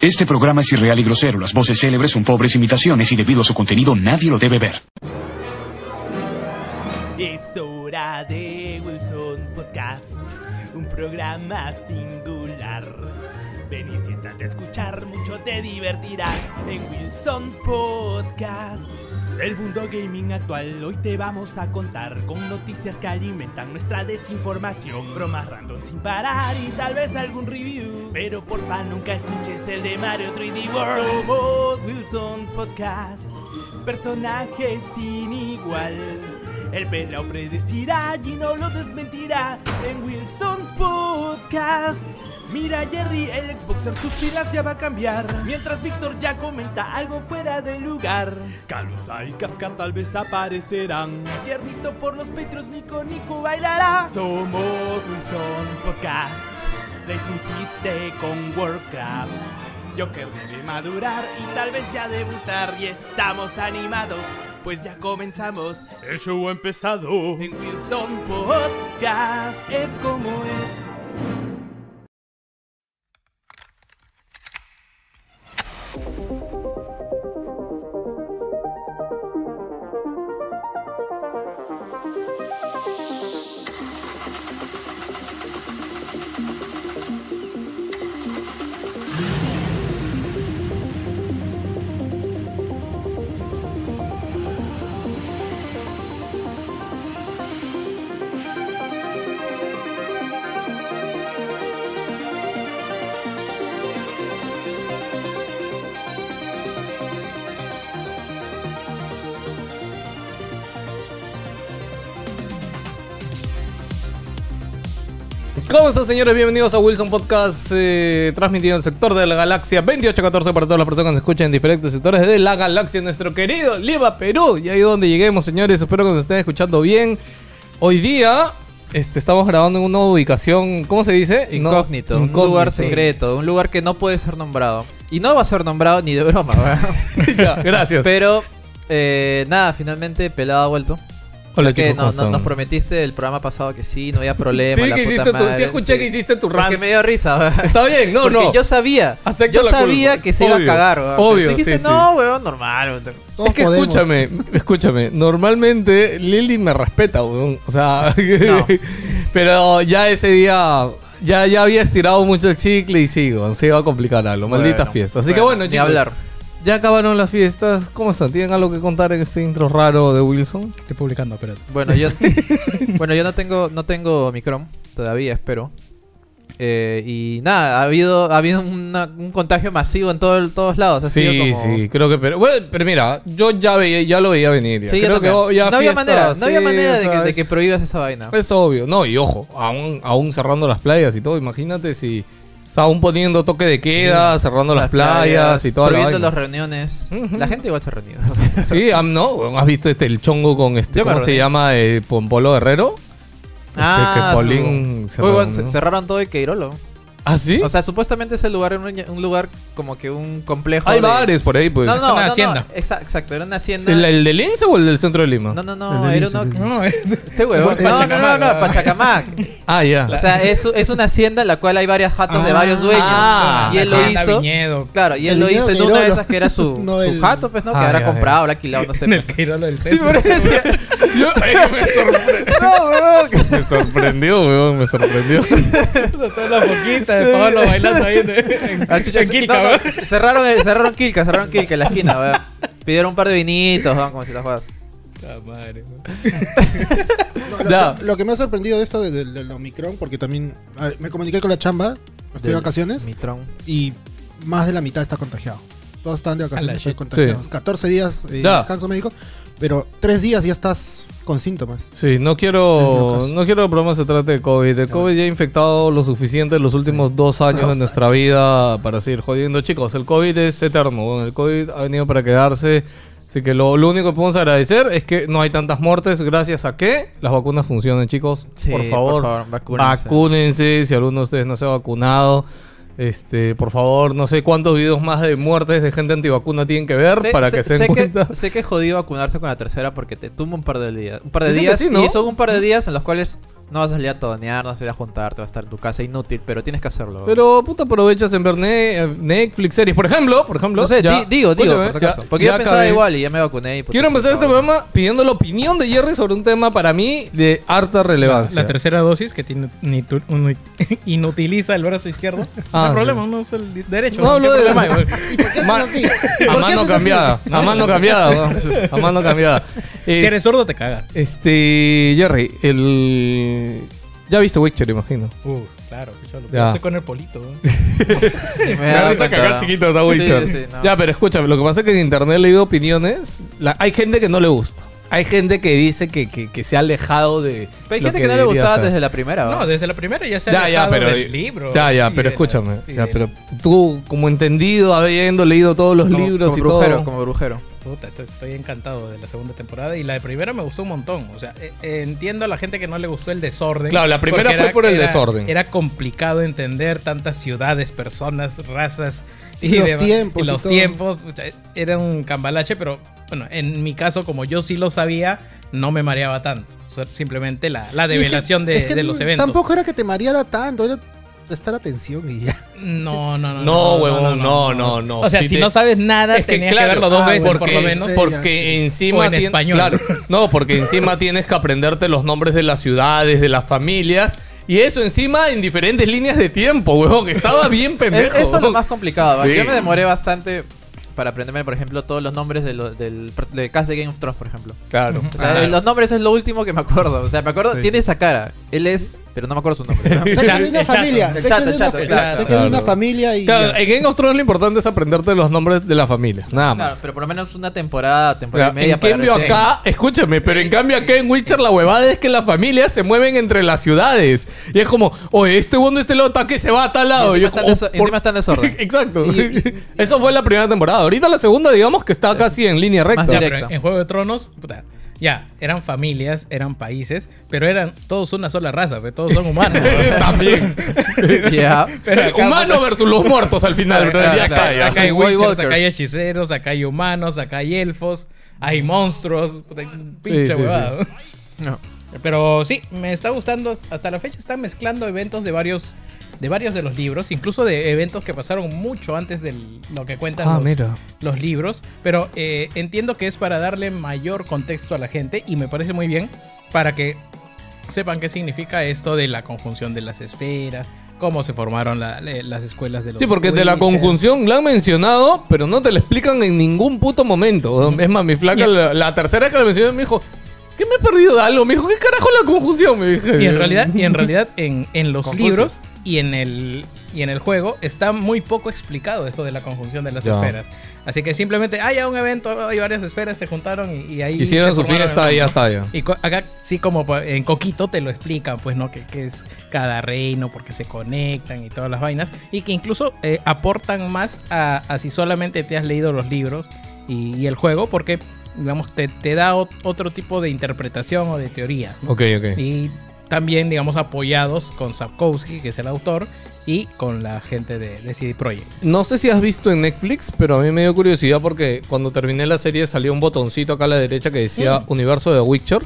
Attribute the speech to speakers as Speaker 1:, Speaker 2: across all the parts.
Speaker 1: Este programa es irreal y grosero. Las voces célebres son pobres imitaciones y debido a su contenido nadie lo debe ver.
Speaker 2: Es hora de Wilson Podcast, un programa singular. Ven y siéntate a escuchar, mucho te divertirás en Wilson Podcast. El mundo gaming actual hoy te vamos a contar con noticias que alimentan nuestra desinformación, bromas random sin parar y tal vez algún review. Pero porfa nunca escuches el de Mario 3D World. Somos Wilson Podcast, personajes sin igual. El pelao predecirá y no lo desmentirá en Wilson Podcast. Mira Jerry, el Xboxer, sus pilas ya va a cambiar. Mientras Víctor ya comenta algo fuera de lugar. Calusa y Kafka tal vez aparecerán. Tiernito por los petros, Nico Nico bailará. Somos Wilson Podcast. Les insiste con Warcraft. Joker debe madurar y tal vez ya debutar. Y estamos animados, pues ya comenzamos. El show ha empezado. En Wilson Podcast es como es.
Speaker 3: ¿Cómo están, señores? Bienvenidos a Wilson Podcast, eh, transmitido en el sector de la galaxia 2814 para todas las personas que nos escuchan en diferentes sectores de la galaxia, en nuestro querido Lima, Perú. Y ahí donde lleguemos, señores, espero que nos estén escuchando bien. Hoy día este, estamos grabando en una ubicación, ¿cómo se dice? No-
Speaker 4: Incógnito, un
Speaker 3: incógnito.
Speaker 4: lugar secreto, un lugar que no puede ser nombrado. Y no va a ser nombrado ni de broma, ¿verdad?
Speaker 3: Ya, gracias.
Speaker 4: Pero, eh, nada, finalmente pelado ha vuelto.
Speaker 3: Hola,
Speaker 4: Que
Speaker 3: chicos,
Speaker 4: no-
Speaker 3: ¿cómo
Speaker 4: no-
Speaker 3: están?
Speaker 4: nos prometiste el programa pasado que sí, no había problema.
Speaker 3: Sí,
Speaker 4: la
Speaker 3: que
Speaker 4: puta
Speaker 3: hiciste tu- sí
Speaker 4: madre,
Speaker 3: escuché que hiciste tu
Speaker 4: Porque
Speaker 3: rant.
Speaker 4: me dio risa, ¿verdad?
Speaker 3: Está bien, no,
Speaker 4: Porque
Speaker 3: no.
Speaker 4: yo sabía,
Speaker 3: Acepto
Speaker 4: yo
Speaker 3: la culpa.
Speaker 4: sabía que se
Speaker 3: Obvio,
Speaker 4: iba a cagar, ¿verdad?
Speaker 3: obvio, sí,
Speaker 4: dijiste,
Speaker 3: sí.
Speaker 4: no, weón, normal. weón".
Speaker 3: Es que
Speaker 5: podemos.
Speaker 3: escúchame, escúchame. Normalmente Lili me respeta, weón. O sea,
Speaker 4: No.
Speaker 3: pero ya ese día ya, ya había estirado mucho el chicle y sí, weón, se iba a complicar algo. Maldita
Speaker 4: Bueno,
Speaker 3: fiesta. Así que bueno,
Speaker 4: ni
Speaker 3: chicos.
Speaker 4: hablar.
Speaker 3: Ya acabaron las fiestas. ¿Cómo están? ¿Tienen algo que contar en este intro raro de Wilson?
Speaker 5: Estoy publicando, espérate.
Speaker 4: Bueno, yo, bueno, yo no tengo, no tengo Omicron todavía, espero. Eh, y nada, ha habido, ha habido una- un contagio masivo en todo, el- todos lados. Ha sido
Speaker 3: Sí,
Speaker 4: como-
Speaker 3: sí, creo que pero bueno, pero mira, yo ya veía, ya lo veía venir. ya.
Speaker 4: Sí,
Speaker 3: Creo
Speaker 4: yo
Speaker 3: que
Speaker 4: también.
Speaker 3: oh, ya
Speaker 4: no había
Speaker 3: fiestas,
Speaker 4: manera, no había
Speaker 3: sí,
Speaker 4: manera de,
Speaker 3: o
Speaker 4: que,
Speaker 3: sea,
Speaker 4: de que
Speaker 3: es- pues,
Speaker 4: prohíbas esa vaina.
Speaker 3: Es obvio, no, y ojo, aún, aún cerrando las playas y todo, imagínate si. O sea, aún poniendo toque de queda, cerrando las, playas, y todo
Speaker 4: Prohibiendo las reuniones.
Speaker 3: Ujú.
Speaker 4: La gente igual se ha reunido.
Speaker 3: Sí, am- no, has visto este el chongo con este,
Speaker 4: Yo me
Speaker 3: ¿cómo se
Speaker 4: reuní.
Speaker 3: llama? Eh, Pompolo Herrero.
Speaker 4: ah,
Speaker 3: que
Speaker 4: su-
Speaker 3: Paulín se
Speaker 4: Uy, bueno,
Speaker 3: reunió.
Speaker 4: ce- cerraron todo Queirolo.
Speaker 3: ¿Ah, sí?
Speaker 4: O sea, supuestamente ese lugar era un, un lugar como que un complejo.
Speaker 3: Hay
Speaker 4: de-
Speaker 3: bares por ahí, pues.
Speaker 4: No, no, no,
Speaker 5: una
Speaker 4: no,
Speaker 5: hacienda.
Speaker 4: exa- exacto, era una hacienda.
Speaker 3: ¿El, el del Lince o el del centro de Lima?
Speaker 4: No, no,
Speaker 5: El
Speaker 4: no,
Speaker 5: de
Speaker 4: era
Speaker 5: Lince,
Speaker 4: una-
Speaker 5: el de Lince.
Speaker 4: Este huevón. No, no, no, no, Pachacamac.
Speaker 3: Ah, ya.
Speaker 4: O sea, es, es una hacienda en la cual hay varias jatos de
Speaker 5: Ah.
Speaker 4: varios dueños.
Speaker 3: Ah.
Speaker 4: y él lo
Speaker 5: Hacienda,
Speaker 4: hizo.
Speaker 5: Viñedo,
Speaker 4: Claro, y él
Speaker 5: El
Speaker 4: lo
Speaker 5: viñedo
Speaker 4: hizo en
Speaker 5: Queirolo.
Speaker 4: una de esas que era su,
Speaker 5: No,
Speaker 4: su
Speaker 5: el-
Speaker 4: jato, pues, ¿no?
Speaker 3: Ah,
Speaker 4: que habrá
Speaker 3: ya,
Speaker 4: comprado, habrá alquilado, no sé.
Speaker 5: en el
Speaker 4: pues.
Speaker 5: Queirolo del
Speaker 4: Sí,
Speaker 5: centro.
Speaker 4: por eso. decía,
Speaker 3: Yo- me, sorpre-
Speaker 4: No, huevón.
Speaker 3: me sorprendió, weón, me sorprendió.
Speaker 5: Todas las boquitas de Pablo bailando ahí en, en,
Speaker 4: Ah, chucha,
Speaker 5: en
Speaker 4: sí,
Speaker 5: Quilca,
Speaker 4: no, no,
Speaker 5: weón.
Speaker 4: c- cerraron, el- cerraron Quilca, cerraron Quilca en la esquina, weón. Pidieron un par de vinitos, weón, como si las jodas.
Speaker 5: Puta madre, weón.
Speaker 6: No, lo,
Speaker 3: Ya.
Speaker 6: que, lo que me ha sorprendido de esto del del- del Omicron, porque también a ver, me comuniqué con la chamba, estoy de vacaciones,
Speaker 4: Mi tron.
Speaker 6: y más de la mitad está contagiado. Todos están de vacaciones,
Speaker 5: A la
Speaker 6: están
Speaker 5: shit.
Speaker 6: contagiados.
Speaker 3: Sí.
Speaker 6: 14 días eh,
Speaker 3: Ya.
Speaker 6: descanso médico, pero 3 días ya estás con síntomas.
Speaker 3: Sí, no quiero,
Speaker 6: Lucas.
Speaker 3: no quiero que el programa se trate de COVID. El COVID ya ha infectado lo suficiente en los últimos dos años
Speaker 6: Dos
Speaker 3: de nuestra vida para seguir jodiendo. Chicos, el COVID es eterno. bueno, el COVID ha venido para quedarse. Así que lo, lo único que podemos agradecer es que no hay tantas muertes gracias a que las vacunas funcionan, chicos.
Speaker 4: Sí,
Speaker 3: por favor,
Speaker 4: por favor, vacúnense.
Speaker 3: vacúnense. Si alguno de ustedes no se ha vacunado, este, por favor, no sé cuántos videos más de muertes de gente antivacuna tienen que ver
Speaker 4: Sé-
Speaker 3: para
Speaker 4: sé-
Speaker 3: que se den
Speaker 4: sé
Speaker 3: cuenta.
Speaker 4: Sé que es jodido vacunarse con la tercera porque te tumba un par de días. Un par de
Speaker 3: Dicen que
Speaker 4: días.
Speaker 3: sí, ¿no?
Speaker 4: Y son un par de días en los cuales No vas a salir a tonear, no vas a ir a juntar, te vas a estar en tu casa inútil, pero tienes que hacerlo.
Speaker 3: Pero puta aprovechas en ver ne- eh, Netflix series. Por ejemplo, por ejemplo.
Speaker 4: no sé,
Speaker 3: ya-
Speaker 4: di- digo, digo,
Speaker 3: escúchame,
Speaker 4: por si acaso.
Speaker 3: ya-
Speaker 4: Porque
Speaker 3: ya
Speaker 4: yo pensaba
Speaker 3: acabé.
Speaker 4: igual y ya me vacuné. Y pues, puta,
Speaker 3: Quiero empezar
Speaker 4: por
Speaker 3: este
Speaker 4: favor.
Speaker 3: programa pidiendo la opinión de Jerry sobre un tema para mí de harta relevancia.
Speaker 5: La tercera dosis que te inu- ni tu- uno- inutiliza el brazo izquierdo.
Speaker 3: Ah,
Speaker 5: no
Speaker 3: sí.
Speaker 5: hay problema, uno usa el di- derecho.
Speaker 3: No
Speaker 5: ¿Qué
Speaker 3: hablo de-
Speaker 5: problema hay, güey?
Speaker 6: ¿Y por qué haces
Speaker 3: Ma-
Speaker 6: así? ¿Por
Speaker 3: A
Speaker 6: qué
Speaker 3: mano
Speaker 6: haces así?
Speaker 3: cambiada, a mano cambiada, weón. a mano cambiada. Es-
Speaker 5: Si eres sordo, te caga.
Speaker 3: Este, Jerry, el... Ya viste Witcher, imagino.
Speaker 5: Uh, claro, picholo.
Speaker 3: Ya.
Speaker 5: Estoy con el polito. güey.
Speaker 4: Me da cuenta.
Speaker 3: está
Speaker 4: Witcher. sí, no.
Speaker 3: Ya, pero escúchame, lo que pasa es que en internet he leído opiniones. La- hay gente que no le gusta. Hay gente que dice que, que- que se ha alejado de.
Speaker 4: Pero hay gente que, no le gustaba
Speaker 3: eh.
Speaker 4: desde la primera. ¿va?
Speaker 5: No, desde la primera ya se ha
Speaker 3: Ya, ya,
Speaker 5: alejado
Speaker 3: pero.
Speaker 5: del libro.
Speaker 3: ya, ya,
Speaker 5: y
Speaker 3: pero
Speaker 5: de la-
Speaker 3: escúchame.
Speaker 5: y
Speaker 3: Ya,
Speaker 5: de-
Speaker 3: pero tú, como entendido, habiendo leído todos los
Speaker 4: Como-
Speaker 3: libros
Speaker 4: como
Speaker 3: y
Speaker 4: brujero,
Speaker 3: todo.
Speaker 4: como brujero.
Speaker 5: Puta, estoy, estoy encantado de la segunda temporada y la de primera me gustó un montón. O sea, eh, eh, entiendo a la gente que no le gustó el desorden.
Speaker 3: Claro, la primera
Speaker 5: porque
Speaker 3: fue por el desorden.
Speaker 5: Era complicado entender tantas ciudades, personas, razas
Speaker 6: Y los tiempos
Speaker 5: Y
Speaker 6: y
Speaker 5: los
Speaker 6: todo.
Speaker 5: tiempos. O sea, Era un cambalache, pero bueno, en mi caso, como yo sí lo sabía, no me mareaba tanto. O sea, simplemente la, la
Speaker 6: Y es que-
Speaker 5: develación de,
Speaker 6: es que
Speaker 5: de los eventos.
Speaker 6: Tampoco era que te mareara tanto, era prestar atención y ya.
Speaker 5: No, no, no.
Speaker 3: No, huevón, no, no, no.
Speaker 5: O sea,
Speaker 3: Si
Speaker 5: si,
Speaker 3: te-
Speaker 5: no sabes nada,
Speaker 3: Es que
Speaker 5: tenías
Speaker 3: claro,
Speaker 5: que verlo dos
Speaker 6: ah,
Speaker 5: veces por
Speaker 6: porque
Speaker 5: lo
Speaker 6: es-
Speaker 5: menos.
Speaker 6: eh,
Speaker 3: Porque
Speaker 6: Sí, ya,
Speaker 3: encima.
Speaker 5: O en
Speaker 3: tien-
Speaker 5: español.
Speaker 3: claro, no, porque encima tienes que aprenderte los nombres de las ciudades, de las familias. Y eso encima en diferentes líneas de tiempo, huevón. Que estaba bien
Speaker 4: Es-
Speaker 3: pendejo.
Speaker 4: Eh, Eso es lo
Speaker 3: huevón.
Speaker 4: más complicado. ¿va?
Speaker 3: Sí.
Speaker 4: Yo me demoré bastante para aprenderme, por ejemplo, todos los nombres de lo- del, del cast de Game of Thrones, por ejemplo.
Speaker 3: Claro.
Speaker 4: O sea, los nombres es lo último que me acuerdo. O sea, me acuerdo, tiene esa cara. Él es, pero no me acuerdo su nombre.
Speaker 6: Sé que es de
Speaker 5: el
Speaker 6: una
Speaker 5: chato,
Speaker 6: familia,
Speaker 5: el
Speaker 6: sé que
Speaker 4: chato,
Speaker 6: es de una-
Speaker 4: chato,
Speaker 6: sé
Speaker 4: claro,
Speaker 6: que es de una
Speaker 3: claro.
Speaker 6: familia y
Speaker 3: Claro, eh,
Speaker 6: ya.
Speaker 3: en Game of Thrones lo importante es aprenderte los nombres de la familia, nada
Speaker 4: Claro,
Speaker 3: más.
Speaker 4: pero por lo menos una temporada, temporada
Speaker 3: Claro,
Speaker 4: y media.
Speaker 3: en
Speaker 4: para
Speaker 3: cambio
Speaker 4: recién.
Speaker 3: acá, escúchame, pero en cambio acá en Witcher la huevada es que las familias se mueven entre las ciudades. Y es como, oye, este uno de este lado está que se va a tal lado.
Speaker 4: Y
Speaker 3: Y
Speaker 4: encima
Speaker 3: yo
Speaker 4: está
Speaker 3: como,
Speaker 4: en deso-
Speaker 3: oh,
Speaker 4: encima está en desorden.
Speaker 3: Exacto.
Speaker 4: Y-
Speaker 3: Eso fue la primera temporada. Ahorita la segunda, digamos que está casi en línea recta.
Speaker 4: Más
Speaker 5: Ya,
Speaker 4: directo.
Speaker 5: pero en Juego de Tronos, puta, ya, eran familias, eran países, pero eran todos una sola raza, pues, todos son humanos. ¿no?
Speaker 3: También.
Speaker 4: Ya.
Speaker 5: Pero acá-
Speaker 3: Humano versus los muertos al final. pero el día
Speaker 4: claro,
Speaker 3: acá, ya.
Speaker 5: acá hay
Speaker 4: White
Speaker 5: witchers,
Speaker 4: Walkers.
Speaker 5: acá hay hechiceros, acá hay humanos, acá hay elfos, hay monstruos, puta, pinche
Speaker 3: sí, sí.
Speaker 5: huevada.
Speaker 4: No.
Speaker 5: Pero sí, me está gustando. Hasta la fecha están mezclando eventos de varios de varios de los libros, incluso de eventos que pasaron mucho antes de lo que cuentan
Speaker 3: Ah,
Speaker 5: los,
Speaker 3: mira.
Speaker 5: los libros. Pero eh, entiendo que es para darle mayor contexto a la gente y me parece muy bien para que sepan qué significa esto de la conjunción de las esferas, cómo se formaron la- le- las escuelas de los
Speaker 3: Sí, porque de la
Speaker 5: Wizards.
Speaker 3: conjunción la han mencionado, pero no te la explican en ningún puto momento. Es más, mi flaca,
Speaker 5: Y-
Speaker 3: la, la tercera que la mencioné, me dijo, ¿qué me he perdido de algo? Me dijo, ¿qué carajo la conjunción? Me dije.
Speaker 5: Y en realidad, y en, realidad en, en los
Speaker 4: Confuso.
Speaker 5: libros y en, el, y en el juego está muy poco explicado esto de la conjunción de las
Speaker 3: Ya.
Speaker 5: esferas. Así que simplemente hay un evento, hay varias esferas, se juntaron y, y ahí...
Speaker 3: Hicieron
Speaker 5: se
Speaker 3: su
Speaker 5: formaron
Speaker 3: fiesta
Speaker 5: el-
Speaker 3: y ya está, ya.
Speaker 5: Y co- acá sí como pa- en Coquito te lo explican, pues, ¿no? Que, que es cada reino, porque se conectan y todas las vainas. Y que incluso eh, aportan más a, a si solamente te has leído los libros y, y el juego, porque, digamos, te, te da ot- otro tipo de interpretación o de teoría. ¿no?
Speaker 3: Ok, ok.
Speaker 5: Y también, digamos, apoyados con Sapkowski, que es el autor, y con la gente de, de CD Projekt.
Speaker 3: No sé si has visto en Netflix, pero a mí me dio curiosidad porque cuando terminé la serie salió un botoncito acá a la derecha que
Speaker 5: Mm.
Speaker 3: decía Universo de Witcher.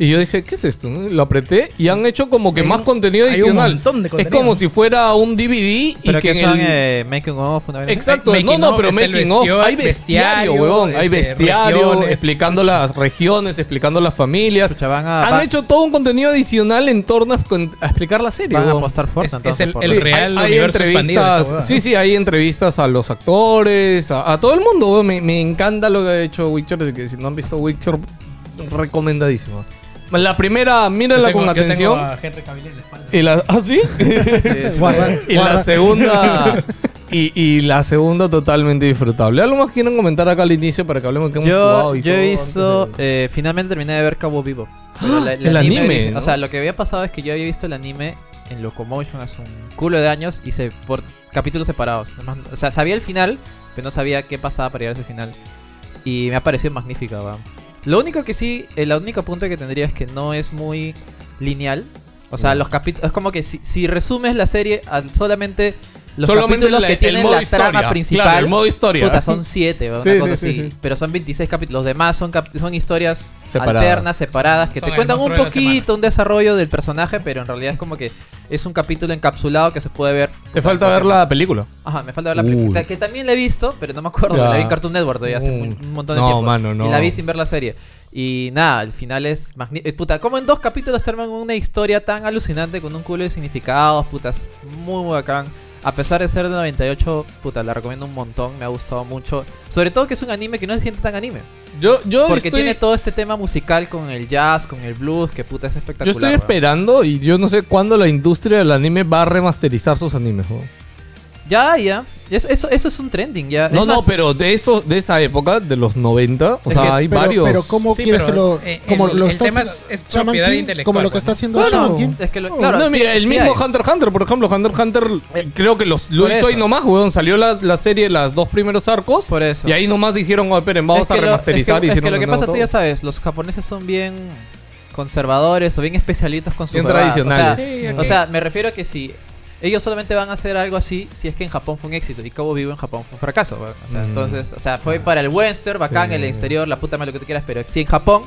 Speaker 3: Y yo dije, ¿qué es esto? no? Lo apreté y han hecho como que
Speaker 5: Hay
Speaker 3: más
Speaker 5: un-
Speaker 3: contenido
Speaker 5: hay un
Speaker 3: adicional.
Speaker 5: montón de
Speaker 3: es
Speaker 5: contenido.
Speaker 3: como si fuera un DVD
Speaker 4: Pero
Speaker 3: y que
Speaker 4: que
Speaker 3: en
Speaker 4: son
Speaker 3: el-
Speaker 4: eh, Making Off, una vez
Speaker 3: Exacto,
Speaker 5: Making
Speaker 3: no, no,
Speaker 5: of,
Speaker 3: pero
Speaker 5: está el
Speaker 3: making off.
Speaker 5: vestio-
Speaker 3: Hay bestiario,
Speaker 5: bestiario,
Speaker 3: huevón. Hay
Speaker 5: este,
Speaker 3: bestiario
Speaker 5: regiones.
Speaker 3: explicando las regiones, explicando las familias.
Speaker 4: Chucha, van a-
Speaker 3: Han
Speaker 4: van-
Speaker 3: hecho todo un contenido adicional en torno a, con- a explicar la serie.
Speaker 4: Van a
Speaker 3: huevón.
Speaker 4: apostar fuerte
Speaker 5: Es-
Speaker 4: entonces.
Speaker 5: es el-
Speaker 4: por-
Speaker 5: el
Speaker 3: Sí,
Speaker 5: real universo expandido de esta huevada.
Speaker 3: Sí, sí, hay entrevistas a los actores, a, a todo el mundo. huevón. Me, me encanta lo que ha hecho Witcher. así que si no han visto Witcher, recomendadísimo. La primera, mírenla con atención.
Speaker 5: Henry Cavill en la espalda.
Speaker 3: Y la, ¿Ah, sí?
Speaker 6: Guarda-
Speaker 3: Y la
Speaker 6: guarda-
Speaker 3: segunda. Y, y la segunda totalmente disfrutable. ¿Algo más quieren comentar acá al inicio para que hablemos que hemos
Speaker 4: Yo,
Speaker 3: jugado y todo
Speaker 4: yo hizo.
Speaker 3: antes de-
Speaker 4: eh, finalmente terminé de ver Cabo Vivo. Pero la-
Speaker 3: El anime,
Speaker 4: original-
Speaker 3: ¿no?
Speaker 4: O sea, lo que había pasado es que yo había visto el anime en Locomotion hace un culo de años y se, por capítulos separados. Además, o sea, sabía el final, pero no sabía qué pasaba para llegar a ese final. Y me ha parecido magnífica, va. Lo único que sí, eh, el único punto que tendría es que no es muy
Speaker 3: Mm.
Speaker 4: lineal. O sea, los capítulos. Es como que si, si resumes la serie a solamente Los
Speaker 3: Solamente
Speaker 4: capítulos
Speaker 3: la-
Speaker 4: que
Speaker 3: el
Speaker 4: tienen
Speaker 3: modo
Speaker 4: la
Speaker 3: historia,
Speaker 4: trama principal.
Speaker 3: claro, el modo historia.
Speaker 4: Puta, son 7, una
Speaker 3: Sí, sí,
Speaker 4: cosa
Speaker 3: sí,
Speaker 4: así.
Speaker 3: sí.
Speaker 4: Pero son 26 capítulos. Los demás son, cap- son historias
Speaker 3: Separadas.
Speaker 4: alternas, separadas, que
Speaker 5: Son
Speaker 4: te
Speaker 5: el
Speaker 4: cuentan un
Speaker 5: monstruo de la
Speaker 4: poquito, un desarrollo del personaje, pero en realidad es como que es un capítulo encapsulado que se puede ver.
Speaker 3: Te falta ver la película.
Speaker 4: Ajá, me falta ver la
Speaker 3: Uy.
Speaker 4: película. Que también la he visto, pero no me acuerdo.
Speaker 3: Ya.
Speaker 4: La vi en Cartoon Network todavía hace
Speaker 3: Mm.
Speaker 4: un, un montón de
Speaker 3: No,
Speaker 4: tiempo.
Speaker 3: mano, no.
Speaker 4: Y la vi sin ver la serie. Y nada, el final es magnífico. Puta, como en dos capítulos te arman una historia tan alucinante con un culo de significados, putas, muy muy bacán. A pesar de ser de 98, puta, la recomiendo un montón, me ha gustado mucho. Sobre todo que es un anime que no se siente tan anime.
Speaker 3: Yo, yo
Speaker 4: Porque
Speaker 3: estoy,
Speaker 4: tiene todo este tema musical con el jazz, con el blues, que puta es
Speaker 3: yo
Speaker 4: espectacular.
Speaker 3: estoy
Speaker 4: weón.
Speaker 3: esperando y yo no sé cuándo la industria del anime va a remasterizar sus animes. weón.
Speaker 4: Ya, ya. Es- Eso, eso es un trending, ya.
Speaker 3: No,
Speaker 4: Es
Speaker 3: no,
Speaker 4: más,
Speaker 3: pero de esos, de esa época, de los 90, o
Speaker 4: Es
Speaker 3: sea,
Speaker 4: que-
Speaker 3: hay
Speaker 6: pero,
Speaker 3: varios.
Speaker 6: pero ¿cómo
Speaker 5: Sí,
Speaker 6: quieres
Speaker 5: pero,
Speaker 6: que lo.
Speaker 5: eh,
Speaker 6: Como
Speaker 5: el-
Speaker 6: lo
Speaker 5: el
Speaker 6: está
Speaker 5: tema
Speaker 6: haci-
Speaker 5: es- es
Speaker 6: Shaman
Speaker 5: propiedad
Speaker 6: King,
Speaker 5: intelectual,
Speaker 6: Como lo que
Speaker 5: pues,
Speaker 6: está
Speaker 5: ¿no?
Speaker 6: haciendo
Speaker 3: Claro.
Speaker 6: Shaman King.
Speaker 4: Es que lo- claro,
Speaker 3: no,
Speaker 4: sí-
Speaker 3: mira, el
Speaker 4: sí
Speaker 3: mismo
Speaker 4: hay.
Speaker 3: Hunter x Hunter, por ejemplo, Hunter x Hunter, eh, creo que los, lo
Speaker 4: Por
Speaker 3: hizo ahí
Speaker 4: eso.
Speaker 3: nomás, weón. Salió la, la serie, las dos primeros arcos.
Speaker 4: Por eso.
Speaker 3: Y ahí nomás dijeron, oh, esperen,
Speaker 4: Es
Speaker 3: vamos
Speaker 4: que
Speaker 3: a
Speaker 4: lo-
Speaker 3: remasterizar.
Speaker 4: es que,
Speaker 3: y
Speaker 4: es que
Speaker 3: hicieron
Speaker 4: lo
Speaker 3: de
Speaker 4: que
Speaker 3: nuevo
Speaker 4: pasa, tú
Speaker 3: todo.
Speaker 4: ya sabes, los japoneses son bien conservadores o bien especialistas con sus
Speaker 3: Bien
Speaker 4: huevadas. O sea,
Speaker 3: tradicionales.
Speaker 5: Sí,
Speaker 4: O sea,
Speaker 5: ok.
Speaker 4: me refiero a que si ellos solamente van a hacer algo así si es que en Japón fue un éxito y Cabo Vivo en Japón fue un fracaso. weón. O sea,
Speaker 3: Mm.
Speaker 4: entonces, o sea, fue para el western, bacán,
Speaker 3: Sí.
Speaker 4: el exterior, la puta madre lo que tú quieras, pero si en Japón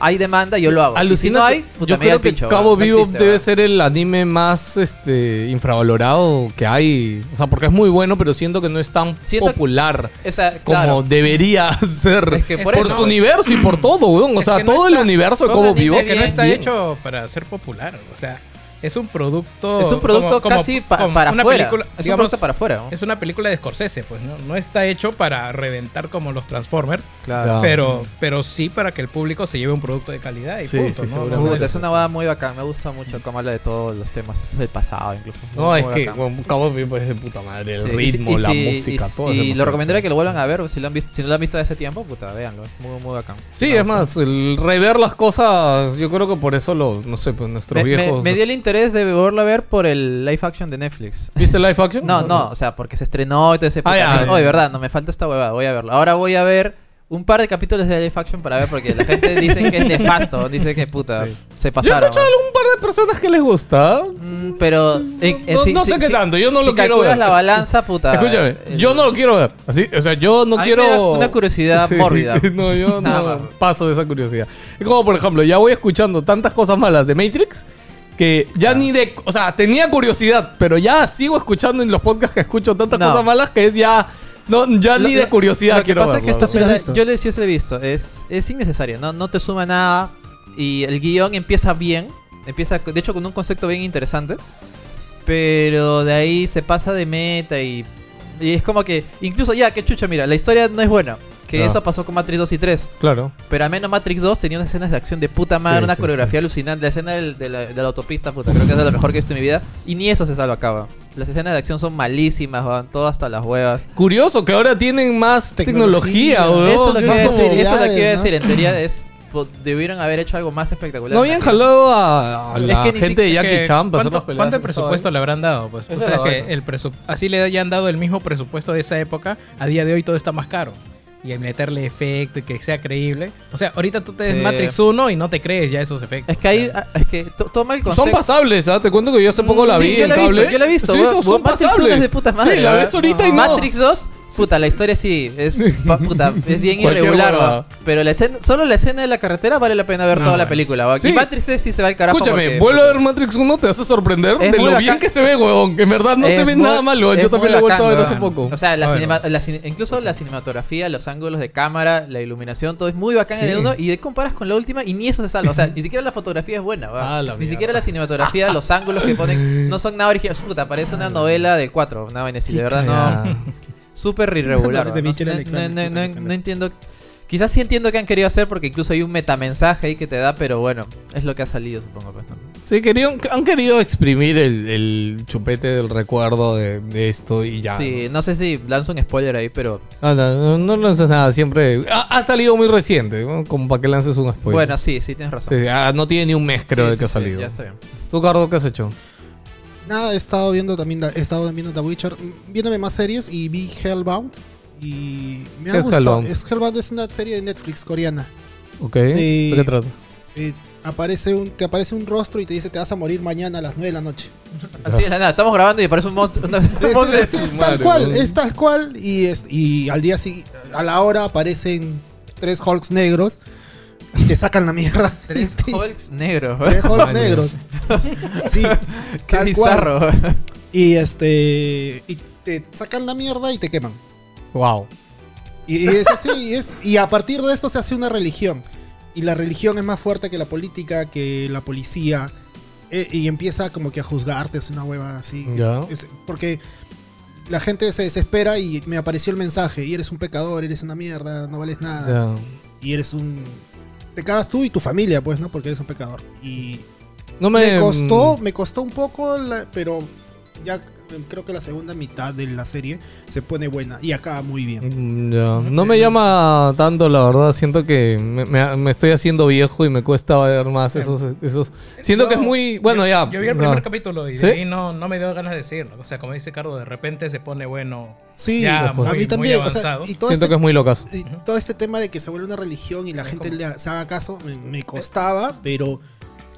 Speaker 4: hay demanda, yo lo hago. Y si
Speaker 3: Alucina
Speaker 4: no
Speaker 3: que-
Speaker 4: hay,
Speaker 3: yo
Speaker 4: puta, me da
Speaker 3: creo
Speaker 4: el
Speaker 3: que
Speaker 4: pincho,
Speaker 3: Cabo
Speaker 4: weón. No
Speaker 3: Vivo
Speaker 4: existe,
Speaker 3: debe
Speaker 4: weón.
Speaker 3: ser el anime más este infravalorado que hay. O sea, porque es muy bueno, pero siento que no es tan
Speaker 4: Siento-
Speaker 3: popular
Speaker 4: O sea,
Speaker 3: como
Speaker 4: claro,
Speaker 3: debería ser.
Speaker 4: Es que
Speaker 3: por
Speaker 4: por
Speaker 5: eso,
Speaker 3: su
Speaker 5: güey.
Speaker 3: universo y por todo, weón. O
Speaker 5: Es
Speaker 3: sea,
Speaker 5: que no
Speaker 3: todo el
Speaker 5: está-
Speaker 3: universo de
Speaker 4: todo el
Speaker 3: Cabo
Speaker 4: anime
Speaker 3: Vivo.
Speaker 4: bien-
Speaker 5: que no está
Speaker 3: bien.
Speaker 5: hecho para ser popular. O sea, es un producto.
Speaker 4: es un producto
Speaker 5: como- como-
Speaker 4: casi pa-
Speaker 5: como
Speaker 4: para
Speaker 5: una
Speaker 4: afuera.
Speaker 5: película,
Speaker 4: Es un
Speaker 5: digamos,
Speaker 4: producto para afuera. ¿no?
Speaker 5: Es una película de Scorsese, pues, ¿no? No está hecho para reventar como los Transformers,
Speaker 3: Ah.
Speaker 5: pero, pero sí para que el público se lleve un producto de calidad y
Speaker 3: Sí,
Speaker 5: punto,
Speaker 3: sí,
Speaker 5: ¿no?
Speaker 3: seguramente.
Speaker 5: No,
Speaker 4: Puta,
Speaker 5: no
Speaker 4: es una boda muy bacán, me gusta mucho cómo habla de todos los temas, esto del pasado incluso.
Speaker 3: No,
Speaker 4: Muy
Speaker 3: es que
Speaker 4: bacán.
Speaker 3: weón, Cabo Vivo es de puta madre. El
Speaker 4: Sí, y si-
Speaker 3: ritmo,
Speaker 4: y
Speaker 3: la
Speaker 4: si-
Speaker 3: música,
Speaker 4: y, si-
Speaker 3: todo. es
Speaker 4: Y
Speaker 3: demasiado
Speaker 4: lo recomendaría
Speaker 3: chévere.
Speaker 4: que lo vuelvan a ver, o si, lo han visto, si no lo han visto de ese tiempo, puta, véanlo, es muy, muy bacán.
Speaker 3: Sí,
Speaker 4: Me
Speaker 3: es más, el rever las cosas, yo creo que por eso lo, no sé, pues
Speaker 4: gustó.
Speaker 3: nuestros
Speaker 4: Me, me-
Speaker 3: viejos.
Speaker 4: me dio el interés de volverlo a ver por el live action de Netflix.
Speaker 3: ¿Viste Live Action?
Speaker 4: No, no, o sea, porque se estrenó y todo ese
Speaker 3: Ah, ya,
Speaker 4: puta,
Speaker 3: ya.
Speaker 4: Oh, de verdad, no me falta esta huevada, voy a verlo. Ahora voy a ver un par de capítulos de live action para ver porque la gente dice que es nefasto, dice que puta,
Speaker 3: Sí.
Speaker 4: se
Speaker 3: Yo he
Speaker 4: pasaron.
Speaker 3: escuchado algún par de personas que les gusta.
Speaker 4: Mm, pero en- en
Speaker 3: No-
Speaker 4: sí-
Speaker 3: no
Speaker 4: sí-
Speaker 3: sé qué
Speaker 4: sí-
Speaker 3: tanto, yo no
Speaker 4: si
Speaker 3: lo quiero
Speaker 4: calculas
Speaker 3: ver.
Speaker 4: la balanza, puta. eh,
Speaker 3: Escúchame,
Speaker 4: el-
Speaker 3: yo no lo quiero ver. Así, o sea, yo no
Speaker 4: A mí me
Speaker 3: quiero.
Speaker 4: da una curiosidad mórbida.
Speaker 3: No, yo
Speaker 4: Nada
Speaker 3: no
Speaker 4: más.
Speaker 3: paso de esa curiosidad. Es como, por ejemplo, ya voy escuchando tantas cosas malas de Matrix que ya ni de. O sea, tenía curiosidad, pero ya sigo escuchando en los podcasts que escucho tantas
Speaker 4: No.
Speaker 3: cosas malas que es ya. No, ya
Speaker 4: Lo-
Speaker 3: ni
Speaker 4: lo-
Speaker 3: de curiosidad
Speaker 4: lo que
Speaker 3: quiero
Speaker 4: pasa
Speaker 3: verlo,
Speaker 4: es que
Speaker 6: ¿Sí lo
Speaker 4: esta
Speaker 6: has
Speaker 4: pela-
Speaker 6: visto?
Speaker 4: yo les sí la he visto, es, es innecesaria, no, no te suma nada y el guión empieza bien, empieza de hecho con un concepto bien interesante, pero de ahí se pasa de meta y, y es como que, incluso ya, que chucha, mira, la historia no es buena, que
Speaker 3: No.
Speaker 4: eso pasó con Matrix 2 y 3,
Speaker 3: Claro.
Speaker 4: pero al menos Matrix 2 tenía unas escenas de acción de puta madre,
Speaker 3: Sí,
Speaker 4: una
Speaker 3: sí,
Speaker 4: coreografía alucinante, la escena del- de, la, de la autopista, puta, creo que es de lo mejor que he visto en mi vida, y ni eso se salva acaba. Las escenas de acción son malísimas, van todo hasta las huevas.
Speaker 3: Curioso que ahora tienen más tecnología,
Speaker 6: Tecnología.
Speaker 3: weón.
Speaker 4: Eso es lo
Speaker 3: Yo
Speaker 4: que iba a
Speaker 3: como-
Speaker 4: decir, eso es lo que iba a
Speaker 6: posibilidades,
Speaker 4: decir. En teoría es. po- Debieron haber hecho algo más espectacular.
Speaker 3: No habían jalado a, a
Speaker 4: Es
Speaker 3: la
Speaker 4: que ni
Speaker 3: gente de
Speaker 5: Es
Speaker 3: Jackie
Speaker 5: que,
Speaker 3: Chan para
Speaker 4: pues,
Speaker 3: hacer
Speaker 5: ¿cuánto-
Speaker 3: las peleas.
Speaker 5: ¿Cuánto presupuesto le habrán dado? Pues,
Speaker 3: Esa
Speaker 5: o
Speaker 3: es la
Speaker 5: sea que
Speaker 3: vaina.
Speaker 5: el presu- así le hayan dado el mismo presupuesto de esa época, a día de hoy todo está más caro. Y el meterle efecto y que sea creíble. O sea, ahorita tú te des
Speaker 4: Sí.
Speaker 5: Matrix 1 y no te crees ya esos efectos.
Speaker 4: Es que hay. ah,
Speaker 5: O sea,
Speaker 4: Es que to- toma el
Speaker 3: Son
Speaker 4: concepto.
Speaker 3: pasables, ¿ah? Te cuento que yo hace poco la
Speaker 4: Mm, Sí,
Speaker 3: vi
Speaker 4: yo
Speaker 3: en
Speaker 4: la he visto,
Speaker 3: cable.
Speaker 4: yo la he visto.
Speaker 3: Sí,
Speaker 4: weón.
Speaker 3: son, son
Speaker 4: Matrix uno
Speaker 3: pasables.
Speaker 4: es de puta madre,
Speaker 3: sí, la
Speaker 4: weón.
Speaker 3: ves ahorita y no.
Speaker 4: Matrix 2, puta, la historia sí. Es, pa- puta, es bien
Speaker 3: Cualquier
Speaker 4: irregular,
Speaker 3: huevada.
Speaker 4: weón. Pero la escena, solo la escena de la carretera vale la pena ver
Speaker 5: No,
Speaker 4: toda la
Speaker 5: bueno.
Speaker 4: película, weón.
Speaker 3: Sí.
Speaker 4: Y Matrix 3 sí se va al carajo.
Speaker 3: Escúchame,
Speaker 4: porque-
Speaker 3: vuelve a ver Matrix 1, te vas a sorprender
Speaker 4: Es
Speaker 3: de
Speaker 4: muy
Speaker 3: lo bien
Speaker 4: bacán.
Speaker 3: que se ve, weón. Que en verdad no
Speaker 4: Es
Speaker 3: se ve
Speaker 4: muy-
Speaker 3: nada mal, weón.
Speaker 4: es
Speaker 3: Yo también lo he
Speaker 4: muy eh.
Speaker 3: vuelto a ver
Speaker 4: bacán,
Speaker 3: hace
Speaker 5: weón.
Speaker 3: poco.
Speaker 4: O sea, la
Speaker 5: Bueno.
Speaker 4: cinema- la cine- incluso la cinematografía, los ángulos de cámara, la iluminación, todo es muy bacán en el
Speaker 3: Sí.
Speaker 4: uno y de- comparas con la última y ni eso se salva. O sea, ni siquiera la fotografía es buena, ¿va?
Speaker 3: Ah, la
Speaker 4: Ni
Speaker 3: mierda.
Speaker 4: siquiera la cinematografía, los ángulos que ponen no son nada originales. Puta, parece
Speaker 3: Ah,
Speaker 4: una novela del 4, una vaina así, de verdad no. Súper irregular.
Speaker 6: De
Speaker 4: ¿va? No,
Speaker 6: Michelle
Speaker 4: no-
Speaker 6: Alexander,
Speaker 4: no- no-
Speaker 6: puta que
Speaker 4: no-
Speaker 6: también.
Speaker 4: no entiendo. Quizás sí entiendo que han querido hacer porque incluso hay un metamensaje ahí que te da, pero bueno, es lo que ha salido, supongo. pues, ¿no?
Speaker 3: Sí, querían, han querido exprimir el, el chupete del recuerdo de, de esto y ya.
Speaker 4: Sí, no sé si lanzo un spoiler ahí, pero
Speaker 3: No, no, no, no lanzas nada, siempre. Ha, ha salido muy reciente, ¿no? como para que lances un spoiler.
Speaker 4: bueno, sí, sí, tienes razón.
Speaker 3: Sí, ah, no tiene ni un mes, creo,
Speaker 4: Sí,
Speaker 3: de que
Speaker 4: sí,
Speaker 3: ha
Speaker 4: sí,
Speaker 3: salido.
Speaker 4: Ya está bien.
Speaker 3: ¿Tú, Cardo, qué has hecho?
Speaker 6: Nada, he estado viendo también la- he estado viendo The Witcher, Mm, viéndome más series y vi Hellbound y
Speaker 3: ¿Qué
Speaker 6: me ha
Speaker 3: es
Speaker 6: gustado.
Speaker 3: Hellbound?
Speaker 6: Es Hellbound es una serie de Netflix coreana.
Speaker 3: Ok. ¿De qué trata?
Speaker 6: Eh, aparece un, que aparece un rostro y te dice te vas a morir mañana a las 9 de la noche.
Speaker 4: Así de la nada, estamos grabando y aparece un monstruo. una- un
Speaker 6: Es,
Speaker 4: monstruo.
Speaker 6: es- es
Speaker 3: su
Speaker 6: tal
Speaker 3: madre,
Speaker 6: cual,
Speaker 3: weón.
Speaker 6: es tal cual. Y, es- y al día siguiente, a la hora aparecen tres Hulks negros y te sacan la mierda.
Speaker 4: Tres
Speaker 6: Y te-
Speaker 4: Hulks negros.
Speaker 6: tres Hulks
Speaker 3: Vale.
Speaker 6: negros. Sí,
Speaker 4: Qué
Speaker 6: tal
Speaker 4: bizarro.
Speaker 6: cual. Y este. Y te sacan la mierda y te queman.
Speaker 3: Wow.
Speaker 6: Y, y es así, y es, y a partir de eso se hace una religión. Y la religión es más fuerte que la política, que la policía. eh, y empieza como que a juzgarte, es una hueva así.
Speaker 3: Ya.
Speaker 6: Es- porque la gente se desespera y me apareció el mensaje. Y eres un pecador, eres una mierda, no vales nada
Speaker 3: Ya.
Speaker 6: y eres un. Te cagas tú y tu familia, pues, ¿no? Porque eres un pecador. Y
Speaker 3: No me,
Speaker 6: me costó, me costó un poco, la- pero ya creo que la segunda mitad de la serie se pone buena y acaba muy bien.
Speaker 3: Mm, ya. No me llama tanto, la verdad. Siento que me, me- me estoy haciendo viejo y me cuesta ver más esos. esos. Siento que es
Speaker 5: No,
Speaker 3: muy. Bueno,
Speaker 5: yo-
Speaker 3: ya.
Speaker 5: Yo vi el
Speaker 3: o sea,
Speaker 5: primer capítulo y de
Speaker 3: ¿Sí?
Speaker 5: ahí no, no me dio ganas de decirlo. O sea, como dice Cardo, de repente se pone bueno.
Speaker 6: Sí,
Speaker 5: Ya,
Speaker 6: a
Speaker 5: muy-
Speaker 6: mí
Speaker 5: muy
Speaker 6: también. o sea,
Speaker 5: avanzado.
Speaker 6: y todo,
Speaker 3: Siento que
Speaker 6: este,
Speaker 3: es muy locazo.
Speaker 6: y todo este tema de que se vuelve una religión y la gente le ha- se haga caso, me, me costaba, pero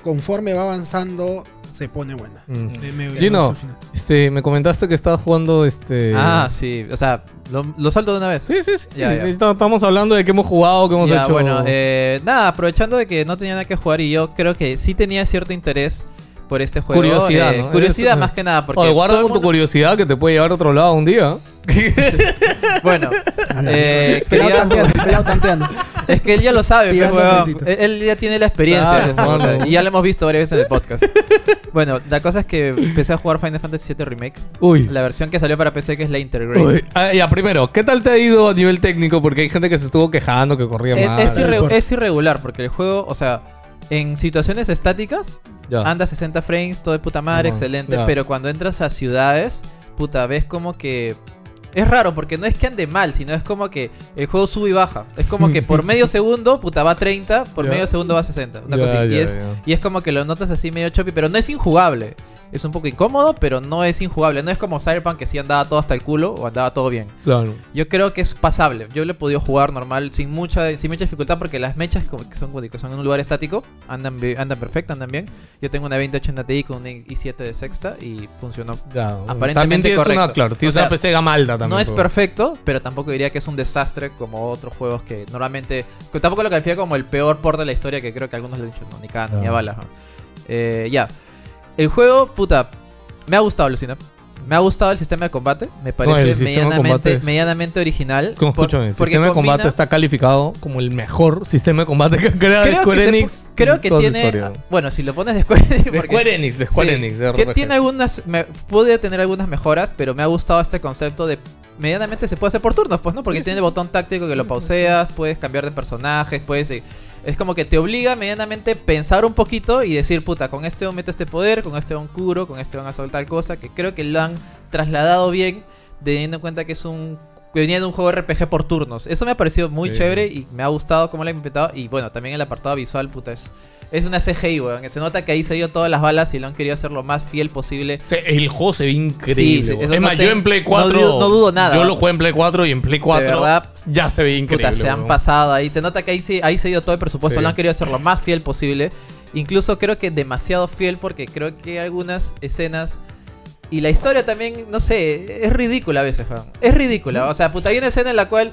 Speaker 6: conforme va avanzando, se pone buena.
Speaker 3: Mm.
Speaker 6: Me- me- me
Speaker 3: Gino.
Speaker 6: gustó el final.
Speaker 3: Este, me comentaste que estabas jugando este.
Speaker 4: Ah, sí. O sea, lo, lo salto de una vez.
Speaker 3: Sí, sí, sí.
Speaker 4: Ya, ya.
Speaker 3: Está- Estamos hablando de que hemos jugado, que hemos
Speaker 4: Ya,
Speaker 3: hecho.
Speaker 4: bueno, eh, nada, aprovechando de que no tenía nada que jugar y yo creo que sí tenía cierto interés por este juego.
Speaker 3: Curiosidad,
Speaker 4: eh,
Speaker 3: ¿no?
Speaker 4: Curiosidad
Speaker 3: Eres-
Speaker 4: más que nada, porque...
Speaker 3: Oye, guarda
Speaker 4: todo el
Speaker 3: con tu
Speaker 4: mundo-
Speaker 3: curiosidad que te puede llevar a otro lado un día.
Speaker 4: Bueno, eh,
Speaker 6: Pelado
Speaker 4: quería-
Speaker 6: tanteando, pelado tanteando.
Speaker 4: es que él ya lo sabe, pues,
Speaker 6: Tirando
Speaker 4: huevón.
Speaker 6: trencito.
Speaker 4: Él- Él ya tiene la experiencia.
Speaker 3: Claro,
Speaker 4: o sea,
Speaker 3: mano.
Speaker 4: y ya lo hemos visto varias veces en el podcast. Bueno, la cosa es que empecé a jugar Final Fantasy VII Remake.
Speaker 3: Uy.
Speaker 4: La versión que salió para PC que es la Intergrade.
Speaker 3: Uy. Ah, ya, primero, ¿qué tal te ha ido a nivel técnico? Porque hay gente que se estuvo quejando que corría
Speaker 4: Eh,
Speaker 3: mal.
Speaker 4: es, irre-
Speaker 6: importa.
Speaker 4: es irregular porque el juego, o sea, en situaciones estáticas
Speaker 3: Ya.
Speaker 4: anda 60 frames, todo de puta madre,
Speaker 3: Ajá,
Speaker 4: excelente,
Speaker 3: ya.
Speaker 4: pero cuando entras a ciudades, puta, ves como que es raro porque no es que ande mal, sino es como que el juego sube y baja. Es como que por medio segundo, puta, va a 30, por
Speaker 3: Ya.
Speaker 4: medio segundo va a 60. una
Speaker 3: Ya,
Speaker 4: cosita, y,
Speaker 3: ya,
Speaker 4: es,
Speaker 3: ya.
Speaker 4: y es como que lo notas así medio choppy, pero no es injugable. Es un poco incómodo, pero no es injugable. No es como Cyberpunk que sí andaba todo hasta el culo o andaba todo bien.
Speaker 3: Claro.
Speaker 4: Yo creo que es pasable. Yo lo he podido jugar normal, sin mucha, sin mucha dificultad, porque las mechas como que son, como que son en un lugar estático, andan, bi- andan perfecto, andan bien. Yo tengo una 2080 Ti con un i7 de sexta y funcionó.
Speaker 3: Ya.
Speaker 4: Aparentemente
Speaker 3: también tienes una,
Speaker 4: correcto.
Speaker 3: claro, tienes
Speaker 4: O sea,
Speaker 3: una PC gamalda también.
Speaker 4: no es
Speaker 3: pero-
Speaker 4: perfecto, pero tampoco diría que es un desastre como otros juegos que normalmente. que Tampoco lo califica como el peor port de la historia, que creo que algunos le han dicho, no, ni cada ni a
Speaker 3: Ah.
Speaker 4: balas. ¿no? Eh, ya. El juego, puta, me ha gustado, Lucina. Me ha gustado el sistema de combate. Me
Speaker 3: No, el
Speaker 4: parece
Speaker 3: sistema de combate
Speaker 4: medianamente,
Speaker 3: es-
Speaker 4: medianamente original.
Speaker 3: Como
Speaker 4: por-
Speaker 3: escúchame, el
Speaker 4: porque
Speaker 3: sistema de combate
Speaker 4: combina-
Speaker 3: está calificado como el mejor sistema de combate que ha creado
Speaker 4: creo
Speaker 3: Square
Speaker 4: que, se pu-
Speaker 3: Enix.
Speaker 4: creo
Speaker 3: en
Speaker 4: que
Speaker 3: toda su
Speaker 4: tiene.
Speaker 3: historia.
Speaker 4: Bueno, si lo pones de Square Enix.
Speaker 3: De
Speaker 4: porque-
Speaker 3: Square Enix, de Square
Speaker 4: sí,
Speaker 3: Enix. de
Speaker 4: que
Speaker 3: RPGs.
Speaker 4: tiene algunas. Me, pude tener algunas mejoras, pero me ha gustado este concepto de. Medianamente se puede hacer por turnos, pues, ¿no? Porque tiene el botón táctico que lo pauseas, puedes cambiar de personajes, puedes. eh, Es como que te obliga medianamente a pensar un poquito y decir, puta, con este meto este poder, con este un curo, con este van a hacer tal cosa, que creo que lo han trasladado bien, teniendo en cuenta que es un. que venía de un juego RPG por turnos. Eso me ha parecido muy
Speaker 3: Sí.
Speaker 4: chévere y me ha gustado cómo lo han inventado. Y bueno, también el apartado visual, puta, es. Es una CGI, weón. que Se nota que ahí se dio todas las balas y lo han querido hacer lo más fiel posible.
Speaker 3: O sea, el juego se ve
Speaker 4: Sí,
Speaker 3: increíble.
Speaker 4: sí,
Speaker 3: weón.
Speaker 4: eso
Speaker 3: es
Speaker 4: no
Speaker 3: más,
Speaker 4: te-
Speaker 3: yo en Play
Speaker 4: no
Speaker 3: 4.
Speaker 4: dudo- no dudo nada.
Speaker 3: Yo lo jugué en Play 4 y en Play 4
Speaker 4: verdad,
Speaker 3: ya se ve increíble.
Speaker 4: Puta, se han
Speaker 3: weón.
Speaker 4: pasado ahí. Se nota que ahí, sí- ahí se dio todo el presupuesto.
Speaker 3: Sí.
Speaker 4: Lo han querido hacer lo más fiel posible. Incluso creo que demasiado fiel porque creo que algunas escenas. Y la historia también, no sé, es ridícula a veces, weón. Es
Speaker 3: Mm.
Speaker 4: ridícula. O sea, puta, hay una escena en la cual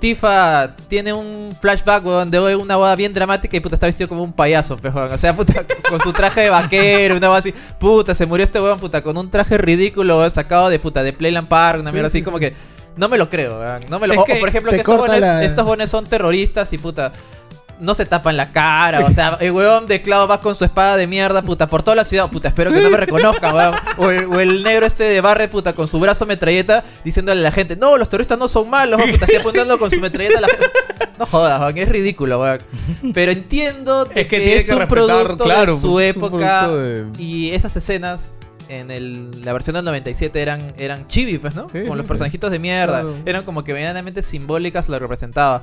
Speaker 4: Tifa tiene un flashback, weón, de una boda bien dramática y puta está vestido como un payaso, pues, weón. O sea, puta, con su traje de vaquero, una boda así. Puta, se murió este weón, puta, con un traje ridículo, weón, sacado de puta, de Playland Park, una mierda así, como que. No me lo creo, weón. No me lo
Speaker 3: Es
Speaker 4: o- o
Speaker 3: que
Speaker 4: por ejemplo,
Speaker 6: te
Speaker 4: que estos
Speaker 6: corta
Speaker 4: bones,
Speaker 6: la-
Speaker 4: estos bones son terroristas y puta. No se tapan la cara, o sea, el weón de Cloud va con su espada de mierda, puta, por toda la ciudad, puta, espero que no me reconozcan, weón. O el, o el negro este de barre, puta, con su brazo metralleta, diciéndole a la gente, no, los terroristas no son malos, weón", puta, así apuntando con su metralleta a la gente. No jodas, weón, es ridículo, weón. Pero entiendo de
Speaker 3: Es que tienes que respetar, claro,
Speaker 4: de su
Speaker 3: porque es un
Speaker 4: época
Speaker 3: producto de-
Speaker 4: y esas escenas en el- la versión del 97 eran, eran chibi, pues, ¿no?
Speaker 3: Sí,
Speaker 4: con
Speaker 3: sí,
Speaker 4: los
Speaker 3: sí.
Speaker 4: personajitos de mierda.
Speaker 3: Claro.
Speaker 4: Eran como que medianamente simbólicas lo que representaba.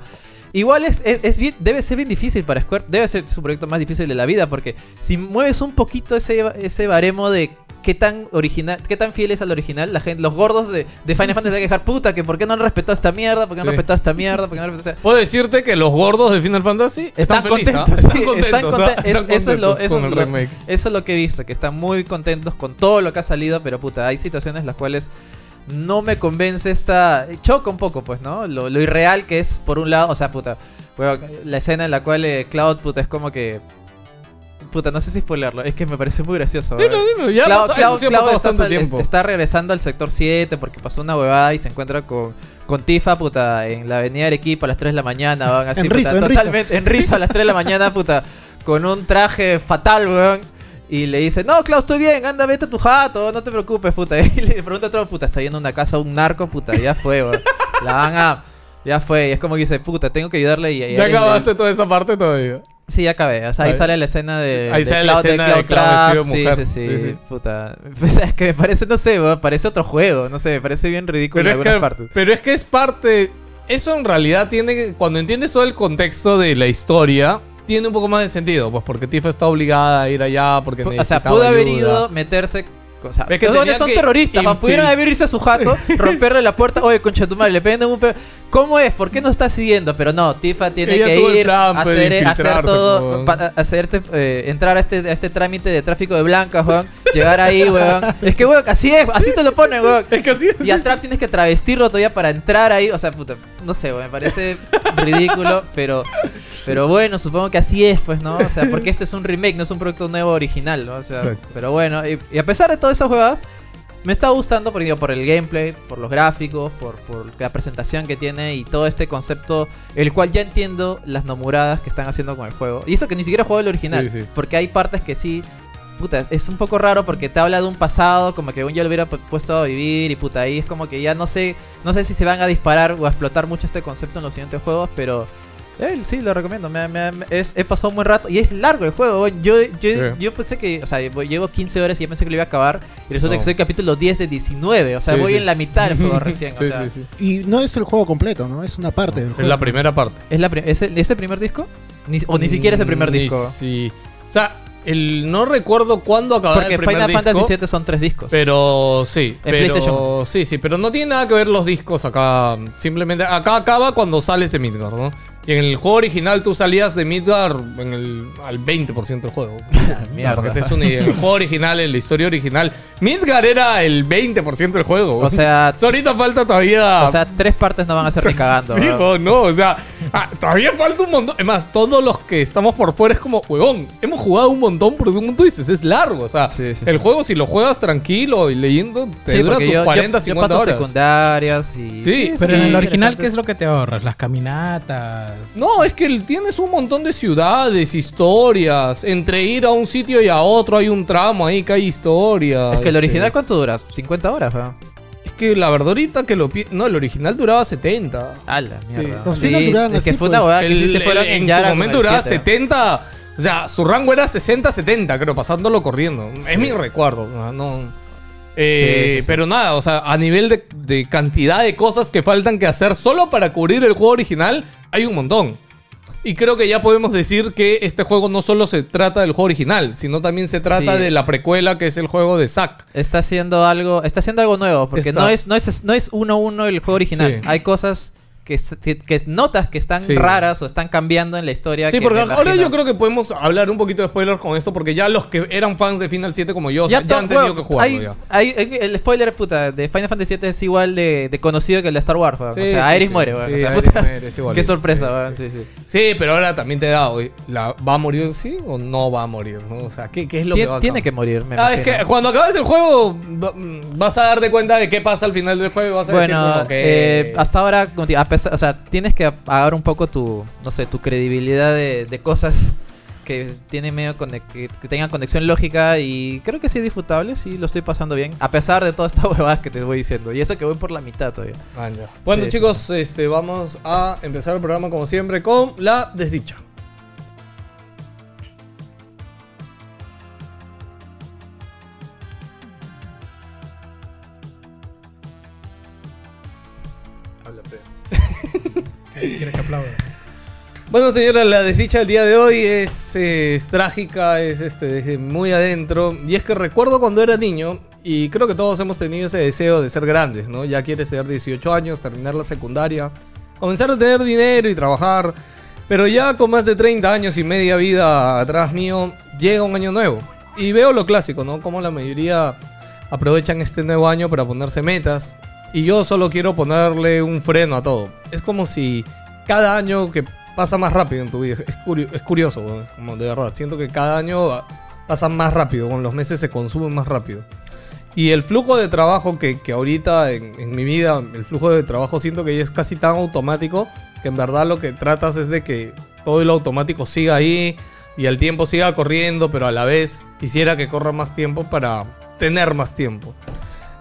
Speaker 4: Igual es, es- es bien- debe ser bien difícil para Square, debe ser su proyecto más difícil de la vida, porque si mueves un poquito ese, ese baremo de qué tan original, qué tan fiel es al original. La gente, los gordos de, de Final Fantasy se van a quejar, puta, que por qué no han respetado esta mierda, por qué no han
Speaker 3: Sí.
Speaker 4: respetado esta mierda, por qué no han respetado esta
Speaker 3: Puedo decirte que los gordos de Final Fantasy están, felices. ¿ah?
Speaker 4: contentos, sí,
Speaker 3: Están contentos. ¿ah?
Speaker 4: están conten- es-
Speaker 3: Están
Speaker 4: eso es lo-
Speaker 3: contentos
Speaker 4: eso
Speaker 3: con
Speaker 4: es
Speaker 3: el
Speaker 4: lo-
Speaker 3: remake.
Speaker 4: eso es lo que he visto, que están muy contentos con todo lo que ha salido, pero puta, hay situaciones en las cuales no me convence esta... Choca un poco, pues, ¿no? Lo, lo irreal que es, por un lado, o sea, puta, huevón, la escena en la cual eh, Cloud, puta, es como que... Puta, no sé si spoilerlo, es que me parece muy gracioso.
Speaker 3: Dilo,
Speaker 4: huevón.
Speaker 3: dilo, ya
Speaker 4: Cloud,
Speaker 3: pasa-
Speaker 4: Cloud-
Speaker 3: eso sí ha
Speaker 4: Cloud
Speaker 3: pasado
Speaker 4: está,
Speaker 3: bastante
Speaker 4: sal- es-
Speaker 3: tiempo.
Speaker 4: está regresando al sector 7 porque pasó una huevada y se encuentra con, con Tifa, puta, en la avenida Arequipa a las 3 de la mañana, van así,
Speaker 6: En
Speaker 4: puta,
Speaker 6: rizo, en rizo.
Speaker 4: totalmente en rizo a las 3 de la mañana, puta, con un traje fatal, weón. Y le dice, no, Klaus, estoy bien, anda, vete a tu jato, no te preocupes, puta. Y le pregunta a otro, puta, está yendo a una casa a un narco, puta, ya fue, weón. La van a... Ya fue, y es como que dice, puta, tengo que ayudarle y... y-
Speaker 3: Ya
Speaker 4: y-
Speaker 3: acabaste toda esa parte todavía.
Speaker 4: Sí, ya acabé. O sea, ahí
Speaker 3: Ahí-
Speaker 4: sale la escena de.
Speaker 3: ahí
Speaker 4: de
Speaker 3: sale la escena de Cloud vestido de
Speaker 4: Sí,
Speaker 3: mujer.
Speaker 4: Sí, sí,
Speaker 3: Sí, sí.
Speaker 4: Puta. O sea, es que me parece, no sé, weón, parece otro juego. No sé, me parece bien ridículo
Speaker 3: Pero
Speaker 4: en
Speaker 3: es,
Speaker 4: algunas
Speaker 3: que,
Speaker 4: partes.
Speaker 3: pero es que es parte. Eso en realidad tiene. que- Cuando entiendes todo el contexto de la historia, tiene un poco más de sentido. Pues porque Tifa está obligada a ir allá. Porque
Speaker 4: O sea, pudo haber ido, meterse. O sea,
Speaker 3: Es que
Speaker 4: los
Speaker 3: tenía
Speaker 4: dones son
Speaker 3: que
Speaker 4: terroristas, man.
Speaker 3: infil-
Speaker 4: pudieron haber irse a su jato, romperle la puerta, oye, concha tu madre, le penden un pe... ¿Cómo es? ¿Por qué no está siguiendo? Pero no, Tifa tiene
Speaker 3: Ella tuvo el
Speaker 4: que ir,
Speaker 3: plan, pues, de
Speaker 4: hacer, hacer
Speaker 3: infiltrarse, pues,
Speaker 4: todo,
Speaker 3: weón.
Speaker 4: pa- hacerte, eh, entrar a este, a este trámite de tráfico de blancas, weón, llegar ahí, weón. Es que, weón, así es, así te lo ponen, weón.
Speaker 3: Es que así es.
Speaker 4: Y a Trap tienes que travestirlo todavía para entrar ahí. O sea, puta, no sé, güey, me parece ridículo, pero pero bueno, supongo que así es, pues, ¿no? O sea, porque este es un remake, no es un producto nuevo original, ¿no? O sea,
Speaker 3: Exacto.
Speaker 4: pero bueno, y, y a pesar de todas esas jugadas, me está gustando por, digo, por el gameplay, por los gráficos, por, por la presentación que tiene y todo este concepto, el cual ya entiendo las nomuradas que están haciendo con el juego. Y eso que ni siquiera he jugado el original,
Speaker 3: Sí, sí.
Speaker 4: porque hay partes que sí Puta, es un poco raro porque te habla de un pasado, como que un ya lo hubiera pu- puesto a vivir y puta, ahí es como que ya no sé, no sé si se van a disparar o a explotar mucho este concepto en los siguientes juegos, pero eh, sí, lo recomiendo, me, me- me- es- he pasado un buen rato y es largo el juego, weón. yo, yo,
Speaker 3: Sí.
Speaker 4: yo pensé que, o sea, voy- llevo 15 horas y ya pensé que lo iba a acabar y resulta
Speaker 3: No.
Speaker 4: que soy capítulo 10 de 19, o sea,
Speaker 3: Sí,
Speaker 4: voy
Speaker 3: sí.
Speaker 4: en la mitad del juego recién, o
Speaker 3: Sí,
Speaker 4: sea,
Speaker 3: sí, sí.
Speaker 6: Y no es el juego completo, ¿no? Es una parte del
Speaker 3: Es
Speaker 6: juego.
Speaker 3: la primera parte.
Speaker 4: ¿Es, la pri- es el, es el primer disco? Ni- o ni siquiera es el primer
Speaker 3: Mm, Ni
Speaker 4: disco,
Speaker 3: si- o sea, el, no recuerdo cuándo acababa
Speaker 4: porque
Speaker 3: el primer
Speaker 4: Final
Speaker 3: disco.
Speaker 4: Fantasy VII son tres discos.
Speaker 3: Pero sí, pero
Speaker 4: Pues PlayStation.
Speaker 3: sí, sí, pero no tiene nada que ver los discos acá. Simplemente acá acaba cuando sales de Midgard, ¿no? Y en el juego original tú salías de Midgard en el, al 20% del juego.
Speaker 4: mierda.
Speaker 3: Para que te des una idea. El juego original, en la historia original, Midgard era el 20% del juego.
Speaker 4: O sea,
Speaker 3: So, ahorita falta todavía.
Speaker 4: O sea, tres partes no van a ser ni cagando.
Speaker 3: Ah, Pues Sí,
Speaker 4: weón.
Speaker 3: o no, o sea, ah, todavía falta un montón. Es más, todos los que estamos por fuera es como, huevón, hemos jugado un montón, pero como tú dices, es largo. O sea,
Speaker 4: Sí, sí.
Speaker 3: el juego, si lo juegas tranquilo y leyendo, te
Speaker 4: Sí,
Speaker 3: dura
Speaker 4: porque
Speaker 3: tus
Speaker 4: yo- yo-
Speaker 3: 40,
Speaker 4: yo
Speaker 3: 50
Speaker 4: paso
Speaker 3: horas.
Speaker 4: secundarias y...
Speaker 3: Sí,
Speaker 4: es
Speaker 5: Pero en el
Speaker 3: Sí,
Speaker 5: original,
Speaker 4: interesante.
Speaker 5: ¿qué es lo que te ahorras? Las caminatas.
Speaker 3: No, es que el- tienes un montón de ciudades, historias. Entre ir a un sitio y a otro hay un tramo ahí que hay historia.
Speaker 4: Es que el
Speaker 3: este.
Speaker 4: original, ¿cuánto dura? 50 horas, weón.
Speaker 3: Es que la verdad ahorita que lo... pi- No, el original duraba 70.
Speaker 4: A la mierda.
Speaker 6: Al final duraban
Speaker 4: es que
Speaker 6: así,
Speaker 4: fue una
Speaker 6: pues.
Speaker 4: hueá Ah, que sí
Speaker 3: El-
Speaker 4: se
Speaker 3: el-
Speaker 4: fueron
Speaker 3: en
Speaker 4: Yara
Speaker 3: su
Speaker 4: con
Speaker 3: momento
Speaker 4: el
Speaker 3: duraba
Speaker 4: 7.
Speaker 3: 70. O sea, su rango era 60-70, creo, pasándolo corriendo. Es mi recuerdo. No, no. Eh,
Speaker 4: Sí, sí, sí.
Speaker 3: Pero nada, o sea, a nivel de, de cantidad de cosas que faltan que hacer solo para cubrir el juego original, hay un montón. Y creo que ya podemos decir que este juego no solo se trata del juego original, sino también se trata
Speaker 4: Sí.
Speaker 3: de la precuela que es el juego de Zack.
Speaker 4: Está haciendo algo, está haciendo algo nuevo, porque
Speaker 3: Está-
Speaker 4: no es, no es, no es uno a uno el juego original.
Speaker 3: Sí.
Speaker 4: Hay cosas que, s- que, que notas que están
Speaker 3: Sí.
Speaker 4: raras o están cambiando en la historia.
Speaker 3: Sí,
Speaker 4: que
Speaker 3: porque
Speaker 4: me
Speaker 3: ahora
Speaker 4: imagino.
Speaker 3: yo creo que podemos hablar un poquito de spoiler con esto, porque ya los que eran fans de Final 7 como yo, o sea, ya,
Speaker 4: to-
Speaker 3: han tenido
Speaker 4: weón,
Speaker 3: que jugarlo
Speaker 4: hay-
Speaker 3: ya.
Speaker 4: hay- hay- el spoiler puta de Final Fantasy VII es igual de, de conocido que el de Star Wars, weón.
Speaker 3: Sí,
Speaker 4: o sea,
Speaker 3: sí,
Speaker 4: Aerith
Speaker 3: sí.
Speaker 4: muere, weón.
Speaker 3: Sí,
Speaker 4: o sea,
Speaker 3: Aerith
Speaker 4: puta,
Speaker 3: muere, es igualito.
Speaker 4: qué sorpresa,
Speaker 3: Sí,
Speaker 4: weón.
Speaker 3: sí.
Speaker 4: sí. sí.
Speaker 3: Sí, pero ahora también te da, oye, la, ¿va a morir sí o no va a morir? ¿no? O sea, ¿qué, qué es lo
Speaker 4: Tien-
Speaker 3: que va a
Speaker 4: tiene que
Speaker 3: acabar?
Speaker 4: morir, me
Speaker 3: Ah, es
Speaker 4: imagino.
Speaker 3: que cuando acabas el juego va- mm, vas a darte cuenta de qué pasa al final del juego y vas a decir
Speaker 4: Bueno,
Speaker 3: como que...
Speaker 4: eh, hasta ahora, como te digo, a pesar- o sea, tienes que pagar un poco tu, no sé, tu credibilidad de, de cosas que tienen medio conec- que, que tengan conexión lógica y creo que sí disfrutable, sí lo estoy pasando bien, a pesar de todas estas huevadas que te voy diciendo y eso que voy por la mitad todavía.
Speaker 3: Ah, ya. Bueno,
Speaker 4: Sí,
Speaker 3: chicos, este vamos a empezar el programa como siempre con la desdicha.
Speaker 5: ¿Quieres que aplaude?
Speaker 3: Bueno, señora, la desdicha del día de hoy es, eh, es trágica, es este, desde muy adentro. Y es que recuerdo cuando era niño, y creo que todos hemos tenido ese deseo de ser grandes, ¿no? Ya quieres tener 18 años, terminar la secundaria, comenzar a tener dinero y trabajar. Pero ya con más de 30 años y media vida atrás mío, llega un año nuevo. Y veo lo clásico, ¿no? Como la mayoría aprovechan este nuevo año para ponerse metas. Y yo solo quiero ponerle un freno a todo. Es como si cada año que pasa más rápido en tu vida. Es, curio- es curioso, weón. como de verdad. Siento que cada año va- pasa más rápido, weón. los meses se consumen más rápido. Y el flujo de trabajo que, que ahorita en, en mi vida, el flujo de trabajo siento que ya es casi tan automático que en verdad lo que tratas es de que todo lo automático siga ahí y el tiempo siga corriendo, pero a la vez quisiera que corra más tiempo para tener más tiempo.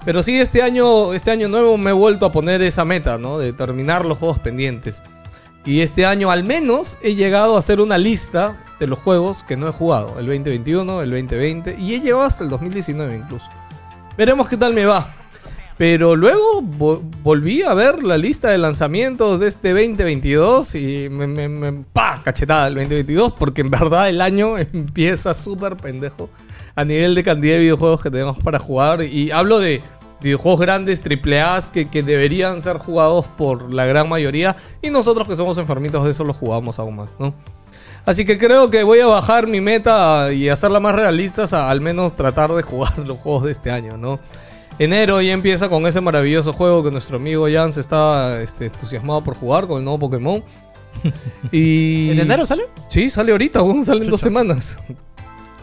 Speaker 3: Pero sí, este año, este año nuevo me he vuelto a poner esa meta, ¿no? De terminar los juegos pendientes. Y este año al menos he llegado a hacer una lista de los juegos que no he jugado. El 2021, el 2020 y he llegado hasta el 2019 incluso. Veremos qué tal me va. Pero luego vo- volví a ver la lista de lanzamientos de este 2022 y me, me, me- pa, cachetada el 2022 porque en verdad el año empieza súper pendejo a nivel de cantidad de videojuegos que tenemos para jugar. Y hablo de videojuegos grandes, triple A, que, que deberían ser jugados por la gran mayoría. Y nosotros que somos enfermitos de eso los jugamos aún más, ¿no? Así que creo que voy a bajar mi meta y hacerla más realista, a al menos tratar de jugar los juegos de este año, ¿no? Enero ya empieza con ese maravilloso juego que nuestro amigo Jans está este, entusiasmado por jugar con el nuevo Pokémon. y...
Speaker 4: ¿En enero sale?
Speaker 3: Sí, sale ahorita, weón, sale en dos semanas.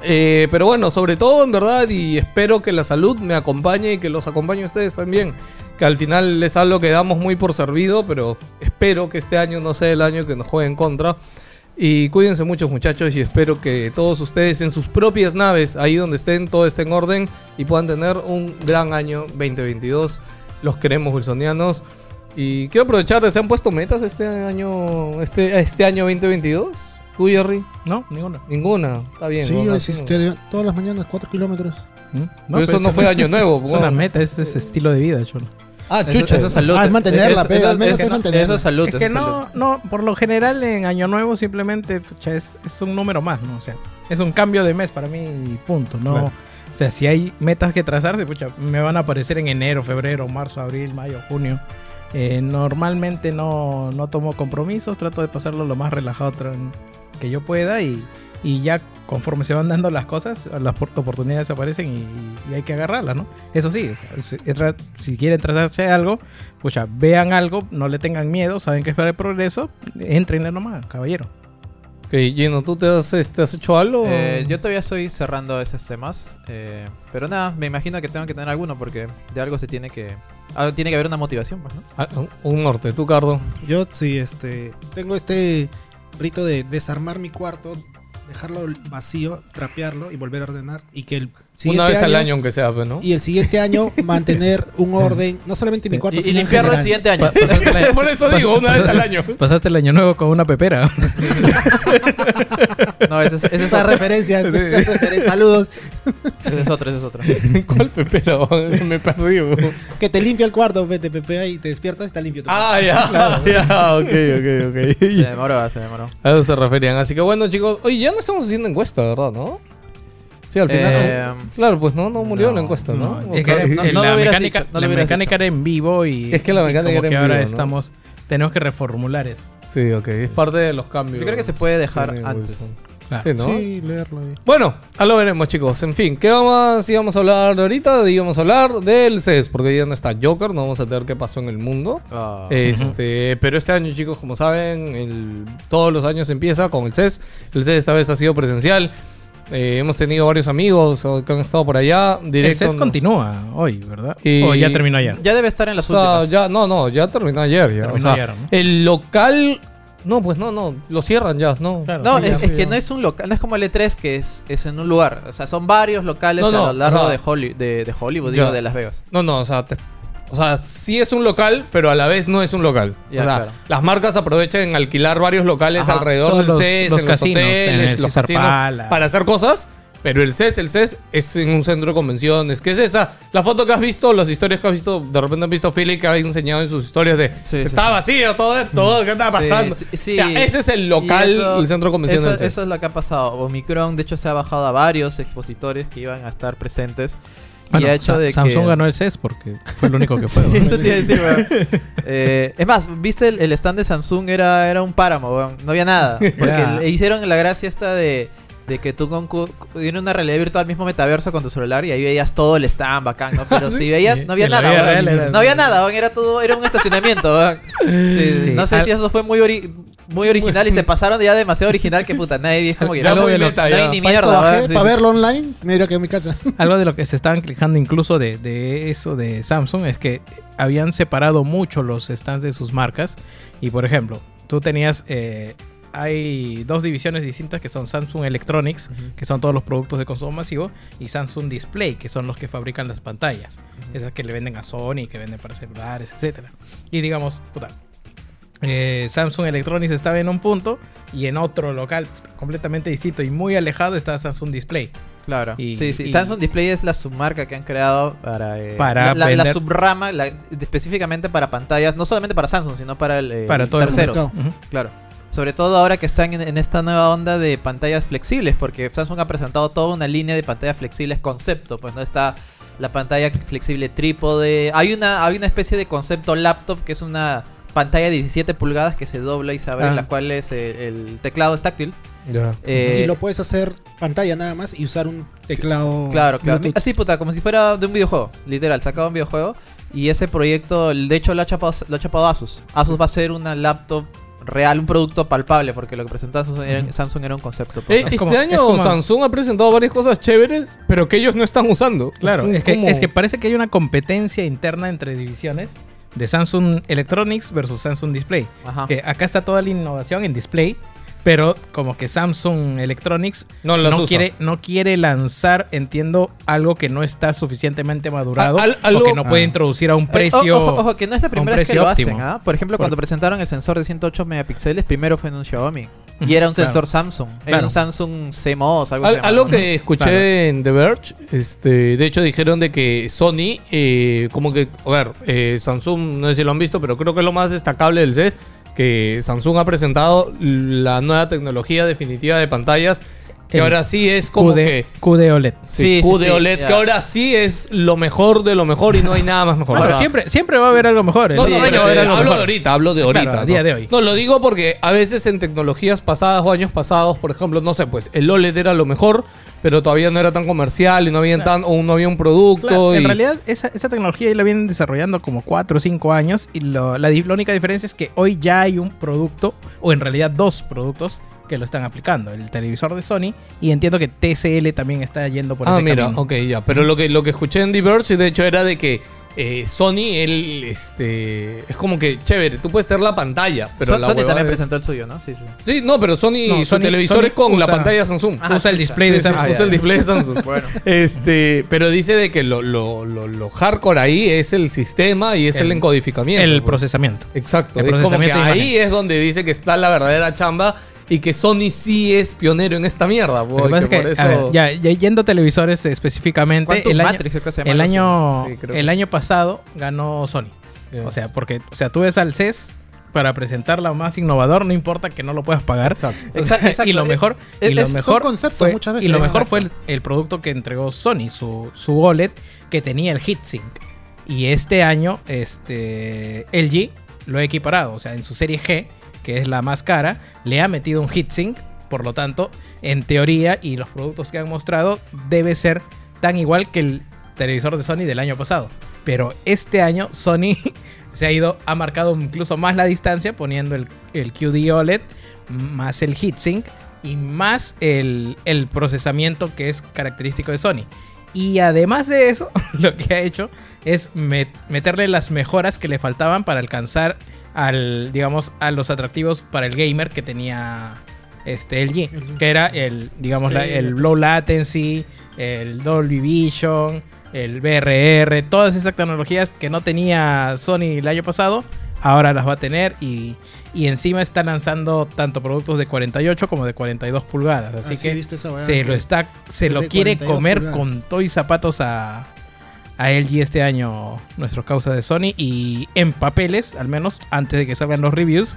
Speaker 3: Eh, pero bueno, sobre todo en verdad, y espero que la salud me acompañe y que los acompañe a ustedes también. Que al final es algo que damos muy por servido, pero espero que este año no sea el año que nos juegue en contra. Y cuídense muchos muchachos y espero que todos ustedes en sus propias naves, ahí donde estén, todo esté en orden y puedan tener un gran año 2022. Los queremos wilsonianos. Y quiero aprovechar, ¿se han puesto metas este año este, este año 2022? ¿Tú, Jerry?
Speaker 5: No, ninguno.
Speaker 3: Ninguna. Está bien.
Speaker 6: Sí,
Speaker 3: bueno,
Speaker 6: yo
Speaker 3: así no.
Speaker 6: todas las mañanas 4 kilómetros.
Speaker 5: ¿Mm? No,
Speaker 3: Pero eso no fue año nuevo.
Speaker 5: Es una
Speaker 3: weón.
Speaker 5: meta, es, es estilo de vida, chulo.
Speaker 3: Ah,
Speaker 4: Eso-
Speaker 3: chucha.
Speaker 4: Eso es salud.
Speaker 6: Ah, es mantenerla, pe, al menos es
Speaker 4: que no-
Speaker 6: mantenerla.
Speaker 4: Eso es salud.
Speaker 5: Es
Speaker 4: eso
Speaker 5: que
Speaker 4: es salud.
Speaker 5: no, no, por lo general en Año Nuevo simplemente pucha, es, es un número más, ¿no? O sea, es un cambio de mes para mí y punto, ¿no?
Speaker 6: Claro.
Speaker 5: O sea, si hay metas que trazarse, pucha, me van a aparecer en enero, febrero, marzo, abril, mayo, junio. Eh, normalmente no, no tomo compromisos, trato de pasarlo lo más relajado tran- que yo pueda y, y ya conforme se van dando las cosas, las por- oportunidades aparecen y, y hay que agarrarlas, ¿no? Eso sí, o sea, si- tra- si quieren trazarse algo, pucha, vean algo, no le tengan miedo, saben que es para el progreso, entrenle nomás, caballero.
Speaker 3: Ok, Gino, ¿tú te has, este, has hecho algo?
Speaker 4: Eh, yo todavía estoy cerrando esos temas. eh, pero nada, me imagino que tengo que tener alguno porque de algo se tiene que. ah, tiene que haber una motivación, pues, ¿no?
Speaker 3: Ah, un norte, tú, Cardo.
Speaker 6: Yo sí, este. Tengo este rito de desarmar mi cuarto, dejarlo vacío, trapearlo y volver a ordenar. Y que el siguiente
Speaker 3: Una vez al año, aunque sea, pues, ¿no?
Speaker 6: Y el siguiente año mantener un orden, no solamente en mi cuarto,
Speaker 4: Y, y
Speaker 6: sino en
Speaker 4: limpiarlo el
Speaker 6: general.
Speaker 4: siguiente año.
Speaker 5: Pa- pasaste, el año,
Speaker 3: Por eso digo, una vez al año.
Speaker 5: pasaste el año nuevo con una pepera.
Speaker 4: No, ese es, ese es
Speaker 6: Esa
Speaker 4: otro.
Speaker 6: referencia, esa referencia. Saludos.
Speaker 4: Ese es otro, ese es otro.
Speaker 3: ¿Cuál pepera? weón? Me perdí. weón.
Speaker 6: Que te limpia el cuarto, vete, Pepe, y te despiertas y está limpio. tu cuarto.
Speaker 3: Ah, ya, ya. Ok, ok,
Speaker 4: Se
Speaker 3: ok.
Speaker 4: demoró, se demoró.
Speaker 3: A eso se referían. Así que bueno, chicos. Oye, ya no estamos haciendo encuesta, ¿verdad? ¿No? Sí, al final.
Speaker 4: Eh,
Speaker 3: eh, claro, pues no, no murió
Speaker 4: no,
Speaker 3: la encuesta, ¿no?
Speaker 5: Es
Speaker 3: Ok.
Speaker 5: que
Speaker 4: no-
Speaker 5: eh,
Speaker 4: no
Speaker 5: la
Speaker 4: lo hubieras
Speaker 5: mecánica,
Speaker 4: dicho, no lo
Speaker 5: la
Speaker 4: hubieras
Speaker 5: mecánica era en vivo y.
Speaker 3: Es que la
Speaker 5: y
Speaker 3: mecánica
Speaker 5: como
Speaker 3: era en
Speaker 5: que ahora
Speaker 3: vivo, ¿no?
Speaker 5: estamos. Tenemos que reformular eso.
Speaker 3: Sí, ok. Es parte de los cambios.
Speaker 4: Yo creo que se puede dejar
Speaker 3: Sí,
Speaker 4: antes.
Speaker 3: Wilson.
Speaker 5: Claro.
Speaker 3: Sí, ¿no?
Speaker 6: Sí, leerlo. eh.
Speaker 3: Bueno, a lo veremos, chicos. En fin, ¿qué vamos, íbamos a hablar ahorita? Íbamos a hablar del CES, porque hoy día no está Joker, no vamos a ver qué pasó en el mundo.
Speaker 4: Ah.
Speaker 3: Este, pero este año, chicos, como saben, el- todos los años empieza con el CES. El CES esta vez ha sido presencial. Eh, hemos tenido varios amigos eh, que han estado por allá.
Speaker 4: E
Speaker 5: El
Speaker 3: Directo,
Speaker 5: CES continúa hoy, ¿verdad?
Speaker 3: Y-
Speaker 5: O ya terminó ya.
Speaker 4: Ya debe estar en
Speaker 3: O
Speaker 4: las
Speaker 3: sea,
Speaker 4: últimas.
Speaker 3: ya, no, no, ya terminó ayer. ya.
Speaker 5: Terminó
Speaker 3: O sea,
Speaker 5: ayer, ¿no?
Speaker 3: El local. No, pues no, no, lo cierran ya, no.
Speaker 5: Claro.
Speaker 4: No,
Speaker 5: Sí,
Speaker 4: es,
Speaker 5: ya,
Speaker 4: es
Speaker 5: sí,
Speaker 4: que
Speaker 5: ya.
Speaker 4: no es un local, no es como el E3 que es, es en un lugar. O sea, son varios locales
Speaker 3: No, no,
Speaker 4: a lo largo
Speaker 3: o sea,
Speaker 4: de, Holly- de, de Hollywood, digo,
Speaker 3: ya.
Speaker 4: de Las Vegas.
Speaker 3: No, no, o sea, te- o sea, sí es un local, pero a la vez no es un local.
Speaker 4: Ya,
Speaker 3: o sea,
Speaker 4: claro.
Speaker 3: las marcas aprovechan en alquilar varios locales
Speaker 4: Ajá,
Speaker 3: alrededor
Speaker 5: todos
Speaker 3: del
Speaker 5: los-
Speaker 3: CES,
Speaker 5: los
Speaker 3: en
Speaker 5: casinos,
Speaker 3: los hoteles,
Speaker 5: en el
Speaker 3: los
Speaker 5: César
Speaker 3: casinos,
Speaker 5: Palace.
Speaker 3: para hacer cosas, Pero el CES, el CES es en un centro de convenciones. ¿Qué es esa? La foto que has visto, las historias que has visto, de repente han visto Philly que ha enseñado en sus historias de
Speaker 4: Sí, sí,
Speaker 3: está
Speaker 4: sí.
Speaker 3: vacío todo esto, ¿qué está pasando?
Speaker 4: Sí, sí.
Speaker 3: Ya, ese es el
Speaker 4: Y
Speaker 3: local,
Speaker 4: eso-
Speaker 3: el centro de convenciones
Speaker 4: Eso,
Speaker 3: del CES.
Speaker 4: eso es lo que ha pasado. Omicron, de hecho, se ha bajado a varios expositores que iban a estar presentes. y
Speaker 5: Bueno,
Speaker 4: ha hecho
Speaker 5: Sa-
Speaker 4: de
Speaker 5: Samsung
Speaker 4: que...
Speaker 5: ganó el CES porque fue el único que fue.
Speaker 4: Sí,
Speaker 5: ¿no?
Speaker 4: eso te iba a decir, weón. Eh, es más, viste el, el stand de Samsung era, era un páramo, weón. No había nada. Porque
Speaker 5: Ya.
Speaker 4: le hicieron la gracia esta de, de que tú con cu- era una realidad virtual mismo metaverso con tu celular y ahí veías todo el stand bacán, ¿no? Pero si veías, no había
Speaker 5: En la
Speaker 4: nada,
Speaker 5: vida
Speaker 4: weón.
Speaker 5: real era-
Speaker 4: No había nada, weón. Era todo, era un estacionamiento, weón. Sí, sí. No sé
Speaker 5: Al-
Speaker 4: si eso fue muy ori- muy original y se pasaron ya demasiado original que puta, nadie es como que "Ah,
Speaker 3: Ya
Speaker 4: no,
Speaker 3: lo
Speaker 4: no
Speaker 3: vi,
Speaker 4: hay
Speaker 3: ya.
Speaker 4: ni
Speaker 6: Pa' esto
Speaker 4: mierda,
Speaker 6: bajé,
Speaker 4: weón. Sí,
Speaker 6: pa'
Speaker 4: sí.
Speaker 6: verlo online, me iría que a mi casa.
Speaker 5: Algo de lo que se estaban quejando incluso de, de eso de Samsung es que habían separado mucho los stands de sus marcas. Y por ejemplo, tú tenías. eh, hay dos divisiones distintas que son Samsung Electronics, que son todos los productos de consumo masivo, y Samsung Display, que son los que fabrican las pantallas. Esas que le venden a Sony, que venden para celulares, etcétera. Y digamos, puta, eh, Samsung Electronics estaba en un punto y en otro local puta, completamente distinto y muy alejado estaba Samsung Display.
Speaker 4: Claro.
Speaker 5: Y-
Speaker 4: sí, sí.
Speaker 5: y-
Speaker 4: Samsung Display es la submarca que han creado para. eh, la-
Speaker 5: Para
Speaker 4: la, la
Speaker 5: vender-
Speaker 4: subrama, la- específicamente para pantallas, no solamente para Samsung, sino para el, eh,
Speaker 5: Para todo el
Speaker 4: terceros.
Speaker 6: mercado.
Speaker 5: Ujú.
Speaker 4: Claro. Sobre todo ahora que están en, en esta nueva onda de pantallas flexibles, porque Samsung ha presentado toda una línea de pantallas flexibles concepto, pues no está la pantalla flexible trípode. Hay una, hay una especie de concepto laptop que es una pantalla de 17 pulgadas que se dobla y se abre,
Speaker 5: Ah.
Speaker 4: en la cual es, eh, el teclado es táctil.
Speaker 3: Ya.
Speaker 4: Eh,
Speaker 6: y lo puedes hacer pantalla nada más y usar un teclado.
Speaker 4: Claro, claro.
Speaker 6: Bluetooth.
Speaker 4: Así, puta, como si fuera de un videojuego. Literal, sacado un videojuego. Y ese proyecto, de hecho, lo ha chapado, lo ha chapado Asus. Asus va a ser una laptop real, un producto palpable, porque lo que presentó Asus era, Samsung era un concepto. pues,
Speaker 3: Eh,
Speaker 4: ¿no?
Speaker 3: este
Speaker 5: como-
Speaker 3: año
Speaker 5: es como-
Speaker 3: Samsung ha presentado varias cosas chéveres, pero que ellos no están usando.
Speaker 5: Claro, es
Speaker 3: ¿Cómo?
Speaker 5: que, es que parece que hay una competencia interna entre divisiones de Samsung Electronics versus Samsung Display.
Speaker 4: Ajá.
Speaker 5: Que acá está toda la innovación en display, pero como que Samsung Electronics
Speaker 3: no las
Speaker 5: no
Speaker 3: usa.
Speaker 5: quiere, no quiere lanzar, entiendo, algo que no está suficientemente madurado
Speaker 3: Ah, al- algo-
Speaker 5: o que no puede
Speaker 4: Ah.
Speaker 5: introducir a un
Speaker 4: Eh,
Speaker 5: precio.
Speaker 4: ojo, ojo, que no es la
Speaker 5: un
Speaker 4: primera vez que
Speaker 5: precio
Speaker 4: lo hacen,
Speaker 5: óptimo.
Speaker 4: ¿ah? Por ejemplo, cuando presentaron el sensor de 108 megapíxeles, primero fue en un Xiaomi. Y era un
Speaker 5: Claro.
Speaker 4: sensor Samsung. Era
Speaker 5: Claro.
Speaker 4: un Samsung CMOS, algo
Speaker 3: Al-
Speaker 4: se llama,
Speaker 3: algo
Speaker 4: ¿no?
Speaker 3: que escuché
Speaker 5: Claro.
Speaker 3: en The Verge, este, de hecho dijeron de que Sony, eh, como que, a ver, eh, Samsung, no sé si lo han visto, pero creo que es lo más destacable del CES, que Samsung ha presentado la nueva tecnología definitiva de pantallas, que
Speaker 5: El
Speaker 3: ahora sí es como
Speaker 5: QD
Speaker 3: que...
Speaker 5: QD OLED.
Speaker 3: Sí,
Speaker 4: Sí, sí,
Speaker 3: QD
Speaker 4: sí,
Speaker 3: OLED,
Speaker 4: ya.
Speaker 3: E que ahora sí es lo mejor de lo mejor y no hay nada más mejor.
Speaker 5: Bueno,
Speaker 3: O sea,
Speaker 5: siempre, siempre va a haber algo mejor.
Speaker 3: No,
Speaker 5: Sí,
Speaker 3: no,
Speaker 5: siempre
Speaker 3: pero,
Speaker 5: va a haber
Speaker 3: eh,
Speaker 5: algo
Speaker 3: hablo de
Speaker 5: mejor.
Speaker 3: ahorita, hablo de ahorita.
Speaker 5: Claro, a
Speaker 3: ¿no?
Speaker 5: día de hoy.
Speaker 3: No, lo digo porque a veces en tecnologías pasadas o años pasados, por ejemplo, no sé, pues el OLED era lo mejor, pero todavía no era tan comercial y no había, tan, o no había un producto.
Speaker 5: Claro,
Speaker 3: y-
Speaker 5: en realidad esa, esa tecnología ya la vienen desarrollando como 4 o 5 años y lo- la, di- la única diferencia es que hoy ya hay un producto, o en realidad dos productos, que lo están aplicando. El televisor de Sony y entiendo que TCL también está yendo por
Speaker 3: ah,
Speaker 5: ese
Speaker 3: mira,
Speaker 5: camino.
Speaker 3: ok, ya. Pero lo que, lo que escuché en Diverge, de hecho, era de que eh, Sony, él, este. Es como que chévere, tú puedes tener la pantalla, pero
Speaker 4: Son-
Speaker 3: la
Speaker 4: Sony
Speaker 3: huevada
Speaker 4: también
Speaker 3: es-
Speaker 4: presentó el suyo, ¿no? Sí, sí.
Speaker 3: Sí, no, pero Sony,
Speaker 5: No,
Speaker 3: su
Speaker 5: Sony-
Speaker 3: televisor
Speaker 5: Sony
Speaker 3: es con la
Speaker 5: usa-
Speaker 3: pantalla Samsung.
Speaker 4: Ah,
Speaker 5: Usa el
Speaker 4: chucha.
Speaker 5: display de
Speaker 4: Sí, sí,
Speaker 5: Samsung.
Speaker 4: ah,
Speaker 3: usa el
Speaker 4: ya.
Speaker 3: display de Samsung.
Speaker 4: Bueno.
Speaker 3: Este, pero dice de que lo, lo- lo- lo hardcore ahí es el sistema y es el,
Speaker 5: El-
Speaker 3: encodificamiento.
Speaker 5: El
Speaker 3: pues.
Speaker 5: procesamiento.
Speaker 3: Exacto.
Speaker 5: el
Speaker 3: es como que
Speaker 5: procesamiento de
Speaker 3: ahí es donde dice que está la verdadera chamba y que Sony sí es pionero en esta mierda.
Speaker 5: Lo
Speaker 3: po,
Speaker 5: que
Speaker 3: y
Speaker 5: pasa es
Speaker 3: que por
Speaker 5: que, a
Speaker 3: eso-
Speaker 5: ver, ya, ya yendo a televisores específicamente,
Speaker 4: Quantum
Speaker 5: el año,
Speaker 4: Matrix, creo que se llama
Speaker 5: el,
Speaker 4: algo así, ¿no?
Speaker 5: año,
Speaker 3: Sí, creo que
Speaker 5: el
Speaker 3: sí.
Speaker 5: año pasado ganó Sony.
Speaker 3: Ya.
Speaker 5: O sea, porque o sea, tú ves al CES para presentarla más innovador, no importa que no lo puedas pagar.
Speaker 3: Exacto.
Speaker 4: Exacto, exacto.
Speaker 5: y lo mejor, y
Speaker 4: Es-
Speaker 5: lo
Speaker 4: es- son
Speaker 5: mejor
Speaker 6: conceptos
Speaker 5: fue,
Speaker 6: muchas
Speaker 5: y
Speaker 6: veces.
Speaker 5: lo mejor
Speaker 6: Exacto.
Speaker 5: fue el, el producto que entregó Sony, su, su OLED, que tenía el heatsink. Y este año, este LG lo ha equiparado. O sea, en su serie G, que es la más cara, le ha metido un heatsink. Por lo tanto, en teoría y los productos que han mostrado, debe ser tan igual que el televisor de Sony del año pasado. Pero este año Sony se ha ido, ha marcado incluso más la distancia poniendo el, el QD OLED E más el heatsink y más el, el procesamiento que es característico de Sony. Y además de eso, lo que ha hecho es met- meterle las mejoras que le faltaban para alcanzar al, digamos, a los atractivos para el gamer que tenía este LG, que era el, digamos, la- el low latency, el Dolby Vision, el BRR, todas esas tecnologías que no tenía Sony el año pasado, ahora las va a tener y, y encima está lanzando tanto productos de 48 como de 42 pulgadas. Así
Speaker 6: Ah, sí,
Speaker 5: que
Speaker 6: ¿viste esa weá?
Speaker 5: se
Speaker 6: Que-
Speaker 5: lo está se
Speaker 6: es
Speaker 5: lo
Speaker 6: de
Speaker 5: quiere
Speaker 6: 42
Speaker 5: comer
Speaker 6: pulgadas.
Speaker 5: con todo y zapatos a a LG este año nuestro causa de Sony y en papeles al menos antes de que salgan los reviews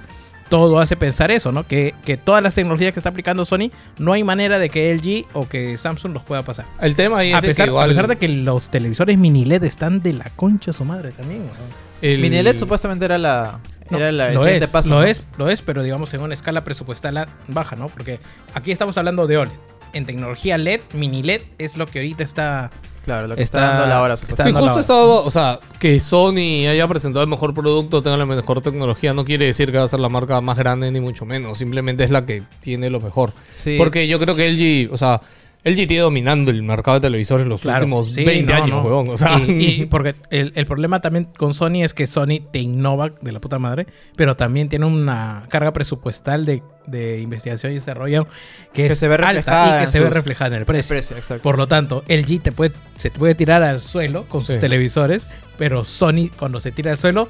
Speaker 5: todo hace pensar eso, ¿no? Que, que todas las tecnologías que está aplicando Sony no hay manera de que LG o que Samsung los pueda pasar.
Speaker 3: El tema ahí es
Speaker 5: A pesar,
Speaker 3: de que igual
Speaker 5: a pesar de que los televisores mini LED están de la concha su madre también. weón.
Speaker 3: el-
Speaker 4: Minilet supuestamente era la. era la, el
Speaker 5: lo
Speaker 4: siguiente
Speaker 5: es,
Speaker 4: paso.
Speaker 5: Lo
Speaker 4: ¿no?
Speaker 5: es, lo es, pero digamos en una escala presupuestal a- baja, ¿no? Porque aquí estamos hablando de OLED. En tecnología LED, mini LED es lo que ahorita está.
Speaker 4: Claro, lo que está,
Speaker 5: Está-
Speaker 4: dando la hora,
Speaker 5: está
Speaker 3: Sí,
Speaker 4: supuestamente.
Speaker 5: dando la
Speaker 3: justo estaba, o sea, que Sony haya presentado el mejor producto, tenga la mejor tecnología, no quiere decir que va a ser la marca más grande ni mucho menos, simplemente es la que tiene lo mejor.
Speaker 4: Sí.
Speaker 3: Porque yo creo que LG, o sea, LG tiene dominando el mercado de televisores los
Speaker 5: Claro,
Speaker 3: últimos
Speaker 5: sí,
Speaker 3: 20
Speaker 5: no,
Speaker 3: años,
Speaker 5: no.
Speaker 3: huevón, o sea,
Speaker 5: Y, y porque el, el problema también con Sony es que Sony te innova de la puta madre, pero también tiene una carga presupuestal de, de investigación y desarrollo que, es
Speaker 4: se ve
Speaker 5: alta
Speaker 4: reflejada
Speaker 5: y que
Speaker 4: en
Speaker 5: se ve
Speaker 4: sus-
Speaker 5: reflejada en el precio.
Speaker 4: Precio, exacto.
Speaker 5: Por lo tanto, LG te puede, se te puede tirar al suelo con sus
Speaker 3: Sí.
Speaker 5: televisores, pero Sony cuando se tira al suelo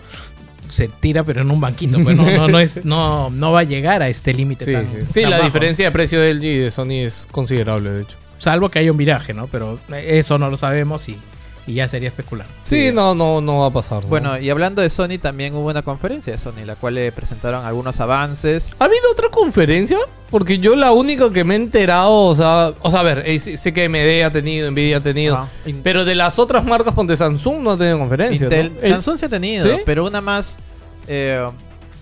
Speaker 5: se tira pero en un banquito, pues no, no, no es no no va a llegar a este límite
Speaker 3: Sí,
Speaker 5: tan-
Speaker 3: sí.
Speaker 5: tan
Speaker 3: Sí, la
Speaker 5: bajo, ¿no?
Speaker 3: diferencia de precio de LG y de Sony es considerable, de hecho.
Speaker 5: salvo que haya un viraje, ¿no? Pero eso no lo sabemos y, y ya sería especular.
Speaker 3: Sí, no, no, no va a pasar. ¿no?
Speaker 4: Bueno, y hablando de Sony, también hubo una conferencia de Sony, la cual le presentaron algunos avances.
Speaker 3: ¿Ha habido otra conferencia? Porque yo la única que me he enterado, o sea, o sea, a ver, eh, sí- sé que AMD ha tenido, Nvidia ha tenido,
Speaker 4: Ajá. In-
Speaker 3: pero de las otras marcas ponte Samsung no ha tenido conferencia. ¿no?
Speaker 4: Intel,
Speaker 3: El-
Speaker 4: Samsung se ha tenido,
Speaker 3: ¿Sí?
Speaker 4: pero una más. Eh,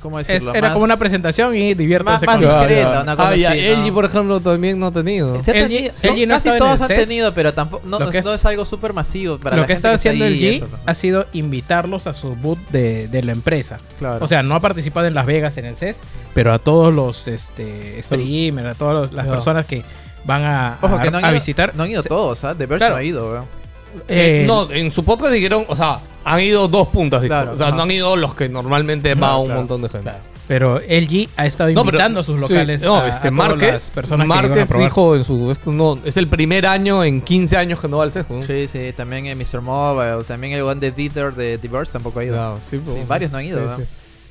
Speaker 4: ¿Cómo
Speaker 5: Es-
Speaker 4: decirlo?
Speaker 5: era
Speaker 4: Más-
Speaker 5: como una presentación y diviértanse
Speaker 4: más-
Speaker 5: con
Speaker 4: más
Speaker 5: la-
Speaker 3: Ah,
Speaker 4: discreta,
Speaker 3: ya.
Speaker 4: una cosa
Speaker 3: Ah, ya,
Speaker 4: así, ¿no?
Speaker 3: LG, por ejemplo, también no ha tenido.
Speaker 4: Se ha
Speaker 5: LG
Speaker 4: tenido-
Speaker 5: sí, LG no
Speaker 4: casi
Speaker 5: estaba en
Speaker 4: todas
Speaker 5: el
Speaker 4: han
Speaker 5: CES.
Speaker 4: tenido, pero tampoco no,
Speaker 5: Lo
Speaker 4: no-
Speaker 5: que es-
Speaker 4: no es algo súper masivo para
Speaker 5: Lo
Speaker 4: la
Speaker 5: que ha
Speaker 4: gente
Speaker 5: estado
Speaker 4: está
Speaker 5: haciendo
Speaker 4: ahí
Speaker 5: el
Speaker 4: y
Speaker 5: G
Speaker 4: eso, ¿no?
Speaker 5: ha sido invitarlos a su boot de, de la empresa.
Speaker 4: Claro.
Speaker 5: O sea, no ha participado en Las Vegas en el CES, pero a todos los este, streamers, a todas los- las
Speaker 3: Ya.
Speaker 5: personas que van a,
Speaker 4: Ojo,
Speaker 5: a-
Speaker 4: que no han
Speaker 5: a
Speaker 4: ido-
Speaker 5: visitar.
Speaker 4: No han ido
Speaker 5: Se-
Speaker 4: todos, ¿ah? The Verge
Speaker 5: Claro.
Speaker 4: no ha ido, weón.
Speaker 5: eh,
Speaker 3: no, en su podcast dijeron, o sea, han ido dos puntas, dijo.
Speaker 4: Claro,
Speaker 3: o sea,
Speaker 4: ajá.
Speaker 3: no han ido los que normalmente va
Speaker 4: Claro,
Speaker 3: un
Speaker 4: claro,
Speaker 3: montón de gente.
Speaker 5: claro. Pero LG ha estado
Speaker 3: No, pero-
Speaker 5: invitando a sus
Speaker 3: sí,
Speaker 5: locales.
Speaker 3: no,
Speaker 5: a-
Speaker 3: este
Speaker 5: a todas las
Speaker 3: Márquez,
Speaker 5: personas que iban a
Speaker 3: Márquez
Speaker 5: probar.
Speaker 3: dijo en su esto no, es el primer año en 15 años que no va al CES. ¿no?
Speaker 4: Sí, sí, también eh, Mr. Mobile, también el one de Dieter de The Verge tampoco ha ido.
Speaker 3: Claro, sí,
Speaker 4: Sí,
Speaker 3: pues,
Speaker 4: varios no han ido,
Speaker 3: sí,
Speaker 4: ¿no?
Speaker 3: sí.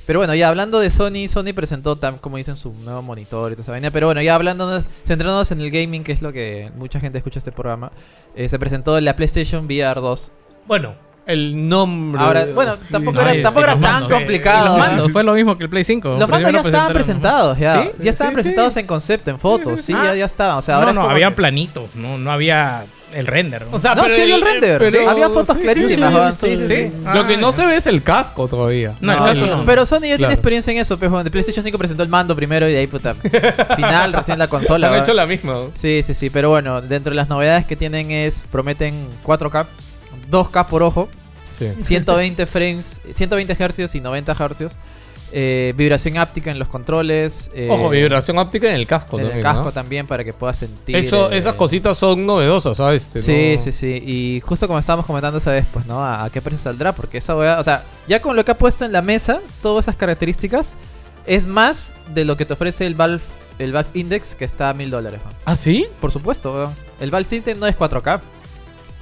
Speaker 4: Pero bueno, ya hablando de Sony, Sony presentó, tam- como dicen, su nuevo monitor y toda esa vaina. Pero bueno, ya hablando, centrándonos en el gaming, que es lo que mucha gente escucha este programa, eh, se presentó la PlayStation VR 2.
Speaker 3: Bueno, el nombre.
Speaker 4: Ahora, bueno, tampoco
Speaker 5: era-
Speaker 3: sí,
Speaker 5: tampoco era
Speaker 3: los
Speaker 5: tan
Speaker 3: mandos.
Speaker 4: complicado.
Speaker 5: Los
Speaker 4: Ah.
Speaker 5: mandos, fue lo mismo que el Play 5.
Speaker 4: Los mandos ya
Speaker 5: Primero
Speaker 4: estaban
Speaker 5: presentaron
Speaker 4: presentados, ya.
Speaker 5: ¿Sí?
Speaker 4: Ya estaban
Speaker 3: Sí, sí.
Speaker 4: presentados en concepto, en fotos. Sí,
Speaker 5: sí, sí.
Speaker 4: ya,
Speaker 5: Ah.
Speaker 4: ya estaba. O sea,
Speaker 5: los
Speaker 4: ahora es
Speaker 5: mandos. No, no,
Speaker 4: como
Speaker 5: había
Speaker 4: que-
Speaker 5: planitos, no, no había el render. ¿no?
Speaker 3: O sea,
Speaker 4: No,
Speaker 3: pero
Speaker 4: Ah, sí había el
Speaker 3: eh,
Speaker 4: render, sí, había fotos
Speaker 3: sí,
Speaker 4: clarísimas,
Speaker 3: sí,
Speaker 4: ¿no?
Speaker 3: sí,
Speaker 4: Sí,
Speaker 3: sí,
Speaker 4: sí,
Speaker 3: sí.
Speaker 6: sí.
Speaker 3: Lo que
Speaker 6: Ah,
Speaker 3: no
Speaker 6: ya.
Speaker 3: se ve es el casco todavía. Ah,
Speaker 5: No, el
Speaker 4: No,
Speaker 5: casco
Speaker 4: pero-
Speaker 5: no.
Speaker 4: Pero Sony ya tiene
Speaker 3: Claro.
Speaker 4: experiencia en eso, pues, bueno, de PlayStation 5 presentó el mando primero y de ahí, puta, final, recién la consola.
Speaker 3: han
Speaker 4: ¿verdad?
Speaker 3: hecho la misma.
Speaker 4: Sí, sí, sí, pero bueno, dentro de las novedades que tienen es, prometen 4K, 2K por ojo,
Speaker 3: Sí.
Speaker 4: 120 frames, 120 hercios y 90 hercios, eh, vibración áptica en los controles, eh,
Speaker 3: Ojo, vibración óptica en el casco
Speaker 4: en el
Speaker 3: también.
Speaker 4: casco
Speaker 3: ¿no?
Speaker 4: también para que puedas sentir.
Speaker 3: Eso,
Speaker 4: eh,
Speaker 3: esas cositas son novedosas, ¿sabes? Este,
Speaker 4: Sí,
Speaker 3: no-
Speaker 4: sí, sí. Y justo como estábamos comentando esa vez, pues, ¿no? ¿A, a qué precio saldrá? Porque esa weá, o sea, ya con lo que ha puesto en la mesa, todas esas características, es más de lo que te ofrece el Valve, el Valve Index, que está a mil dólares. ¿no?
Speaker 3: ¿Ah, sí?
Speaker 4: Por supuesto, weón. el Valve Index no es 4K.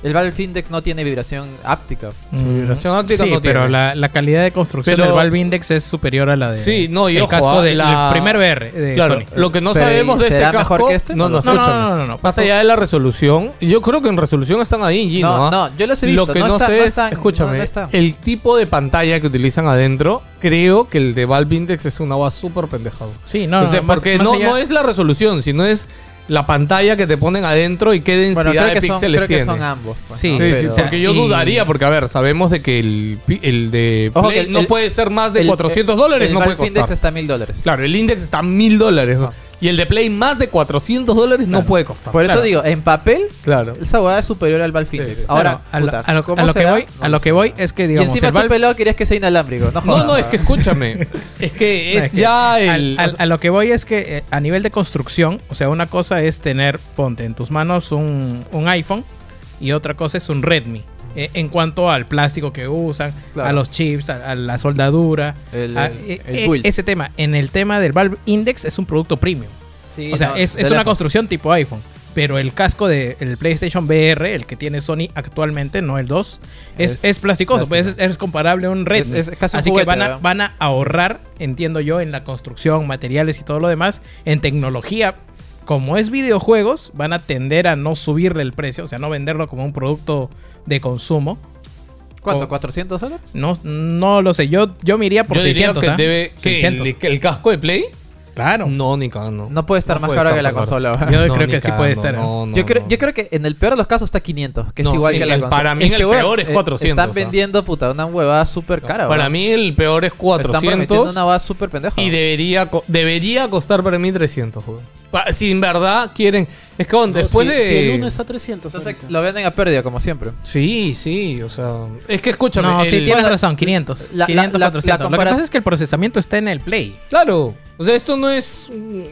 Speaker 4: El Valve Index no tiene vibración áptica.
Speaker 3: Sí, vibración óptica
Speaker 5: Mm. Sí,
Speaker 3: no tiene.
Speaker 5: pero la, la calidad de construcción
Speaker 3: Pero-
Speaker 5: del Valve Index es superior a la de
Speaker 3: Sí, no, y
Speaker 5: el
Speaker 3: ojo,
Speaker 5: casco
Speaker 3: ah,
Speaker 5: del
Speaker 3: la-
Speaker 5: del primer VR de
Speaker 3: Claro,
Speaker 5: Sony.
Speaker 3: lo que no
Speaker 4: Pero,
Speaker 3: sabemos
Speaker 4: ¿y
Speaker 3: de este
Speaker 4: será
Speaker 3: casco.
Speaker 4: mejor que este?
Speaker 3: No, no,
Speaker 4: No,
Speaker 5: No, no,
Speaker 3: escúchame.
Speaker 5: no, no, no.
Speaker 3: Más allá de la resolución, yo creo que en resolución están ahí, Gino.
Speaker 4: No,
Speaker 3: ¿ah?
Speaker 4: no, yo los he visto.
Speaker 3: Lo que no,
Speaker 4: no, está-
Speaker 3: sé
Speaker 4: no
Speaker 3: es,
Speaker 4: están-
Speaker 3: escúchame,
Speaker 4: no- no está.
Speaker 3: el tipo de pantalla que utilizan adentro, creo que el de Valve Index es una agua súper pendejado.
Speaker 5: Sí, no,
Speaker 3: o sea,
Speaker 5: no, más-
Speaker 3: porque
Speaker 5: más
Speaker 3: no,
Speaker 5: allá-
Speaker 3: no es la resolución, sino es la pantalla que te ponen adentro y qué densidad
Speaker 4: Bueno, creo
Speaker 3: de
Speaker 4: que, son,
Speaker 3: píxeles
Speaker 4: creo que
Speaker 3: tiene.
Speaker 4: son ambos. pues,
Speaker 5: Sí,
Speaker 4: ¿no?
Speaker 3: Sí, sí,
Speaker 4: Pero-
Speaker 5: o sea,
Speaker 3: porque yo
Speaker 5: y-
Speaker 3: dudaría, porque a ver, sabemos de que el, pi- el de
Speaker 4: Ojo
Speaker 3: Play
Speaker 4: que el-
Speaker 3: no
Speaker 4: el-
Speaker 3: puede ser más de
Speaker 4: el-
Speaker 3: 400 dólares,
Speaker 4: el
Speaker 3: no puede
Speaker 4: Valve
Speaker 3: costar.
Speaker 4: Index está a mil dólares.
Speaker 3: Claro, el index está a 1000 dólares. ¿no? Y el de Play más de 400 dólares no puede costar.
Speaker 4: Por eso digo, en papel,
Speaker 3: Claro.
Speaker 4: esa hueá es superior al Valve Index.
Speaker 3: sí.
Speaker 4: Ahora,
Speaker 5: Claro, a lo-
Speaker 4: puta,
Speaker 5: a lo,
Speaker 4: ¿cómo
Speaker 5: a lo que
Speaker 4: será?
Speaker 5: voy, a
Speaker 4: No
Speaker 5: lo
Speaker 4: sé.
Speaker 5: que voy es que
Speaker 4: Y
Speaker 5: digamos
Speaker 4: encima
Speaker 5: el
Speaker 4: tu
Speaker 5: Valve-
Speaker 4: pelado querías que sea inalámbrico. No,
Speaker 3: No,
Speaker 4: jodas,
Speaker 3: no, es que
Speaker 4: ¿verdad?
Speaker 3: escúchame. es que
Speaker 5: No,
Speaker 3: es,
Speaker 5: es que
Speaker 3: ya el.
Speaker 5: al- al- a lo que voy es que eh, a nivel de construcción, o sea, una cosa es tener, ponte en tus manos un, un iPhone y otra cosa es un Redmi. Eh, en cuanto al plástico que usan,
Speaker 4: Claro.
Speaker 5: a los chips, a, a la soldadura,
Speaker 4: El-
Speaker 5: a-
Speaker 4: el-
Speaker 5: eh,
Speaker 4: el
Speaker 5: eh,
Speaker 4: build.
Speaker 5: ese tema. En el tema del Valve Index es un producto premium.
Speaker 4: Sí,
Speaker 5: o sea,
Speaker 4: no,
Speaker 5: es, es
Speaker 4: de
Speaker 5: una
Speaker 4: lejos.
Speaker 5: construcción tipo iPhone. Pero el casco del PlayStation VR, el que tiene Sony actualmente, no el 2, es,
Speaker 4: Es
Speaker 5: es, plasticoso. pues, es, es comparable a un Red.
Speaker 4: Es- es casi un
Speaker 5: Así
Speaker 4: juguete,
Speaker 5: que van a,
Speaker 4: ¿verdad?
Speaker 5: van a ahorrar, entiendo yo, en la construcción, materiales y todo lo demás, en tecnología. Como es videojuegos, van a tender a no subirle el precio, o sea, no venderlo como un producto de consumo.
Speaker 4: ¿Cuánto?
Speaker 5: Con-
Speaker 4: ¿400 dólares?
Speaker 5: No, no lo sé. Yo, yo me iría por
Speaker 3: Yo diría
Speaker 5: 600.
Speaker 3: que
Speaker 5: ¿ah?
Speaker 3: debe. ¿qué?
Speaker 5: 600.
Speaker 3: ¿El, el casco de Play?
Speaker 5: Claro.
Speaker 3: No, ni cagando.
Speaker 4: No puede estar más
Speaker 3: puede
Speaker 4: caro
Speaker 3: estar
Speaker 4: que la
Speaker 3: más
Speaker 4: consola. ¿verdad?
Speaker 5: Yo
Speaker 3: No,
Speaker 5: creo
Speaker 3: ni
Speaker 5: que sí
Speaker 3: cagando,
Speaker 5: puede estar.
Speaker 3: no, no,
Speaker 4: yo, creo,
Speaker 3: no.
Speaker 4: yo creo que en el peor de los casos está 500, que es
Speaker 3: No,
Speaker 4: igual
Speaker 3: sí,
Speaker 4: que la
Speaker 3: el-
Speaker 4: consola.
Speaker 3: para mí en el
Speaker 4: weón,
Speaker 3: peor es
Speaker 4: eh,
Speaker 3: 400,
Speaker 4: Están
Speaker 3: ah.
Speaker 4: vendiendo, puta, una huevada súper cara.
Speaker 3: Para
Speaker 4: weón.
Speaker 3: mí el peor es
Speaker 4: Están prometiendo
Speaker 3: 400
Speaker 4: una huevada súper pendeja.
Speaker 3: y
Speaker 4: weón.
Speaker 3: debería co- debería costar para mí 300, joder. Pa- si en verdad quieren... Es que bueno,
Speaker 6: No,
Speaker 3: después
Speaker 6: si,
Speaker 3: de...
Speaker 6: si el 1 está 300.
Speaker 4: Entonces
Speaker 6: ahorita.
Speaker 4: lo venden a pérdida, como siempre.
Speaker 3: Sí, sí, o sea... Es que escúchame...
Speaker 5: No,
Speaker 3: el-
Speaker 5: sí, tienes
Speaker 4: Bueno,
Speaker 5: razón, 500.
Speaker 4: la- la-
Speaker 5: 500,
Speaker 4: la-
Speaker 5: 400.
Speaker 4: la
Speaker 5: Lo que
Speaker 4: compara-
Speaker 5: pasa es que el procesamiento está en el Play.
Speaker 3: Claro. O sea, esto no es... mm,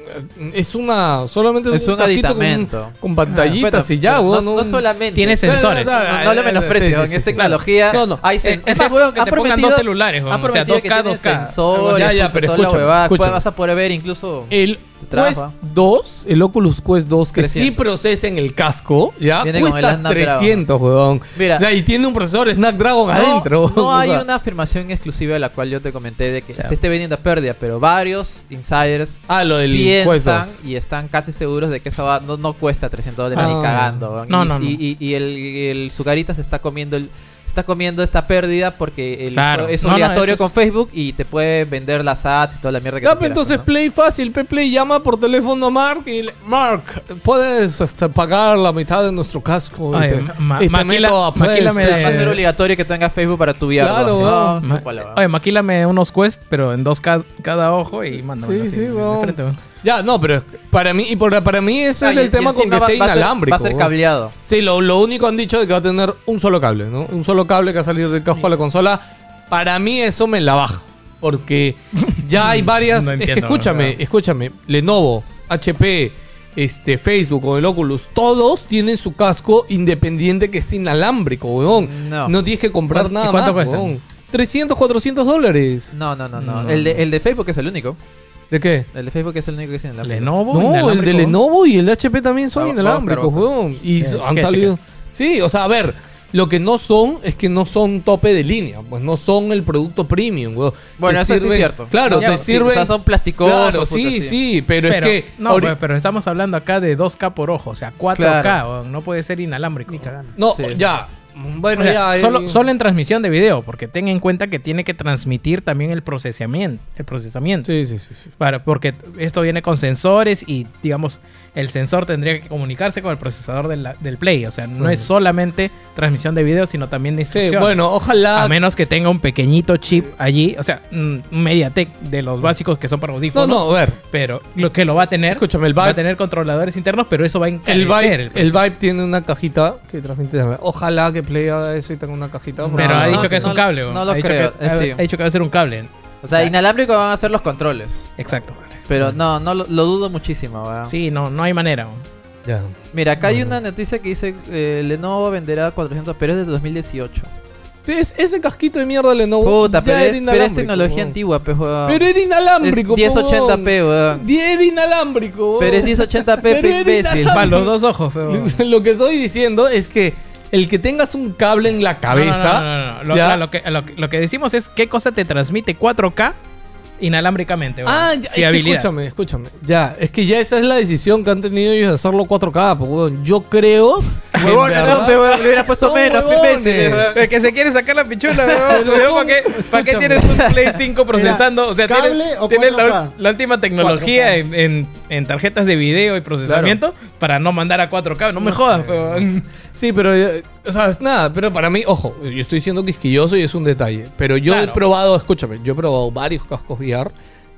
Speaker 3: Es una... Solamente
Speaker 4: Es un
Speaker 3: casquito con un-
Speaker 4: aditamento.
Speaker 3: Con, pantallitas
Speaker 4: Bueno,
Speaker 3: y ya,
Speaker 4: no-
Speaker 3: weón,
Speaker 4: no, solamente.
Speaker 5: Tiene
Speaker 3: No, no,
Speaker 5: sensores.
Speaker 3: no, no,
Speaker 4: No, no le
Speaker 3: eh,
Speaker 4: menosprecio.
Speaker 3: sí, sí,
Speaker 4: en
Speaker 3: sí,
Speaker 4: esta
Speaker 3: sí,
Speaker 4: tecnología
Speaker 3: claro. No, no.
Speaker 4: hay
Speaker 5: Es-
Speaker 4: sen-
Speaker 5: es
Speaker 4: más,
Speaker 5: que
Speaker 4: weón,
Speaker 5: te
Speaker 4: ha
Speaker 5: pongan
Speaker 4: prometido-
Speaker 5: dos celulares, weón,
Speaker 4: ha
Speaker 5: o sea,
Speaker 4: Ah, prometido
Speaker 5: 2K,
Speaker 4: que tiene
Speaker 5: 2K.
Speaker 4: sensores,
Speaker 3: Ya, ya,
Speaker 4: puta,
Speaker 3: pero
Speaker 4: toda la
Speaker 3: escúchame,
Speaker 4: huevada, pues,
Speaker 3: escúchame.
Speaker 4: Vas a poder ver incluso.
Speaker 3: El Quest
Speaker 4: Trabaja.
Speaker 3: 2, el Oculus Quest 2, que sí
Speaker 4: 300.
Speaker 3: procesa en el casco, ya
Speaker 4: Viene con el
Speaker 3: cuesta
Speaker 4: Snapdragon.
Speaker 3: 300, weón.
Speaker 4: Mira.
Speaker 3: o sea, y tiene un procesador Snapdragon adentro.
Speaker 4: No,
Speaker 3: weón, o
Speaker 4: hay
Speaker 3: sea.
Speaker 4: una afirmación exclusiva de la cual yo te comenté de que se esté vendiendo a pérdida, pero varios insiders
Speaker 3: Ah, lo del Quest
Speaker 4: piensan
Speaker 3: 2.
Speaker 4: y están casi seguros de que esa va- no, no cuesta 300 dólares
Speaker 3: Ah.
Speaker 4: ni cagando. weón.
Speaker 5: No,
Speaker 4: y,
Speaker 5: no, no.
Speaker 4: y- y- y el, el Sucarita se está comiendo el está comiendo esta pérdida porque el-
Speaker 5: Claro.
Speaker 4: es
Speaker 5: No, no,
Speaker 4: obligatorio
Speaker 5: eso
Speaker 4: con Facebook y te puede vender las ads y toda la mierda que
Speaker 3: Ya, pero
Speaker 4: tú quieras,
Speaker 3: entonces
Speaker 4: ¿no?
Speaker 3: Play fácil, pe- Play llama por teléfono a Mark y le, Mark, puedes este, pagar la mitad de nuestro casco y
Speaker 5: Ay,
Speaker 3: te,
Speaker 5: ma-
Speaker 3: y te
Speaker 5: maquila-
Speaker 3: meto a
Speaker 5: maquila
Speaker 3: PlayStation".
Speaker 5: me
Speaker 4: Va a
Speaker 5: Eh,
Speaker 4: ser obligatorio que tengas Facebook para tu vida.
Speaker 3: Claro,
Speaker 4: weón.
Speaker 3: weón.
Speaker 4: No,
Speaker 5: Ma-
Speaker 4: chúpala, weón.
Speaker 5: Oye, maquílame unos quest, pero en dos ca- cada ojo y mándame.
Speaker 3: Sí, sí, weón. Ya, no, pero es que para mí, y por- para mí eso
Speaker 4: Ah,
Speaker 3: es
Speaker 4: y-
Speaker 3: el
Speaker 4: y
Speaker 3: tema con
Speaker 4: encima
Speaker 3: que
Speaker 4: va-
Speaker 3: sea
Speaker 4: va a ser-
Speaker 3: inalámbrico.
Speaker 4: Va a ser
Speaker 3: weón.
Speaker 4: cableado.
Speaker 3: Sí, lo, lo único han dicho es que va a tener un solo cable, ¿no? Un solo cable que va a salir del casco a la consola. Para mí eso me la baja. Porque ya hay varias...
Speaker 5: No
Speaker 3: es que
Speaker 5: entiendo,
Speaker 3: escúchame,
Speaker 5: o sea.
Speaker 3: escúchame. Lenovo, HP, este, Facebook o el Oculus, todos tienen su casco independiente que es inalámbrico, weón. No,
Speaker 4: No.
Speaker 3: tienes que comprar
Speaker 5: ¿Cuán-
Speaker 3: nada
Speaker 5: y
Speaker 3: más,
Speaker 5: cuánto cuestan?
Speaker 3: weón. 300, 400 dólares.
Speaker 4: No, no, no, no.
Speaker 5: No,
Speaker 4: el, de, el de Facebook es el único.
Speaker 3: ¿De qué?
Speaker 4: El de Facebook es el único que tiene la
Speaker 5: Lenovo.
Speaker 3: No, el de
Speaker 5: inalámbrico.
Speaker 3: Lenovo y el de HP también son
Speaker 4: Vamos,
Speaker 3: inalámbricos,
Speaker 4: vamos, pero-
Speaker 3: weón. Y
Speaker 5: Sí,
Speaker 3: so-
Speaker 5: es
Speaker 3: han
Speaker 5: que,
Speaker 3: salido. Sí, o sea, a ver, lo que no son es que no son tope de línea, pues no son el producto premium, weón.
Speaker 4: Bueno,
Speaker 3: Te
Speaker 4: eso sí es
Speaker 3: sirven-
Speaker 4: cierto.
Speaker 3: Claro,
Speaker 4: No,
Speaker 3: te
Speaker 4: ya, sí,
Speaker 3: sirven.
Speaker 4: o sea, son plasticosos,
Speaker 3: Claro,
Speaker 4: puta,
Speaker 3: sí,
Speaker 4: sí.
Speaker 3: sí, pero,
Speaker 5: Pero,
Speaker 3: es que.
Speaker 5: no,
Speaker 3: ori-
Speaker 5: pues, pero estamos hablando acá de 2K por ojo, o sea, 4K,
Speaker 4: Claro.
Speaker 5: weón, no puede ser inalámbrico.
Speaker 6: Ni cagando.
Speaker 3: no,
Speaker 4: sí.
Speaker 3: ya. Bueno,
Speaker 5: O sea,
Speaker 3: ya. eh,
Speaker 5: solo, solo en transmisión de video, porque ten en cuenta que tiene que transmitir también el procesamiento. El procesamiento.
Speaker 3: Sí, sí, sí. sí.
Speaker 5: Para, porque esto viene con sensores y, digamos, el sensor tendría que comunicarse con el procesador del, del Play. O sea, no es solamente transmisión de video, sino también de
Speaker 3: Sí,
Speaker 5: instrucción.
Speaker 3: bueno, ah, ojalá.
Speaker 5: A menos que tenga un pequeñito chip allí, o sea, un un MediaTek de los básicos que son para
Speaker 3: No,
Speaker 5: audífonos.
Speaker 3: no, a ver.
Speaker 5: Pero lo que lo va a tener,
Speaker 3: Escúchame, el
Speaker 5: va a
Speaker 3: Vibe-
Speaker 5: tener controladores internos, pero eso va a
Speaker 3: El
Speaker 5: encarecer
Speaker 3: Vibe, el
Speaker 5: precio.
Speaker 3: Vibe tiene una cajita que transmite. Ojalá que Play haga eso y tenga una cajita. Ah, porque-
Speaker 5: Pero
Speaker 4: No,
Speaker 5: ha dicho
Speaker 4: no,
Speaker 5: que es
Speaker 4: no
Speaker 5: un
Speaker 4: lo-
Speaker 5: cable. weón.
Speaker 4: no lo
Speaker 5: ha dicho
Speaker 4: creo,
Speaker 5: que-
Speaker 4: eh,
Speaker 5: ha-
Speaker 4: sí.
Speaker 5: ha dicho que va a ser un cable.
Speaker 4: O sea, inalámbrico van a ser los controles.
Speaker 5: Exacto.
Speaker 4: Pero
Speaker 3: Mm.
Speaker 4: no, no lo, lo dudo muchísimo. weón.
Speaker 5: Sí, no, no hay manera. weón.
Speaker 3: Ya.
Speaker 4: Mira, acá hay una noticia que dice eh, Lenovo venderá 400, pero es de 2018.
Speaker 3: Sí, es- ese casquito de mierda de Lenovo.
Speaker 4: Puta,
Speaker 3: Oh, ya
Speaker 4: pero
Speaker 3: era
Speaker 4: es, pero es
Speaker 3: inalámbrico,
Speaker 4: tecnología
Speaker 3: weón.
Speaker 4: antigua, pues, weón.
Speaker 3: Pero era inalámbrico,
Speaker 4: Es 1080p,
Speaker 3: weón.
Speaker 4: weón.
Speaker 3: Die- Era inalámbrico, weón.
Speaker 4: Pero es 1080p,
Speaker 3: Pero era
Speaker 4: imbécil.
Speaker 3: inalámbrico.
Speaker 5: Para los dos ojos, weón.
Speaker 3: Lo que estoy diciendo es que el que tengas un cable en la cabeza.
Speaker 5: No, no, no, no, no. Lo,
Speaker 3: ya-
Speaker 5: a lo que, a lo que- lo que decimos es qué cosa te transmite 4K inalámbricamente. weón.
Speaker 3: Ah, ya, es que
Speaker 5: Fiabilidad.
Speaker 3: escúchame, escúchame. Ya, es que ya esa es la decisión que han tenido ellos de hacerlo 4K, pues, weón. Yo creo. que en
Speaker 4: Huevones,
Speaker 3: verdad-
Speaker 4: no, pe, weón, le hubieras puesto
Speaker 3: Son
Speaker 4: menos, pe,
Speaker 3: huevones.
Speaker 4: imbéciles, weón.
Speaker 5: Es que se quiere sacar la pichula, weón.
Speaker 3: Pero son-
Speaker 5: ¿Para qué, para qué
Speaker 3: escúchame.
Speaker 5: tienes un Play 5 procesando? O sea,
Speaker 6: ¿cable
Speaker 5: tienes,
Speaker 6: o
Speaker 5: tienes la,
Speaker 6: 4K?
Speaker 5: ul- la última tecnología
Speaker 6: 4K.
Speaker 5: en, en- en tarjetas de video y procesamiento para no mandar a 4K. No, me jodas, weón.
Speaker 3: Sí, pero, eh, o sea, es nada, pero para mí, ojo, yo estoy siendo quisquilloso y es un detalle. Pero yo he
Speaker 5: Claro.
Speaker 3: probado, escúchame, yo he probado varios cascos VR,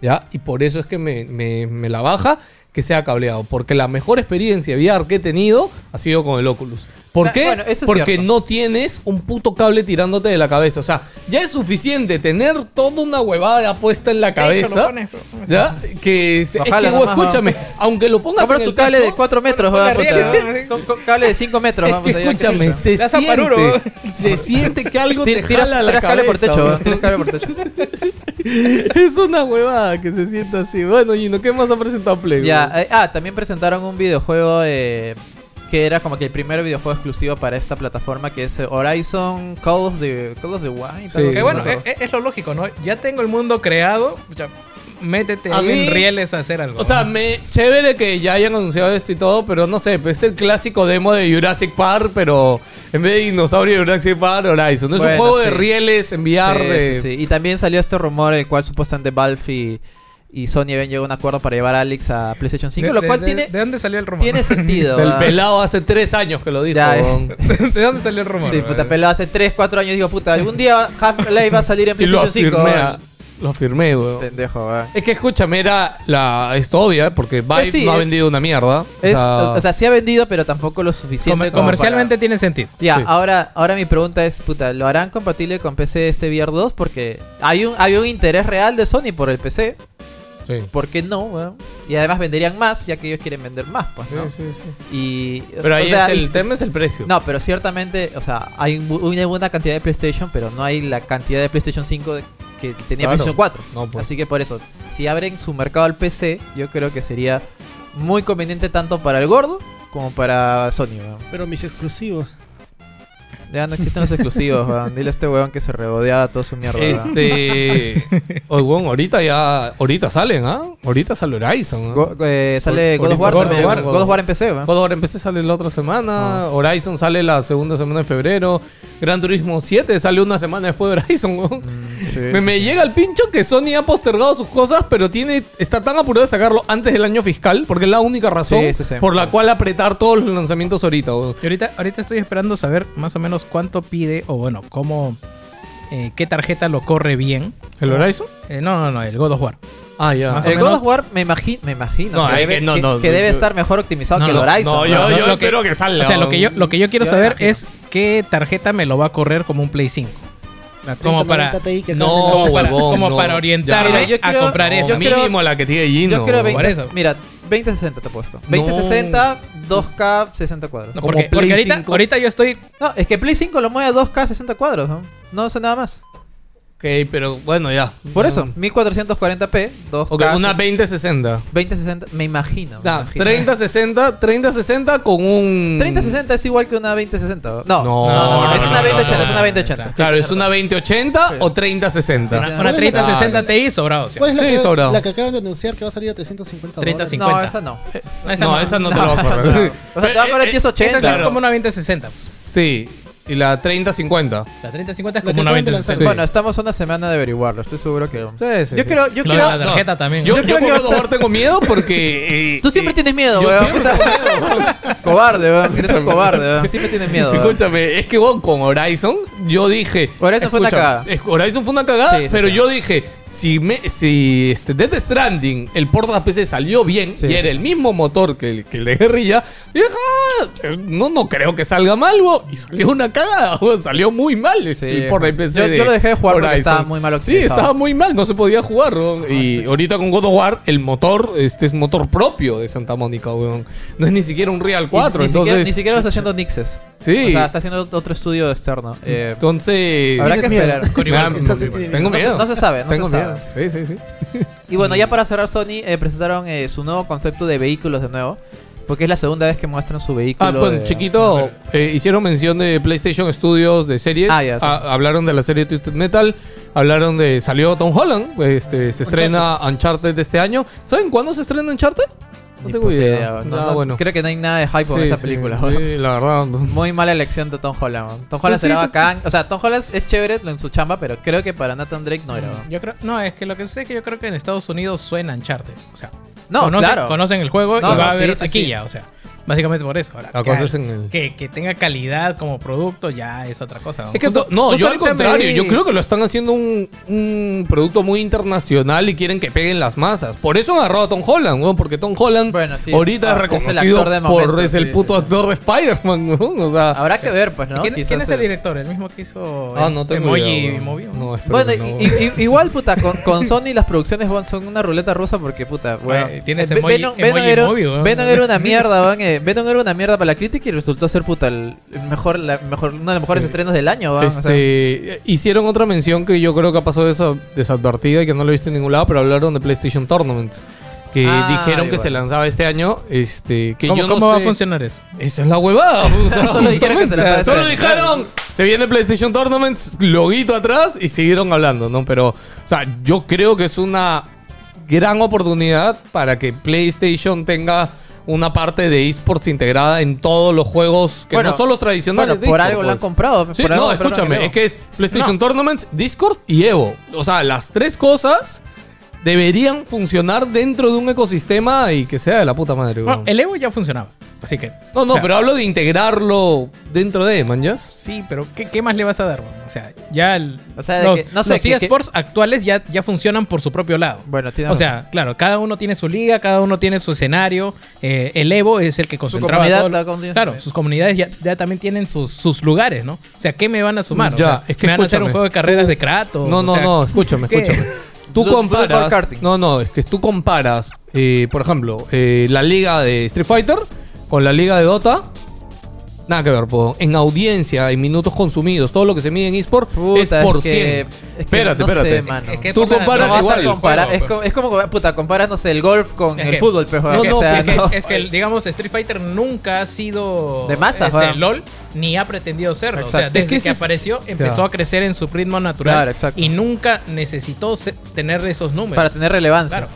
Speaker 3: ¿ya? Y por eso es que me, me- me la baja que sea cableado. Porque la mejor experiencia VR que he tenido ha sido con el Oculus. ¿Por
Speaker 4: Ah,
Speaker 3: qué?
Speaker 4: bueno, eso es
Speaker 3: Porque
Speaker 4: cierto.
Speaker 3: no tienes un puto cable tirándote de la cabeza. O sea, ya es suficiente tener toda una huevada puesta en la cabeza.
Speaker 5: pones, pero-
Speaker 3: ¿Ya? Que es, es que,
Speaker 4: Bájala
Speaker 3: güey,
Speaker 4: nomás,
Speaker 3: escúchame, aunque lo pongas
Speaker 4: Compra
Speaker 3: en el
Speaker 4: tu cable
Speaker 3: techo,
Speaker 4: de 4 metros,
Speaker 5: con la
Speaker 4: weón. puta,
Speaker 5: riel,
Speaker 4: weón.
Speaker 5: weón.
Speaker 4: Con- con Cable de 5 metros,
Speaker 3: es
Speaker 4: vamos
Speaker 3: que
Speaker 4: Pues allá,
Speaker 3: escúchame,
Speaker 4: chucha.
Speaker 3: se
Speaker 5: Le hace paruro,
Speaker 3: siente,
Speaker 5: ¿eh?
Speaker 3: se siente que algo te
Speaker 4: Tira- tira-
Speaker 3: jala la
Speaker 4: tiras
Speaker 3: cabeza.
Speaker 4: cable por techo,
Speaker 3: weón.
Speaker 4: weón, tiras cable por techo.
Speaker 3: Es una huevada que se sienta así. Bueno, Gino, ¿qué más ha presentado Play?
Speaker 4: Ya,
Speaker 3: weón?
Speaker 4: eh, ah, también presentaron un videojuego eh, que era como que el primer videojuego exclusivo para esta plataforma que es eh, Horizon Call of the, Call of the Wild.
Speaker 3: Sí.
Speaker 4: algo así,
Speaker 5: Que
Speaker 4: no
Speaker 5: bueno,
Speaker 4: me acuerdo.
Speaker 5: e- e- es, lo lógico, ¿no? Ya tengo el mundo creado, ya, métete
Speaker 3: A
Speaker 5: ahí
Speaker 3: mí-
Speaker 5: en rieles a hacer algo.
Speaker 3: O sea, me chévere que ya hayan anunciado esto y todo, pero no sé, pues, es el clásico demo de Jurassic Park, pero en vez de dinosaurio Jurassic Park, Horizon. No es un
Speaker 4: Bueno,
Speaker 3: juego de
Speaker 4: sí.
Speaker 3: rieles, enviar
Speaker 4: Sí,
Speaker 3: de...
Speaker 4: sí, sí. Y también salió este rumor el cual supuestamente Valve y, y Sony habían llegado a un acuerdo para llevar a Alex a PlayStation 5,
Speaker 5: ¿De-
Speaker 4: lo
Speaker 5: de-
Speaker 4: cual
Speaker 5: de-
Speaker 4: tiene,
Speaker 5: ¿De dónde salió el rumor?
Speaker 4: tiene sentido.
Speaker 3: Del
Speaker 4: ¿ah?
Speaker 3: pelado hace tres años que lo dijo.
Speaker 4: Ya, eh.
Speaker 3: weón.
Speaker 5: ¿De dónde salió el rumor?
Speaker 4: Sí, puta pelado hace 3, 4 años digo, puta, algún día Half-Life va a salir en
Speaker 3: Y lo
Speaker 4: PlayStation eh. 5.
Speaker 3: afirmé. a- Lo afirmé, weón.
Speaker 4: Pendejo, weón.
Speaker 3: Es que escúchame, era la. Esto obvio, ¿eh? porque Vive
Speaker 4: sí,
Speaker 3: no ha
Speaker 4: eh.
Speaker 3: vendido una mierda. O
Speaker 4: Es-
Speaker 3: sea,
Speaker 4: o sea, sí ha vendido, pero tampoco lo suficiente.
Speaker 5: Comer-
Speaker 4: como
Speaker 5: comercialmente
Speaker 4: para-
Speaker 5: tiene sentido.
Speaker 4: Ya,
Speaker 3: sí.
Speaker 4: ahora, ahora mi pregunta es, puta, ¿lo harán compatible con PC este VR 2? Porque hay un, hay un interés real de Sony por el PC.
Speaker 3: sí.
Speaker 4: ¿Por qué no, weón? Y además venderían más, ya que ellos quieren vender más, pues, ¿no?
Speaker 3: Sí, sí, sí.
Speaker 4: Y,
Speaker 3: Pero ahí
Speaker 4: o sea,
Speaker 3: es el
Speaker 4: y-
Speaker 3: tema es el precio.
Speaker 4: No, pero ciertamente, o sea, hay mu- una buena cantidad de PlayStation, pero no hay la cantidad de PlayStation 5 de- que tenía
Speaker 3: Claro.
Speaker 4: PlayStation 4.
Speaker 3: No, pues.
Speaker 4: Así que por eso, si abren su mercado al PC, yo creo que sería muy conveniente tanto para el gordo como para Sony, weón.
Speaker 6: Pero mis exclusivos.
Speaker 4: Ya no existen los exclusivos, weón. Dile a este weón que se rebodeaba todo su mierda. weón.
Speaker 3: Este. oh, bueno, ahorita ya. Ahorita salen, ¿ah? Ahorita sale Horizon. ¿ah?
Speaker 4: Go- eh, sale
Speaker 3: Por-
Speaker 4: God of War,
Speaker 3: por-
Speaker 4: también,
Speaker 3: God of War,
Speaker 4: God of War en PC, weón.
Speaker 3: God of War empecé sale la otra
Speaker 4: Ah.
Speaker 3: semana. Horizon sale la segunda semana de febrero. Gran Turismo 7 sale una semana después de Horizon, weón.
Speaker 4: Mm.
Speaker 3: Me, me llega el pincho que Sony ha postergado sus cosas, pero tiene está tan apurado de sacarlo antes del año fiscal, porque es la única razón
Speaker 4: Sí, sí, sí.
Speaker 3: por la cual apretar todos los lanzamientos ahorita. weón.
Speaker 5: Y ahorita, ahorita estoy esperando saber más o menos cuánto pide, o bueno, cómo, eh, qué tarjeta lo corre bien.
Speaker 3: ¿El Horizon?
Speaker 5: Eh, no, no, no, el God of War.
Speaker 3: Ah, ya.
Speaker 5: Más o
Speaker 4: El
Speaker 5: menos.
Speaker 4: eh, God of War me, imagi- me imagino
Speaker 3: No,
Speaker 4: que,
Speaker 3: hay
Speaker 4: debe,
Speaker 3: que- no,
Speaker 4: que-
Speaker 3: no,
Speaker 4: que debe
Speaker 3: yo-
Speaker 4: estar mejor optimizado
Speaker 3: No,
Speaker 4: que el
Speaker 3: no,
Speaker 4: Horizon.
Speaker 3: no,
Speaker 4: weón.
Speaker 3: yo,
Speaker 5: no,
Speaker 3: yo
Speaker 5: lo que-
Speaker 3: espero que, salga.
Speaker 5: O sea, lo que yo,
Speaker 3: weón.
Speaker 5: lo que yo quiero
Speaker 4: Yo
Speaker 5: saber
Speaker 4: imagino.
Speaker 5: es qué tarjeta me lo va a correr como un Play 5.
Speaker 6: La
Speaker 5: Como
Speaker 6: 3090
Speaker 5: para-
Speaker 6: Ti que
Speaker 3: No,
Speaker 6: acaban de lanzar.
Speaker 5: como para,
Speaker 3: huevón,
Speaker 5: como
Speaker 3: no.
Speaker 5: para
Speaker 3: Ya.
Speaker 5: orientarme
Speaker 4: Mira, yo quiero-
Speaker 5: a comprar
Speaker 4: yo
Speaker 5: eso.
Speaker 4: quiero-
Speaker 3: mínimo la que tiene Gino.
Speaker 4: Yo quiero
Speaker 3: weón.
Speaker 4: 20,
Speaker 5: eso.
Speaker 4: mira, 2060 te he puesto. 2060, 2K, 60 cuadros.
Speaker 5: No,
Speaker 4: No,
Speaker 3: como
Speaker 5: porque,
Speaker 3: Play
Speaker 5: porque ahorita,
Speaker 3: 5.
Speaker 5: ahorita yo estoy
Speaker 4: es que Play 5 lo mueve a 2K, 60 cuadros, ¿no? No sé nada más.
Speaker 3: Ok, pero bueno, ya.
Speaker 4: Por
Speaker 3: Ya.
Speaker 4: eso, 1440p, 2K.
Speaker 3: Ok, una Ah, 2060.
Speaker 4: 2060, me imagino. me
Speaker 3: Nah,
Speaker 4: imagino.
Speaker 3: 3060, 3060 con un.
Speaker 4: 3060 es igual que una 2060. No, no,
Speaker 3: Mm. No,
Speaker 4: no, no,
Speaker 3: no,
Speaker 4: es
Speaker 3: no,
Speaker 4: una
Speaker 3: no,
Speaker 4: 2080,
Speaker 5: no,
Speaker 4: es
Speaker 5: no,
Speaker 4: una 2080.
Speaker 5: no,
Speaker 3: Claro, es una 2080 o 3060.
Speaker 5: una, una 3060 Ti sobrado. o sea.
Speaker 6: ¿Cuál es la,
Speaker 3: Sí,
Speaker 6: que,
Speaker 3: sobrado.
Speaker 6: la que acaban de anunciar que va a salir a 350 dólares?
Speaker 5: 35.
Speaker 4: No, esa no.
Speaker 5: No, esa
Speaker 3: no,
Speaker 5: no.
Speaker 3: esa no te lo va a correr.
Speaker 4: O sea, te va a poner
Speaker 3: Eh, eh,
Speaker 4: 1080.
Speaker 5: Esa sí es
Speaker 3: Claro.
Speaker 5: como una 2060.
Speaker 3: Sí, y la 3050.
Speaker 5: La 3050 es
Speaker 6: La que
Speaker 5: como una
Speaker 6: acaban de lanzar.
Speaker 5: 2060.
Speaker 4: Bueno, estamos a una semana de averiguarlo, estoy seguro que.
Speaker 3: Sí, sí,
Speaker 4: yo
Speaker 3: sí.
Speaker 4: creo, yo
Speaker 5: Lo de la
Speaker 4: creo.
Speaker 5: tarjeta también.
Speaker 3: Yo,
Speaker 5: ¿no?
Speaker 3: yo por God of War tengo miedo porque. eh,
Speaker 4: Tú siempre
Speaker 3: eh,
Speaker 4: tienes miedo,
Speaker 3: yo
Speaker 4: weón.
Speaker 3: siempre tengo miedo.
Speaker 4: Cobarde, weón. Eres un cobarde, weón. Siempre tienes miedo. weón.
Speaker 3: Escúchame, es que vos con Horizon, yo dije.
Speaker 4: Horizon fue una
Speaker 3: escúchame,
Speaker 4: cagada.
Speaker 3: es- Horizon fue una cagada,
Speaker 4: Sí, sí,
Speaker 3: pero
Speaker 4: sí.
Speaker 3: yo dije, si, me, si este Death Stranding, el porta PC salió bien
Speaker 4: Sí,
Speaker 3: y
Speaker 4: sí,
Speaker 3: era
Speaker 4: sí.
Speaker 3: el mismo motor que el, que el de Guerrilla, yo dije, "Ah, no, no creo que salga mal, bo". Y salió una cagada, bo, salió muy mal este,
Speaker 4: Sí.
Speaker 3: el porta PC.
Speaker 4: Yo- yo lo dejé de jugar porque
Speaker 3: Horizon.
Speaker 4: estaba muy mal
Speaker 3: Sí,
Speaker 4: optimizado.
Speaker 3: estaba muy mal, no se podía jugar, bo. Y ahorita con God of War, el motor este es motor propio de Santa Mónica, weón. No es ni siquiera un Real 4,
Speaker 4: ni,
Speaker 3: entonces.
Speaker 4: siquiera, ni siquiera está haciendo Nixes.
Speaker 3: Sí. Mm.
Speaker 4: O sea, está haciendo otro estudio externo. Eh,
Speaker 3: Entonces.
Speaker 4: Habrá que
Speaker 6: Tienes miedo.
Speaker 4: esperar.
Speaker 3: Nah,
Speaker 6: Entonces, tiene
Speaker 3: tengo
Speaker 4: miedo.
Speaker 3: miedo.
Speaker 4: No se- no se sabe, no
Speaker 3: tengo
Speaker 4: se
Speaker 3: miedo. Sí, sí, sí.
Speaker 4: y bueno, ya para cerrar, Sony eh, presentaron eh, su nuevo concepto de vehículos de nuevo. Porque es la segunda vez que muestran su vehículo.
Speaker 3: Ah, bueno,
Speaker 4: de-
Speaker 3: chiquito, eh, hicieron mención de PlayStation Studios de series.
Speaker 4: Ah, ya, sí.
Speaker 3: Ah, hablaron de la serie Twisted Metal. Hablaron de. Salió Tom Holland. Este, se estrena Uncharted de este año. ¿Saben cuándo se estrena Uncharted? No
Speaker 4: Ni
Speaker 3: tengo
Speaker 4: puta
Speaker 3: idea.
Speaker 4: weón.
Speaker 3: Ah,
Speaker 4: No, no,
Speaker 3: bueno.
Speaker 4: Creo que no hay nada de hype con
Speaker 3: Sí,
Speaker 4: esa
Speaker 3: sí,
Speaker 4: película.
Speaker 3: sí,
Speaker 4: weón.
Speaker 3: la verdad.
Speaker 4: Muy mala elección de Tom Holland. weón. Tom Holland
Speaker 3: sí,
Speaker 4: será
Speaker 3: tú-
Speaker 4: bacán. O sea, Tom Holland es chévere en su chamba, pero creo que para Nathan Drake no era. weón.
Speaker 5: Mm, Yo creo, no, es que lo que sucede es que yo creo que en Estados Unidos suena Uncharted. O sea,
Speaker 4: No,
Speaker 5: conocen,
Speaker 4: claro.
Speaker 5: conocen el juego
Speaker 4: No,
Speaker 5: y va a
Speaker 4: sí,
Speaker 5: haber
Speaker 4: sí,
Speaker 5: taquilla. O sea, básicamente por eso. Ahora,
Speaker 3: La
Speaker 5: que,
Speaker 3: cosa es en el-
Speaker 5: que, que tenga calidad como producto ya es otra cosa. ¿no?
Speaker 3: Es que
Speaker 5: Justo-
Speaker 3: to- no,
Speaker 5: justo
Speaker 3: yo al
Speaker 5: ahorita me
Speaker 3: contrario,
Speaker 5: vi-
Speaker 3: yo creo que lo están haciendo un, un producto muy internacional y quieren que peguen las masas. Por eso han agarrado a Tom Holland, weón, porque Tom Holland
Speaker 4: Bueno, sí, es-
Speaker 3: ahorita es,
Speaker 4: es el
Speaker 3: reconocido
Speaker 4: actor del
Speaker 3: por
Speaker 4: momento,
Speaker 3: es el
Speaker 4: sí,
Speaker 3: puto
Speaker 4: sí, sí.
Speaker 3: actor de Spider-Man, weón, o sea,
Speaker 4: Habrá que ver, pues, ¿no?
Speaker 5: ¿Quién,
Speaker 4: Quizás
Speaker 5: quién es el
Speaker 4: es-
Speaker 5: director? ¿El mismo que hizo
Speaker 3: ah,
Speaker 5: em-
Speaker 3: no tengo
Speaker 5: Emoji
Speaker 3: idea, weón.
Speaker 5: Movie?
Speaker 3: No, espero
Speaker 4: Bueno,
Speaker 3: que
Speaker 4: i-
Speaker 3: no,
Speaker 4: i- i- igual, puta, con, con Sony las producciones weón, son una ruleta rusa porque, puta,
Speaker 5: Bueno,
Speaker 4: weón.
Speaker 5: tienes
Speaker 4: Eh,
Speaker 5: emoji-
Speaker 4: Venom-
Speaker 5: emoji
Speaker 4: Venom era-
Speaker 5: móvil, weón.
Speaker 4: Venom era una mierda, weón. eh. Venom era una mierda para la crítica y resultó ser, puta, el el mejor, la mejor, uno de los mejores
Speaker 3: Sí.
Speaker 4: estrenos del año, weón. o sea.
Speaker 3: Este, hicieron otra mención que yo creo que ha pasado desa- desadvertida y que no lo he visto en ningún lado, pero hablaron de PlayStation Tournament. que
Speaker 4: Ah,
Speaker 3: dijeron que
Speaker 4: igual.
Speaker 3: se lanzaba este año. Este, que
Speaker 5: ¿Cómo,
Speaker 3: yo no
Speaker 5: cómo va
Speaker 3: sé-
Speaker 5: a funcionar eso?
Speaker 3: Esa es la huevada. o sea,
Speaker 4: Solo dijeron que se lanzaba
Speaker 3: justamente.
Speaker 4: este
Speaker 3: Solo
Speaker 4: año.
Speaker 3: dijeron, Se viene PlayStation Tournament, loguito atrás y siguieron hablando, ¿no? Pero, o sea, yo creo que es una gran oportunidad para que PlayStation tenga una parte de esports integrada en todos los juegos que
Speaker 4: Bueno,
Speaker 3: no son los tradicionales.
Speaker 4: bueno,
Speaker 3: de
Speaker 4: por
Speaker 3: eSports,
Speaker 4: algo la han
Speaker 3: pues.
Speaker 4: comprado.
Speaker 3: Sí,
Speaker 4: por algo
Speaker 3: no,
Speaker 4: compraron el
Speaker 3: escúchame,
Speaker 4: Evo.
Speaker 3: es que es PlayStation Tournaments, Discord y Evo. O sea, las tres cosas deberían funcionar dentro de un ecosistema y que sea de la puta madre.
Speaker 5: Bueno,
Speaker 3: weón.
Speaker 5: el Evo ya funcionaba. Así que.
Speaker 3: No, no,
Speaker 5: o sea,
Speaker 3: pero hablo de integrarlo dentro de, man, ¿ya?
Speaker 5: Sí, pero ¿qué, qué más le vas a dar? weón? O sea, ya. el-
Speaker 4: O sea, de
Speaker 5: los,
Speaker 4: que- no sé,
Speaker 5: los
Speaker 4: que-
Speaker 5: eSports actuales ya, ya funcionan por su propio lado.
Speaker 4: Bueno, tiene
Speaker 5: O sea, claro, cada uno tiene su liga, cada uno tiene su escenario. eh, el Evo es el que concentraba
Speaker 4: comunidad,
Speaker 5: todo lo-
Speaker 4: cada uno tiene su
Speaker 5: Claro,
Speaker 4: comunidad.
Speaker 5: sus comunidades ya, ya también tienen sus, sus lugares, ¿no? O sea, ¿qué me van a sumar? O
Speaker 3: Mm, Ya,
Speaker 5: sea,
Speaker 3: es que
Speaker 5: ¿Me van a hacer
Speaker 3: escúchame.
Speaker 5: un juego de carreras de Kratos?
Speaker 3: No,
Speaker 5: O
Speaker 3: no,
Speaker 5: sea,
Speaker 3: no, escúchame,
Speaker 5: ¿qué?
Speaker 3: escúchame. Tú
Speaker 4: Blood- Blood Bowl
Speaker 3: comparas.
Speaker 4: Karting.
Speaker 3: No, no, es que tú comparas, eh, por ejemplo, eh, la liga de Street Fighter con la liga de Dota. Nada que ver, po. en audiencia, en minutos consumidos, todo lo que se mide en eSport
Speaker 4: Puta,
Speaker 3: es por
Speaker 4: es que-
Speaker 3: 100.
Speaker 4: es que
Speaker 3: espérate,
Speaker 4: no sé,
Speaker 3: espérate.
Speaker 4: mano.
Speaker 5: Es que
Speaker 3: Tú
Speaker 5: comparas-
Speaker 3: comparas
Speaker 4: No vas a
Speaker 3: igual. pues.
Speaker 4: comparar-
Speaker 5: juego,
Speaker 4: es, como, es como, puta, comparar, no sé, el golf con
Speaker 5: Es
Speaker 4: el
Speaker 5: que-
Speaker 4: fútbol, pero
Speaker 3: No,
Speaker 5: es,
Speaker 3: no,
Speaker 4: o sea,
Speaker 5: es que,
Speaker 4: no.
Speaker 5: es que, digamos, Street Fighter nunca ha sido
Speaker 4: De masas,
Speaker 5: este,
Speaker 4: weón.
Speaker 5: LOL, ni ha pretendido serlo. O sea,
Speaker 4: Exacto.
Speaker 5: desde
Speaker 3: Es que
Speaker 5: que,
Speaker 3: ese es-
Speaker 5: apareció, empezó
Speaker 3: Claro.
Speaker 5: a crecer en su ritmo natural.
Speaker 4: Claro, exacto.
Speaker 5: Y nunca necesitó se- tener esos números.
Speaker 4: para tener relevancia.
Speaker 5: Claro.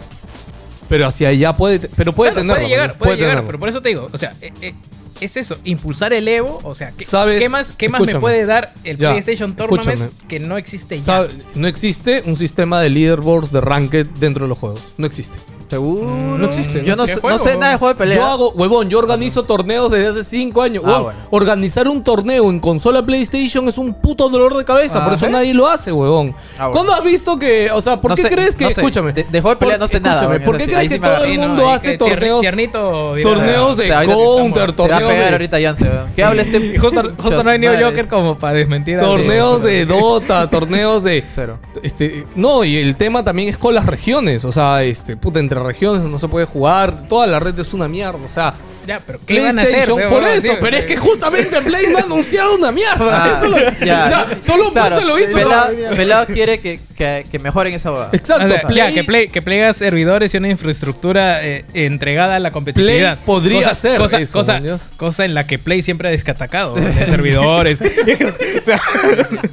Speaker 3: Pero hacia allá puede, pero puede
Speaker 5: Claro,
Speaker 3: tenerlo.
Speaker 5: puede llegar,
Speaker 3: man,
Speaker 5: puede, llegar,
Speaker 3: tenerlo.
Speaker 5: pero por eso te digo, o sea, eh, eh, es eso, impulsar el Evo, o sea, ¿qué,
Speaker 3: Sabes-
Speaker 5: qué más, qué más me
Speaker 3: escúchame.
Speaker 5: puede dar el
Speaker 3: Ya,
Speaker 5: PlayStation Tournament
Speaker 3: escúchame.
Speaker 5: que no existe ya?
Speaker 3: Sabe- No existe un sistema de leaderboards de ranked dentro de los juegos. No existe.
Speaker 4: Seguro.
Speaker 3: No existe, no
Speaker 4: Yo no,
Speaker 5: existe
Speaker 4: sé-
Speaker 5: juego,
Speaker 4: no sé
Speaker 5: weón.
Speaker 4: nada de juego de pelea.
Speaker 3: Yo hago, huevón, yo organizo torneos desde hace 5 años.
Speaker 4: Ah,
Speaker 3: Huevón,
Speaker 4: bueno.
Speaker 3: Organizar un torneo en consola PlayStation es un puto dolor de cabeza, por
Speaker 4: Ah,
Speaker 3: eso
Speaker 4: ¿sí?
Speaker 3: nadie lo hace, huevón.
Speaker 4: Ah, bueno.
Speaker 3: ¿Cuándo has visto que, o sea, por
Speaker 4: No
Speaker 3: qué
Speaker 4: sé,
Speaker 3: crees que,
Speaker 4: no sé.
Speaker 3: escúchame,
Speaker 4: De- de juego de pelea no sé nada,
Speaker 3: escúchame,
Speaker 4: weón,
Speaker 3: ¿por
Speaker 4: no
Speaker 3: qué
Speaker 4: sé.
Speaker 3: crees
Speaker 4: Ahí
Speaker 3: que
Speaker 4: sí me
Speaker 3: todo
Speaker 4: agarré.
Speaker 3: el
Speaker 5: Sí, no,
Speaker 3: mundo
Speaker 5: ahí
Speaker 3: hace
Speaker 5: que tierni-
Speaker 3: torneos,
Speaker 5: tiernito, dirá.
Speaker 3: torneos
Speaker 4: Te va a
Speaker 3: de
Speaker 4: ir de
Speaker 3: counter,
Speaker 4: Te va a pegar
Speaker 3: torneos de,
Speaker 4: ahorita Yance, weón. ¿Qué habla este?
Speaker 5: Y justo, justo no hay New
Speaker 4: Madre.
Speaker 5: Joker como para desmentir al-
Speaker 3: torneos de Dota, torneos de
Speaker 4: Cero.
Speaker 3: Este, no, y el tema también es con las regiones. O sea, este, puta, entre regiones no se puede jugar. Toda la red es una mierda. O sea,
Speaker 5: Ya, pero ¿qué van a eh, hacer?
Speaker 3: PlayStation,
Speaker 5: weón?
Speaker 3: por eso.
Speaker 5: Sí,
Speaker 3: Pero es
Speaker 5: sí.
Speaker 3: que justamente Play no ha anunciado una mierda.
Speaker 4: Ah,
Speaker 3: eso lo,
Speaker 4: ya.
Speaker 3: ya, solo un
Speaker 4: Claro,
Speaker 3: puesto lo he visto.
Speaker 4: Pelado, Pelado quiere que, que, que mejoren esa boda.
Speaker 3: Exacto.
Speaker 5: O sea,
Speaker 3: Play,
Speaker 5: ya, que Play, que Play haga servidores y una infraestructura eh, entregada a la competitividad.
Speaker 3: Play podría
Speaker 5: cosa,
Speaker 3: hacer
Speaker 5: cosa,
Speaker 3: eso,
Speaker 5: cosa,
Speaker 3: man, Dios.
Speaker 5: cosa en la que Play siempre ha descatacado. ¿no? De servidores. O sea,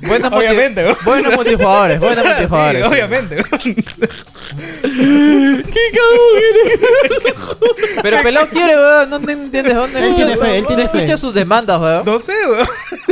Speaker 4: Buenos multi-
Speaker 5: obviamente. ¿no?
Speaker 4: Buenos multijugadores, buenos
Speaker 5: Sí,
Speaker 4: multijugadores. sí.
Speaker 5: obviamente.
Speaker 4: Pero Pelado quiere, weón. No te entiendes dónde.
Speaker 6: Él tiene fe, él
Speaker 4: weón,
Speaker 6: tiene fe.
Speaker 4: Escucha sus demandas, weón.
Speaker 5: No sé, weón.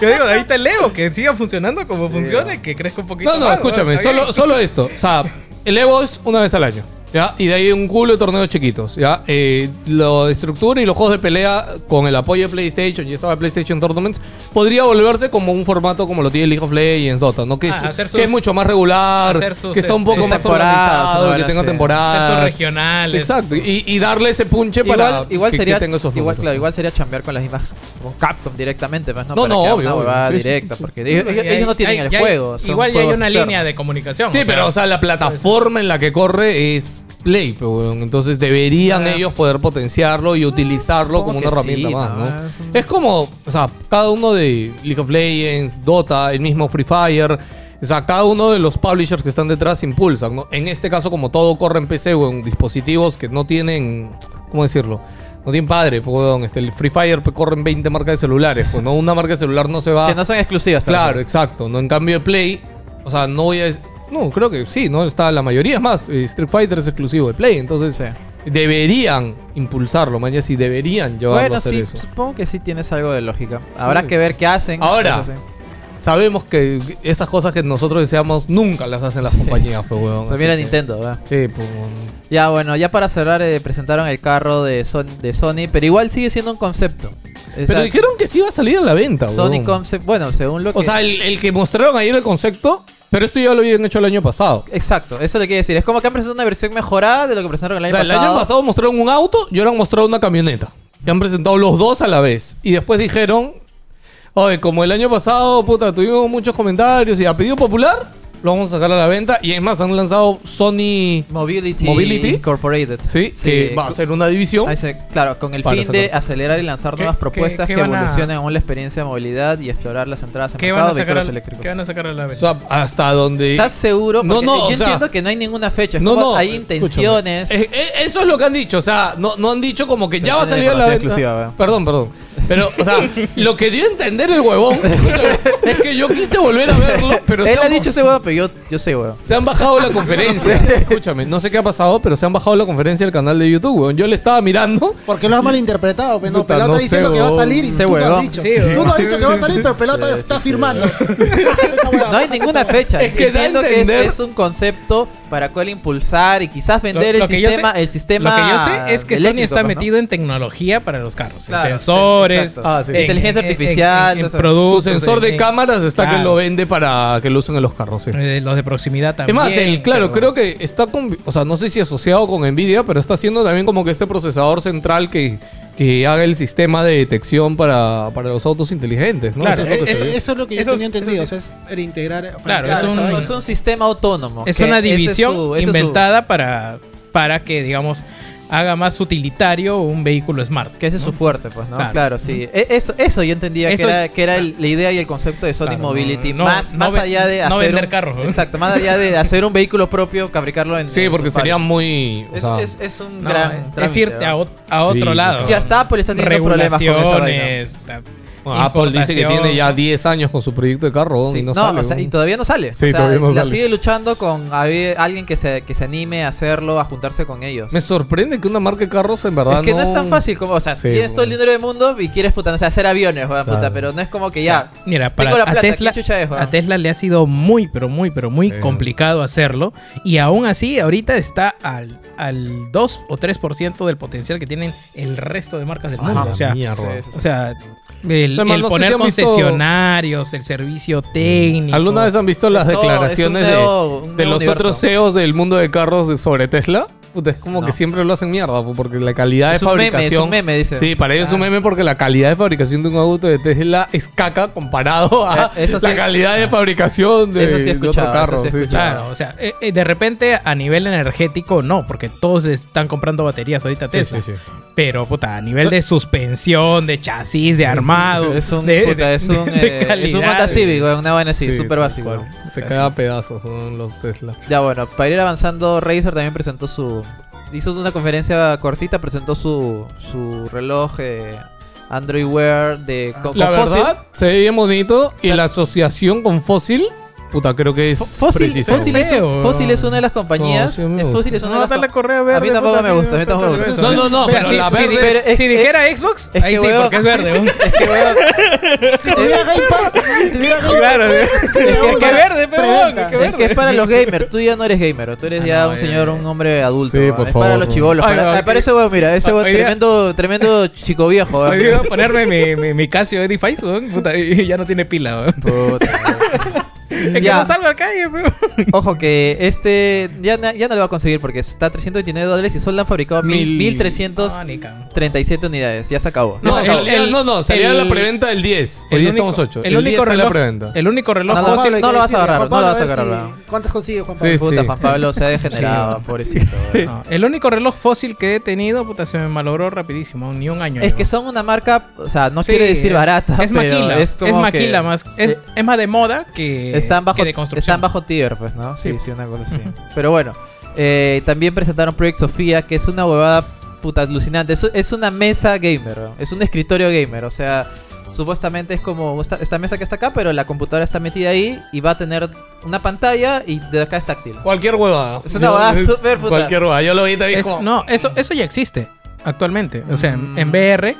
Speaker 5: Yo digo, de ahí te leo, que siga funcionando como funciona y que crezca un poquito.
Speaker 3: No, no,
Speaker 5: más,
Speaker 3: escúchame.
Speaker 5: weón, está bien.
Speaker 3: Solo, solo esto. O sea, el Evo es una vez al año. ¿Ya? Y de ahí un culo de torneos chiquitos. ¿ya? Eh, la estructura y los juegos de pelea con el apoyo de PlayStation y estaba PlayStation Tournaments podría volverse como un formato como lo tiene League of Legends, Dota, ¿no? que, es,
Speaker 5: Ah, hacer sus-
Speaker 3: que es mucho más regular,
Speaker 5: hacer sus,
Speaker 3: que está un poco
Speaker 5: este,
Speaker 3: más
Speaker 4: temporadas,
Speaker 3: organizado,
Speaker 4: una
Speaker 3: que
Speaker 4: vaina
Speaker 3: tenga
Speaker 4: así.
Speaker 5: Hacer sus
Speaker 3: temporadas.
Speaker 5: regionales.
Speaker 3: Exacto. Y, y darle ese punche para
Speaker 4: Igual, igual
Speaker 3: que, que
Speaker 4: sería
Speaker 3: tenga esos
Speaker 4: igual,
Speaker 3: números.
Speaker 4: claro, igual sería chambear con las mismas con Capcom directamente más no,
Speaker 3: No,
Speaker 4: Para
Speaker 3: no,
Speaker 4: que haga
Speaker 3: obvio,
Speaker 4: una
Speaker 3: obvio,
Speaker 4: huevada
Speaker 3: sí, sí.
Speaker 4: directa porque ellos, ellos-
Speaker 5: Hay-
Speaker 4: ellos no tienen
Speaker 5: hay-
Speaker 4: el
Speaker 5: ya hay-
Speaker 4: juego son
Speaker 5: igual ya hay
Speaker 4: juegos
Speaker 5: una
Speaker 4: externos.
Speaker 5: línea de comunicación.
Speaker 3: Sí,
Speaker 5: o
Speaker 3: pero
Speaker 5: sea,
Speaker 3: o sea, la plataforma en la que corre es Play, pues, weón. entonces deberían ellos poder potenciarlo y utilizarlo
Speaker 4: Ah. supongo
Speaker 3: como una
Speaker 4: que
Speaker 3: herramienta
Speaker 4: sí,
Speaker 3: más,
Speaker 4: ¿no?
Speaker 3: ¿no?
Speaker 4: Es
Speaker 3: Es,
Speaker 4: un-
Speaker 3: como, o sea, cada uno de League of Legends, Dota, el mismo Free Fire, o sea, cada uno de los publishers que están detrás impulsan, ¿no? En este caso, como todo corre en PC o en dispositivos que no tienen, ¿cómo decirlo? No tienen padre, pues, weón. este, el Free Fire pues, corre en 20 marcas de celulares, pues, ¿no? Una marca de celular no se va...
Speaker 4: que no son exclusivas tal
Speaker 3: Claro,
Speaker 4: vez.
Speaker 3: exacto. No, en cambio de Play, o sea, no voy a dec- no, creo que sí, no está la mayoría es más. eh, Street Fighter es exclusivo de Play, entonces deberían impulsarlo, mañana sí deberían llevarlo a
Speaker 4: bueno
Speaker 3: hacer
Speaker 4: sí
Speaker 3: eso.
Speaker 4: supongo que sí tienes algo de lógica habrá que ver qué hacen
Speaker 3: Ahora,
Speaker 4: Eso sí.
Speaker 3: Sabemos que esas cosas que nosotros deseamos nunca las hacen las compañías, pues, weón.
Speaker 4: O sea,
Speaker 3: así
Speaker 4: mira
Speaker 3: que-
Speaker 4: Nintendo ¿verdad?
Speaker 3: Sí, pues, weón.
Speaker 4: ya bueno ya para cerrar eh, presentaron el carro de Son- de Sony pero igual sigue siendo un concepto O sea,
Speaker 3: Pero dijeron que sí iba a salir a la venta,
Speaker 4: Sony
Speaker 3: weón.
Speaker 4: concept bueno según lo que
Speaker 3: O sea, el, el que mostraron ayer el concepto, pero esto ya lo habían hecho el año pasado.
Speaker 4: exacto eso le quiere decir es como que han presentado una versión mejorada de lo que presentaron el
Speaker 3: O
Speaker 4: año
Speaker 3: sea, el
Speaker 4: pasado
Speaker 3: año pasado mostraron un auto y ahora han mostrado una camioneta. Y han presentado los dos a la vez. Y después dijeron, oye, como el año pasado, puta, tuvimos muchos comentarios y a pedido popular, Lo vamos a sacar a la venta. Y es más, han lanzado Sony.
Speaker 4: Mobility,
Speaker 3: Mobility.
Speaker 4: Incorporated.
Speaker 3: Sí, que va a ser una división.
Speaker 4: Ah, ese- claro, con el
Speaker 3: Para
Speaker 4: fin
Speaker 3: sacar.
Speaker 4: de acelerar y lanzar
Speaker 5: ¿Qué-
Speaker 4: nuevas
Speaker 5: qué-
Speaker 4: propuestas
Speaker 5: qué
Speaker 4: que
Speaker 5: van a-
Speaker 4: evolucionen aún la experiencia de movilidad y explorar las entradas en
Speaker 5: ¿Qué van,
Speaker 4: mercado
Speaker 5: a
Speaker 4: de
Speaker 5: sacar
Speaker 4: vehículos
Speaker 5: al-
Speaker 4: eléctricos.
Speaker 5: ¿Qué van a sacar a la
Speaker 3: O
Speaker 5: vez?
Speaker 3: sea, hasta donde.
Speaker 4: ¿Estás seguro?
Speaker 3: No,
Speaker 4: Porque
Speaker 3: no,
Speaker 4: yo
Speaker 3: o sea-
Speaker 4: entiendo que no hay ninguna fecha. es
Speaker 3: No,
Speaker 4: como
Speaker 3: no,
Speaker 4: Hay
Speaker 3: escúchame.
Speaker 4: intenciones.
Speaker 3: Eh, eh, eso es lo que han dicho, o sea, no, no han dicho como que ya va a salir a la
Speaker 4: Información
Speaker 3: venta.
Speaker 4: exclusiva, weón.
Speaker 3: Perdón, perdón. Pero, o sea, lo que dio a entender el huevón es que yo quise volver a verlo, pero se
Speaker 4: Él ha
Speaker 3: han-
Speaker 4: dicho ese huevo, pero yo, yo sé, huevo.
Speaker 3: se han bajado la conferencia. Escúchame, no sé qué ha pasado, pero se han bajado la conferencia del canal de YouTube, weón. Yo le estaba mirando
Speaker 6: Porque lo has malinterpretado, pe, no,
Speaker 3: Puta,
Speaker 6: Pelota
Speaker 3: no sé,
Speaker 6: diciendo que va a
Speaker 3: huevón.
Speaker 6: salir y
Speaker 4: Ese
Speaker 6: tú no has
Speaker 4: huevón.
Speaker 6: dicho.
Speaker 5: Sí,
Speaker 6: tú
Speaker 5: huevón.
Speaker 6: no has dicho que va a salir, pero Pelota
Speaker 4: Sí, sí,
Speaker 6: está
Speaker 4: sí,
Speaker 6: firmando. Esa huevada,
Speaker 4: No hay
Speaker 6: esa
Speaker 4: ninguna
Speaker 6: huevada.
Speaker 4: fecha.
Speaker 3: Es que da a
Speaker 4: Entiendo que es,
Speaker 3: entender-
Speaker 4: es un concepto para cual impulsar y quizás vender
Speaker 5: Lo-
Speaker 4: el,
Speaker 5: lo que yo
Speaker 4: sistema,
Speaker 5: sé-
Speaker 4: el sistema.
Speaker 5: Lo que yo sé es que Sony
Speaker 4: eléctrico,
Speaker 5: está
Speaker 4: pues, ¿no?
Speaker 5: metido en tecnología para los carros,
Speaker 4: Claro, sí,
Speaker 5: en sensores,
Speaker 4: exacto.
Speaker 3: Ah, sí.
Speaker 5: en-
Speaker 4: Inteligencia
Speaker 5: en- en-
Speaker 4: artificial,
Speaker 5: en,
Speaker 4: todo eso.
Speaker 3: su
Speaker 5: productos,
Speaker 3: sensor de
Speaker 5: en-
Speaker 3: cámaras está que
Speaker 5: claro.
Speaker 3: lo vende para que lo usen en los carros. sí.
Speaker 5: Eh, los de proximidad también.
Speaker 3: Es más, el, claro,
Speaker 5: pero-
Speaker 3: creo que está con, o sea, no sé si asociado con Nvidia, pero está haciendo también como que este procesador central que, que haga el sistema de detección para, para los autos inteligentes, ¿no?
Speaker 5: Claro,
Speaker 3: Eso es lo que
Speaker 5: es-
Speaker 3: se
Speaker 6: Eso,
Speaker 3: ve.
Speaker 6: eso es lo que yo
Speaker 5: Eso-
Speaker 6: tenía
Speaker 5: eso
Speaker 6: entendido.
Speaker 5: sí.
Speaker 6: O sea, es reintegrar. para
Speaker 5: Claro,
Speaker 6: integrar
Speaker 5: es
Speaker 6: esa
Speaker 5: un-
Speaker 6: vaina.
Speaker 4: Es un sistema autónomo.
Speaker 5: Es
Speaker 4: que
Speaker 5: una
Speaker 4: ese
Speaker 5: división
Speaker 4: su- ese es su-
Speaker 5: inventada para, para que, digamos, haga más utilitario un vehículo smart.
Speaker 4: Que ese es su fuerte, pues, ¿no?
Speaker 5: Claro.
Speaker 4: Claro, sí. E- Eso, eso yo entendía
Speaker 5: Eso-
Speaker 4: que era, que era el- la idea y el concepto de Sony
Speaker 5: Claro,
Speaker 4: Mobility.
Speaker 5: no-
Speaker 4: más
Speaker 5: no
Speaker 4: más
Speaker 5: ve-
Speaker 4: allá de
Speaker 5: no
Speaker 4: hacer.
Speaker 5: vender
Speaker 4: un-
Speaker 5: carros, ¿eh?
Speaker 4: Exacto, más allá de hacer un vehículo propio, fabricarlo en.
Speaker 3: Sí,
Speaker 4: en
Speaker 3: porque
Speaker 4: su patio.
Speaker 3: sería muy. o
Speaker 4: Es,
Speaker 3: sea,
Speaker 4: es- es un
Speaker 5: No, eh,
Speaker 4: gran.
Speaker 5: es
Speaker 4: trámite,
Speaker 5: irte a,
Speaker 4: ¿no?
Speaker 5: ot- a otro
Speaker 3: Sí,
Speaker 5: lado.
Speaker 4: Si hasta Apple está teniendo problemas con esa vaina.
Speaker 5: Regulaciones, puta,
Speaker 3: bueno, Apple dice que
Speaker 5: importación.
Speaker 3: tiene ya 10 años con su proyecto de carro
Speaker 4: Sí,
Speaker 3: y no,
Speaker 4: no,
Speaker 3: sale.
Speaker 4: o sea,
Speaker 3: ¿no?
Speaker 4: y todavía no sale.
Speaker 3: Sí,
Speaker 4: o sea,
Speaker 3: todavía no
Speaker 4: la
Speaker 3: sale.
Speaker 4: sigue luchando con a ver, alguien que se, que se anime a hacerlo, a juntarse con ellos.
Speaker 3: Me sorprende que una marca de carros en verdad
Speaker 4: es que no, es tan fácil como, o sea,
Speaker 3: Sí,
Speaker 4: tienes todo el
Speaker 3: bueno.
Speaker 4: dinero del mundo y quieres puta, no sé, hacer aviones, weón, puta,
Speaker 3: Claro.
Speaker 4: pero no es como que ya.
Speaker 5: Mira, para
Speaker 4: tengo la plata,
Speaker 5: a, Tesla,
Speaker 4: ¿qué chucha es, weón?
Speaker 5: a Tesla le ha sido muy, pero muy, pero muy
Speaker 3: Sí.
Speaker 5: complicado hacerlo. Y aún así, ahorita está al, al 2 o 3% del potencial que tienen el resto de marcas del
Speaker 3: Ah,
Speaker 5: mundo. O sea,
Speaker 3: mierda.
Speaker 4: Sí, sí, sí.
Speaker 5: O sea, el,
Speaker 3: Además,
Speaker 5: el
Speaker 3: no sé
Speaker 5: poner
Speaker 3: si han visto-
Speaker 5: concesionarios, el servicio técnico.
Speaker 3: ¿Alguna vez han visto las
Speaker 4: todo- es un
Speaker 3: declaraciones
Speaker 4: nuevo- un
Speaker 3: de, de
Speaker 4: nuevo
Speaker 3: los
Speaker 4: universo.
Speaker 3: otros CEOs del mundo de carros de- sobre Tesla? Puta, es como
Speaker 4: No.
Speaker 3: que siempre lo hacen mierda, po, porque la calidad
Speaker 4: Es
Speaker 3: de
Speaker 4: un meme, es un
Speaker 3: fabricación.
Speaker 4: meme, dice.
Speaker 3: Sí, para ellos es un meme porque la calidad de fabricación de un auto de Tesla es caca comparado a
Speaker 4: Eh, eso sí.
Speaker 3: la calidad de fabricación de,
Speaker 4: Eso sí he
Speaker 3: de otro
Speaker 4: escuchado, eso
Speaker 3: carro.
Speaker 4: sí he
Speaker 3: sí, sí.
Speaker 4: escuchado.
Speaker 5: Claro, o sea, eh, eh, de repente a nivel energético no, porque todos están comprando baterías ahorita
Speaker 3: Sí,
Speaker 5: Tesla.
Speaker 3: sí, sí.
Speaker 5: Pero puta, a nivel de suspensión, de chasis, de armado,
Speaker 4: Es un,
Speaker 5: de,
Speaker 4: puta,
Speaker 5: de-
Speaker 4: es un,
Speaker 5: de- de
Speaker 4: eh, es un
Speaker 5: calidad,
Speaker 4: Honda
Speaker 5: de-
Speaker 4: Civic, weón, una vaina así,
Speaker 3: Sí,
Speaker 4: súper
Speaker 3: tal
Speaker 4: básica.
Speaker 3: cual.
Speaker 4: weón.
Speaker 3: Se
Speaker 4: Así.
Speaker 3: cae a pedazos con los Tesla.
Speaker 4: Ya bueno, para ir avanzando, Razer también presentó su. Hizo una conferencia cortita, presentó su, su reloj eh, Android Wear de
Speaker 6: Ah,
Speaker 4: con-
Speaker 3: La
Speaker 4: con
Speaker 3: verdad,
Speaker 4: Fossil.
Speaker 3: se ve bien bonito. Y la asociación con Fósil, puta, creo que es
Speaker 4: Fo- Fossil,
Speaker 3: precisa.
Speaker 4: Fossil es,
Speaker 5: Feo.
Speaker 4: Fossil es una de las compañías.
Speaker 3: sí, me
Speaker 4: es
Speaker 3: gusta.
Speaker 4: Fossil es
Speaker 5: No,
Speaker 4: una de las
Speaker 5: dale
Speaker 4: com-
Speaker 5: correa verde. pues,
Speaker 4: A mí tampoco
Speaker 5: puta,
Speaker 4: me
Speaker 5: sí,
Speaker 4: gusta, a mí tampoco me
Speaker 5: todo
Speaker 4: gusta.
Speaker 5: eso.
Speaker 3: No, no, no,
Speaker 5: O sea,
Speaker 3: pero
Speaker 5: si,
Speaker 3: la
Speaker 5: si
Speaker 3: verde
Speaker 5: dijera-
Speaker 4: es-
Speaker 5: si
Speaker 4: es-
Speaker 5: dijera Xbox,
Speaker 4: es
Speaker 5: ahí
Speaker 4: que,
Speaker 5: sí,
Speaker 4: weón.
Speaker 5: porque es verde. ¿eh?
Speaker 4: Es que, weón,
Speaker 6: Si tuviera Game Pass, si tuviera Game Pass,
Speaker 5: Claro,
Speaker 6: eh, tuviera
Speaker 5: que-
Speaker 6: una
Speaker 5: que verde, pe, huevón,
Speaker 6: preventa.
Speaker 5: que-
Speaker 4: es que es para los gamers. Tú ya no eres gamer, tú eres
Speaker 5: Ah,
Speaker 4: ya
Speaker 5: no,
Speaker 4: un
Speaker 5: ya,
Speaker 4: señor,
Speaker 5: ya.
Speaker 4: un hombre adulto.
Speaker 3: Sí,
Speaker 4: weón.
Speaker 3: por
Speaker 4: es para
Speaker 3: favor,
Speaker 4: los chivolos.
Speaker 5: weón.
Speaker 4: Para,
Speaker 5: Ay,
Speaker 4: ay, para ese weón, mira, ese
Speaker 5: Hoy
Speaker 4: weón,
Speaker 5: día-
Speaker 4: tremendo, tremendo chico viejo. weón.
Speaker 5: Hoy iba a ponerme mi, mi, mi Casio Edifice, weón, puta, y ya no tiene pila, weón. Es que
Speaker 4: Ya.
Speaker 5: no salgo a la calle, weón.
Speaker 4: Ojo que este ya, na- ya no lo va a conseguir porque está a 329 dólares y solo han fabricado mil-
Speaker 3: Mil-
Speaker 4: 1337 unidades. Ya se acabó.
Speaker 3: No,
Speaker 5: No,
Speaker 3: el-
Speaker 5: el-
Speaker 3: el- no, no, sería
Speaker 5: el-
Speaker 3: la preventa del 10.
Speaker 5: El
Speaker 3: Hoy día
Speaker 5: único-
Speaker 3: estamos 8.
Speaker 5: El, único reloj,
Speaker 3: la preventa.
Speaker 5: el único reloj
Speaker 4: No, no,
Speaker 5: fósil-
Speaker 4: Pablo, no lo vas a agarrar, no lo vas a
Speaker 6: ver
Speaker 4: agarrar,
Speaker 6: si- ¿Cuántas consigue Juan
Speaker 3: Sí,
Speaker 6: Pablo?
Speaker 4: Puta,
Speaker 3: sí.
Speaker 4: Juan Pablo se ha degenerado, pobrecito. weón.
Speaker 5: no, el único reloj fósil que he tenido, puta, se me malogró rapidísimo, ni un año.
Speaker 4: Es
Speaker 5: weón.
Speaker 4: que son una marca, o sea, no
Speaker 5: Sí, eh,
Speaker 4: quiere decir barata.
Speaker 5: Es
Speaker 4: pero
Speaker 5: maquila, es,
Speaker 4: Es, como que
Speaker 5: maquila más. Es,
Speaker 4: eh,
Speaker 5: es más de moda que,
Speaker 4: Están bajo,
Speaker 5: que de construcción.
Speaker 4: están bajo tier, pues, ¿no? Sí,
Speaker 5: Sí.
Speaker 4: sí, una cosa así. Pero bueno, eh, también presentaron Project Sofía, que es una huevada puta alucinante. Es, es una mesa gamer, ¿no? es un escritorio gamer, o sea, supuestamente es como esta, esta mesa que está acá, pero la computadora está metida ahí y va a tener una pantalla y de acá es táctil.
Speaker 3: Cualquier huevada.
Speaker 4: Es una
Speaker 3: Yo-
Speaker 4: huevada
Speaker 3: es
Speaker 4: súper puta.
Speaker 3: Cualquier huevada. Yo lo vi también
Speaker 5: Es-
Speaker 3: como.
Speaker 5: no, eso, eso ya existe actualmente. O sea, en,
Speaker 4: Mm.
Speaker 5: en VR.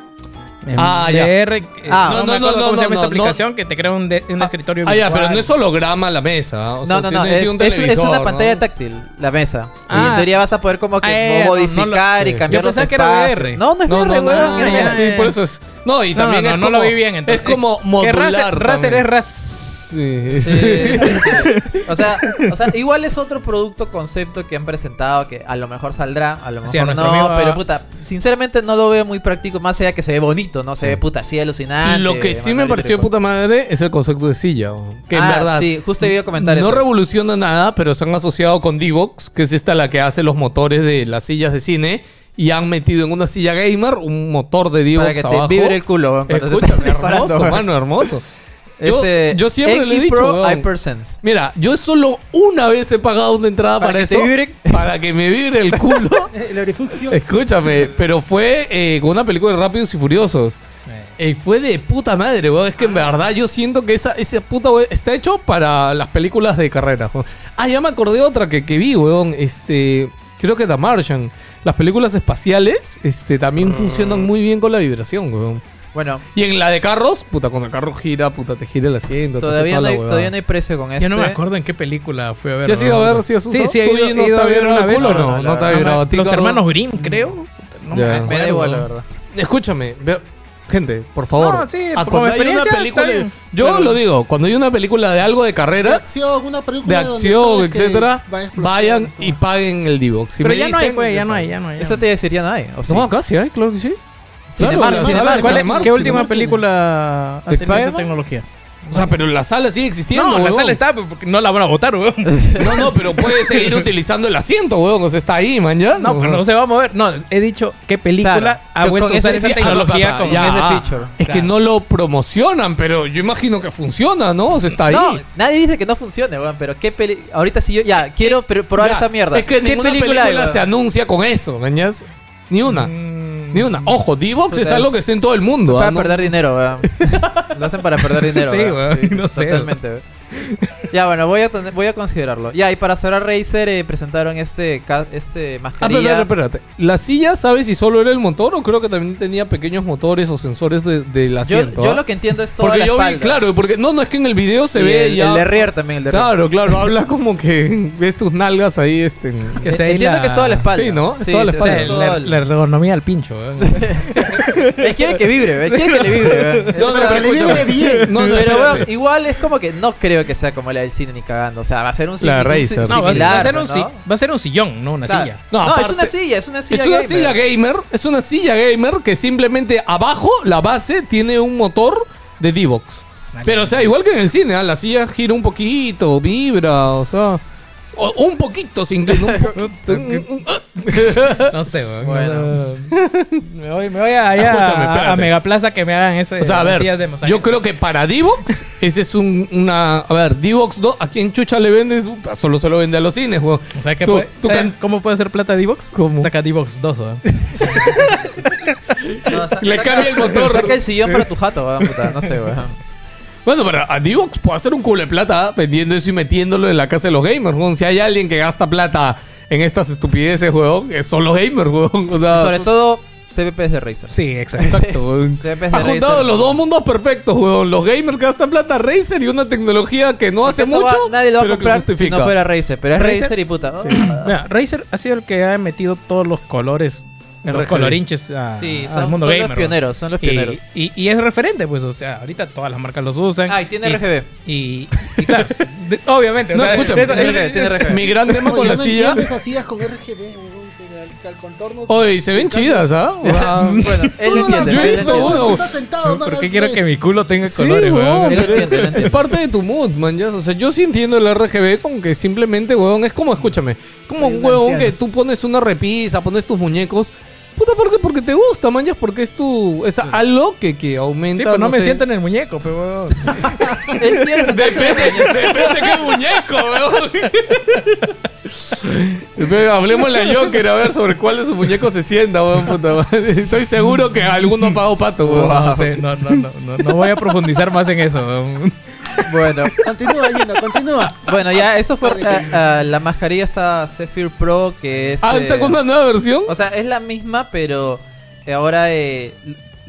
Speaker 5: En
Speaker 3: Ah, ya.
Speaker 5: VR. eh,
Speaker 4: Ah.
Speaker 5: no,
Speaker 3: No,
Speaker 5: me
Speaker 3: no,
Speaker 5: acuerdo
Speaker 3: no,
Speaker 5: cómo se
Speaker 3: no,
Speaker 5: llama
Speaker 3: no,
Speaker 5: esta
Speaker 3: no.
Speaker 5: aplicación que te crea un, de- un escritorio
Speaker 3: Ah, ya,
Speaker 5: virtual.
Speaker 3: pero no es holograma la mesa. ¿ah? O sea,
Speaker 4: no, no, no,
Speaker 3: tiene-
Speaker 4: es,
Speaker 3: tiene un
Speaker 4: es- es
Speaker 3: televisor,
Speaker 4: una
Speaker 3: ¿no?
Speaker 4: pantalla táctil, la mesa. y
Speaker 5: Ah.
Speaker 4: en teoría vas a poder como que
Speaker 5: Ah, ya, ya, no, no lo-
Speaker 4: modificar
Speaker 3: sí.
Speaker 4: y cambiar
Speaker 5: Yo
Speaker 4: los
Speaker 5: pensaba que era
Speaker 4: espacios.
Speaker 5: VR.
Speaker 4: No, no es
Speaker 3: No, no,
Speaker 4: VR,
Speaker 3: no,
Speaker 4: weón.
Speaker 3: no,
Speaker 5: ya,
Speaker 3: no,
Speaker 5: ya,
Speaker 3: sí,
Speaker 5: ya.
Speaker 3: por eso es. No, y
Speaker 5: No,
Speaker 3: también
Speaker 5: no,
Speaker 3: es
Speaker 5: no
Speaker 3: como-
Speaker 5: lo vi bien, entonces.
Speaker 3: Es como
Speaker 5: Que
Speaker 3: modular.
Speaker 5: Razer, Razer
Speaker 3: también.
Speaker 5: es Razer.
Speaker 3: Sí, sí.
Speaker 4: Sí. o, sea, o sea, igual es otro producto concepto que han presentado que a lo mejor saldrá, a lo mejor
Speaker 5: Sí, a nuestro
Speaker 4: no,
Speaker 5: amigo-
Speaker 4: pero puta, sinceramente no lo veo muy práctico, más allá que se ve bonito, no se ve puta así alucinante.
Speaker 3: Lo que sí
Speaker 4: mandar
Speaker 3: me
Speaker 4: el
Speaker 3: pareció de
Speaker 4: trípode.
Speaker 3: puta madre es el concepto de silla. weón. Que en
Speaker 4: Ah,
Speaker 3: verdad.
Speaker 4: Sí, justo iba a comentar
Speaker 3: no
Speaker 4: eso.
Speaker 3: revoluciona nada, pero se han asociado con Divox, que es esta la que hace los motores de las sillas de cine. Y han metido en una silla gamer un motor de Divox
Speaker 4: Para que te
Speaker 3: abajo.
Speaker 4: vibre el culo, weón, cuando te
Speaker 3: Escúchame,
Speaker 4: están disparando,
Speaker 3: hermoso,
Speaker 4: weón.
Speaker 3: mano, hermoso. Yo,
Speaker 4: Este,
Speaker 3: yo siempre le he dicho.
Speaker 4: Pro
Speaker 3: weón,
Speaker 4: Hypersense.
Speaker 3: Mira, yo solo una vez he pagado una entrada para,
Speaker 4: Para que te
Speaker 3: eso.
Speaker 4: vibre.
Speaker 3: Para que me vibre el culo.
Speaker 6: El orificio.
Speaker 3: Escúchame, pero fue eh, con una película de Rápidos y Furiosos. Eh, fue de puta madre, weón. Es que en verdad yo siento que esa, esa puta weón, está hecho para las películas de carrera. weón. Ah, ya me acordé otra que, que vi, weón. Este, creo que The Martian. Las películas espaciales este, también funcionan muy bien con la vibración, weón.
Speaker 4: Bueno,
Speaker 3: Y en la de carros, puta, cuando el carro gira, puta, te gira el asiento. te hace
Speaker 4: todavía
Speaker 3: toda
Speaker 4: no,
Speaker 3: la
Speaker 4: hay,
Speaker 3: huevada.
Speaker 4: todavía no hay precio con eso.
Speaker 5: Yo no me acuerdo en qué película fue a ver.
Speaker 3: ¿Sí has ido
Speaker 5: ¿no?
Speaker 3: a ver si has
Speaker 5: Sí,
Speaker 3: usado?
Speaker 5: sí, he
Speaker 3: ¿Tú
Speaker 5: ido,
Speaker 3: y no
Speaker 5: he ido
Speaker 3: te
Speaker 5: a
Speaker 3: ha
Speaker 5: ver
Speaker 3: vibrado
Speaker 5: una
Speaker 3: el
Speaker 5: vez.
Speaker 3: culo o no? No te ha
Speaker 5: me-
Speaker 3: vibrado. ¿A ti,
Speaker 5: Los
Speaker 3: Cardo?
Speaker 5: hermanos Grimm, creo. No
Speaker 3: Ya.
Speaker 5: acuerdo.
Speaker 4: Me da igual, la verdad.
Speaker 3: Escúchame, ve- gente, por favor.
Speaker 5: No, sí, es
Speaker 3: Ah,
Speaker 5: como
Speaker 3: cuando hay una
Speaker 5: experiencia,
Speaker 3: película,
Speaker 5: está bien.
Speaker 3: yo
Speaker 5: Claro.
Speaker 3: lo digo, cuando hay una película de algo de
Speaker 6: de
Speaker 3: carrera,
Speaker 6: acción, una película
Speaker 3: de
Speaker 6: donde
Speaker 3: acción,
Speaker 6: sabes que
Speaker 3: etcétera,
Speaker 6: va a explosiones,
Speaker 3: vayan
Speaker 6: todo.
Speaker 3: y paguen el D-Box. Si
Speaker 5: Pero
Speaker 3: me
Speaker 5: ya no hay,
Speaker 3: dicen-
Speaker 5: pues, ya no hay, ya no hay. ya
Speaker 4: Eso
Speaker 5: no
Speaker 4: te deciría nadie. ¿o sí?
Speaker 3: No, casi hay, claro que sí.
Speaker 4: Sin
Speaker 3: Claro,
Speaker 4: embargo,
Speaker 3: la
Speaker 4: sin
Speaker 3: sala-
Speaker 4: embargo,
Speaker 5: ¿Cuál es-
Speaker 6: Cinemark,
Speaker 5: ¿Qué última
Speaker 6: Cinemark tiene.
Speaker 5: película ha tenido esa
Speaker 4: Spider-Man?
Speaker 5: tecnología?
Speaker 3: O sea, pero la sala sigue existiendo.
Speaker 5: no, la
Speaker 3: huevón.
Speaker 5: sala está, pues, porque no la van a votar, weón.
Speaker 3: No, no, pero puede seguir utilizando el asiento, weón. O sea, está ahí, man. ya.
Speaker 5: No, pero no se va a mover. No, he dicho qué película
Speaker 4: Claro.
Speaker 5: ha
Speaker 4: Yo
Speaker 5: vuelto
Speaker 4: con
Speaker 5: a usar
Speaker 4: ese-
Speaker 5: esa
Speaker 4: sí,
Speaker 3: Ah, no,
Speaker 5: tecnología
Speaker 3: papá,
Speaker 5: como
Speaker 3: ya,
Speaker 4: ese
Speaker 3: ah.
Speaker 4: feature.
Speaker 3: Es que
Speaker 5: Claro.
Speaker 3: no lo promocionan, pero yo imagino que funciona, ¿no? O sea, está ahí.
Speaker 4: No, nadie dice que no funcione, weón, pero qué peli... Ahorita sí yo... Ya, quiero pr- probar
Speaker 3: Ya,
Speaker 4: esa mierda.
Speaker 3: Es que
Speaker 4: ¿Qué
Speaker 3: ninguna película,
Speaker 4: hay, weón?
Speaker 3: se anuncia con eso, ¿mañas? Ni una.
Speaker 5: Mm.
Speaker 3: Ni una. Ojo, D-Box
Speaker 4: Puta,
Speaker 3: es algo
Speaker 4: es-
Speaker 3: que está en todo el mundo.
Speaker 4: Para
Speaker 3: ¿ah? No-
Speaker 4: perder dinero, weón. Lo hacen para perder dinero,
Speaker 5: Sí, weón, no sé,
Speaker 4: Totalmente, weón. Ya, bueno, voy a, tener- voy a considerarlo. Ya, y para cerrar Razer eh, presentaron este, ca- este
Speaker 3: Ah, pero,
Speaker 4: mascarilla.
Speaker 3: espérate, espérate. ¿La silla sabes si solo era el motor o creo que también tenía pequeños motores o sensores de- del
Speaker 4: yo,
Speaker 3: asiento?
Speaker 4: yo
Speaker 3: ah?
Speaker 4: lo que entiendo es todo
Speaker 3: porque
Speaker 4: la
Speaker 3: yo vi,
Speaker 4: espalda.
Speaker 3: claro, porque no, no es que en el video se
Speaker 4: Y
Speaker 3: ve
Speaker 4: el,
Speaker 3: ya.
Speaker 4: el de Rear también, el de Rear.
Speaker 3: Claro, claro, habla como que ves tus nalgas ahí, este.
Speaker 5: Que sea ahí
Speaker 4: Entiendo
Speaker 5: la-
Speaker 4: que es toda la espalda.
Speaker 3: Sí, ¿no? Es
Speaker 4: Es
Speaker 3: toda la
Speaker 5: O sea,
Speaker 3: espalda.
Speaker 4: es
Speaker 5: la-
Speaker 4: todo el-
Speaker 5: la ergonomía al pincho, weón.
Speaker 4: Él quiere que vibre, weón, quiere que le vibre. weón.
Speaker 3: No, no,
Speaker 6: Pero que le
Speaker 3: escúchame.
Speaker 6: vibre bien.
Speaker 3: No, no,
Speaker 4: Pero
Speaker 3: espérate.
Speaker 4: weón, igual es como que no creo que sea como la del cine ni cagando. O sea, va a ser un
Speaker 3: La
Speaker 4: simi- un
Speaker 3: Razer.
Speaker 4: si-
Speaker 5: No, va a- va, a
Speaker 4: similar,
Speaker 5: ser un, si-
Speaker 4: ¿no?
Speaker 5: va a ser un sillón, no una
Speaker 4: Claro.
Speaker 5: silla.
Speaker 3: No,
Speaker 4: No,
Speaker 3: aparte-
Speaker 4: es una silla, es una silla
Speaker 3: Es una
Speaker 4: gamer.
Speaker 3: silla gamer, es una silla gamer que simplemente abajo, la base, tiene un motor de D-Box.
Speaker 5: Vale.
Speaker 3: Pero, o sea, igual que en el cine, ¿ah? la silla gira un poquito, vibra, o sea. o- un poquito se inclina, un poquito. un- un- ah.
Speaker 5: No sé, weón.
Speaker 4: Bueno.
Speaker 5: me voy, me voy allá
Speaker 3: Escúchame,
Speaker 5: a- a,
Speaker 3: espérate.
Speaker 5: Megaplaza que me hagan ese
Speaker 3: o sea, a
Speaker 5: sillas de
Speaker 3: ver,
Speaker 5: mosaico.
Speaker 3: yo creo que para D-Box, ese es un, una. A ver, D-Box 2, ¿a quién chucha le vendes? Puta, Solo se lo vende a los cines, weón.
Speaker 5: O sea, ¿qué
Speaker 3: Tú-
Speaker 5: puede-
Speaker 3: tú
Speaker 5: ¿sabes
Speaker 3: can-
Speaker 5: ¿Cómo puede ser plata D-Box?
Speaker 3: ¿Cómo?
Speaker 5: Saca D-Box 2, weón.
Speaker 4: No, sa-
Speaker 3: Le
Speaker 4: saca-
Speaker 3: cambia el motor.
Speaker 4: Saca el sillón para tu jato, weón, puta, no sé, weón.
Speaker 3: Bueno, pero a Divox puede hacer un culo de plata ¿ah? vendiendo eso y metiéndolo en la casa de los gamers, weón. Si hay alguien que gasta plata en estas estupideces, weón, que son los gamers, weón. O sea,
Speaker 4: Sobre todo CBPs de Razer.
Speaker 5: Sí, exacto.
Speaker 3: exacto, weón.
Speaker 4: CBPs de
Speaker 3: Ha juntado
Speaker 4: Razer.
Speaker 3: los dos mundos perfectos, weón. Los gamers que gastan plata Razer y una tecnología que no hace
Speaker 4: Eso
Speaker 3: mucho,
Speaker 4: va- nadie lo va a
Speaker 3: pero que
Speaker 4: comprar si
Speaker 3: justifica.
Speaker 4: no fuera Razer, pero es
Speaker 5: Razer-
Speaker 4: Razer y puta.
Speaker 5: Sí.
Speaker 4: Ah.
Speaker 5: Mira, Razer ha sido el que ha metido todos los colores,
Speaker 3: El
Speaker 5: los
Speaker 3: RGB.
Speaker 5: colorinches a-
Speaker 4: Sí,
Speaker 3: Ah,
Speaker 5: al
Speaker 4: son,
Speaker 5: mundo
Speaker 4: son
Speaker 5: gamer.
Speaker 4: los
Speaker 5: weón.
Speaker 4: pioneros, son los
Speaker 5: Y-
Speaker 4: pioneros.
Speaker 5: Y, y es referente, pues, o sea, ahorita todas las marcas los usan.
Speaker 4: Ah, y tiene
Speaker 5: y,
Speaker 4: RGB.
Speaker 5: Y, y claro, de- obviamente. o
Speaker 3: No,
Speaker 5: sea,
Speaker 3: escúchame.
Speaker 5: eso-
Speaker 4: tiene RGB, tiene RGB.
Speaker 3: Mi gran tema
Speaker 6: No,
Speaker 3: con
Speaker 6: yo
Speaker 3: la
Speaker 6: no
Speaker 3: silla.
Speaker 6: entiendo esas sillas con RGB, weón, que al- que al contorno-
Speaker 3: Oye, se ven chidas, ¿ah? O sea,
Speaker 4: bueno, él
Speaker 6: Tú no
Speaker 4: entiende.
Speaker 6: las
Speaker 3: yo he
Speaker 4: él
Speaker 6: ves,
Speaker 3: visto
Speaker 4: entiende.
Speaker 3: uno.
Speaker 6: weón, tú estás sentado, no
Speaker 5: ¿Por qué
Speaker 6: las
Speaker 5: quiero
Speaker 6: ves.
Speaker 5: que mi culo tenga
Speaker 3: Sí,
Speaker 5: colores,
Speaker 3: weón,
Speaker 5: weón?
Speaker 4: Él
Speaker 3: pero
Speaker 4: entiende, él entiende.
Speaker 3: Es parte de tu mood, man. ya. O sea, yo sí entiendo el RGB con que simplemente, weón, es como, escúchame, como
Speaker 6: Soy
Speaker 3: un
Speaker 6: un
Speaker 3: huevón
Speaker 6: anciano.
Speaker 3: que tú pones una repisa, pones tus muñecos. Puta, ¿por qué? Porque te gusta, man. ya, Porque es tu. Es algo que, que aumenta.
Speaker 5: Sí, pero no, me
Speaker 3: sé.
Speaker 5: siento en el muñeco, pero weón.
Speaker 4: Él quiere
Speaker 3: Depende, depende qué muñeco, weón. Pero hablemos la Joker a ver sobre cuál de sus muñecos se sienta, weón. Puta madre. Estoy seguro que alguno ha pagado pato, weón.
Speaker 5: No sé, no, no, no, no, no voy a profundizar más en eso. weón.
Speaker 4: Bueno,
Speaker 6: Continúa, Gino, continúa.
Speaker 4: bueno, ya, eso fue ah, ah, la mascarilla esta Zephyr Pro que es.
Speaker 3: Ah,
Speaker 4: eh,
Speaker 3: ¿sacó una nueva versión?
Speaker 4: O sea, es la misma, pero eh, ahora eh,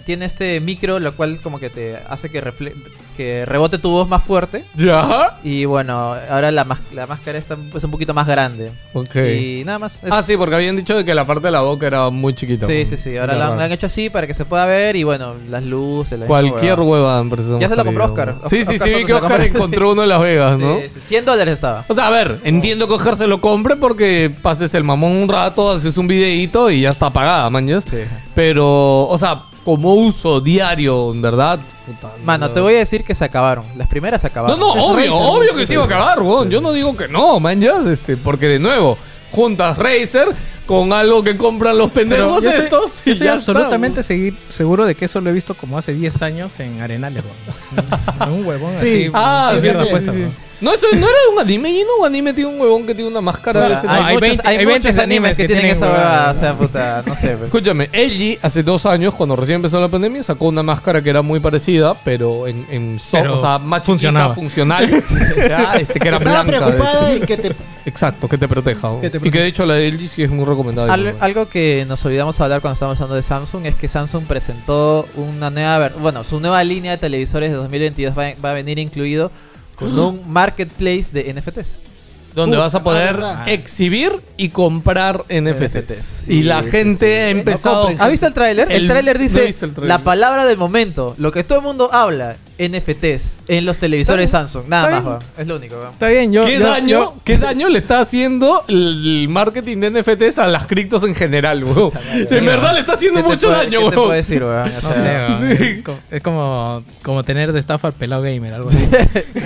Speaker 4: tiene este micro, lo cual como que te hace que, refle- que que rebote tu voz más fuerte.
Speaker 3: ¿Ya?
Speaker 4: Y bueno, ahora la, mas- la máscara está es un poquito más grande.
Speaker 3: Ok.
Speaker 4: Y nada más. Es-
Speaker 3: Ah, sí, porque habían dicho que la parte de la boca era muy chiquita.
Speaker 4: sí, sí, sí. Ahora la, han- la han hecho así para que se pueda ver. Y bueno, las luces. la misma
Speaker 3: Cualquier
Speaker 4: huevada.
Speaker 3: hueva, me parece.
Speaker 4: Ya se la compró
Speaker 3: cariño.
Speaker 4: Oscar.
Speaker 3: Sí, sí,
Speaker 4: Oscar
Speaker 3: sí, vi que
Speaker 4: Soto se la
Speaker 3: Oscar
Speaker 4: compró.
Speaker 3: encontró uno en Las Vegas, ¿no?
Speaker 4: Sí, sí, 100 dólares estaba.
Speaker 3: O sea, a ver, entiendo que Oscar se lo compre porque pases el mamón un rato, haces un videíto y ya está apagada, man. ¿ya?
Speaker 4: Sí.
Speaker 3: Pero, o sea, como uso diario, en verdad. Puta,
Speaker 4: Mano, te voy a decir que se acabaron. Las primeras se
Speaker 3: No,
Speaker 4: acabaron.
Speaker 3: no,
Speaker 6: Es
Speaker 3: obvio,
Speaker 6: Razer,
Speaker 3: obvio
Speaker 6: ¿no?
Speaker 3: que
Speaker 6: Sí,
Speaker 3: se iba a
Speaker 6: sí.
Speaker 3: acabar, weón. Yo no digo que no, man, ya, este, porque de nuevo, juntas Razer con algo que compran los
Speaker 5: Pero
Speaker 3: pendejos
Speaker 5: yo estoy-
Speaker 3: estos y
Speaker 5: yo estoy
Speaker 3: ya está,
Speaker 5: absolutamente
Speaker 3: weón.
Speaker 5: segui- seguro de que eso lo he visto como hace 10 años en Arenales, weón. un huevón
Speaker 6: Sí.
Speaker 5: así.
Speaker 3: Ah, sí,
Speaker 5: haciendo
Speaker 3: sí,
Speaker 5: apuestas,
Speaker 3: sí, sí.
Speaker 5: weón.
Speaker 3: No, eso no era de un anime, y no un anime tiene un huevón que tiene una máscara de
Speaker 5: Claro,
Speaker 3: ese
Speaker 5: ah,
Speaker 3: tipo.
Speaker 5: hay
Speaker 4: hay, muchos,
Speaker 5: 20
Speaker 4: hay
Speaker 5: hay
Speaker 4: muchos
Speaker 5: 20
Speaker 4: animes que tienen esa huevada. O sea, puta, no sé. pues.
Speaker 3: Escúchame, LG hace dos años, cuando recién empezó la pandemia, sacó una máscara que era muy parecida, pero en, en so-
Speaker 5: Pero
Speaker 3: o sea, más chiquita,
Speaker 5: funcionaba.
Speaker 3: funcional. Ya, este, que era
Speaker 6: Estaba
Speaker 3: blanca, de hecho.
Speaker 6: preocupada en que te.
Speaker 3: Exacto, que te proteja. ¿no?
Speaker 6: Que te
Speaker 3: Y que
Speaker 6: proteja.
Speaker 3: de hecho la de LG sí es muy recomendable.
Speaker 4: Al- algo que nos olvidamos hablar cuando estábamos hablando de Samsung es que Samsung presentó una nueva, ver- bueno, su nueva línea de televisores de 2022 va, va a venir incluido con un marketplace de NFTs.
Speaker 3: donde
Speaker 6: Puta,
Speaker 3: vas a poder
Speaker 6: verdad.
Speaker 3: exhibir y comprar NFTs.
Speaker 4: Sí,
Speaker 3: y la
Speaker 4: sí,
Speaker 3: gente
Speaker 4: sí.
Speaker 3: ha
Speaker 6: No
Speaker 3: empezado.
Speaker 6: compren,
Speaker 4: ¿Has visto el tráiler? El,
Speaker 3: El-
Speaker 4: tráiler
Speaker 3: no he
Speaker 4: dice
Speaker 3: visto el tráiler.
Speaker 4: la palabra del momento, lo que todo el mundo habla, NFTs en los televisores
Speaker 5: Está
Speaker 4: Samsung, nada
Speaker 5: está
Speaker 4: más,
Speaker 5: bien.
Speaker 4: weón. es lo único. weón.
Speaker 5: Está bien, yo.
Speaker 3: ¿Qué,
Speaker 5: yo-
Speaker 3: daño,
Speaker 5: yo-
Speaker 3: ¿Qué daño le está haciendo el marketing de NFTs a las criptos en general, weón? En verdad le está haciendo
Speaker 4: ¿Qué te
Speaker 3: mucho
Speaker 4: puedo-
Speaker 3: daño,
Speaker 4: ¿Qué te
Speaker 3: weón.
Speaker 4: puedo decir, weón? O
Speaker 5: no
Speaker 4: sea,
Speaker 5: sé, weón.
Speaker 3: Sí.
Speaker 5: Es, co- es como, como tener de estafa al pelado gamer, algo así.
Speaker 3: Sí,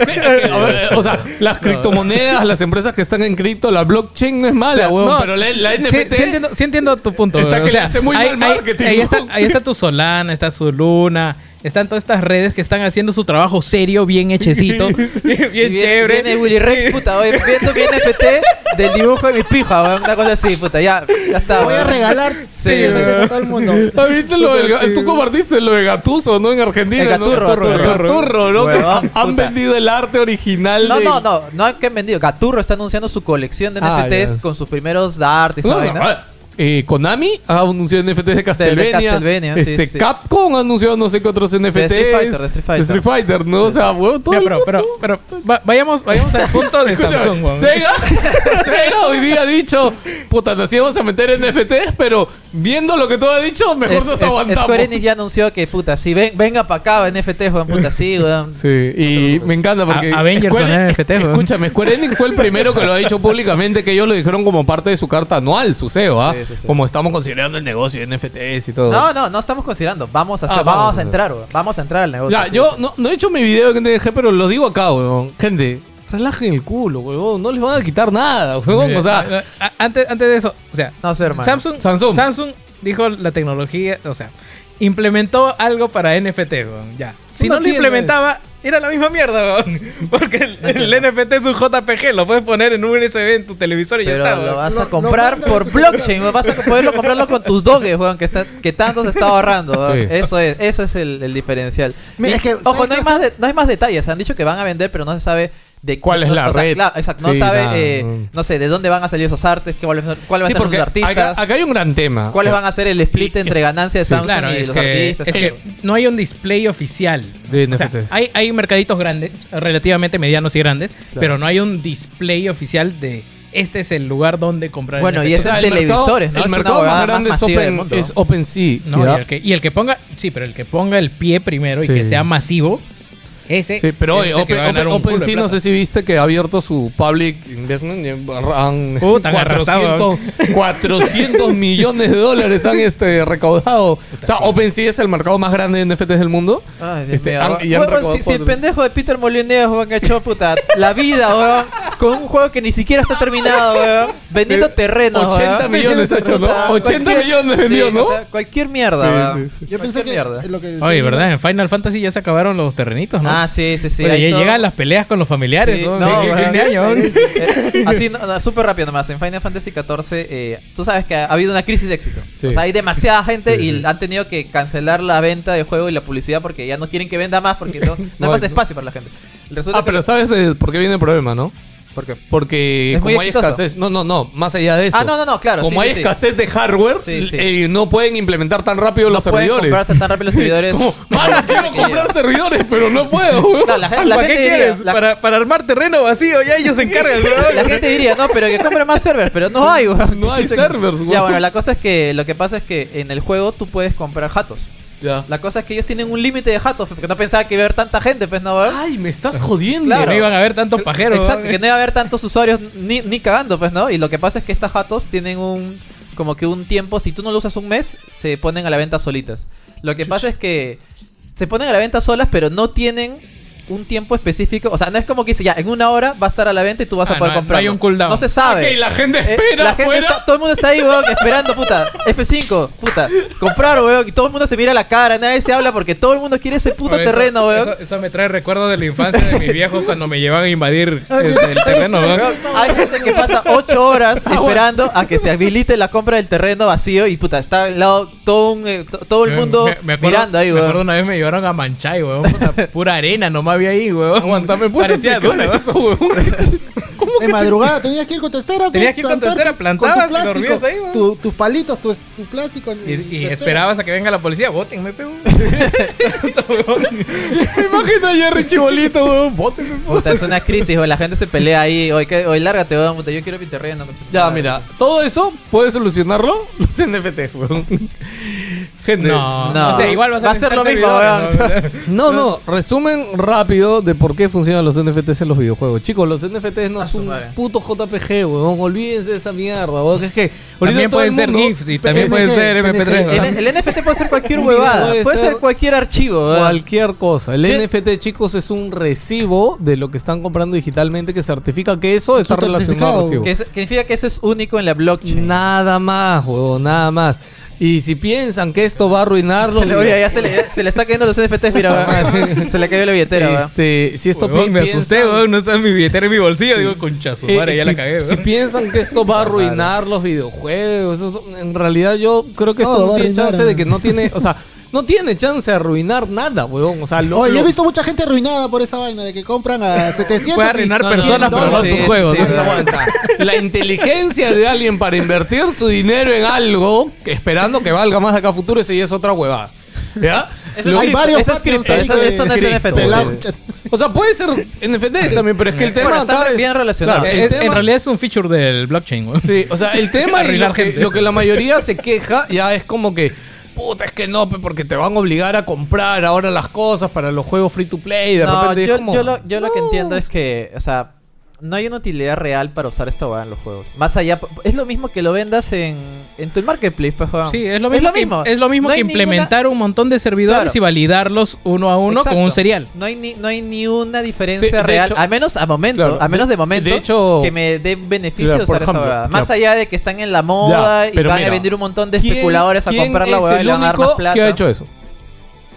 Speaker 3: es que, a ver, o sea, las criptomonedas, las empresas que están en cripto, la blockchain no es mala,
Speaker 5: O sea,
Speaker 3: weón,
Speaker 5: no,
Speaker 3: pero la, la NFT.
Speaker 5: Sí, sí entiendo, sí entiendo tu punto.
Speaker 3: Está
Speaker 5: weón.
Speaker 3: que le hace muy mal marketing,
Speaker 5: ahí,
Speaker 3: ¿no?
Speaker 5: está, ahí está tu Solana, está su Luna, están todas estas redes que están haciendo su trabajo serio, bien hechecito, bien,
Speaker 4: Y viene-
Speaker 5: chévere.
Speaker 4: Viene Willy Rex, puta, oye, viendo mi NFT del dibujo de mi pija, weón, una cosa así, puta, ya, ya está.
Speaker 6: Voy a
Speaker 4: weón.
Speaker 6: regalar
Speaker 4: Sí,
Speaker 6: NFTs a todo el mundo.
Speaker 3: ¿Has visto lo del, ga- tú compartiste lo de Gatuso, ¿no? En Argentina.
Speaker 4: El Gaturro,
Speaker 3: ¿no? El Gaturro,
Speaker 4: Gaturro.
Speaker 3: Gaturro, ¿no?
Speaker 4: Huevón,
Speaker 3: Han- Han
Speaker 4: puta.
Speaker 3: vendido el arte original.
Speaker 4: No,
Speaker 3: de-
Speaker 4: no, no, no es que han vendido. Gaturro está anunciando su colección de
Speaker 3: Ah,
Speaker 4: NFTs
Speaker 3: ya.
Speaker 4: con sus primeros artes y
Speaker 3: No,
Speaker 4: esa
Speaker 3: no,
Speaker 4: vaina.
Speaker 3: ah, eh, Konami ha anunciado NFTs de Castlevania.
Speaker 4: Castlevania, sí,
Speaker 3: este,
Speaker 4: sí.
Speaker 3: Capcom ha anunciado no sé qué otros NFTs.
Speaker 4: Street Fighter, de Street Fighter.
Speaker 3: Street Fighter, ¿no? O sea, weón, todo.
Speaker 5: Ya,
Speaker 3: el
Speaker 5: pero, pero, pero va- vayamos, vayamos al punto de
Speaker 3: Escúchame,
Speaker 5: Samsung, weón.
Speaker 3: Sega, Sega hoy día ha dicho, puta, nos íbamos a meter en NFTs, pero viendo lo que tú has dicho, mejor
Speaker 4: Es-
Speaker 3: nos
Speaker 4: es-
Speaker 3: aguantamos.
Speaker 4: Square Enix ya anunció que, puta, si ven, venga para acá, NFTs, weón, puta, sí, weón.
Speaker 3: Sí, y me encanta porque.
Speaker 5: A- Avengers son NFTs, weón.
Speaker 3: Escúchame, Square Enix fue el primero que lo ha dicho públicamente, que ellos lo dijeron como parte de su carta anual, su CEO, ¿ah?
Speaker 4: Sí, sí, sí.
Speaker 3: Como estamos considerando el negocio de NFTs y todo.
Speaker 4: No, no, no estamos considerando. Vamos a, hacer-
Speaker 3: Ah,
Speaker 4: vamos
Speaker 3: vamos a
Speaker 4: a
Speaker 3: hacer.
Speaker 4: entrar, weón. Vamos a entrar al negocio.
Speaker 3: Ya,
Speaker 4: sí,
Speaker 3: yo
Speaker 4: sí.
Speaker 3: no, no he hecho mi video que te dejé, pero lo digo acá, weón. Gente, relajen el culo, weón. No les van a quitar nada, weón. O
Speaker 4: Ah, eh,
Speaker 3: sea,
Speaker 5: eh, A- a- antes, antes de eso, o sea,
Speaker 4: No sé, hermano.
Speaker 5: Samsung,
Speaker 3: Samsung.
Speaker 5: Samsung. dijo la tecnología, o sea, implementó algo para NFT, weón, ya. Si
Speaker 3: Una
Speaker 5: no lo
Speaker 3: tienda,
Speaker 5: implementaba, era la misma mierda, weón. Porque el, el NFT es un JPG, lo puedes poner en un USB en tu televisor y
Speaker 4: Pero
Speaker 5: ya está,
Speaker 4: lo
Speaker 5: weón.
Speaker 4: vas
Speaker 6: Lo-
Speaker 4: a
Speaker 6: lo
Speaker 4: comprar
Speaker 6: mandas a
Speaker 4: por
Speaker 6: tu
Speaker 4: blockchain, weón. vas a poderlo comprarlo con tus doges, weón, que, está, que tanto se está ahorrando. weón.
Speaker 3: Sí.
Speaker 4: Eso es, eso es el, el diferencial.
Speaker 6: Mira,
Speaker 4: Y-
Speaker 6: es que,
Speaker 4: ojo,
Speaker 6: ¿sabes
Speaker 4: no hay,
Speaker 6: qué?
Speaker 4: más de- no hay más detalles. Han dicho que van a vender, pero no se sabe de
Speaker 3: ¿Cuál es
Speaker 4: no-
Speaker 3: la
Speaker 4: o sea,
Speaker 3: red?
Speaker 4: claro, exacto,
Speaker 3: Sí,
Speaker 4: no sabe,
Speaker 3: nada,
Speaker 4: eh,
Speaker 3: mm.
Speaker 4: no sé, de dónde van a salir esos artes, cuáles cuál
Speaker 3: sí,
Speaker 4: van a ser
Speaker 3: porque
Speaker 4: los artistas,
Speaker 3: Acá, acá hay un gran tema.
Speaker 4: cuáles van a ser el split entre ganancias de
Speaker 3: Sí,
Speaker 4: Samsung
Speaker 5: Claro,
Speaker 4: y
Speaker 5: es
Speaker 4: los
Speaker 5: que,
Speaker 4: artistas.
Speaker 5: es que no hay un display oficial.
Speaker 3: De
Speaker 5: O sea,
Speaker 3: NFTs.
Speaker 5: hay, hay mercaditos grandes, relativamente medianos y grandes, pero no hay un display oficial de este es el lugar donde comprar
Speaker 4: Bueno, y
Speaker 5: NFT.
Speaker 4: es en televisores, ¿no?
Speaker 3: El
Speaker 4: Es una
Speaker 3: mercado
Speaker 4: huevada
Speaker 3: más
Speaker 4: más
Speaker 3: grande es,
Speaker 4: masiva del
Speaker 3: open,
Speaker 4: mundo.
Speaker 3: es OpenSea.
Speaker 5: No,
Speaker 3: ya.
Speaker 5: y, el que, y el que ponga, sí, pero el que ponga el pie primero
Speaker 3: Sí.
Speaker 5: y que sea masivo, ese.
Speaker 3: Sí, pero oye,
Speaker 5: ese es el que va a
Speaker 3: Open-
Speaker 5: ganar
Speaker 3: Open-
Speaker 5: un culo de
Speaker 3: OpenSea, no
Speaker 5: plata.
Speaker 3: sé si viste que ha abierto su public investment. y Han,
Speaker 5: Puta, han arrasado.
Speaker 3: 400 millones de dólares han este, recaudado. o sea, OpenSea es el mercado más grande de NFTs del mundo.
Speaker 4: Ay, Dios
Speaker 3: Este,
Speaker 4: mío,
Speaker 3: han-
Speaker 4: weón.
Speaker 3: y han
Speaker 4: Weón,
Speaker 3: recaudado
Speaker 4: si, si el
Speaker 3: cuatro-
Speaker 4: pendejo de Peter Molyneux weón, echó puta la vida, weón, con un juego que ni siquiera está terminado, weón, vendiendo
Speaker 3: Sí.
Speaker 4: terreno,
Speaker 3: 80 millones ha hecho, ¿no? 80 millones vendió, ¿no?
Speaker 4: cualquier mierda, weón.
Speaker 6: Yo pensé que.
Speaker 4: mierda.
Speaker 6: Lo que
Speaker 5: Oye,
Speaker 6: decía-
Speaker 5: ¿verdad? En Final Fantasy ya se acabaron los terrenitos, ¿no?
Speaker 4: Ah, sí, sí, sí.
Speaker 5: Oye,
Speaker 4: ahí
Speaker 5: ya
Speaker 4: todo-
Speaker 5: llegan las peleas con los familiares.
Speaker 4: Sí,
Speaker 5: ¿no?
Speaker 4: no,
Speaker 5: ¿Qué- qué-
Speaker 4: weón.
Speaker 5: qué año?
Speaker 4: Eh, Así, no, no, súper rápido nomás. En Final Fantasy XIV, eh, tú sabes que ha habido una crisis de éxito.
Speaker 3: Sí.
Speaker 4: O sea, hay demasiada gente
Speaker 3: Sí,
Speaker 4: y
Speaker 3: sí.
Speaker 4: han tenido que cancelar la venta del juego y la publicidad porque ya no quieren que venda más porque no, no hay
Speaker 3: No,
Speaker 4: más
Speaker 3: no.
Speaker 4: espacio para la gente. Resulta
Speaker 3: Ah,
Speaker 4: que-
Speaker 3: pero sabes de por qué viene el problema, ¿no?
Speaker 4: ¿Por qué?
Speaker 3: Porque
Speaker 4: Es muy
Speaker 3: como hay
Speaker 4: exitoso.
Speaker 3: escasez, no, no, no, más allá de eso.
Speaker 4: Ah, no, no, no, claro,
Speaker 3: Como
Speaker 4: sí,
Speaker 3: hay
Speaker 4: sí, sí.
Speaker 3: escasez de hardware,
Speaker 4: Sí, sí.
Speaker 3: eh, no pueden implementar tan rápido los
Speaker 4: no pueden
Speaker 3: servidores.
Speaker 4: comprarse tan rápido los servidores.
Speaker 3: Como, mano, quiero comprar servidores, pero no puedo. weón".
Speaker 4: No, la, gen- la
Speaker 5: ¿Para qué
Speaker 4: gente diría,
Speaker 5: quieres?
Speaker 4: la-
Speaker 5: Para, para armar terreno vacío, ya ellos se encargan, weón.
Speaker 4: La gente diría, no, pero que compre más servers, pero no hay, weón.
Speaker 3: No hay servers, weón.
Speaker 4: Ya, bueno, la cosa es que lo que pasa es que en el juego tú puedes comprar jatos.
Speaker 3: Ya.
Speaker 4: La cosa es que ellos tienen un límite de jatos, porque no pensaba que iba a haber tanta gente, pues no, weón.
Speaker 3: Ay, me estás jodiendo.
Speaker 4: Claro.
Speaker 5: Que no iban a haber tantos pajeros.
Speaker 4: Exacto,
Speaker 5: weón.
Speaker 4: que no iba a haber tantos usuarios ni, ni cagando, pues no. Y lo que pasa es que estas jatos tienen un. Como que un tiempo, si tú no lo usas un mes, se ponen a la venta solitas. Lo que pasa es que se ponen a la venta solas, pero no tienen un tiempo específico. O sea, no es como que dice ya, en una hora va a estar a la venta y tú vas
Speaker 5: Ah,
Speaker 4: a poder
Speaker 5: no hay- no
Speaker 4: comprar.
Speaker 5: hay un cooldown.
Speaker 4: se sabe.
Speaker 3: Ok, la gente
Speaker 4: Eh,
Speaker 3: espera
Speaker 4: la gente
Speaker 3: afuera.
Speaker 4: está- todo el mundo está ahí, weón, esperando, puta. F5, puta. Comprar, weón. Y todo el mundo se mira la cara, nadie se habla porque todo el mundo quiere ese puto
Speaker 5: Oye, eso-
Speaker 4: terreno, weón.
Speaker 5: Eso, eso me trae recuerdos de la infancia de mis viejos cuando me llevaban a invadir
Speaker 6: Ah,
Speaker 5: este,
Speaker 6: sí,
Speaker 5: el terreno,
Speaker 6: sí,
Speaker 5: weón.
Speaker 6: sí,
Speaker 4: Hay gente que pasa 8 horas
Speaker 3: Ah,
Speaker 4: esperando a que se habilite la compra del terreno vacío y puta, está al lado todo, un, eh, to- todo el mundo
Speaker 5: me, me acuerdo,
Speaker 4: mirando ahí,
Speaker 5: me acuerdo
Speaker 4: weón.
Speaker 5: una vez me llevaron a Manchay, weón. puta, pura arena, nomás había ahí, weón.
Speaker 3: Aguantame,
Speaker 4: pues,
Speaker 3: ¿puedes
Speaker 5: Parecía
Speaker 3: explicar
Speaker 5: duna.
Speaker 3: eso, weón? ¿Cómo
Speaker 6: De madrugada tenías que ir con testera.
Speaker 5: Tenías que ir con
Speaker 6: plantarte
Speaker 5: testera, plantabas y dormías ahí, weón.
Speaker 6: tu- tus palitos, tu, tu plástico. en-
Speaker 5: Y,
Speaker 6: en
Speaker 5: y
Speaker 6: testera.
Speaker 5: esperabas a que venga la policía, votenme, pe, weón.
Speaker 3: Me imagino a Jerry Chibolito, weón. Bóteme, po.
Speaker 4: Puta, es una crisis, weón. La gente se pelea ahí. Oye, que- oye, lárgate, weón. Puta, yo quiero mi terreno. concha tu
Speaker 3: Ya,
Speaker 4: madre.
Speaker 3: mira, todo eso puede solucionarlo los NFTs, weón. Gente.
Speaker 5: No,
Speaker 4: No.
Speaker 5: O sea, igual vas a
Speaker 4: Va a ser lo mismo,
Speaker 5: necesitar
Speaker 4: weón.
Speaker 5: servidores,
Speaker 3: No, no, resumen rápido de por qué funcionan los NFTs en los videojuegos. Chicos, los NFTs no
Speaker 4: A su
Speaker 3: son un
Speaker 4: madre.
Speaker 3: puto JPG, weón. Olvídense de esa mierda, weón. Es que ahorita
Speaker 5: También
Speaker 3: todo el
Speaker 5: pueden ser
Speaker 3: mundo-
Speaker 5: GIFs y también
Speaker 6: PNG,
Speaker 5: pueden ser MP3.
Speaker 4: El,
Speaker 5: weón.
Speaker 4: el NFT puede ser cualquier
Speaker 3: Mira,
Speaker 4: huevada.
Speaker 3: puede
Speaker 4: Puede,
Speaker 3: ser
Speaker 4: ser, cualquier archivo, weón.
Speaker 3: Cualquier cosa. El
Speaker 4: ¿Qué?
Speaker 3: NFT, chicos, es un recibo de lo que están comprando digitalmente que certifica que eso está relacionado al
Speaker 6: certificado.
Speaker 3: recibo.
Speaker 4: Que, es- que significa que eso es único en la blockchain.
Speaker 3: Nada más, huevón, nada más. Y si piensan que esto va a arruinarlo,
Speaker 4: Se le, oye, ya se le, se le está cayendo los NFTs, mira,
Speaker 3: Ah,
Speaker 4: weón. Se le cayó la billetera, weón.
Speaker 3: este, si esto
Speaker 5: Weón,
Speaker 3: pi-
Speaker 5: me asusté,
Speaker 3: piensan-
Speaker 5: weón. No está en mi billetera en mi bolsillo. Digo, conchazo,
Speaker 3: Eh,
Speaker 5: madre, ya
Speaker 3: si,
Speaker 5: la cagué,
Speaker 3: si
Speaker 5: weón.
Speaker 3: piensan que esto va a arruinar los videojuegos, eso- en realidad yo creo que esto
Speaker 6: Todo
Speaker 3: no
Speaker 6: va a
Speaker 3: tiene
Speaker 6: arruinar,
Speaker 3: chance de
Speaker 6: ¿no?
Speaker 3: que no tiene, o sea, no tiene chance de arruinar nada, huevón. O sea, lo,
Speaker 6: Oye,
Speaker 3: lo-
Speaker 6: he visto mucha gente arruinada por esa vaina de que compran a 700.
Speaker 5: Puede
Speaker 6: y-
Speaker 5: arruinar
Speaker 6: No, no,
Speaker 5: personas,
Speaker 6: no,
Speaker 5: pero no
Speaker 6: sí.
Speaker 5: tu
Speaker 3: tu
Speaker 5: juego,
Speaker 3: juego,
Speaker 5: sí, ¿no?
Speaker 3: La inteligencia de alguien para invertir su dinero en algo, que esperando que valga más de acá a futuro, ese ya es otra huevada. ¿Ya?
Speaker 4: Eso
Speaker 6: Hay
Speaker 4: es cripto,
Speaker 6: varios
Speaker 4: eso es
Speaker 6: Patreons
Speaker 4: cripto,
Speaker 6: ahí
Speaker 4: eso-
Speaker 6: que-
Speaker 4: eso no es
Speaker 6: cripto,
Speaker 4: NFT,
Speaker 6: la-
Speaker 4: sí.
Speaker 3: O sea, puede ser NFTs también, pero es que el tema
Speaker 4: Bueno, están
Speaker 3: acá es-
Speaker 4: bien relacionados.
Speaker 3: Claro, el
Speaker 5: Es- Eh, En
Speaker 3: tema-
Speaker 5: realidad es un feature del blockchain, weón.
Speaker 3: Sí, o sea, el tema y
Speaker 5: Arruinar
Speaker 3: lo que,
Speaker 5: gente.
Speaker 3: lo que la mayoría se queja ya es como que, puta, es que no, pe, porque te van a obligar a comprar ahora las cosas para los juegos free to play. De
Speaker 4: no,
Speaker 3: repente es
Speaker 4: yo,
Speaker 3: como,
Speaker 4: yo lo, yo lo que
Speaker 3: no,
Speaker 4: entiendo es que, o sea, no hay una utilidad real para usar esta hueá en los juegos. Más allá, es lo mismo que lo vendas en, en tu marketplace, pues, huevón.
Speaker 5: Sí, es lo mismo, que, es lo mismo
Speaker 4: No
Speaker 5: que
Speaker 4: hay ninguna-
Speaker 5: implementar un montón de servidores
Speaker 4: Claro.
Speaker 5: y validarlos uno a uno
Speaker 4: Exacto.
Speaker 5: con un serial.
Speaker 4: No hay ni, no hay ni una diferencia
Speaker 3: Sí, de
Speaker 4: real,
Speaker 3: hecho-
Speaker 4: al menos a momento,
Speaker 3: Claro,
Speaker 4: a menos
Speaker 3: de-
Speaker 4: de momento,
Speaker 3: de hecho-
Speaker 4: que me dé beneficio
Speaker 3: Claro,
Speaker 4: de usar
Speaker 3: por ejemplo,
Speaker 4: esa huevada. Más
Speaker 3: claro.
Speaker 4: allá de que están en la moda
Speaker 3: Ya,
Speaker 4: y
Speaker 3: pero
Speaker 4: van a
Speaker 3: mira,
Speaker 4: vender un montón de
Speaker 3: ¿quién-
Speaker 4: especuladores a
Speaker 3: quién
Speaker 4: comprar la
Speaker 3: es
Speaker 4: huevada y
Speaker 3: el
Speaker 4: le van a dar más
Speaker 3: único
Speaker 4: plata.
Speaker 3: que ha hecho eso?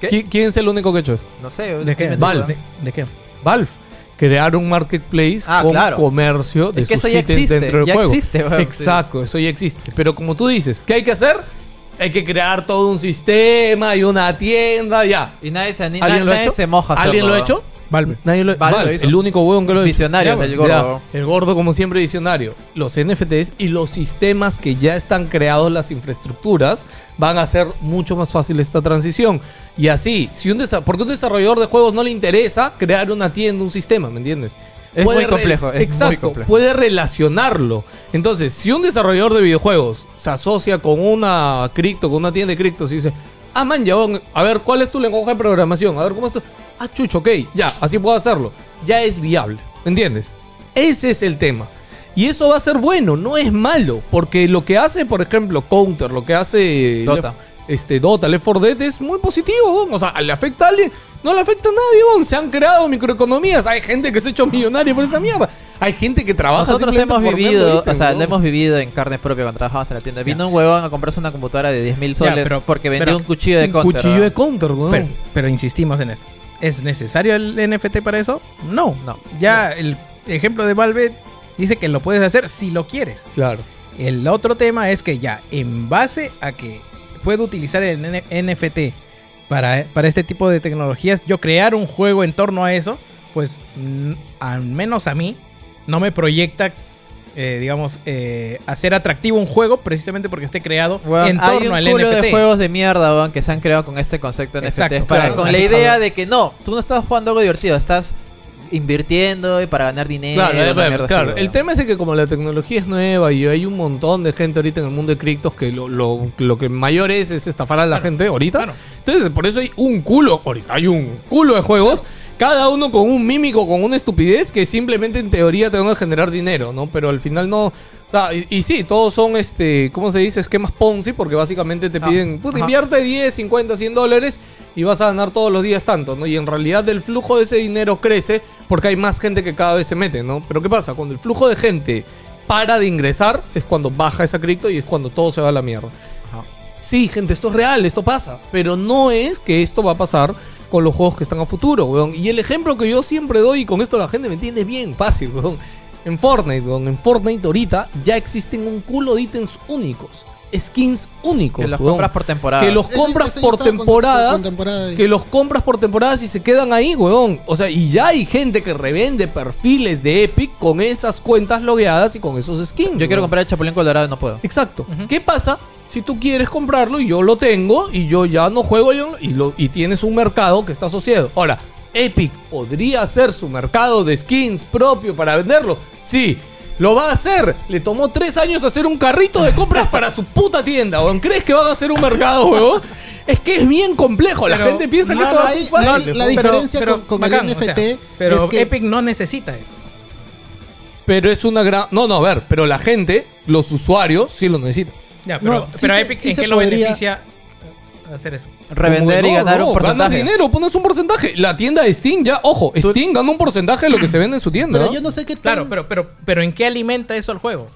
Speaker 4: ¿Qué?
Speaker 3: ¿Qui- ¿Quién es el único que ha hecho eso?
Speaker 4: No sé,
Speaker 5: ¿De qué?
Speaker 4: dime tú,
Speaker 3: Valve.
Speaker 4: huevón.
Speaker 5: ¿De qué?
Speaker 3: Valve. Crear un marketplace
Speaker 4: Ah,
Speaker 3: con
Speaker 4: claro.
Speaker 3: comercio de
Speaker 4: Es que
Speaker 3: sus
Speaker 4: eso ya
Speaker 3: ítems
Speaker 4: existe,
Speaker 3: dentro del
Speaker 4: ya
Speaker 3: juego.
Speaker 4: existe, weón, sí.
Speaker 3: Exacto, eso ya existe. Pero como tú dices, ¿qué hay que hacer? Hay que crear todo un sistema y una tienda, ya.
Speaker 4: Y nadie se, ni-
Speaker 3: ¿Alguien lo ha
Speaker 4: nadie
Speaker 3: hecho?
Speaker 4: se moja. a
Speaker 3: ¿Alguien
Speaker 4: hacerlo,
Speaker 3: lo ha
Speaker 4: huevón.
Speaker 3: hecho?
Speaker 5: Valve.
Speaker 3: Nadie lo,
Speaker 4: Valve lo
Speaker 3: Valve,
Speaker 4: hizo.
Speaker 3: el único huevón que lo ha hecho.
Speaker 4: Visionario,
Speaker 3: Ya,
Speaker 4: el
Speaker 3: bueno,
Speaker 4: gordo.
Speaker 3: ya. El gordo, como siempre, visionario. Los NFTs y los sistemas que ya están creados, las infraestructuras, van a hacer mucho más fácil esta transición. Y así, si un desa- porque un desarrollador de juegos no le interesa crear una tienda, un sistema, ¿me entiendes?
Speaker 4: Es muy
Speaker 3: re-
Speaker 4: complejo, es muy
Speaker 3: exacto,
Speaker 4: complejo.
Speaker 3: puede relacionarlo. Entonces, si un desarrollador de videojuegos se asocia con una cripto, con una tienda de criptos y dice, ah, man, ya, weón, a ver, ¿cuál es tu lenguaje de programación? A ver, ¿cómo es? tu-?" Ah, chucho, ok, ya, así puedo hacerlo. Ya es viable, ¿me entiendes? Ese es el tema. Y eso va a ser bueno, no es malo, porque lo que hace, por ejemplo, Counter, lo que hace
Speaker 4: Dota.
Speaker 3: este, Dota, Left 4 Dead es muy positivo, weón. o sea, le afecta a alguien, no le afecta a nadie, weón. se han creado microeconomías, hay gente que se ha hecho millonaria por esa mierda, hay gente que trabaja
Speaker 4: Nosotros
Speaker 3: simplemente
Speaker 4: hemos
Speaker 3: por vender
Speaker 4: vivido,
Speaker 3: ítems,
Speaker 4: o sea,
Speaker 3: weón.
Speaker 4: lo hemos vivido en carne propia cuando trabajábamos en la tienda. Vino un huevón a comprarse una computadora de 10 mil
Speaker 5: Ya,
Speaker 4: soles
Speaker 5: pero-
Speaker 4: porque vendió
Speaker 5: pero-
Speaker 4: un cuchillo de
Speaker 3: Un
Speaker 4: counter.
Speaker 3: cuchillo de
Speaker 4: ¿verdad?
Speaker 3: counter, weón.
Speaker 5: Pero, pero insistimos en esto. ¿Es necesario el NFT para eso? No.
Speaker 4: No.
Speaker 5: Ya el ejemplo de Valve dice que lo puedes hacer si lo quieres.
Speaker 3: Claro.
Speaker 5: El otro tema es que ya, en base a que puedo utilizar el N- NFT para, para este tipo de tecnologías, yo crear un juego en torno a eso, pues mm, al menos a mí no me proyecta, eh, digamos, eh, hacer atractivo un juego precisamente porque esté creado
Speaker 4: Weón,
Speaker 5: en
Speaker 4: hay
Speaker 5: torno
Speaker 4: un
Speaker 5: al
Speaker 4: culo
Speaker 5: NFT.
Speaker 4: de juegos de mierda, weón, que se han creado con este concepto de
Speaker 5: Exacto,
Speaker 4: NFTs. Para,
Speaker 5: claro,
Speaker 4: con
Speaker 5: así
Speaker 4: la
Speaker 5: es,
Speaker 4: idea
Speaker 5: cabrón.
Speaker 4: de que no, tú no estás jugando algo divertido, estás invirtiendo y para ganar dinero.
Speaker 3: Claro,
Speaker 4: una
Speaker 3: eh, bueno,
Speaker 4: mierda así,
Speaker 3: claro.
Speaker 4: weón.
Speaker 3: el tema es de que como la tecnología es nueva y hay un montón de gente ahorita en el mundo de criptos que lo, lo- lo que mayor es es estafar a la gente ahorita.
Speaker 5: claro.
Speaker 3: Entonces, por eso hay un culo, ahorita hay un culo de juegos, cada uno con un mímico, con una estupidez que simplemente en teoría te van a generar dinero, ¿no? Pero al final no... O sea, y, y sí, todos son, este, ¿cómo se dice? Esquemas Ponzi, porque básicamente te
Speaker 4: Ah,
Speaker 3: piden, puta,
Speaker 4: ajá.
Speaker 3: invierte 10, 50, 100 dólares y vas a ganar todos los días tanto, ¿no? Y en realidad el flujo de ese dinero crece porque hay más gente que cada vez se mete, ¿no? Pero ¿qué pasa? Cuando el flujo de gente para de ingresar, es cuando baja esa cripto y es cuando todo se va a la mierda. Sí, gente, esto es real, esto pasa. Pero no es que esto va a pasar con los juegos que están a futuro, weón. Y el ejemplo que yo siempre doy, y con esto la gente me entiende bien, fácil, weón. En Fortnite, weón, en Fortnite ahorita ya existen un culo de ítems únicos, skins únicos,
Speaker 4: Que los
Speaker 3: weón.
Speaker 4: compras por temporada.
Speaker 3: Que los
Speaker 6: Eso-
Speaker 3: compras
Speaker 6: eso ya
Speaker 3: por
Speaker 6: estaba con- con
Speaker 3: temporadas.
Speaker 6: temporada.
Speaker 3: Que los compras por temporadas y se quedan ahí, weón. O sea, y ya hay gente que revende perfiles de Epic con esas cuentas logueadas y con esos skins.
Speaker 4: Yo quiero
Speaker 3: weón.
Speaker 4: comprar el Chapulín Colorado y no puedo.
Speaker 3: Exacto. ¿Qué pasa si tú quieres comprarlo y yo lo tengo y yo ya no juego yo- y, lo, y tienes un mercado que está asociado? Ahora, Epic podría hacer su mercado de skins propio para venderlo. Sí. Lo va a hacer. Le tomó tres años hacer un carrito de compras para su puta tienda. weón. ¿Crees que van a hacer un mercado, weón? Es que es bien complejo. La
Speaker 5: Pero
Speaker 3: gente piensa que esto va a ser
Speaker 6: ahí-
Speaker 3: fácil.
Speaker 6: no, la
Speaker 3: weón.
Speaker 6: dif- diferencia con- con el
Speaker 5: o sea,
Speaker 6: NFT
Speaker 5: pero
Speaker 6: es que-
Speaker 5: Epic no necesita eso.
Speaker 3: Pero es una gran. No, no, a ver. Pero la gente, los usuarios, sí lo necesitan.
Speaker 5: Ya, pero,
Speaker 6: No, sí
Speaker 5: pero a
Speaker 6: se-
Speaker 5: Epic,
Speaker 6: sí
Speaker 5: ¿en
Speaker 6: se
Speaker 5: qué lo
Speaker 6: podría-
Speaker 5: beneficia hacer eso?
Speaker 4: Revender
Speaker 3: Como
Speaker 4: y
Speaker 3: que no,
Speaker 4: ganar
Speaker 3: no,
Speaker 4: un
Speaker 3: Ganas
Speaker 4: porcentaje.
Speaker 3: dinero, pones un porcentaje. La tienda de Steam ya, ojo, Steam gana un porcentaje de lo que se vende en su tienda.
Speaker 6: Pero
Speaker 3: ¿no?
Speaker 6: yo no sé qué tan-
Speaker 5: Claro, pero, pero, pero ¿en qué alimenta eso al juego?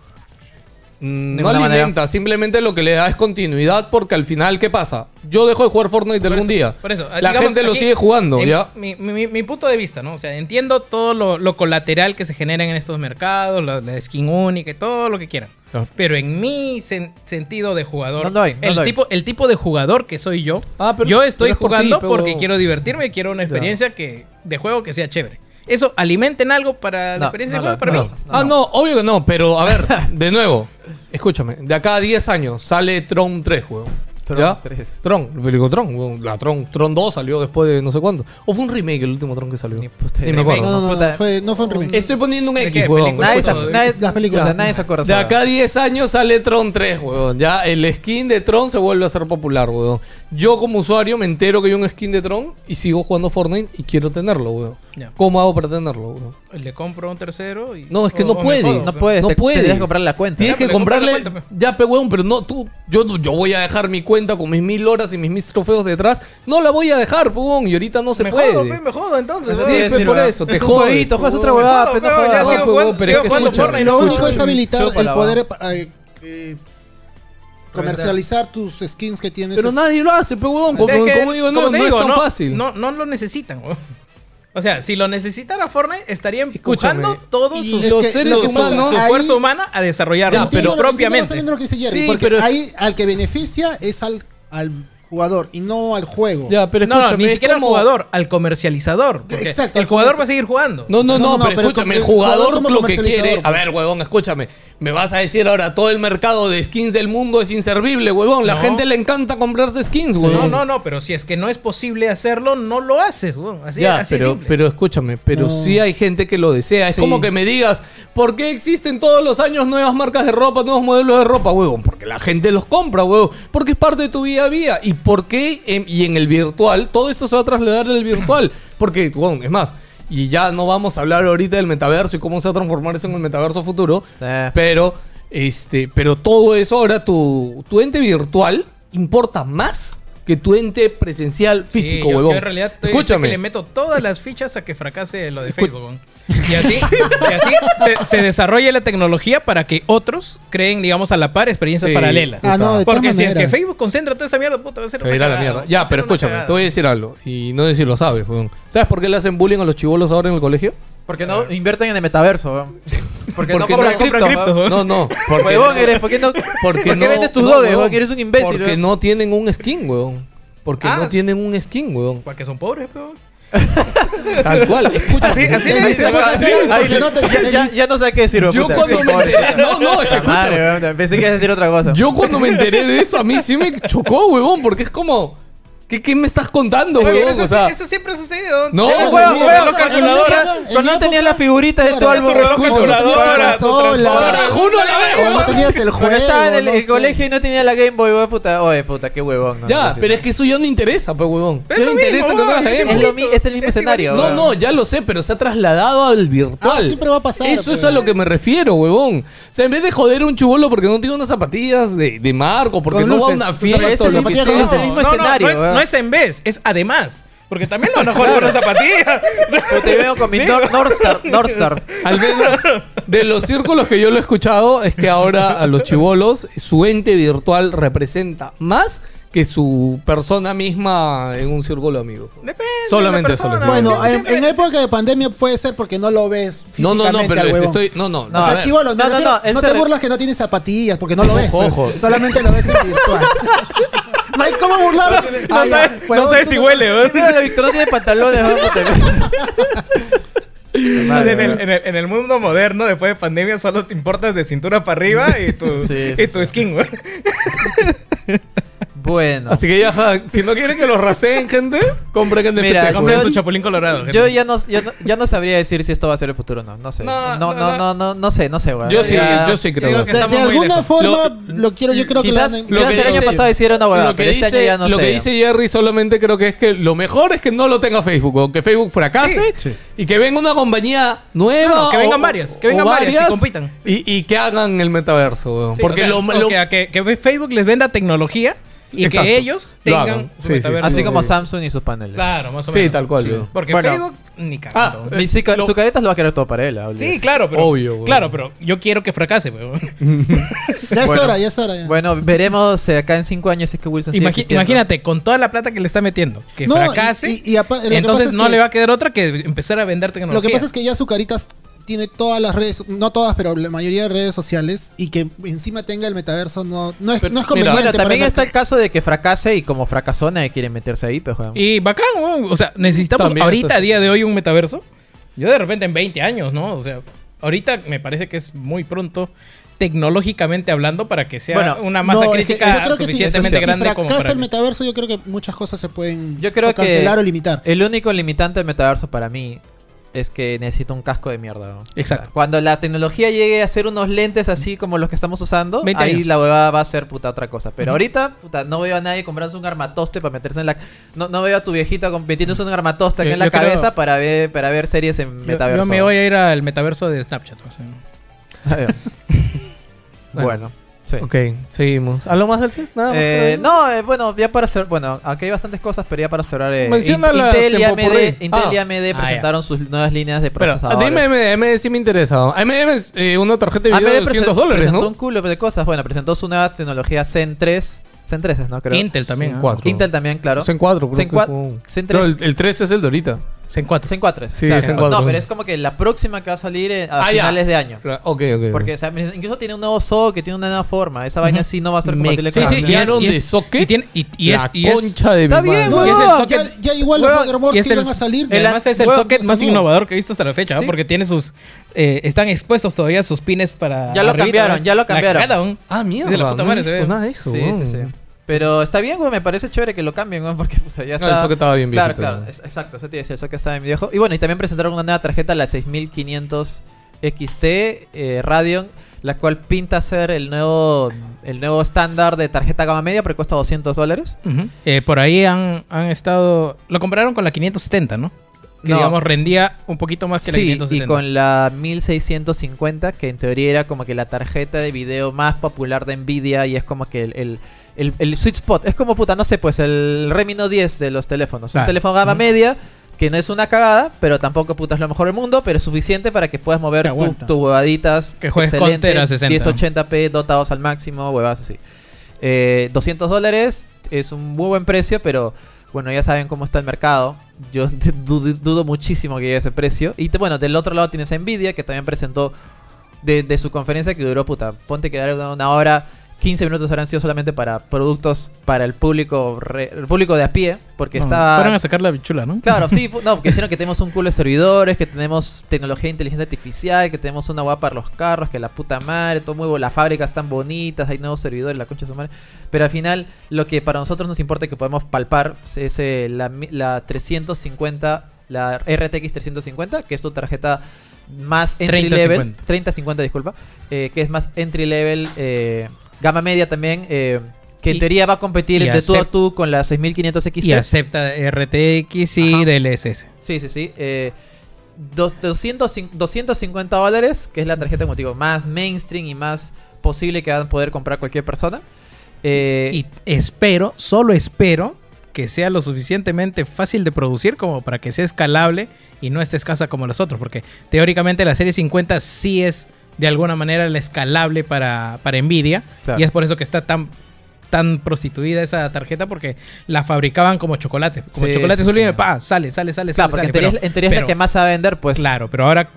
Speaker 3: Mm, no
Speaker 4: ninguna manera.
Speaker 3: alimenta, simplemente lo que le da es continuidad porque al final, ¿qué pasa? Yo dejo de jugar Fortnite algún día.
Speaker 5: Por eso,
Speaker 3: la
Speaker 5: digamos,
Speaker 3: gente lo
Speaker 5: aquí,
Speaker 3: sigue jugando,
Speaker 5: en-
Speaker 3: ¿ya?
Speaker 5: Mi, mi- mi- mi punto de vista, ¿no? O sea, entiendo todo lo, lo colateral que se genera en estos mercados, la, la skin única y todo lo que quieran.
Speaker 3: Claro.
Speaker 5: Pero en mi sen- sentido de jugador,
Speaker 4: No lo hay, no
Speaker 5: el,
Speaker 4: lo hay.
Speaker 5: tipo, el tipo de jugador que soy yo,
Speaker 3: Ah, pero-
Speaker 5: yo estoy
Speaker 3: pero es por ti,
Speaker 5: jugando
Speaker 3: pero-
Speaker 5: porque quiero divertirme, quiero una experiencia que, de juego que sea chévere. Eso alimenten algo para la
Speaker 4: No,
Speaker 5: experiencia
Speaker 4: no
Speaker 5: de
Speaker 4: lo-
Speaker 5: juego para
Speaker 4: no
Speaker 5: mí.
Speaker 4: lo-
Speaker 3: ah, no, obvio que no, pero a ver, de nuevo, escúchame, de acá a 10 años sale Tron 3, weón.
Speaker 4: Tron
Speaker 3: ¿Ya?
Speaker 4: 3.
Speaker 3: Tron, el película Tron, weón, la Tron, Tron 2 salió después de no sé cuánto. ¿O fue un remake el último Tron que salió?
Speaker 4: Ni puta
Speaker 3: Ni
Speaker 4: idea.
Speaker 3: me acuerdo.
Speaker 6: No, no, no,
Speaker 4: Puta.
Speaker 6: fue, no fue un remake.
Speaker 3: Estoy poniendo un
Speaker 5: ¿De
Speaker 3: X,
Speaker 5: qué?
Speaker 3: weón.
Speaker 5: ¿Película?
Speaker 4: Nadie se,
Speaker 5: Escúchame.
Speaker 4: nadie-
Speaker 6: Las películas.
Speaker 4: ya, nadie se acuerda.
Speaker 3: De acá a 10 años sale Tron 3, weón. Ya el skin de Tron se vuelve a ser popular, weón. Yo como usuario me entero que hay un skin de Tron y sigo jugando Fortnite y quiero tenerlo, weón.
Speaker 5: Ya.
Speaker 3: ¿Cómo hago para tenerlo, weón?
Speaker 5: Le compro a un tercero y...
Speaker 3: No, es que
Speaker 5: o-
Speaker 3: no
Speaker 5: o Oh, me
Speaker 3: puedes.
Speaker 5: jodo,
Speaker 4: No
Speaker 5: pe.
Speaker 4: puedes,
Speaker 3: No
Speaker 4: te-
Speaker 3: puedes.
Speaker 4: tendrías que comprar la cuenta.
Speaker 3: Tienes
Speaker 5: Ya,
Speaker 3: que
Speaker 5: pero le compras la
Speaker 3: comprarle.
Speaker 5: cuenta, pe.
Speaker 3: ya, pe, weón, pero no, tú. Yo, no- yo voy a dejar mi cuenta con mis mil horas y mis mil trofeos detrás. No la voy a dejar, pe, weón. Y ahorita no se
Speaker 5: me
Speaker 3: puede.
Speaker 5: jodo, pe, me jodo entonces.
Speaker 3: Sí,
Speaker 5: weón.
Speaker 3: pe, por eso, te
Speaker 4: es un
Speaker 3: jode.
Speaker 4: jueguito, juegas otra
Speaker 5: Me
Speaker 4: huevada,
Speaker 5: jodo,
Speaker 4: pero
Speaker 5: weón,
Speaker 4: no
Speaker 5: ya
Speaker 4: jodas.
Speaker 5: sigo
Speaker 3: No, pero,
Speaker 5: jugando-
Speaker 3: pero
Speaker 5: sigo
Speaker 3: es que
Speaker 5: jugando
Speaker 3: escucha,
Speaker 5: Fortnite,
Speaker 6: lo
Speaker 5: no
Speaker 6: único
Speaker 5: escucho.
Speaker 6: es habilitar
Speaker 4: Chupa
Speaker 6: el
Speaker 4: la
Speaker 6: poder eh, eh, comercializar tus skins que tienes.
Speaker 3: Pero
Speaker 6: Es-
Speaker 3: nadie lo hace, pe, weón. Como,
Speaker 5: Es que,
Speaker 3: como digo, no,
Speaker 5: como te
Speaker 3: no es
Speaker 5: digo,
Speaker 3: tan
Speaker 5: no-
Speaker 3: fácil.
Speaker 5: No, no lo necesitan, weón. O sea, si lo necesitara Fortnite, estaría
Speaker 3: Escúchame.
Speaker 5: empujando todo
Speaker 3: Y
Speaker 5: su,
Speaker 6: es
Speaker 3: los
Speaker 6: que
Speaker 3: seres
Speaker 6: lo que pasa-
Speaker 3: humanos.
Speaker 5: su
Speaker 6: ahí-
Speaker 5: fuerza humana a desarrollarlo
Speaker 3: Ya,
Speaker 6: Entiendo
Speaker 5: pero
Speaker 6: lo-
Speaker 5: propiamente.
Speaker 6: entiendo lo que dice Jerry,
Speaker 3: Sí,
Speaker 6: porque
Speaker 3: pero-
Speaker 6: ahí al que beneficia es al, al jugador y no al juego.
Speaker 3: Ya, pero
Speaker 5: No,
Speaker 3: escúchame.
Speaker 5: no, ni
Speaker 3: es
Speaker 5: siquiera
Speaker 3: como-
Speaker 5: al jugador, al comercializador. porque
Speaker 6: Exacto,
Speaker 5: El
Speaker 6: al
Speaker 5: jugador
Speaker 6: comerci-
Speaker 5: va a seguir jugando.
Speaker 3: No, no,
Speaker 6: No,
Speaker 3: no,
Speaker 6: no, no,
Speaker 3: pero
Speaker 6: pero
Speaker 3: escúchame,
Speaker 6: como-
Speaker 3: el jugador,
Speaker 6: jugador como
Speaker 3: lo que quiere.
Speaker 6: comercializador.
Speaker 3: A ver, huevón, escúchame. Me vas a decir ahora, todo el mercado de skins del mundo es inservible, huevón. La
Speaker 5: No.
Speaker 3: gente le encanta comprarse skins,
Speaker 5: No,
Speaker 3: huevón.
Speaker 5: no, no, pero si es que no es posible hacerlo, no lo haces, weón. Así,
Speaker 3: Ya,
Speaker 5: así es
Speaker 3: pero,
Speaker 5: simple.
Speaker 3: pero escúchame, pero
Speaker 6: No.
Speaker 3: sí hay gente que lo desea. Es
Speaker 6: Sí.
Speaker 3: como que me digas, ¿por qué existen todos los años nuevas marcas de ropa, nuevos modelos de ropa, huevón? Porque la gente los compra, huevón. Porque es parte de tu día a día. ¿Y por qué? em, y en el virtual, todo esto se va a trasladar al virtual. Porque, huevón, es más. Y ya no vamos a hablar ahorita del metaverso y cómo se va a transformar eso en el metaverso futuro.
Speaker 4: Sí.
Speaker 6: Eh.
Speaker 3: Pero, este, pero todo eso ahora, tu, tu ente virtual importa más que tu ente presencial
Speaker 5: Sí,
Speaker 3: físico,
Speaker 5: yo- yo
Speaker 3: huevón.
Speaker 5: en este realidad estoy-
Speaker 3: Escúchame.
Speaker 5: que le meto todas las fichas a que fracase lo de Facebook. weón. Y así, y así se, se desarrolla la tecnología para que otros creen, digamos, a la par experiencias
Speaker 3: Sí.
Speaker 5: paralelas.
Speaker 6: Ah, no, de todas
Speaker 5: Porque si es que
Speaker 6: maneras.
Speaker 5: Facebook concentra toda esa mierda, puta, va a ser
Speaker 3: Se
Speaker 5: una
Speaker 3: va a ir a la
Speaker 5: cagada,
Speaker 3: mierda.
Speaker 5: va
Speaker 3: Ya,
Speaker 5: a ser
Speaker 3: pero
Speaker 5: una
Speaker 3: escúchame,
Speaker 5: cagada.
Speaker 3: te voy a decir algo. Y no sé si lo sabes, weón. ¿Sabes por qué le hacen bullying a los chivolos ahora en el colegio?
Speaker 4: Porque no invierten en el metaverso, weón. Porque, no
Speaker 3: Porque
Speaker 4: compran
Speaker 3: no
Speaker 4: cripto,
Speaker 5: compran cripto,
Speaker 4: weón.
Speaker 5: weón.
Speaker 3: No, no. Porque,
Speaker 4: Huevón eres, ¿por qué no?
Speaker 3: porque
Speaker 4: ¿por qué
Speaker 3: no-
Speaker 4: vendes tus
Speaker 3: no,
Speaker 4: dobles,
Speaker 3: weón.
Speaker 4: weón? Que eres un imbécil, ¿eh?
Speaker 3: Porque
Speaker 4: weón.
Speaker 3: no tienen un skin, weón. Porque
Speaker 5: Ah.
Speaker 3: no tienen un skin, weón.
Speaker 5: Porque son pobres, weón.
Speaker 3: Tal cual, escucha.
Speaker 5: Así, así
Speaker 6: Ahí
Speaker 5: le
Speaker 6: se
Speaker 5: dice.
Speaker 6: va a
Speaker 5: así.
Speaker 6: hacer,
Speaker 4: Ay,
Speaker 6: porque no te-
Speaker 4: ya, ya- ya no sé a qué decir.
Speaker 3: Yo
Speaker 4: puta.
Speaker 3: cuando me enteré. No, no,
Speaker 4: Puta
Speaker 3: escucha.
Speaker 4: madre, weón, pensé que ibas a decir otra cosa.
Speaker 3: Yo cuando me enteré de eso, a mí sí me chocó, huevón, porque es como. ¿Qué, qué me estás contando,
Speaker 5: Oye, pero
Speaker 3: huevón?
Speaker 5: eso,
Speaker 3: O sea,
Speaker 5: eso siempre ha sucedido.
Speaker 3: No,
Speaker 5: Tienes
Speaker 3: huevón,
Speaker 5: huevos,
Speaker 3: huevón,
Speaker 5: los
Speaker 6: cuando
Speaker 5: calculadora.
Speaker 6: no tenía- en
Speaker 4: Cuando
Speaker 6: mi
Speaker 4: no tenías
Speaker 6: época-
Speaker 4: las figuritas de tu
Speaker 6: Claro,
Speaker 4: álbum,
Speaker 6: cuando
Speaker 4: weón,
Speaker 5: tu
Speaker 6: no tenías
Speaker 5: calculadora,
Speaker 6: la
Speaker 5: tu
Speaker 6: consola,
Speaker 5: transformadora.
Speaker 3: uno a la vez,
Speaker 6: cuando no
Speaker 3: huevón.
Speaker 6: tenías el
Speaker 4: Cuando
Speaker 6: juego.
Speaker 4: estaba en el,
Speaker 6: no
Speaker 4: el
Speaker 6: sé.
Speaker 4: colegio y no tenía la Game Boy, weón, puta. Oye, puta, qué huevón. no,
Speaker 3: Ya,
Speaker 4: no sé.
Speaker 3: pero es que eso ya no interesa, pues, huevón.
Speaker 5: Es
Speaker 3: No
Speaker 5: lo
Speaker 3: interesa eh.
Speaker 5: mismo,
Speaker 3: que otra
Speaker 5: huevón, es
Speaker 3: gente.
Speaker 4: es, lo mi- es el mismo
Speaker 5: Es
Speaker 4: escenario.
Speaker 3: No,
Speaker 4: weón.
Speaker 3: no, ya lo sé, pero se ha trasladado al virtual.
Speaker 6: Ah, siempre va a pasar,
Speaker 3: Eso es
Speaker 6: pues.
Speaker 3: a lo que me refiero, huevón. O sea, en vez de joder a un chubolo porque no tiene unas zapatillas de, de marco, porque
Speaker 6: Con
Speaker 3: no
Speaker 6: luces,
Speaker 3: va a una
Speaker 6: sus
Speaker 3: fiesta o lo que
Speaker 6: zapatillas con
Speaker 3: sea.
Speaker 4: Es el mismo escenario,
Speaker 5: No, es,
Speaker 4: weón.
Speaker 5: no es en vez, es además. Porque también lo van a joder con las zapatillas. O sea,
Speaker 4: Puta, yo vengo con mi Nor- Northstar. Northstar.
Speaker 3: Al menos de los círculos que yo lo he escuchado es que ahora a los chivolos su ente virtual representa más que su persona misma en un círculo amigo.
Speaker 5: depende
Speaker 3: Solamente
Speaker 5: de la persona.
Speaker 3: eso.
Speaker 6: Bueno, en,
Speaker 5: Siempre-
Speaker 6: en época de pandemia puede ser porque no lo ves.
Speaker 3: No, no, no,
Speaker 6: físicamente
Speaker 3: pero
Speaker 6: al
Speaker 3: les
Speaker 6: huevón.
Speaker 3: estoy no no,
Speaker 4: No,
Speaker 6: o
Speaker 3: a
Speaker 6: sea,
Speaker 3: ver.
Speaker 6: chivolo, no,
Speaker 4: No, no, no, él
Speaker 6: no
Speaker 4: se
Speaker 6: te
Speaker 4: re-
Speaker 6: burlas que no tienes zapatillas porque no lo ves. pues.
Speaker 3: Ojo, ojo.
Speaker 6: Solamente lo ves en virtual. no hay cómo burlar.
Speaker 5: No sabe- no sabe si huele, weón.
Speaker 4: No, la Victor no tiene pantalones, weón, puta.
Speaker 5: Entonces,
Speaker 4: Madre,
Speaker 5: en, el,
Speaker 4: weón.
Speaker 5: en el- en el mundo moderno, después de pandemia, solo te importas de cintura para arriba y tu,
Speaker 4: Sí,
Speaker 5: y
Speaker 4: sí,
Speaker 5: tu skin, güey.
Speaker 4: Bueno.
Speaker 3: Así que ya, ja, si no quieren que los raseen, gente, compren en
Speaker 4: Mira,
Speaker 3: NFT.
Speaker 5: Compren
Speaker 4: yo-
Speaker 5: su chapulín colorado.
Speaker 4: Yo ya no, yo, no, ya no sabría decir si esto va a ser el futuro o no. No sé.
Speaker 5: No,
Speaker 4: No, no,
Speaker 5: no,
Speaker 4: no, no, no, sé, no sé, weón.
Speaker 3: Yo sí,
Speaker 4: Ya-
Speaker 3: yo sí creo.
Speaker 5: Digo
Speaker 6: De,
Speaker 5: que
Speaker 6: de
Speaker 5: estamos muy
Speaker 6: alguna
Speaker 5: lejos.
Speaker 6: forma, lo, quiero, yo creo que
Speaker 4: Quizás,
Speaker 6: lo van a-
Speaker 4: lo
Speaker 3: lo
Speaker 4: que
Speaker 3: que
Speaker 4: el año
Speaker 3: dice-
Speaker 4: pasado hicieron una huevada,
Speaker 3: lo que,
Speaker 4: pero este
Speaker 3: dice,
Speaker 4: año ya no
Speaker 3: lo
Speaker 4: sé.
Speaker 3: que
Speaker 4: ya.
Speaker 3: dice Jerry solamente creo que es que lo mejor es que no lo tenga Facebook, o que Facebook fracase
Speaker 6: Sí, sí.
Speaker 3: y que venga una compañía nueva.
Speaker 5: No, no, que
Speaker 3: o-
Speaker 5: vengan varias, que
Speaker 3: o
Speaker 5: vengan varias que compitan.
Speaker 3: Y, y que hagan el metaverso, weón.
Speaker 5: Sí,
Speaker 3: Porque
Speaker 5: o sea,
Speaker 3: lo, lo-
Speaker 5: o sea, que, que Facebook les venda tecnología y
Speaker 3: Exacto.
Speaker 5: que ellos
Speaker 3: Lo
Speaker 5: tengan
Speaker 3: hagan.
Speaker 5: su
Speaker 3: Sí, sí.
Speaker 5: metaverso.
Speaker 4: Así como
Speaker 3: Sí.
Speaker 4: Samsung y sus paneles.
Speaker 5: Claro, más o
Speaker 3: Sí,
Speaker 5: menos.
Speaker 3: tal cual, yo.
Speaker 5: Porque
Speaker 4: Bueno.
Speaker 5: Facebook ni cagando.
Speaker 3: Ah,
Speaker 4: Mi cica-
Speaker 5: Lo-
Speaker 4: Su careta lo va a querer todo para él. hable.
Speaker 5: Sí, claro, pero.
Speaker 3: Obvio, güey.
Speaker 5: Claro, pero yo quiero que fracase, weón.
Speaker 6: Ya es
Speaker 4: Bueno.
Speaker 6: hora, ya es hora. ya.
Speaker 4: Bueno, veremos eh, acá en 5 años si es que Wilson sigue
Speaker 5: Imagi-
Speaker 4: existiendo.
Speaker 5: imagínate, con toda la plata que le está metiendo, que
Speaker 6: No,
Speaker 5: fracase.
Speaker 6: y- y- y apa- lo que
Speaker 5: entonces
Speaker 6: pasa es
Speaker 5: no
Speaker 6: que-
Speaker 5: le va a quedar otra que empezar a vender tecnología.
Speaker 6: Lo que pasa es que ya su caritas tiene todas las redes, no todas, pero la mayoría de redes sociales y que encima tenga el metaverso no, no, es, no es
Speaker 4: Mira,
Speaker 6: conveniente.
Speaker 4: bueno,
Speaker 6: para
Speaker 4: también
Speaker 6: el
Speaker 4: está el
Speaker 6: mercado.
Speaker 4: caso de que fracase y como fracasó nadie quiere meterse ahí, pues, weón.
Speaker 5: Y bacán, weón. O sea, necesitamos
Speaker 3: También
Speaker 5: ahorita,
Speaker 3: esto es-
Speaker 5: a día de hoy, un metaverso. Yo de repente en 20 años, ¿no? O sea, ahorita me parece que es muy pronto, tecnológicamente hablando, para que sea
Speaker 4: Bueno,
Speaker 5: una masa
Speaker 6: No, es que-
Speaker 5: crítica
Speaker 6: yo creo que si-
Speaker 5: suficientemente
Speaker 6: si,
Speaker 5: grande
Speaker 6: fracasa
Speaker 5: como para...
Speaker 6: el metaverso, yo creo que muchas cosas se pueden
Speaker 4: Yo creo
Speaker 6: o cancelar
Speaker 4: que-
Speaker 6: o limitar.
Speaker 4: El único limitante del metaverso para mí es que necesito un casco de mierda. weón.
Speaker 5: Exacto.
Speaker 4: Cuando la tecnología llegue a ser unos lentes así como los que estamos usando,
Speaker 5: 20
Speaker 4: ahí
Speaker 5: años.
Speaker 4: la huevada va a ser puta otra cosa. Pero ahorita, puta, no veo a nadie comprarse un armatoste para meterse en la. No, no veo a tu viejita con- metiéndose un armatoste aquí
Speaker 5: Yo-
Speaker 4: en la
Speaker 5: yo creo-
Speaker 4: cabeza para, ver, para ver series en
Speaker 5: Yo,
Speaker 4: metaverso.
Speaker 5: yo me voy a ir al metaverso de Snapchat. o sea.
Speaker 4: bueno. Sí.
Speaker 3: Ok, seguimos. ¿Algo más del CES?
Speaker 5: Ah,
Speaker 3: Nada
Speaker 5: pues,
Speaker 3: más.
Speaker 4: Eh,
Speaker 3: por ahí?
Speaker 4: no, eh, bueno, ya para cerrar, bueno, aunque hay bastantes cosas, pero ya para cerrar, eh,
Speaker 3: Menciona
Speaker 4: In-
Speaker 3: las
Speaker 4: Intel y
Speaker 3: en
Speaker 4: AMD,
Speaker 3: popurrí.
Speaker 4: Intel y
Speaker 3: Ah.
Speaker 4: AMD
Speaker 5: Ah,
Speaker 4: presentaron sus nuevas líneas de
Speaker 3: Pero, ah,
Speaker 4: procesadores.
Speaker 3: dime AMD, AMD sí me interesa. AMD es eh, una tarjeta de
Speaker 4: AMD
Speaker 3: video de
Speaker 4: presen-
Speaker 3: 200 dólares,
Speaker 4: Ah, presentó un
Speaker 3: ¿no?
Speaker 4: culo de cosas. Bueno, presentó su nueva tecnología Zen 3, Zen 3 es, ¿no? Creo.
Speaker 5: Intel también.
Speaker 3: Son
Speaker 5: ¿no?
Speaker 3: cuatro.
Speaker 4: Intel también, claro.
Speaker 3: Zen 4, Pues creo
Speaker 4: Zen
Speaker 3: que
Speaker 4: cuat-
Speaker 3: fue.
Speaker 4: Zen tres.
Speaker 3: No, el, el 3 es el de ahorita.
Speaker 5: Zen 4.
Speaker 4: Zen 4.
Speaker 3: Sí,
Speaker 4: claro.
Speaker 3: Zen 4.
Speaker 4: No, pero es como que la próxima que va a salir eh, a
Speaker 3: Ah, ya.
Speaker 4: finales de año.
Speaker 3: Ok, ok. ok.
Speaker 4: Porque o sea, incluso tiene un nuevo zoo que tiene una nueva forma. Esa vaina sí no va a ser
Speaker 3: Me
Speaker 4: compatible
Speaker 5: Sí, sí,
Speaker 4: AMD.
Speaker 5: y es-
Speaker 3: Cambiaron
Speaker 5: y
Speaker 3: de
Speaker 5: es-
Speaker 3: socket.
Speaker 5: Y, tiene, y, y es,
Speaker 3: la
Speaker 5: y es-
Speaker 3: concha de mi
Speaker 4: Está bien,
Speaker 3: madre.
Speaker 6: No,
Speaker 5: Eh, y es el
Speaker 6: ya,
Speaker 5: socket-
Speaker 6: ya igual los
Speaker 4: Huevón,
Speaker 5: y
Speaker 6: Pokémon
Speaker 5: es
Speaker 6: que
Speaker 5: el-
Speaker 6: van a salir.
Speaker 4: el-
Speaker 5: Además es el
Speaker 4: Huevón,
Speaker 5: socket
Speaker 6: Dios
Speaker 5: más
Speaker 6: mío.
Speaker 5: innovador que he visto hasta la fecha, ¿no?
Speaker 4: pues, Sí.
Speaker 5: porque tiene sus... eh, están expuestos todavía sus pines para...
Speaker 4: Ya lo
Speaker 5: arribita,
Speaker 4: cambiaron,
Speaker 5: ¿no?
Speaker 4: ya lo
Speaker 5: La
Speaker 4: cambiaron.
Speaker 5: cagada, ¿no?
Speaker 3: Ah, mierda.
Speaker 5: de la puta
Speaker 3: no
Speaker 5: madre,
Speaker 3: he visto
Speaker 5: se ve.
Speaker 3: nada de eso.
Speaker 4: Sí,
Speaker 3: weón.
Speaker 4: sí, sí. Pero está bien, güey, me parece chévere que lo cambien, güey, porque puta, ya
Speaker 3: No,
Speaker 4: está.
Speaker 3: el socket estaba bien
Speaker 4: Claro,
Speaker 3: viejito,
Speaker 4: claro,
Speaker 3: ¿no?
Speaker 4: es- exacto, eso te iba a decir, el socket estaba bien viejo. Y bueno, y también presentaron una nueva tarjeta, la 6500 XT eh, Radeon, la cual pinta ser el nuevo el nuevo estándar de tarjeta gama media, porque cuesta 200 dólares.
Speaker 5: Ujú. Eh, por ahí han, han estado. Lo compararon con la 570, ¿no? Que
Speaker 4: No.
Speaker 5: digamos rendía un poquito más que la
Speaker 4: Sí,
Speaker 5: 570.
Speaker 4: y con la 1650, que en teoría era como que la tarjeta de video más popular de Nvidia y es como que el, el, el- el sweet spot. Es como puta, no sé, pues el Remino 10 de los teléfonos.
Speaker 5: Claro.
Speaker 4: Un teléfono gama
Speaker 5: Ujú.
Speaker 4: media que no es una cagada, pero tampoco puta es lo mejor del mundo, pero es suficiente para que puedas mover
Speaker 6: Te
Speaker 4: tus
Speaker 6: aguanta.
Speaker 4: tu huevaditas.
Speaker 5: Que juegues
Speaker 4: excelente,
Speaker 5: Counter a 60.
Speaker 4: 1080p, Dota 2 al máximo, huevadas así. Eh, 200 dólares es un muy buen precio, pero bueno, ya saben cómo está el mercado. Yo dudo, dudo muchísimo que llegue a ese precio. Y te- bueno, del otro lado tienes a Nvidia, que también presentó de, de su conferencia que duró, puta, ponte que era una hora, 15 minutos habrán sido solamente para productos para el público re- el público de a pie, porque
Speaker 5: No,
Speaker 4: estaba...
Speaker 5: Fueron a sacar la bichula, ¿no?
Speaker 4: Claro, sí, pu- no, porque hicieron que tenemos un culo de servidores, que tenemos tecnología de inteligencia artificial, que tenemos una guapa para los carros, que la puta madre, todo muy bueno, las fábricas tan bonitas, hay nuevos servidores, la concha de su madre. Pero al final, lo que para nosotros nos importa que podemos palpar es eh, la, mi- la 350, la RTX 350, que es tu tarjeta más entry level.
Speaker 5: 3050.
Speaker 4: 3050, disculpa. eh, que es más entry level, eh, gama media también. eh, que en
Speaker 5: Y-
Speaker 4: teoría va a competir
Speaker 5: y
Speaker 4: de tú a
Speaker 5: acep-
Speaker 4: tú con la 6500 XT.
Speaker 5: Y acepta RTX y
Speaker 4: Ajá.
Speaker 5: DLSS.
Speaker 4: Sí, sí, sí. Eh, dos- 200 cin- 250 dólares, que es la tarjeta como te digo, más mainstream y más posible que van a poder comprar cualquier persona. Eh,
Speaker 5: Y espero, solo espero que sea lo suficientemente fácil de producir como para que sea escalable y no esté escasa como los otros, porque teóricamente la serie 50 sí es de alguna manera la escalable para, para Nvidia
Speaker 4: Claro.
Speaker 5: y es por eso que está tan tan prostituida esa tarjeta porque la fabricaban como chocolate, como
Speaker 4: Sí,
Speaker 5: chocolate
Speaker 4: sí,
Speaker 5: solo y
Speaker 4: sí.
Speaker 5: pa, sale, sale, sale,
Speaker 4: claro, porque
Speaker 5: sale, sale,
Speaker 4: en teoría,
Speaker 5: pero-
Speaker 4: es- en teoría es la
Speaker 5: pero-
Speaker 4: que más sabe vender, pues.
Speaker 5: Claro, pero ahora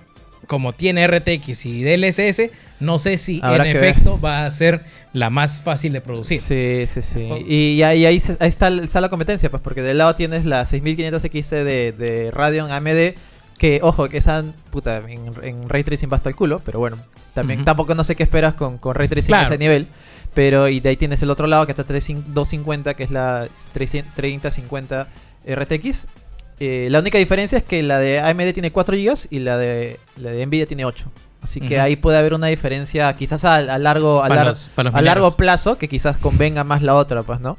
Speaker 5: como tiene RTX y DLSS, no sé si
Speaker 4: Habrá
Speaker 5: en
Speaker 4: que ver.
Speaker 5: efecto va a ser la más fácil de producir.
Speaker 4: Sí, sí, sí.
Speaker 5: Con-
Speaker 4: Y ahí, ahí, se- ahí está, está la competencia, pues, porque del lado tienes la 6500 XT de, de Radeon AMD, que, ojo, que esa, puta, en, en Ray Tracing va hasta el culo, pero bueno, también
Speaker 5: Ujú.
Speaker 4: tampoco no sé qué esperas con, con Ray Tracing a
Speaker 5: Claro.
Speaker 4: ese nivel. Pero, y de ahí tienes el otro lado, que está 250, que es la 300 3050 RTX. Eh, la única diferencia es que la de AMD tiene 4 GB y la de, la de Nvidia tiene 8. Así que
Speaker 5: Ujú.
Speaker 4: ahí puede haber una diferencia, quizás a, a largo, a,
Speaker 5: Para
Speaker 4: lar-
Speaker 5: los- para los
Speaker 4: a largo
Speaker 5: mineros.
Speaker 4: plazo, que quizás convenga más la otra, pues, ¿no?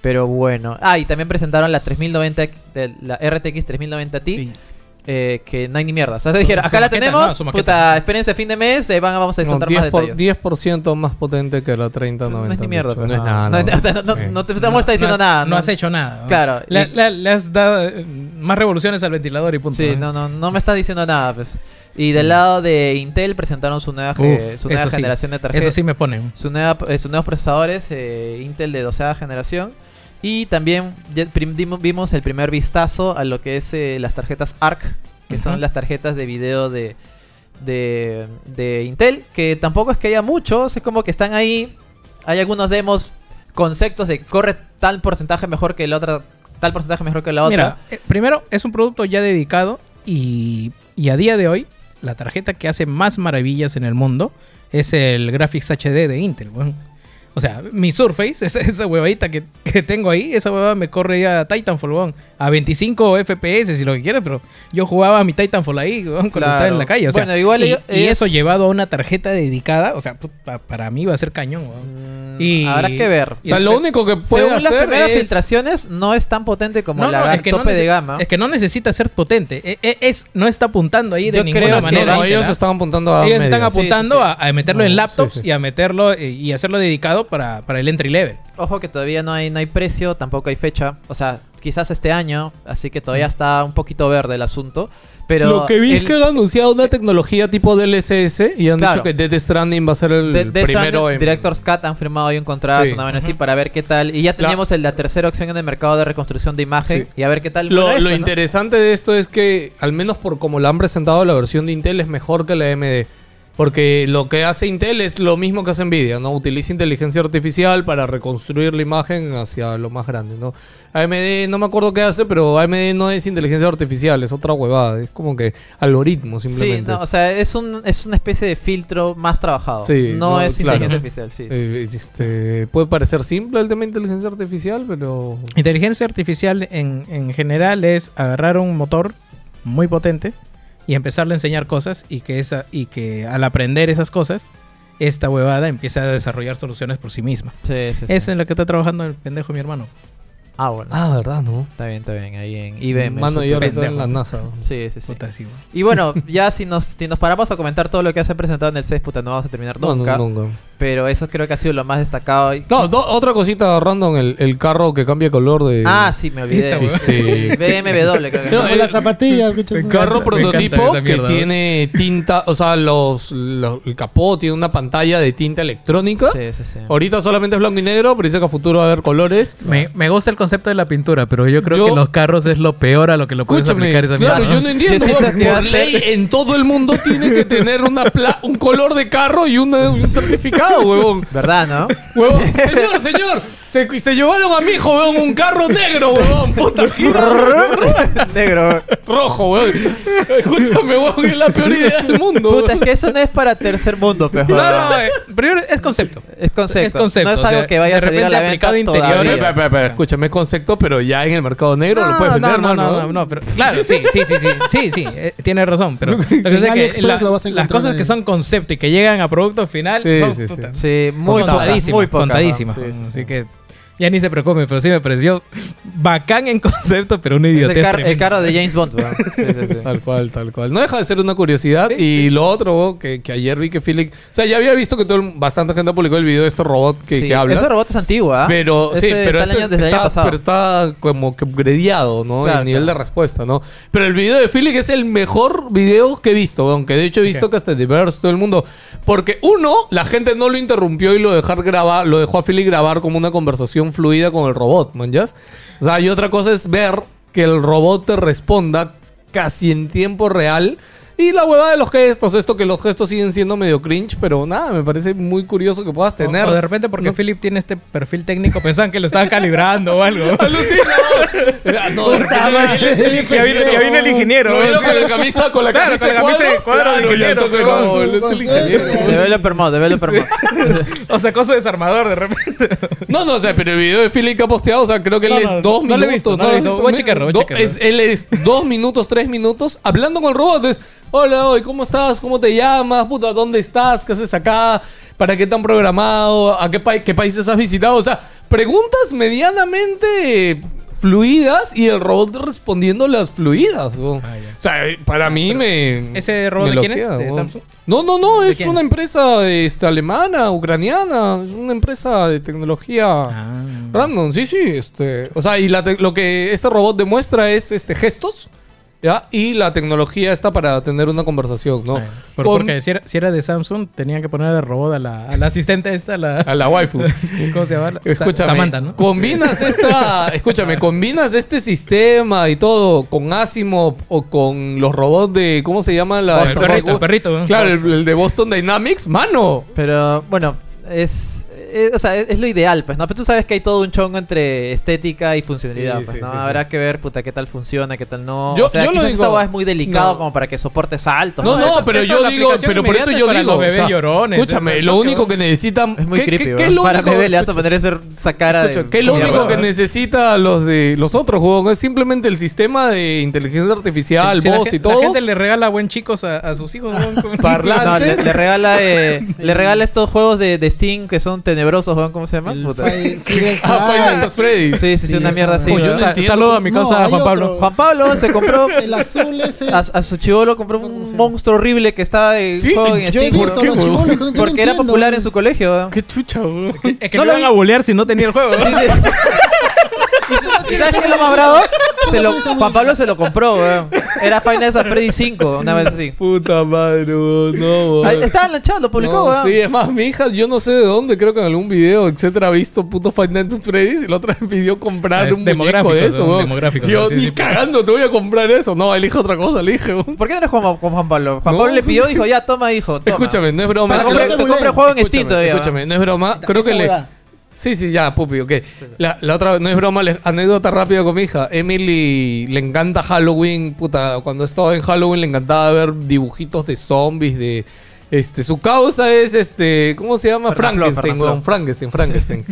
Speaker 4: Pero bueno. Ah, y también presentaron la 3090, de- la RTX 3090 Ti,
Speaker 6: Sí.
Speaker 4: eh, que no hay ni mierda. O sea,
Speaker 5: Su-
Speaker 4: dijeron,
Speaker 5: su
Speaker 4: acá la
Speaker 5: maqueta, no,
Speaker 4: tenemos,
Speaker 5: su maqueta.
Speaker 4: puta, espérense fin de mes, eh, van, vamos a
Speaker 3: No,
Speaker 4: soltar más
Speaker 3: 10%,
Speaker 4: detalles.
Speaker 3: por- 10% más potente que la 3090.
Speaker 4: no es ni mierda,
Speaker 3: mucho.
Speaker 4: pues,
Speaker 3: No es
Speaker 4: no.
Speaker 3: nada.
Speaker 4: No,
Speaker 3: no.
Speaker 4: o sea, no, no-
Speaker 3: Sí.
Speaker 4: no te no está diciendo
Speaker 5: has-
Speaker 4: nada.
Speaker 5: No has hecho nada. ¿no?
Speaker 4: Claro.
Speaker 5: Le,
Speaker 4: Y-
Speaker 5: le- le has dado eh, más revoluciones al ventilador y punto.
Speaker 4: Sí, no, no, no me está diciendo nada, pues. Y
Speaker 3: Mm.
Speaker 4: del lado de Intel presentaron su nueva, ge-
Speaker 5: Uf,
Speaker 4: su nueva
Speaker 5: eso sí.
Speaker 4: generación de tarjetas.
Speaker 5: Eso sí me pone.
Speaker 4: su nueva- eh, sus nuevos procesadores eh, Intel de 12 generación. Y también ya prim- dimos- vimos el primer vistazo a lo que es eh, las tarjetas ARC, que
Speaker 5: Ujú.
Speaker 4: son las tarjetas de video de, de, de Intel, que tampoco es que haya muchos, es como que están ahí. Hay algunos demos, conceptos de corre tal porcentaje mejor que la otra, tal porcentaje mejor que la otra.
Speaker 5: Mira, eh, primero, es un producto ya dedicado y, y a día de hoy, la tarjeta que hace más maravillas en el mundo es el Graphics HD de Intel, weón. O sea, mi Surface, esa, esa huevadita que, que tengo ahí, esa huevada me corre ya a Titanfall, weón, a 25 FPS, si lo que quieras, pero yo jugaba a mi Titanfall ahí, weón, cuando
Speaker 4: Claro.
Speaker 5: estaba en la calle. O sea,
Speaker 4: Bueno, igual
Speaker 5: y,
Speaker 4: yo-
Speaker 5: y
Speaker 4: es-
Speaker 5: eso llevado a una tarjeta dedicada, o sea, puta, para mí va a ser cañón, weón.
Speaker 4: Mm,
Speaker 5: Y-
Speaker 4: Habrá que ver.
Speaker 3: O sea, lo único que puede
Speaker 4: Según las
Speaker 3: hacer
Speaker 4: primeras
Speaker 3: es...
Speaker 4: filtraciones, no es tan potente como la
Speaker 5: es
Speaker 4: gran
Speaker 5: que
Speaker 4: tope
Speaker 5: nece-
Speaker 4: de gama.
Speaker 5: Es que no necesita ser potente. E- e- es, no está apuntando ahí de
Speaker 4: Yo
Speaker 5: ninguna
Speaker 4: creo que
Speaker 5: manera.
Speaker 3: No,
Speaker 4: Intel,
Speaker 3: ellos
Speaker 5: ¿ah?
Speaker 3: están apuntando a
Speaker 5: Ellos están
Speaker 3: medias.
Speaker 4: sí,
Speaker 5: apuntando
Speaker 4: sí.
Speaker 5: A, a meterlo
Speaker 3: No,
Speaker 5: en laptops
Speaker 3: sí, sí.
Speaker 5: y a meterlo eh, y hacerlo dedicado para, para el entry level.
Speaker 4: Ojo que todavía no hay, no hay precio, tampoco hay fecha. O sea, quizás este año, así que todavía está un poquito verde el asunto. Pero
Speaker 3: Lo que vi es
Speaker 4: el-
Speaker 3: que han anunciado una tecnología tipo DLSS y han dicho
Speaker 4: Claro.
Speaker 3: que Death Stranding va a ser el
Speaker 4: de, de
Speaker 3: primero
Speaker 4: Stranded,
Speaker 3: en...
Speaker 4: Director's Cut han firmado hoy un contrato,
Speaker 3: Sí.
Speaker 4: una vaina así, para ver qué tal. Y ya teníamos el, la tercera opción en el mercado de reconstrucción de imagen
Speaker 3: Sí.
Speaker 4: y a ver qué tal.
Speaker 3: Lo,
Speaker 4: Bueno,
Speaker 3: lo
Speaker 4: ¿no?
Speaker 3: interesante de esto es que, al menos por como la han presentado, la versión de Intel es mejor que la AMD. Porque lo que hace Intel es lo mismo que hace Nvidia, ¿no? Utiliza inteligencia artificial para reconstruir la imagen hacia lo más grande, ¿no? AMD, no me acuerdo qué hace, pero AMD no es inteligencia artificial, es otra huevada. Es como que algoritmo,
Speaker 4: Sí,
Speaker 3: simplemente.
Speaker 4: no, o sea, es, un, es una especie de filtro más trabajado.
Speaker 3: Sí,
Speaker 4: no,
Speaker 3: no,
Speaker 4: es
Speaker 3: claro.
Speaker 4: inteligencia artificial, sí.
Speaker 3: Eh, este, puede parecer simple el tema de inteligencia artificial, pero...
Speaker 5: Inteligencia artificial en, en general es agarrar un motor muy potente y empezarle a enseñar cosas y que, esa, y que al aprender esas cosas, esta huevada empieza a desarrollar soluciones por sí misma.
Speaker 4: Sí, Pues sí, sí.
Speaker 5: Eso es en lo que está trabajando el pendejo mi hermano.
Speaker 4: Ah, bueno.
Speaker 3: Ah, ¿verdad, no?
Speaker 4: Está bien, está bien. Ahí en IBM.
Speaker 3: Mano,
Speaker 4: el
Speaker 3: yo
Speaker 4: futuro.
Speaker 3: en la NASA.
Speaker 4: Sí, sí, sí.
Speaker 5: Puta, sí, weón.
Speaker 4: Y bueno, ya si nos, si nos paramos a comentar todo lo que se ha presentado en el CES, puta, no vamos a terminar
Speaker 3: No,
Speaker 4: nunca.
Speaker 3: no, nunca.
Speaker 4: Pero eso creo que ha sido lo más destacado. y-
Speaker 3: No, do- otra cosita random, el, el carro que cambia color de...
Speaker 4: Ah, sí, me olvidé.
Speaker 5: Esa, weón.
Speaker 3: Este,
Speaker 4: BMW, creo que
Speaker 3: No,
Speaker 6: Como
Speaker 3: eh,
Speaker 6: las zapatillas,
Speaker 5: me
Speaker 3: el
Speaker 6: muchachos.
Speaker 3: carro
Speaker 5: encanta, me
Speaker 3: prototipo
Speaker 5: encanta esa
Speaker 3: que
Speaker 5: mierda,
Speaker 3: tiene tinta, o sea, los, lo- el capó tiene una pantalla de tinta electrónica.
Speaker 4: Sí, sí, sí.
Speaker 3: Oh. Ahorita solamente es blanco y negro, pero dice que a futuro va a haber colores.
Speaker 5: Me, me gusta el concepto de la pintura, pero yo creo
Speaker 3: Yo-
Speaker 5: que los carros es lo peor a lo que lo puedes
Speaker 3: Escúchame,
Speaker 5: aplicar esa
Speaker 3: claro,
Speaker 5: mierda.
Speaker 3: yo no entiendo.
Speaker 4: Yo siento
Speaker 3: Por,
Speaker 4: que va a
Speaker 3: por ley, en todo el mundo tiene que tener una pla- un color de carro y una- un certificado, huevón.
Speaker 4: ¿Verdad, no?
Speaker 3: Huevón, señor, señor, se, se llevaron a mi hijo, huevón, un carro negro, huevón, puta gira.
Speaker 4: Negro.
Speaker 3: Rojo, huevón. Escúchame, huevón, es la peor idea del mundo.
Speaker 4: Puta, es
Speaker 3: huevón.
Speaker 4: que eso no es para tercer mundo, pejo.
Speaker 5: No, no, eh, pero es concepto.
Speaker 4: Es concepto.
Speaker 5: Es concepto,
Speaker 4: No es
Speaker 5: o
Speaker 4: algo
Speaker 5: sea,
Speaker 4: que vaya a
Speaker 5: de
Speaker 4: salir a la
Speaker 5: repente
Speaker 4: venta
Speaker 3: Pero,
Speaker 5: aplicado a interiores.
Speaker 4: todavía.
Speaker 3: espera, espera, espera, Escúchame, concepto, pero ya en el mercado negro lo puedes vender,
Speaker 5: Ah, no,
Speaker 3: hermano.
Speaker 5: no, no,
Speaker 3: huevón.
Speaker 5: no, pero claro, sí, sí, sí, sí, sí, sí, eh, tiene razón, pero lo que
Speaker 6: En
Speaker 5: pasa es que
Speaker 6: AliExpress lo vas a
Speaker 5: las
Speaker 6: encontrar
Speaker 5: cosas
Speaker 6: ahí.
Speaker 5: que son concepto y que llegan a producto final
Speaker 3: Sí,
Speaker 5: son
Speaker 3: sí, sí.
Speaker 5: puta,
Speaker 4: Sí, muy
Speaker 5: contadísimas,
Speaker 4: pocas, muy pocas, ¿no?
Speaker 5: contadísimas,
Speaker 4: Sí, sí, sí.
Speaker 5: así que ya ni se preocupen, pero sí me pareció bacán en concepto, pero una
Speaker 4: Es
Speaker 5: idiotez
Speaker 4: el, car- el
Speaker 5: tremenda.
Speaker 4: carro de James Bond, weón. Sí, sí, sí.
Speaker 3: Tal cual, tal cual. No deja de ser una curiosidad. y lo otro, huevón, que, que ayer vi que Felix. O sea, ya había visto que todo el- bastante gente publicó el video de este robot que,
Speaker 4: Sí,
Speaker 3: que habla.
Speaker 4: Ese robot es antiguo, ¿ah?
Speaker 3: Pero sí,
Speaker 4: Ese
Speaker 3: pero,
Speaker 4: está el
Speaker 3: este
Speaker 4: año- desde el
Speaker 3: está,
Speaker 4: año pasado.
Speaker 3: pero está como que upgradeado, ¿no?
Speaker 4: Claro,
Speaker 3: el nivel
Speaker 4: claro.
Speaker 3: de respuesta, ¿no? Pero el video de Felix es el mejor video que he visto, aunque de hecho he visto que hasta Diverse todo el mundo. Porque uno, la gente no lo interrumpió y lo dejar grabar, lo dejó a Felix grabar como una conversación fluida con el robot, ¿man? ¿yas? O sea, y otra cosa es ver que el robot te responda casi en tiempo real. Y la huevada de los gestos, esto que los gestos siguen siendo medio cringe, pero nada, me parece muy curioso que puedas
Speaker 5: O-
Speaker 3: tener.
Speaker 5: O de repente porque Philip tiene este perfil técnico, pensaban que lo estaban calibrando o algo.
Speaker 3: Alucina. no, de repente él es el
Speaker 5: Ya viene- ya viene el ingeniero,
Speaker 3: Lo vieron
Speaker 5: ¿no?
Speaker 3: con la camisa, con la
Speaker 5: Claro,
Speaker 3: camisa,
Speaker 5: con la camisa de cuadros de
Speaker 3: Claro, ya
Speaker 5: ingeniero,
Speaker 3: está,
Speaker 5: con
Speaker 3: no,
Speaker 5: su-
Speaker 3: él es
Speaker 6: con
Speaker 3: el
Speaker 6: su-
Speaker 3: ingeniero.
Speaker 4: Developer mode, developer mode.
Speaker 5: o sacó su desarmador de repente.
Speaker 3: No, no, o sea, pero el video de Philip que ha posteado, o sea, creo que él
Speaker 5: No,
Speaker 3: es
Speaker 5: no,
Speaker 3: dos
Speaker 5: no
Speaker 3: minutos.
Speaker 5: lo he visto, no lo he visto. Voy a checarlo, voy a
Speaker 3: Do-
Speaker 5: checarlo.
Speaker 3: es- Él es dos minutos, tres minutos, hablando con el robot. Es, hola, hoy, ¿cómo estás? ¿Cómo te llamas? Puta, ¿dónde estás? ¿Qué haces acá? ¿Para qué te han programado? ¿A qué, pa- qué países has visitado? O sea, preguntas medianamente fluidas y el robot respondiéndolas fluidas. ¿no?
Speaker 5: Ah,
Speaker 3: O sea, eh, para mí me...
Speaker 5: ¿ese robot
Speaker 3: me
Speaker 5: de quién es?
Speaker 3: loquea,
Speaker 5: ¿De
Speaker 3: ¿no?
Speaker 5: Samsung?
Speaker 3: No, no, no, es
Speaker 5: quién?
Speaker 3: una empresa este, alemana, ucraniana, es una empresa de tecnología
Speaker 5: Ah.
Speaker 3: random, sí, sí, este, o sea, y la te- lo que este robot demuestra es este gestos, ¿ya? Y la tecnología está para tener una conversación, ¿no?
Speaker 5: Ah, Por-
Speaker 3: Con-
Speaker 5: Porque si era, si era de Samsung, tenían que poner de robot a la, a la asistente esta, a la,
Speaker 3: a la waifu.
Speaker 5: ¿Cómo se llama? La-
Speaker 3: Escúchame,
Speaker 5: Samantha, ¿no?
Speaker 3: combinas esta, escúchame, combinas este sistema y todo con Asimov o con los robots de, ¿cómo se llama? La,
Speaker 5: El perrito, el perrito, ¿no?
Speaker 3: Claro, el, el de Boston Dynamics, mano.
Speaker 4: Pero bueno, es, es- o sea, es, es lo ideal, pues, ¿no? Pero tú sabes que hay todo un chongo entre estética y funcionalidad,
Speaker 3: Sí,
Speaker 4: pues,
Speaker 3: sí,
Speaker 4: ¿no?
Speaker 3: sí, sí.
Speaker 4: Habrá que ver, puta, qué tal funciona, qué tal no.
Speaker 3: Yo-
Speaker 4: o sea,
Speaker 3: yo lo
Speaker 4: quizás
Speaker 3: digo-
Speaker 4: esa hueá es muy delicado
Speaker 3: no.
Speaker 4: como para que soporte saltos.
Speaker 3: No, no,
Speaker 4: Eso-
Speaker 3: pero
Speaker 5: eso
Speaker 3: yo
Speaker 5: la
Speaker 3: digo,
Speaker 5: aplicación
Speaker 3: pero por eso
Speaker 5: inmediata
Speaker 3: yo
Speaker 5: es para
Speaker 3: digo.
Speaker 5: los bebés llorones,
Speaker 3: escúchame,
Speaker 5: es
Speaker 3: lo
Speaker 5: lo
Speaker 3: único
Speaker 5: que-
Speaker 3: que necesitan.
Speaker 4: Es muy
Speaker 3: ¿qué- qué-
Speaker 4: creepy,
Speaker 3: qué
Speaker 4: weón.
Speaker 3: es lo
Speaker 4: Para
Speaker 3: único-
Speaker 4: bebé le vas a
Speaker 3: escucha-
Speaker 4: poner ese sacara de...
Speaker 3: Escucha, que es lo
Speaker 4: mierda,
Speaker 3: único que
Speaker 4: weón.
Speaker 3: necesita los de los otros juegos es simplemente el sistema de inteligencia artificial,
Speaker 5: Si la
Speaker 3: voz
Speaker 5: gen-
Speaker 3: y todo.
Speaker 5: La gente le regala buen chicos a, a sus hijos. weón, con-
Speaker 3: Parla-
Speaker 4: No, le,
Speaker 3: antes-
Speaker 4: le regala eh, le regala estos juegos de, de Steam que son tenebrosos, weón, ¿cómo se llama?
Speaker 6: El
Speaker 4: Puta.
Speaker 6: Fi- Fides
Speaker 3: Ah, Five Nights
Speaker 6: Nights.
Speaker 3: at Freddy's.
Speaker 4: Sí, sí, sí,
Speaker 6: Sí,
Speaker 4: una
Speaker 6: esa
Speaker 4: mierda así.
Speaker 6: hueá.
Speaker 3: Uy, Pues yo
Speaker 4: weón.
Speaker 3: no
Speaker 5: Sa-
Speaker 3: entiendo
Speaker 5: saludo
Speaker 3: cómo-
Speaker 5: a mi
Speaker 6: No,
Speaker 5: causa
Speaker 6: hay
Speaker 5: Juan Pablo.
Speaker 6: otro.
Speaker 4: Juan Pablo se compró
Speaker 6: El azul ese.
Speaker 4: a, a su chivolo compró un
Speaker 6: ¿Cómo se llama?
Speaker 4: monstruo horrible que estaba en
Speaker 3: Sí,
Speaker 4: juego en
Speaker 6: Yo he
Speaker 4: Steam.
Speaker 6: visto
Speaker 3: ¿Por
Speaker 6: los
Speaker 3: qué, huevón?
Speaker 6: chibolos que no- no
Speaker 4: Porque era
Speaker 6: entiendo.
Speaker 4: popular en su colegio. weón.
Speaker 3: Qué chucha, weón.
Speaker 5: Es que
Speaker 4: No
Speaker 5: lo
Speaker 4: lo
Speaker 5: iban
Speaker 4: vi.
Speaker 5: a bolear si no tenía el juego.
Speaker 4: Sí, sí. ¿Y sabes qué es lo más bravo? Se lo, Juan Pablo se lo compró, weón. Era Final Fantasy Freddy 5, una vez así.
Speaker 3: Puta madre, weón, no,
Speaker 4: Ahí
Speaker 3: weón.
Speaker 4: Estaba en la chat, lo este publicó,
Speaker 3: No,
Speaker 4: weón.
Speaker 3: sí, es más, mi hija, yo no sé de dónde, creo que en algún video, etcétera, ha visto puto Five Nights at Freddy's y la otra vez pidió comprar
Speaker 5: Ah, es
Speaker 3: un muñeco de
Speaker 5: demográficos,
Speaker 3: eso,
Speaker 5: son
Speaker 3: weón.
Speaker 5: demográficos,
Speaker 3: Yo,
Speaker 5: sí,
Speaker 3: ni
Speaker 5: sí.
Speaker 3: cagando te voy a comprar eso. No, elige otra cosa, elige, weón.
Speaker 4: ¿Por qué no eres como, como Juan Pablo? Juan
Speaker 3: No.
Speaker 4: Pablo le pidió, dijo, ya, toma, hijo. Toma.
Speaker 3: Escúchame, no es broma.
Speaker 4: Te
Speaker 6: Para
Speaker 3: creo-
Speaker 4: compré,
Speaker 6: que-
Speaker 4: te compré juego en Steam
Speaker 3: Escúchame,
Speaker 4: todavía. weón.
Speaker 3: escúchame, no es broma. Creo que
Speaker 6: Esta
Speaker 3: le.
Speaker 6: huevada.
Speaker 3: Sí, sí, ya, pupi, ok. La, la otra, no es broma, les- anécdota rápida con mi hija. Emily le encanta Halloween, puta. Cuando estaba en Halloween le encantaba ver dibujitos de zombies, de. Este, su causa es este, ¿cómo se llama?
Speaker 4: Fernanfloo,
Speaker 3: Frankenstein,
Speaker 4: Fernanfloo.
Speaker 3: weón. Frankenstein, Frankenstein.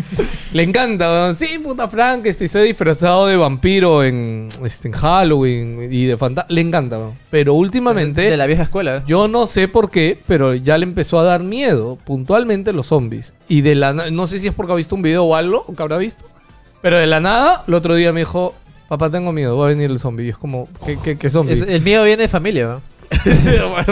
Speaker 3: le encanta, weón. Sí, puta Frankenstein, se ha disfrazado de vampiro en, este, en Halloween y de fantasma. Le encanta, weón. Pero últimamente.
Speaker 4: De la vieja escuela. weón.
Speaker 3: Yo no sé por qué, pero ya le empezó a dar miedo puntualmente los zombies. Y de la na- no sé si es porque ha visto un video o algo o que habrá visto, pero de la nada, el otro día me dijo, papá, tengo miedo, va a venir el zombie. Y es como, ¿qué, qué, qué zombie?
Speaker 4: Es- el mío viene de familia, weón.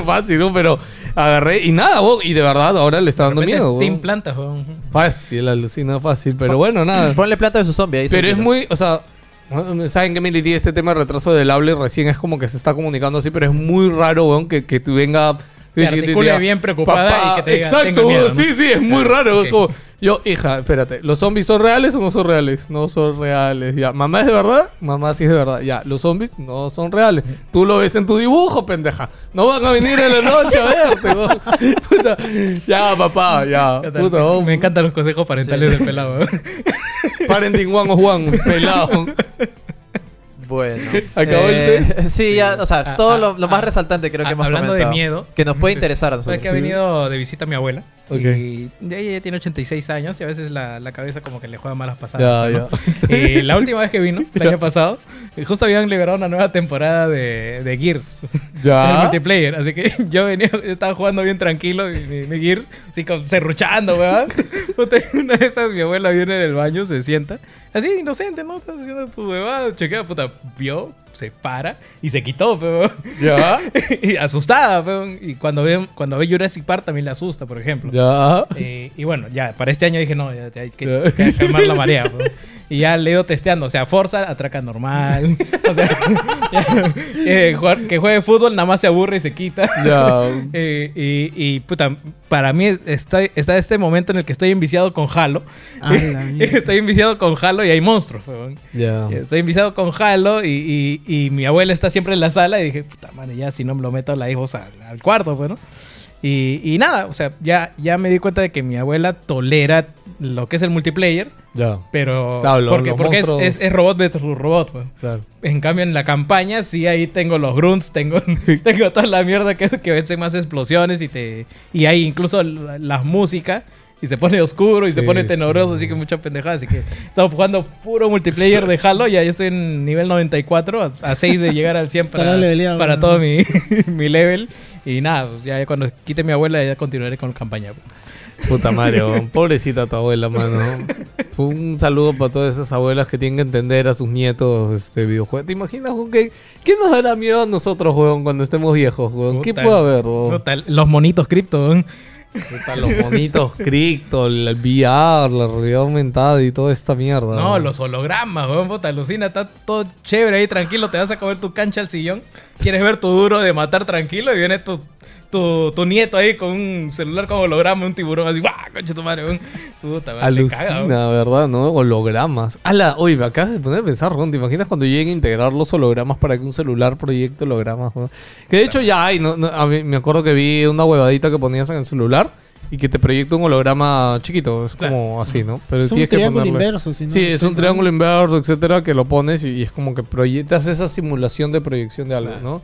Speaker 3: Fácil, ¿no? Pero agarré y nada, bo, y de verdad ahora le está dando
Speaker 5: De repente
Speaker 3: miedo.
Speaker 5: Te
Speaker 3: bo.
Speaker 5: implantas, weón.
Speaker 3: Fácil, alucina, fácil, pero bueno, nada.
Speaker 4: Ponle plata de su zombie ahí.
Speaker 3: Ah. Pero es
Speaker 4: cerquita.
Speaker 3: muy, o sea, saben que Mility este tema de retraso del hable recién es como que se está comunicando así, pero es muy raro, weón, que, que tú venga
Speaker 5: Te
Speaker 3: chiquitita,
Speaker 5: articule bien preocupada y que te diga,
Speaker 3: Exacto,
Speaker 5: "Tengo miedo", ¿no?
Speaker 3: sí, sí, es muy raro.
Speaker 5: ok.
Speaker 3: es como, yo, hija, espérate, ¿los zombies son reales o no son reales? No son reales, ya. ¿Mamá es de verdad? Mamá sí es de verdad, ya. Los zombies no son reales. Tú lo ves en tu dibujo, pendeja. No van a venir en la noche a verte, vos. Puta. Ya, papá, ya.
Speaker 5: Me encantan-
Speaker 3: Puta, vos.
Speaker 5: Me encantan los consejos parentales del pelado.
Speaker 3: Parenting one of one, pelado.
Speaker 4: Bueno. Eh,
Speaker 3: ¿Acabó el CES?
Speaker 4: Sí, ya, o sea, es
Speaker 5: Ah,
Speaker 4: todo
Speaker 5: ah,
Speaker 4: lo, lo más
Speaker 5: ah,
Speaker 4: resaltante creo
Speaker 5: ah,
Speaker 4: que hemos
Speaker 5: hablando de
Speaker 4: comentado.
Speaker 5: miedo.
Speaker 4: Que nos puede interesar a nosotros.
Speaker 5: ¿Sabes Pues que ha venido de visita mi abuela?
Speaker 3: Pues Ok.
Speaker 5: Y de ella ya tiene 86 años y a veces la, la cabeza como que le juega malas
Speaker 3: Ya,
Speaker 5: pasadas. ¿no?
Speaker 3: ya.
Speaker 5: Y la última vez que vino, el año pasado, justo habían liberado una nueva temporada de, de Gears. En el
Speaker 3: Ya.
Speaker 5: multiplayer. Así que yo venía, yo estaba jugando bien tranquilo mi, mi- mi Gears, así como serruchando, weón. Puta, y Una de esas, mi abuela viene del baño, se sienta. Así, inocente, ¿no? Estás haciendo tu huevada, chequea, puta, vio, se para y se quitó, pe, weón.
Speaker 3: Ya.
Speaker 5: y asustada, weón. Y cuando ve, cuando ve Jurassic Park también le asusta, por ejemplo.
Speaker 3: Ya.
Speaker 5: Eh, y bueno, ya para este año dije, no, ya, ya hay que,
Speaker 3: Ya.
Speaker 5: que calmar la marea. bro. Y ya le he ido testeando, o sea, Forza atraca normal. O sea, ya, eh, jugar- que juegue fútbol nada más se aburre y se quita.
Speaker 3: Ya.
Speaker 5: Eh, y, y, puta, para mí es- está, está este momento en el que estoy enviciado con Halo.
Speaker 6: Ah, la mierda.
Speaker 5: estoy enviciado con Halo y hay monstruos. weón.
Speaker 3: Ya.
Speaker 5: Estoy enviciado con Halo y, y- y mi abuela está siempre en la sala y dije, puta madre, ya si no me lo meto la dejo al, al cuarto, pues, ¿no? Y, y nada, o sea, ya, ya me di cuenta de que mi abuela tolera lo que es el multiplayer,
Speaker 3: Ya.
Speaker 5: pero...
Speaker 3: Claro, lo-
Speaker 5: porque
Speaker 3: los
Speaker 5: porque es,
Speaker 3: monstruos.
Speaker 5: es- es robot versus robot, pues.
Speaker 3: Claro.
Speaker 5: En cambio, en la campaña, sí, ahí tengo los grunts, tengo, tengo toda la mierda que, que hace más explosiones y te y hay incluso la- las músicas. Y se pone oscuro y se
Speaker 3: Sí,
Speaker 5: pone
Speaker 3: sí.
Speaker 5: tenebroso, así que mucha pendejada. Así que estamos jugando puro multiplayer de Halo. Ya yo estoy en nivel 94, a, 6 de llegar al 100 para,
Speaker 6: Estará leveleado,
Speaker 5: para
Speaker 6: ¿no?
Speaker 5: todo mi, mi level. Y nada, pues, ya cuando quite mi abuela, ya continuaré con la campaña. pues.
Speaker 3: Puta madre, weón. pobrecita tu abuela, mano. Un saludo para todas esas abuelas que tienen que entender a sus nietos este videojuego. ¿Te imaginas, weón, que- ¿Qué nos dará miedo a nosotros, weón, cuando estemos viejos, weón? ¿Qué
Speaker 5: Puta,
Speaker 3: puede haber, weón?
Speaker 5: puta, los monitos cripto. ¿eh?
Speaker 3: Puta, los monitos cripto, el VR, la realidad aumentada y toda esta mierda.
Speaker 5: No,
Speaker 3: weón.
Speaker 5: los hologramas, weón, puta, alucina, está todo chévere ahí, tranquilo, te vas a comer tu cancha al sillón, quieres ver tu duro de matar tranquilo y viene tu, tu, tu nieto ahí con un celular con holograma, un tiburón así, ¡guau! Concha tu madre, weón. Puta, madre, te caga,
Speaker 3: Alucina,
Speaker 5: weón.
Speaker 3: ¿verdad? ¿No? Hologramas. Ala, oye, me acabas de poner a pensar, Ron. ¿Te imaginas cuando lleguen a integrar los hologramas para que un celular proyecte hologramas? weón? Que de hecho ya hay, ¿no? No, a mí me acuerdo que vi una huevadita que ponías en el celular y que te proyecta un holograma chiquito. Es
Speaker 5: Claro.
Speaker 3: como así, ¿no? Pero
Speaker 6: Es un
Speaker 3: tienes que
Speaker 6: triángulo
Speaker 3: ponerle-
Speaker 6: inverso, si no
Speaker 3: sí, es
Speaker 6: estoy
Speaker 3: un
Speaker 6: mal.
Speaker 3: triángulo inverso, etcétera, que lo pones y, y es como que proyectas esa simulación de proyección de algo, ¿no?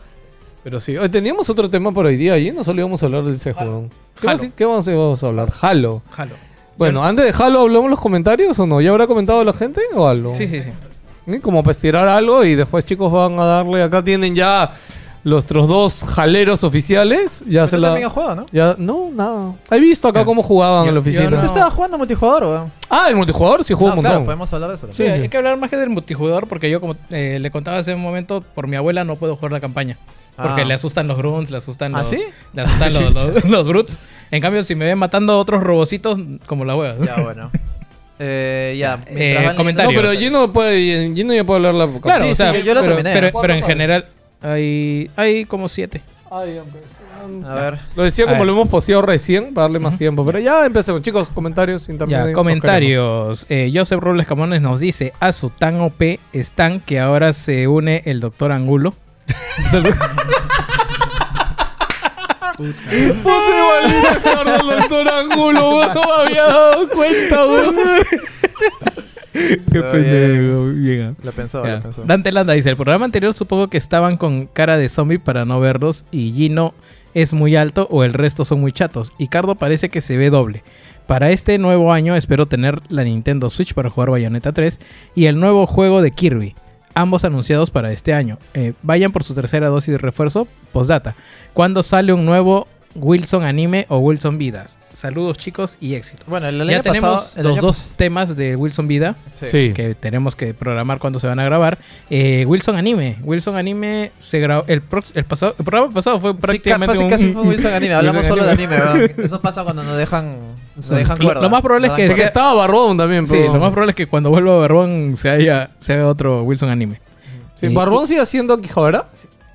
Speaker 3: Pero sí. Oye, teníamos otro tema para hoy día. Ayer no solíamos hablar de ese juego. ¿Qué
Speaker 5: Halo.
Speaker 3: más, qué más íbamos a hablar? Halo.
Speaker 5: Jalo.
Speaker 3: Bueno, antes de dejarlo, ¿hablamos los comentarios o no? ¿Ya habrá comentado la gente o algo?
Speaker 5: Sí, sí, sí.
Speaker 3: ¿Eh? Como para estirar algo y después chicos van a darle... Acá tienen ya los otros dos jaleros oficiales. Ya se
Speaker 4: Tú
Speaker 3: la...
Speaker 4: también has jugado, ¿no?
Speaker 3: Ya, no, nada. He visto acá cómo jugaban
Speaker 5: Yo-
Speaker 3: en la
Speaker 5: yo
Speaker 3: oficina.
Speaker 5: no-
Speaker 4: Tú estabas jugando multijugador, weón.
Speaker 3: Ah, el multijugador sí jugó
Speaker 4: Ah,
Speaker 3: un montón.
Speaker 4: claro, podemos hablar de eso.
Speaker 5: Sí,
Speaker 4: también.
Speaker 5: hay que hablar más que del multijugador porque yo como eh, le contaba hace un momento, por mi abuela no puedo jugar la campaña. Porque
Speaker 4: Ah.
Speaker 5: le asustan los grunts, le asustan
Speaker 4: ¿Ah,
Speaker 5: los,
Speaker 4: sí?
Speaker 5: le asustan los, los- los brutes. En cambio, si me ven matando a otros robocitos, como la hueva.
Speaker 4: Ya, bueno. Eh, ya. mientras
Speaker 5: Eh,
Speaker 4: van leyendo-
Speaker 5: comentarios.
Speaker 3: No, pero Gino, puede, Gino ya puede hablar la...
Speaker 5: Claro,
Speaker 4: Sí,
Speaker 5: o
Speaker 4: sí,
Speaker 5: sea,
Speaker 4: yo- yo lo
Speaker 5: pero,
Speaker 4: terminé.
Speaker 5: pero-
Speaker 3: ¿Cuántos
Speaker 5: pero en
Speaker 3: son?
Speaker 5: general hay, hay como siete.
Speaker 3: Ay, hombre, sí, no.
Speaker 4: A ver.
Speaker 3: Lo decía
Speaker 5: A
Speaker 3: como
Speaker 5: ver.
Speaker 3: lo hemos posteado recién para darle más tiempo. Pero ya empecemos. Chicos, comentarios, internet.
Speaker 5: Ya,
Speaker 3: los
Speaker 5: comentarios. Eh, Joseph Robles Camones nos dice, a su tan OP están que ahora se une el doctor Angulo.
Speaker 3: Puta igualito a Gerardo Doctor Angulo, weón. No me había dado cuenta, weón.
Speaker 5: Qué
Speaker 4: Oye.
Speaker 5: pendejo, bien.
Speaker 4: Lo pensó,
Speaker 5: Ya.
Speaker 4: lo pensó.
Speaker 5: Dante Landa dice, el programa anterior supongo que estaban con cara de zombie para no verlos y Gino es muy alto o el resto son muy chatos. Y Cardo parece que se ve doble. Para este nuevo año espero tener la Nintendo Switch para jugar Bayonetta 3 y el nuevo juego de Kirby. Ambos anunciados para este año. Eh, vayan por su tercera dosis de refuerzo postdata. ¿Cuándo sale un nuevo Wilson anime o Wilson Vidas? Saludos chicos y éxitos.
Speaker 4: Bueno, el año
Speaker 5: ya tenemos
Speaker 4: pasado, el
Speaker 5: los
Speaker 4: año-
Speaker 5: dos temas de Wilson Vida
Speaker 4: Sí.
Speaker 5: que tenemos que programar cuando se van a grabar. Eh, Wilson Anime. Wilson Anime se grabó. El, prox- el, pasado, el programa pasado fue
Speaker 4: Sí, ca-
Speaker 5: prácticamente.
Speaker 4: casi,
Speaker 5: un-
Speaker 4: casi fue Wilson anime. Hablamos
Speaker 5: Wilson
Speaker 4: solo de
Speaker 5: anime.
Speaker 4: anime, weón. Eso pasa cuando nos dejan, nos dejan
Speaker 5: Lo-
Speaker 4: cuerda.
Speaker 5: lo más probable
Speaker 4: Nos
Speaker 5: es
Speaker 4: dan
Speaker 3: Porque
Speaker 5: que-
Speaker 4: cuerda.
Speaker 3: estaba Barbón también,
Speaker 5: Sí,
Speaker 3: pero.
Speaker 5: lo más probable es que cuando vuelva a Barbón se haya, se haga otro Wilson Anime.
Speaker 3: Sí, Barbón sigue haciendo Quijabara.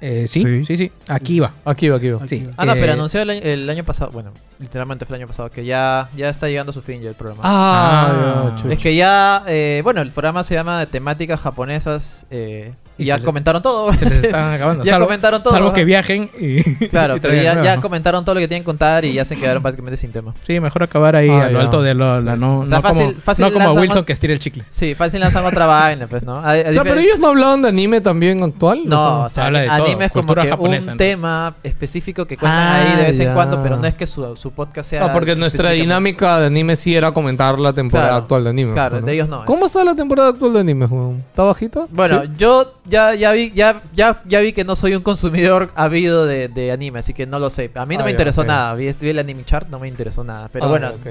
Speaker 5: Eh, sí,
Speaker 6: Sí.
Speaker 5: sí, sí, Aquí va.
Speaker 3: Aquí va, aquí va.
Speaker 5: Sí.
Speaker 4: Ah, no,
Speaker 5: Eh,
Speaker 4: pero anunció el año, el año pasado, bueno, literalmente fue el año pasado, que ya, ya está llegando a su fin ya el programa.
Speaker 3: Ah,
Speaker 5: Ah.
Speaker 3: ya, chucha.
Speaker 4: Es que ya, eh, bueno, el programa se llama Temáticas Japonesas eh, y
Speaker 5: Y
Speaker 4: ya
Speaker 5: se le-
Speaker 4: comentaron todo.
Speaker 5: Se les están acabando.
Speaker 4: ya
Speaker 5: salvo,
Speaker 4: comentaron todo.
Speaker 5: salvo que viajen y.
Speaker 4: Claro,
Speaker 5: y
Speaker 4: pero
Speaker 5: traigan
Speaker 4: ya,
Speaker 5: nuevas,
Speaker 4: ya
Speaker 5: ¿no?
Speaker 4: comentaron todo lo que tienen que contar y ya se quedaron prácticamente sin tema.
Speaker 5: Sí, mejor acabar ahí
Speaker 3: Ah,
Speaker 5: a lo
Speaker 3: ya.
Speaker 5: alto de lo, la
Speaker 4: Sí,
Speaker 5: no,
Speaker 4: sí. O sea,
Speaker 5: no
Speaker 4: fácil-
Speaker 5: como,
Speaker 4: fácil
Speaker 5: no como
Speaker 4: lanzamos-
Speaker 5: Wilson que estira el chicle.
Speaker 4: Sí, fácil lanzan otra vaina, pues, ¿no? A- a
Speaker 3: O sea, pero
Speaker 4: diferen-
Speaker 3: ellos no hablaban de anime también actual.
Speaker 4: No, o sea,
Speaker 5: Habla de
Speaker 4: anime
Speaker 5: todo,
Speaker 4: es como
Speaker 5: cultura
Speaker 4: que
Speaker 5: japonesa,
Speaker 4: un
Speaker 5: ¿no?
Speaker 4: tema específico que cuentan
Speaker 3: Ah,
Speaker 4: ahí de vez en
Speaker 3: ya.
Speaker 4: cuando, pero no es que su, su podcast sea.
Speaker 3: Ah, porque nuestra
Speaker 4: específicamente-
Speaker 3: dinámica de anime sí era comentar la temporada
Speaker 4: Claro.
Speaker 3: actual de anime.
Speaker 4: Claro,
Speaker 3: ¿no?
Speaker 4: de ellos no. es-
Speaker 3: ¿Cómo está la temporada actual de anime, Juan? ¿Está bajita?
Speaker 4: Bueno,
Speaker 3: ¿Sí?
Speaker 4: yo ya, ya vi, ya, ya, ya vi que no soy un consumidor habido de, de anime, así que no lo sé. A mí no
Speaker 3: Ah,
Speaker 4: me
Speaker 3: ya,
Speaker 4: interesó
Speaker 3: ok.
Speaker 4: nada. Vi, vi el anime chart, no me interesó nada. Pero
Speaker 3: Ah,
Speaker 4: bueno,
Speaker 3: ok.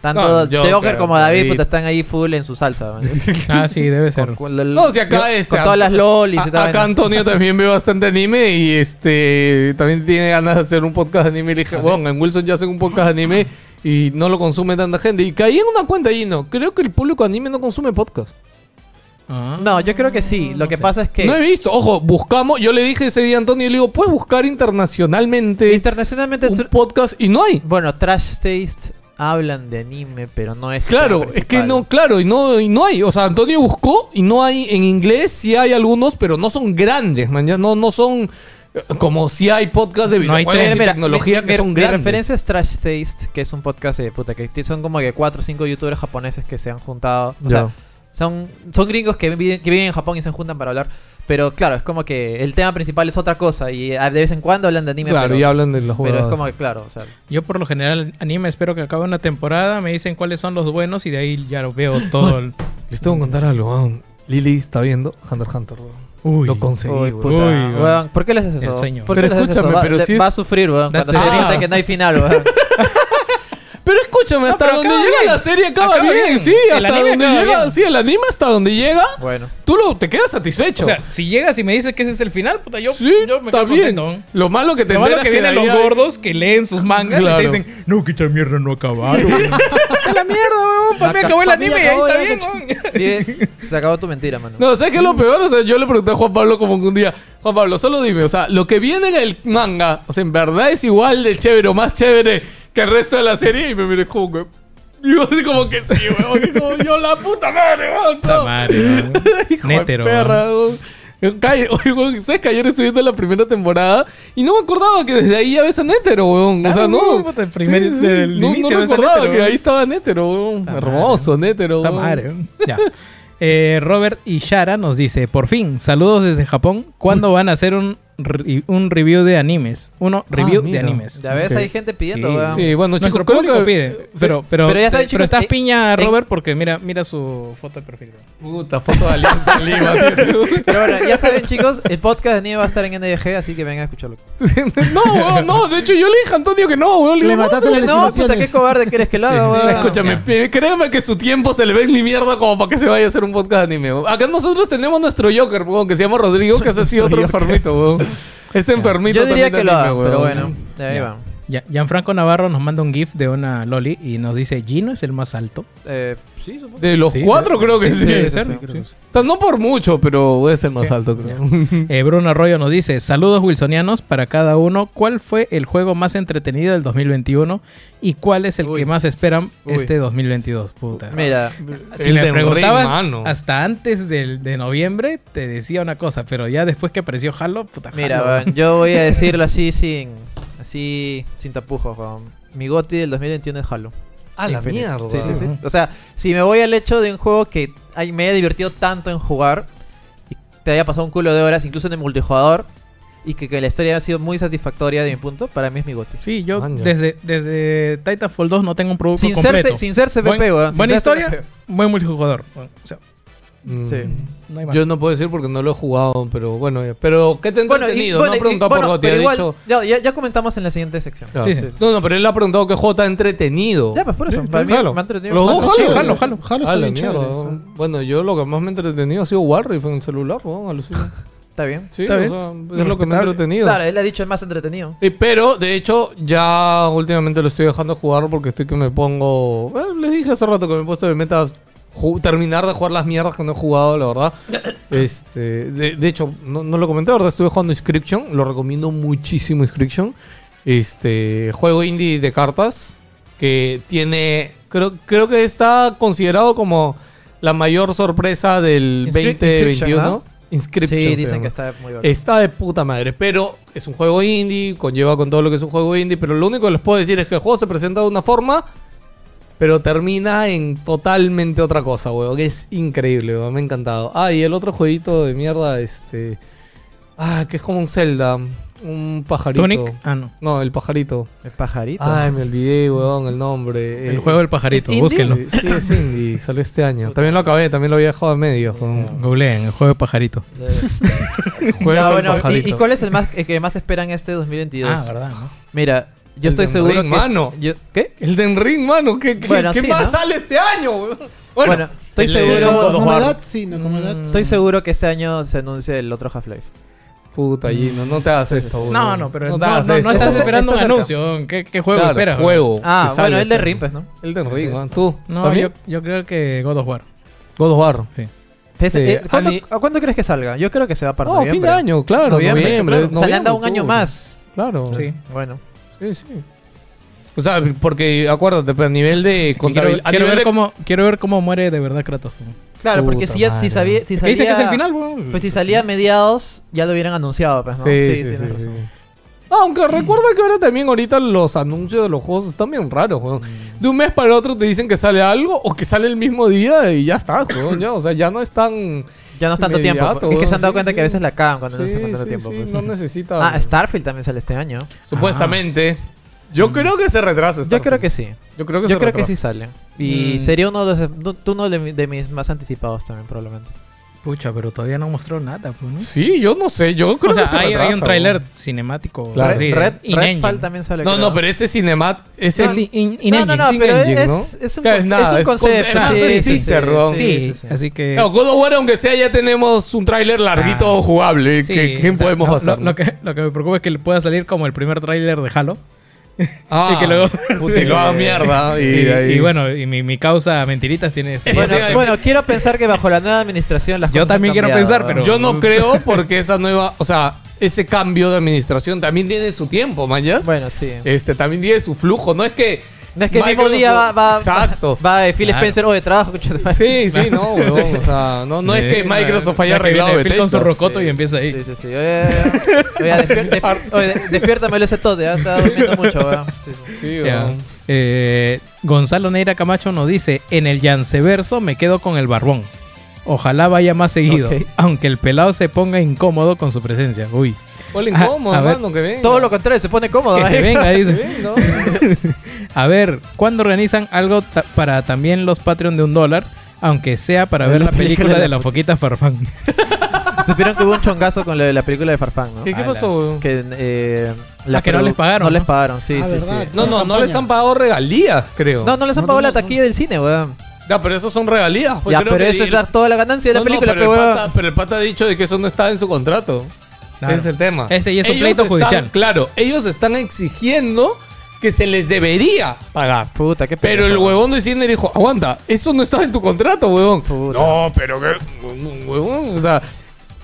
Speaker 4: tanto
Speaker 3: No, yo
Speaker 4: Joker
Speaker 3: creo
Speaker 4: como
Speaker 3: que
Speaker 4: David,
Speaker 3: David-
Speaker 4: puta, están ahí full en su salsa. man.
Speaker 5: Ah, sí, debe ser.
Speaker 4: Con- con el-
Speaker 3: No, si acá este,
Speaker 4: con todas las lolis y
Speaker 3: a-
Speaker 4: tal.
Speaker 3: acá Antonio también ve bastante anime y este también tiene ganas de hacer un podcast de anime. Le
Speaker 4: Ah,
Speaker 3: dije, bueno, en Wilson ya hacen un podcast de anime y no lo consume tanta gente. Y caí en una cuenta y no. Creo que el público anime no consume podcast.
Speaker 5: Ah.
Speaker 4: No, yo creo que sí. Lo que pasa es que
Speaker 3: No he visto. Ojo, buscamos. Yo le dije ese día a Antonio y le digo, puedes buscar internacionalmente
Speaker 4: internacionalmente,
Speaker 3: un
Speaker 4: tr-
Speaker 3: podcast y no hay.
Speaker 4: bueno, Trash Taste hablan de anime, pero no es. su
Speaker 3: Claro,
Speaker 4: tema
Speaker 3: es que
Speaker 4: principal.
Speaker 3: no, claro, y no, y no hay. O sea, Antonio buscó y no hay en inglés, sí hay algunos, pero no son grandes, man. Ya no, no son eh, como si hay podcasts de
Speaker 5: No hay
Speaker 3: videojuegos
Speaker 5: tres,
Speaker 3: y
Speaker 4: Mira,
Speaker 3: tecnología
Speaker 4: mi-
Speaker 3: que
Speaker 4: mi-
Speaker 3: son
Speaker 4: mi
Speaker 3: grandes.
Speaker 4: referencia es Trash Taste, que es un podcast de puta que son como que cuatro o cinco youtubers japoneses que se han juntado. O sea,
Speaker 3: Ya.
Speaker 4: son, son gringos que viven, que viven en Japón y se juntan para hablar. Pero claro, es como que el tema principal es otra cosa y ah, de vez en cuando hablan de anime.
Speaker 3: claro,
Speaker 4: pero,
Speaker 3: y hablan de los
Speaker 4: pero es
Speaker 3: juegos.
Speaker 4: como que claro, o sea,
Speaker 5: Yo por lo general anime espero que acabe una temporada, me dicen cuáles son los buenos y de ahí ya lo veo todo. el-
Speaker 3: Les tengo que contar algo. weón. Lili está viendo Hunter x Hunter. weón.
Speaker 5: Uy.
Speaker 3: Lo conseguí,
Speaker 4: uy,
Speaker 3: weón.
Speaker 4: puta,
Speaker 5: Uy,
Speaker 4: weón,
Speaker 5: weón.
Speaker 4: ¿por qué les haces eso?
Speaker 5: El sueño.
Speaker 4: ¿Por qué
Speaker 3: Pero
Speaker 4: les haces eso?
Speaker 3: escúchame,
Speaker 4: Va,
Speaker 3: pero
Speaker 4: de-
Speaker 3: si es-
Speaker 4: va a sufrir, weón, cuando se
Speaker 5: Date-
Speaker 4: dé cuenta
Speaker 3: Ah.
Speaker 4: que no hay final, weón.
Speaker 3: Pero escúchame, hasta
Speaker 5: pero
Speaker 3: donde
Speaker 5: acaba
Speaker 3: llega
Speaker 5: bien.
Speaker 3: la serie acaba,
Speaker 5: Acaba
Speaker 3: bien.
Speaker 5: bien.
Speaker 3: Sí,
Speaker 5: El
Speaker 3: hasta
Speaker 5: anime
Speaker 3: donde
Speaker 5: acaba
Speaker 3: llega.
Speaker 5: bien.
Speaker 3: Sí, el anime hasta donde llega,
Speaker 4: Bueno,
Speaker 3: tú lo, te quedas satisfecho.
Speaker 5: O sea, si llegas y me dices que ese es el final, puta, yo,
Speaker 3: sí,
Speaker 5: yo me
Speaker 3: está
Speaker 5: quedo
Speaker 3: bien.
Speaker 5: contento.
Speaker 3: Lo malo que te
Speaker 5: Lo malo
Speaker 3: enteras
Speaker 5: que vienen
Speaker 3: de
Speaker 5: los
Speaker 3: ahí hay-
Speaker 5: gordos que leen sus mangas y
Speaker 3: Claro.
Speaker 5: te dicen, no, que esta mierda no acabaron. ¡Está la mierda, weón! Para mí acabó el
Speaker 4: Pa' mí
Speaker 5: anime y ahí
Speaker 4: acabó,
Speaker 5: está
Speaker 4: ya,
Speaker 5: bien,
Speaker 4: que
Speaker 5: weón.
Speaker 4: Bien, se acabó tu mentira, mano.
Speaker 3: No, ¿sabes qué es
Speaker 5: Mm.
Speaker 3: lo peor? O sea, yo le pregunté a Juan Pablo como que un día, Juan Pablo, solo dime, o sea, lo que viene en el manga, o sea, en verdad es igual de chévere o más chévere que el resto de la serie y me miré como que... y yo así como que sí, weón. y como, yo la puta madre, weón.
Speaker 5: Puta
Speaker 3: no".
Speaker 5: madre, weón.
Speaker 3: Hijo
Speaker 5: Nétero,
Speaker 3: de perra, weón. Calle- oye, weón, ¿Sabes que ayer estoy viendo la primera temporada y no me acordaba que desde ahí ya ves a Nétero, weón? O sea,
Speaker 5: Claro,
Speaker 3: no.
Speaker 5: weón, Ah, puta, el primer-
Speaker 3: Sí, sí.
Speaker 5: desde el
Speaker 3: no,
Speaker 5: inicio
Speaker 3: no
Speaker 5: ves a
Speaker 3: recordaba
Speaker 5: Nétero,
Speaker 3: que
Speaker 5: weón.
Speaker 3: ahí estaba Nétero, weón.
Speaker 5: Puta
Speaker 3: Hermoso, Nétero,
Speaker 5: Puta
Speaker 3: weón.
Speaker 5: madre, weón. Ya. Eh, Robert Ishara nos dice, por fin, saludos desde Japón. ¿Cuándo van a hacer un, re- un review de animes? Uno, review de
Speaker 3: Ah, mira.
Speaker 5: animes.
Speaker 4: Ya ves,
Speaker 3: Ok.
Speaker 4: hay gente pidiendo,
Speaker 5: Sí.
Speaker 4: weón.
Speaker 3: Sí, bueno, chicos,
Speaker 5: Nuestro
Speaker 3: creo
Speaker 5: público
Speaker 3: que-
Speaker 5: pide. Pero, pero,
Speaker 4: Pero ya saben,
Speaker 5: pero
Speaker 4: chicos,
Speaker 5: estás
Speaker 4: en-
Speaker 5: piña,
Speaker 4: en-
Speaker 5: Robert, porque mira, mira su foto de perfil.
Speaker 3: Puta, foto de Alianza Lima, tío.
Speaker 4: Pero bueno, ya saben, chicos, el podcast de Nieve va a estar en NDG, así que vengan a escucharlo.
Speaker 3: No, weón, no, de hecho yo le dije a Antonio que no, weón. Le,
Speaker 6: Le
Speaker 3: digo, no,
Speaker 6: mataste
Speaker 3: se-
Speaker 6: las
Speaker 4: No, puta, qué
Speaker 6: insinuaciones.
Speaker 4: cobarde quieres que lo haga,
Speaker 5: Sí, sí,
Speaker 4: weón.
Speaker 5: sí,
Speaker 3: Escúchame,
Speaker 5: Ya.
Speaker 3: pi- créeme que su tiempo se le ve en mi mierda como para que se vaya a hacer un podcast de anime. weón. Acá nosotros tenemos nuestro Joker, weón, que se llama Rodrigo, que ese sí
Speaker 4: Nuestro
Speaker 3: otro
Speaker 4: Joker.
Speaker 3: enfermito, weón. Ese enfermito
Speaker 4: Yo diría
Speaker 3: también
Speaker 4: que
Speaker 3: de
Speaker 4: lo
Speaker 3: anime,
Speaker 4: haga, pero
Speaker 3: weón.
Speaker 4: bueno, de ahí
Speaker 5: Ya.
Speaker 4: va.
Speaker 5: Ya- Gianfranco Navarro nos manda un GIF de una Loli y nos dice, Gino es el más alto.
Speaker 4: Eh, sí, supongo.
Speaker 3: De los
Speaker 5: Sí,
Speaker 3: cuatro
Speaker 5: sí,
Speaker 3: creo que sí.
Speaker 5: sí, debe
Speaker 3: O
Speaker 5: ser.
Speaker 3: sea, no por mucho, pero es el más alto, creo.
Speaker 5: Eh, Bruno Arroyo nos dice, saludos wilsonianos para cada uno. ¿Cuál fue el juego más entretenido del 2021 y cuál es el
Speaker 4: Uy.
Speaker 5: que más esperan
Speaker 4: Uy.
Speaker 5: este 2022? Puta.
Speaker 4: Mira,
Speaker 5: si
Speaker 3: El
Speaker 5: me
Speaker 3: de
Speaker 5: preguntabas
Speaker 3: Rey, mano.
Speaker 5: hasta antes del- de, noviembre te decía una cosa, pero ya después que apareció Halo, puta
Speaker 4: mira,
Speaker 5: Halo.
Speaker 4: weón, yo voy a decirlo así sin así sin tapujos, weón. Mi goti del 2021 es Halo.
Speaker 3: Ah, la
Speaker 4: Infinite.
Speaker 3: mierda.
Speaker 4: Sí, sí, sí. O sea, si me voy al hecho de un juego que ay, me he divertido tanto en jugar y te haya pasado un culo de horas, incluso en el multijugador, y que, que la historia ha sido muy satisfactoria de mi punto, para mí es mi goti.
Speaker 5: Sí, yo
Speaker 3: Manja.
Speaker 5: desde, desde Titanfall 2 no tengo un producto
Speaker 4: Sin
Speaker 5: completo.
Speaker 4: ser, sin ser CPP,
Speaker 5: Buen-
Speaker 4: weón. ah, sin
Speaker 5: buena
Speaker 4: ser
Speaker 5: historia,
Speaker 4: CPP.
Speaker 5: buen multijugador. Bueno, o sea,
Speaker 3: Mm.
Speaker 4: Sí.
Speaker 5: no hay más.
Speaker 3: Yo no puedo decir porque no lo he jugado, pero bueno, ya. pero ¿qué te ha
Speaker 4: Bueno, y-
Speaker 3: entretenido?
Speaker 4: bueno,
Speaker 3: no
Speaker 4: y-
Speaker 3: ha preguntado
Speaker 4: bueno,
Speaker 3: por Gotti,
Speaker 4: pero
Speaker 3: ha
Speaker 4: igual,
Speaker 3: dicho.
Speaker 4: ya, ya- ya comentamos en la siguiente sección.
Speaker 3: Claro.
Speaker 5: Sí, sí.
Speaker 3: No, no, pero él ha preguntado qué juego está entretenido.
Speaker 4: Ya, pues por eso.
Speaker 5: Sí,
Speaker 4: para mí
Speaker 3: claro.
Speaker 4: me ha entretenido.
Speaker 3: Los dos
Speaker 4: bastante.
Speaker 3: jalo,
Speaker 6: chévere.
Speaker 3: jalo,
Speaker 5: jalo.
Speaker 6: Jalo
Speaker 3: Ah,
Speaker 6: está
Speaker 3: la
Speaker 6: bien
Speaker 3: mierda,
Speaker 6: chévere.
Speaker 3: weón. Bueno, yo lo que más me ha entretenido ha sido Warriff en el celular, weón, alucina.
Speaker 4: Está bien.
Speaker 3: Sí,
Speaker 5: Está
Speaker 3: o
Speaker 5: bien.
Speaker 3: sea, es lo que me ha
Speaker 5: Respetable.
Speaker 3: entretenido.
Speaker 4: Claro, él ha dicho es más entretenido.
Speaker 3: Y Eh, pero, de hecho, ya últimamente lo estoy dejando jugar porque estoy que me pongo. eh, les dije hace rato que me he puesto de metas ju- terminar de jugar las mierdas que no he jugado, la verdad. Este, de, de hecho, no, no lo comenté, la ¿verdad? Estuve jugando Inscription, lo recomiendo muchísimo Inscription. Este, juego indie de cartas que tiene, creo, creo que está considerado como la mayor sorpresa del
Speaker 4: Inscri-
Speaker 3: 2021.
Speaker 4: Inscription, ¿no?
Speaker 3: Inscription.
Speaker 4: Sí,
Speaker 3: se
Speaker 4: dicen
Speaker 3: llama.
Speaker 4: que está muy bueno.
Speaker 3: Está de puta madre, pero es un juego indie, conlleva con todo lo que es un juego indie, pero lo único que les puedo decir es que el juego se presenta de una forma, pero termina en totalmente otra cosa, weón. que Es increíble, weón, me ha encantado. Ah, y el otro jueguito de mierda, este... Ah, que es como un Zelda, un pajarito.
Speaker 5: Tunic. Ah, no.
Speaker 3: No, el pajarito.
Speaker 4: El pajarito.
Speaker 3: Ay, me olvidé, weón, el nombre.
Speaker 5: El
Speaker 3: Eh,
Speaker 5: juego del pajarito,
Speaker 4: ¿es indie?
Speaker 5: búsquenlo.
Speaker 3: eh, Sí, es indie, salió este año. También lo acabé, también lo había dejado a medio. weón.
Speaker 5: Googleen, el juego del pajarito.
Speaker 3: Juego
Speaker 4: Ya,
Speaker 3: del
Speaker 4: bueno, ¿y- ¿y,
Speaker 3: pajarito.
Speaker 4: cuál es el, más, el que más esperan este 2022?
Speaker 5: Ah, verdad, ¿no?
Speaker 4: Mira,
Speaker 3: El
Speaker 4: yo estoy
Speaker 3: de
Speaker 4: seguro
Speaker 3: Ring,
Speaker 4: que... es-
Speaker 3: mano.
Speaker 4: yo- ¿Qué?
Speaker 3: El Den Ring, mano. ¿Qué, qué-
Speaker 4: Bueno,
Speaker 3: qué
Speaker 4: sí,
Speaker 3: más
Speaker 4: ¿no?
Speaker 3: sale este año? weón? Bueno,
Speaker 4: Bueno, estoy
Speaker 5: el-
Speaker 4: seguro...
Speaker 5: el-
Speaker 6: Como
Speaker 5: Jugar.
Speaker 6: edad, sí, no, como edad.
Speaker 4: Estoy seguro que este año se anuncia el otro Half-Life.
Speaker 3: puta, Gino, no te hagas esto, weón.
Speaker 5: No, no, pero no,
Speaker 3: te
Speaker 5: no,
Speaker 3: hagas
Speaker 5: no
Speaker 3: esto.
Speaker 5: estás
Speaker 4: Está-
Speaker 5: esperando
Speaker 4: está
Speaker 5: un
Speaker 4: cerca.
Speaker 5: anuncio. ¿Qué, qué juego
Speaker 3: Claro,
Speaker 5: esperas?
Speaker 3: juego.
Speaker 4: Ah,
Speaker 3: que sale
Speaker 4: bueno, el de
Speaker 3: este
Speaker 4: Rim,
Speaker 3: año.
Speaker 4: pues, ¿no?
Speaker 3: El Den Ring, weón. ¿Tú?
Speaker 5: No, yo,
Speaker 3: ¿También?
Speaker 5: yo creo que God of War.
Speaker 3: God of War.
Speaker 4: Ese- eh,
Speaker 3: Sí,
Speaker 4: ¿cuándo,
Speaker 3: Ani-
Speaker 4: ¿a ¿Cuándo crees que salga? Yo creo que se va para
Speaker 3: No,
Speaker 4: noviembre.
Speaker 3: Oh, fin de año, claro. Noviembre.
Speaker 4: Noviembre, claro. Oh.
Speaker 3: noviembre,
Speaker 4: o sea, le han dado un año
Speaker 3: octubre.
Speaker 4: más.
Speaker 3: Claro.
Speaker 5: Sí.
Speaker 3: Sí,
Speaker 4: Bueno.
Speaker 3: sí. O sea, porque acuérdate, pero a nivel de
Speaker 5: Quiero,
Speaker 3: contabilidad. a
Speaker 5: quiero
Speaker 3: nivel
Speaker 5: ver
Speaker 3: de-
Speaker 5: cómo, quiero ver cómo muere de verdad Kratos.
Speaker 4: Claro, porque
Speaker 3: Puta
Speaker 4: si, ya, si,
Speaker 3: madre.
Speaker 4: sabía, si
Speaker 5: ¿Qué
Speaker 4: salía...
Speaker 5: dice que es el final, weón?
Speaker 4: Pues si salía a mediados, ya lo hubieran anunciado, pues, ¿no?
Speaker 3: Sí, sí, sí.
Speaker 4: tienes
Speaker 3: sí,
Speaker 4: razón.
Speaker 3: sí. Aunque recuerda que ahora también ahorita los anuncios de los juegos están bien raros, weón.
Speaker 4: Mm.
Speaker 3: De un mes para el otro te dicen que sale algo o que sale el mismo día y ya está, weón. Ya, o sea, ya no es tan...
Speaker 4: Ya no es tanto tiempo. pues.
Speaker 3: Inmediato,
Speaker 4: es que se han dado
Speaker 3: sí,
Speaker 4: cuenta que a
Speaker 3: sí.
Speaker 4: veces la cagan cuando no
Speaker 3: sí,
Speaker 4: se tanto
Speaker 3: sí,
Speaker 4: tiempo.
Speaker 3: sí,
Speaker 4: pues.
Speaker 3: no necesita...
Speaker 4: Ah, Starfield también sale este año.
Speaker 3: Supuestamente. Yo creo que se retrasa.
Speaker 4: Yo
Speaker 3: Starfield.
Speaker 4: creo que sí.
Speaker 3: Yo creo que
Speaker 4: Yo
Speaker 3: se
Speaker 4: creo que
Speaker 3: retrasa.
Speaker 4: sí sale. Y
Speaker 3: Mm.
Speaker 4: sería uno de, los, no- uno de mi- de mis más anticipados también, probablemente.
Speaker 5: Pucha, pero todavía no mostró nada, pues, ¿no?
Speaker 3: Sí, yo no sé. Yo creo
Speaker 5: o sea,
Speaker 3: que se
Speaker 5: hay, hay
Speaker 3: retrasa,
Speaker 5: un tráiler
Speaker 3: weón.
Speaker 5: cinemático.
Speaker 3: Claro.
Speaker 5: así de
Speaker 4: Red,
Speaker 5: in
Speaker 4: Redfall
Speaker 5: engine.
Speaker 4: también sale.
Speaker 3: No,
Speaker 4: creo.
Speaker 3: no, pero ese cinemat...
Speaker 5: Sí,
Speaker 3: Ese...
Speaker 5: sí, in- in
Speaker 4: No, no,
Speaker 5: engine.
Speaker 4: no,
Speaker 3: sin
Speaker 4: pero
Speaker 3: engine,
Speaker 4: es,
Speaker 3: ¿no?
Speaker 4: es un,
Speaker 3: Claro,
Speaker 4: con-
Speaker 3: nada,
Speaker 4: es un
Speaker 3: es con-
Speaker 4: concepto.
Speaker 3: es
Speaker 4: sí,
Speaker 3: un
Speaker 4: sí,
Speaker 3: teaser,
Speaker 4: sí,
Speaker 3: weón.
Speaker 5: Ah, Sí,
Speaker 4: sí, sí.
Speaker 5: así que.
Speaker 3: No, God of War, aunque sea, ya tenemos un tráiler
Speaker 4: Ah.
Speaker 3: larguito jugable.
Speaker 5: sí,
Speaker 3: que, ¿Qué
Speaker 5: o sea,
Speaker 3: podemos
Speaker 5: lo- lo-
Speaker 3: hacer?
Speaker 5: Lo,
Speaker 3: no?
Speaker 5: que, lo que me preocupa es que le pueda salir como el primer tráiler de Halo.
Speaker 3: Ah,
Speaker 5: y que luego.
Speaker 3: puta, y lo haga mierda. Y,
Speaker 5: Y,
Speaker 3: ahí-
Speaker 5: y bueno, y mi, mi causa mentiritas tiene. este
Speaker 3: Ese
Speaker 4: Bueno,
Speaker 3: te iba a
Speaker 4: bueno, quiero pensar que bajo la nueva administración las
Speaker 5: Yo
Speaker 4: cosas han
Speaker 5: también quiero
Speaker 4: cambiado,
Speaker 5: pensar,
Speaker 4: ¿no?
Speaker 5: pero- pues,
Speaker 3: yo no creo porque esa nueva, o sea, ese cambio de administración también tiene su tiempo, mañas.
Speaker 4: Bueno, sí.
Speaker 3: Este también tiene su flujo, no es que
Speaker 4: No es que el mismo
Speaker 3: Microsoft-
Speaker 4: día va, va,
Speaker 3: Exacto.
Speaker 4: va eh, Phil
Speaker 5: Claro.
Speaker 4: Spencer o de trabajo. concha de madre.
Speaker 3: Sí, sí, no, huevón, o sea, no, no es que Microsoft haya
Speaker 5: Ya que viene
Speaker 3: arreglado
Speaker 5: Phil con su
Speaker 3: Bethesda.
Speaker 5: rocoto y empieza ahí.
Speaker 4: Sí, sí, sí. Oye, oye, despier- desp- oye, de- despiértame, lo ese todo. Ya está durmiendo mucho, weón. Sí, sí.
Speaker 3: Sí,
Speaker 5: Ya.
Speaker 3: huevón.
Speaker 5: Eh, Gonzalo Neira Camacho nos dice: En el Yanceverso me quedo con el barbón. Ojalá vaya más seguido,
Speaker 4: Ok.
Speaker 5: aunque el pelado se ponga incómodo con su presencia. Uy,
Speaker 3: Ponle
Speaker 5: A-
Speaker 3: incómodo,
Speaker 5: a ver,
Speaker 3: mano, que venga.
Speaker 4: Todo lo contrario, se pone cómodo.
Speaker 5: que se
Speaker 4: ¿eh?
Speaker 5: venga,
Speaker 3: Que
Speaker 5: dice.
Speaker 3: venga, ¿no?
Speaker 5: A ver, ¿cuándo organizan algo ta- para también los Patreon de un dólar? Aunque sea para ver la película de la foquita Farfán.
Speaker 4: Supieron que hubo un chongazo con lo de la película de Farfán, ¿no?
Speaker 3: ¿Qué, qué pasó, huevón?
Speaker 4: Que, eh, la
Speaker 5: Ah, que no
Speaker 4: produ-
Speaker 5: les pagaron,
Speaker 4: No
Speaker 5: ¿no?
Speaker 4: les pagaron, sí,
Speaker 6: Ah,
Speaker 4: sí, sí.
Speaker 6: ¿verdad?
Speaker 3: No, no, no les han pagado regalías, creo.
Speaker 4: No, no les han
Speaker 6: No,
Speaker 4: pagado
Speaker 6: no,
Speaker 4: la
Speaker 6: no.
Speaker 4: taquilla del cine, weón.
Speaker 3: Ya, pero eso son regalías. pues,
Speaker 4: Ya,
Speaker 3: creo
Speaker 4: pero
Speaker 3: que
Speaker 4: esa es
Speaker 3: el-
Speaker 4: la- toda la ganancia de la
Speaker 3: No, no,
Speaker 4: película,
Speaker 3: pero,
Speaker 4: pero
Speaker 3: el
Speaker 4: weón.
Speaker 3: pata, pero el pata ha dicho de que eso no está en su contrato.
Speaker 5: Claro.
Speaker 3: Ese es el tema.
Speaker 5: Ese y es un
Speaker 3: Ellos
Speaker 5: pleito
Speaker 3: están-
Speaker 5: judicial.
Speaker 3: Claro, ellos están exigiendo que se les debería pagar.
Speaker 4: Puta, qué
Speaker 3: Pero el
Speaker 4: pendejo.
Speaker 3: huevón de Cine dijo, aguanta, eso no está en tu contrato, huevón.
Speaker 4: Puta.
Speaker 3: No, pero que... Huevón, o sea...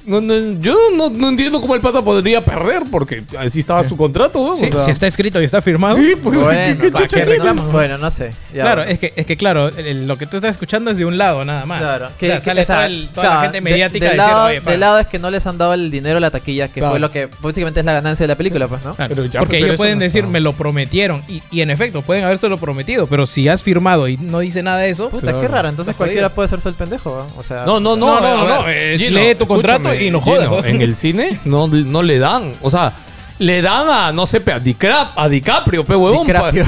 Speaker 3: no, no, yo no, no entiendo cómo el pata podría perder, porque así estaba su contrato, huevón.
Speaker 5: Sí,
Speaker 3: o sea.
Speaker 5: si está escrito y está firmado.
Speaker 3: Sí, porque
Speaker 4: Bueno,
Speaker 3: ¿qué, qué
Speaker 4: ¿para
Speaker 3: chucha
Speaker 4: qué
Speaker 3: quiere?
Speaker 4: reclamo? Bueno, no sé. ya,
Speaker 5: claro,
Speaker 4: bueno.
Speaker 5: es que, es que claro, el- el- lo que tú estás escuchando es de un lado nada más.
Speaker 4: Claro,
Speaker 5: que,
Speaker 4: que- que-
Speaker 5: sale
Speaker 4: o sea,
Speaker 5: toda, el- toda la
Speaker 4: claro,
Speaker 5: gente
Speaker 4: de-
Speaker 5: mediática
Speaker 4: del,
Speaker 5: diciendo,
Speaker 4: lado,
Speaker 5: "Oye, pa".
Speaker 4: del lado es que no les han dado el dinero a la taquilla, que
Speaker 3: Claro.
Speaker 4: fue lo que básicamente es la ganancia de la película, pues, ¿no?
Speaker 5: Claro,
Speaker 3: Pero ya,
Speaker 5: porque
Speaker 3: pero
Speaker 5: ellos
Speaker 3: eso
Speaker 5: pueden
Speaker 3: no
Speaker 5: decir,
Speaker 3: está.
Speaker 5: me lo prometieron. Y, y en efecto, pueden habérselo prometido. Pero si has firmado y no dice nada de eso.
Speaker 4: Puta,
Speaker 5: claro.
Speaker 4: qué raro. Entonces
Speaker 5: Está
Speaker 4: cualquiera
Speaker 5: jodido.
Speaker 4: puede hacerse el pendejo, ¿no? O sea,
Speaker 3: No, no, no.
Speaker 5: No, no,
Speaker 3: a ver,
Speaker 5: no, eh, lee tu contrato
Speaker 3: escúchame,
Speaker 5: y no jodas.
Speaker 3: en el cine no, no le dan. O sea, le dan a, no sé, pe, a, Dicrap- a DiCaprio, pe huevón. pa- eh,
Speaker 4: DiCaprio.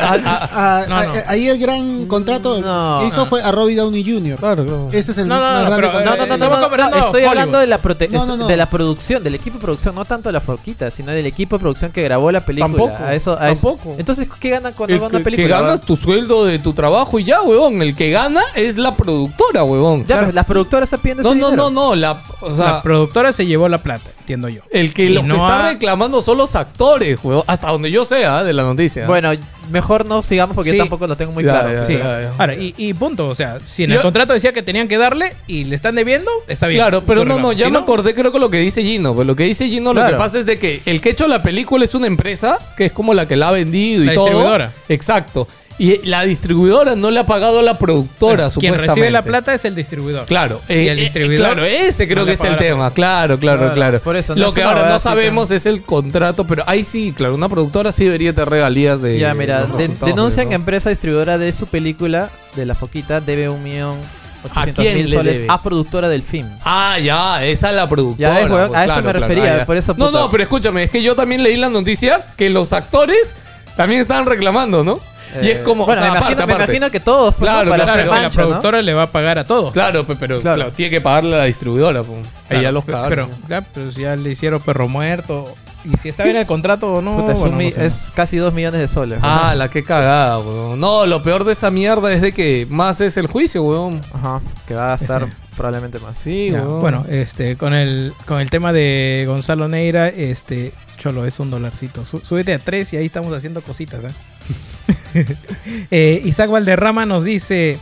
Speaker 3: a- a- a-
Speaker 6: Ah,
Speaker 5: No,
Speaker 6: ah,
Speaker 5: no.
Speaker 6: ah, Ahí el gran contrato
Speaker 4: No,
Speaker 6: que hizo
Speaker 4: no.
Speaker 6: fue a Robbie Downey Jr.
Speaker 3: Claro, claro.
Speaker 6: Ese es el
Speaker 5: No, no,
Speaker 6: más
Speaker 5: no,
Speaker 6: grande
Speaker 5: pero,
Speaker 3: Eh,
Speaker 6: contrato.
Speaker 4: No, no, no, no,
Speaker 5: Estamos
Speaker 4: no, no,
Speaker 5: hablando de
Speaker 4: estoy
Speaker 5: Hollywood.
Speaker 4: hablando de la, prote-
Speaker 6: No, no, no.
Speaker 4: de la producción, del equipo de producción, no tanto de la forquita, sino del equipo de producción que grabó la película.
Speaker 3: Tampoco,
Speaker 4: A eso, a eso.
Speaker 3: tampoco.
Speaker 4: Entonces, ¿qué ganan cuando
Speaker 3: El
Speaker 4: van a una
Speaker 3: que,
Speaker 4: película?
Speaker 3: que ganas tu sueldo de tu trabajo y ya, huevón. El que gana es la productora, huevón.
Speaker 4: Ya, pues, las productoras están pidiendo
Speaker 3: no,
Speaker 4: ese
Speaker 3: no,
Speaker 4: dinero.
Speaker 3: no, no. La, o sea,
Speaker 5: la productora se llevó la plata. entiendo yo.
Speaker 3: El que
Speaker 5: Y
Speaker 3: lo que
Speaker 5: no
Speaker 3: está
Speaker 5: ha-
Speaker 3: reclamando son los actores, huevón. Hasta donde yo sea ¿eh? de la noticia.
Speaker 4: Bueno, mejor no sigamos porque
Speaker 5: Sí.
Speaker 4: yo tampoco lo tengo muy
Speaker 3: Ya,
Speaker 4: claro.
Speaker 3: ya,
Speaker 5: Sí.
Speaker 3: ya, ya.
Speaker 5: Ahora, y, y punto. O sea, si en
Speaker 3: Yo-
Speaker 5: el contrato decía que tenían que darle y le están debiendo, está bien.
Speaker 3: Claro, pero
Speaker 5: Tú
Speaker 3: no, no,
Speaker 5: reclamas.
Speaker 3: ya
Speaker 5: Si
Speaker 3: me acordé creo que lo que dice Gino. Pues lo que dice Gino lo que
Speaker 4: Claro.
Speaker 3: pasa es de que el que ha hecho la película es una empresa que es como la que la ha vendido y
Speaker 5: La
Speaker 3: todo.
Speaker 5: distribuidora.
Speaker 3: Exacto. Y la distribuidora no le ha pagado a la productora,
Speaker 5: Quien
Speaker 3: supuestamente.
Speaker 5: recibe la plata es el distribuidor.
Speaker 3: Claro,
Speaker 5: Y
Speaker 3: eh,
Speaker 5: el
Speaker 3: eh,
Speaker 5: distribuidor.
Speaker 3: claro, ese creo
Speaker 5: no
Speaker 3: que
Speaker 5: le
Speaker 3: es el
Speaker 5: paga la
Speaker 3: tema. Claro, claro,
Speaker 4: Claro,
Speaker 3: claro.
Speaker 4: por eso, no
Speaker 3: Lo
Speaker 4: es
Speaker 3: que
Speaker 4: una
Speaker 3: ahora no
Speaker 4: verdad, sí,
Speaker 3: sabemos es el contrato, pero ahí sí, claro, una productora sí debería tener regalías de.
Speaker 4: Ya, mira,
Speaker 3: los
Speaker 4: de-
Speaker 3: resultados,
Speaker 4: denuncian que
Speaker 3: pero-
Speaker 4: empresa distribuidora de su película, de La Foquita, debe un millón ochocientos
Speaker 3: quién
Speaker 4: mil
Speaker 3: le
Speaker 4: soles
Speaker 3: debe?
Speaker 4: a productora del film.
Speaker 3: Ah, ya, esa es la productora.
Speaker 4: Ya ves, weón,
Speaker 3: pues,
Speaker 4: a eso me refería,
Speaker 3: ya.
Speaker 4: por eso,
Speaker 3: No,
Speaker 4: puta.
Speaker 3: no, pero escúchame, es que yo también leí la noticia que los actores también estaban reclamando, ¿no? y es
Speaker 4: Eh,
Speaker 3: como,
Speaker 4: Bueno,
Speaker 3: o sea,
Speaker 4: me, imagino,
Speaker 3: aparte,
Speaker 4: me
Speaker 3: aparte.
Speaker 4: imagino que todos. pues,
Speaker 3: Claro,
Speaker 4: ¿no? para
Speaker 5: Claro,
Speaker 4: hacer
Speaker 5: que la
Speaker 4: mancha, ¿no?
Speaker 5: productora le va a pagar a todos.
Speaker 3: Claro, pe- pero
Speaker 4: Claro.
Speaker 3: claro, tiene que pagarle a la distribuidora. pues. Ahí ya los
Speaker 5: Pero,
Speaker 3: cagaron.
Speaker 5: pero, ya, pero si ya le hicieron perro muerto. Y si está bien el contrato o no.
Speaker 4: Puta, es,
Speaker 5: bueno,
Speaker 4: un mi-
Speaker 5: no sé.
Speaker 4: es casi dos millones de soles.
Speaker 3: Ah, la que cagada, weón. No, lo peor de esa mierda es de que más es el juicio, weón.
Speaker 4: Ajá, que va a gastar
Speaker 5: Ese.
Speaker 4: probablemente más.
Speaker 3: Sí,
Speaker 5: Ya,
Speaker 3: weón.
Speaker 5: Bueno, este, con el, con el tema de Gonzalo Neira, este, cholo, es un dolarcito. Sú- súbete a tres y ahí estamos haciendo cositas, ¿eh? Eh, Isaac Valderrama nos dice: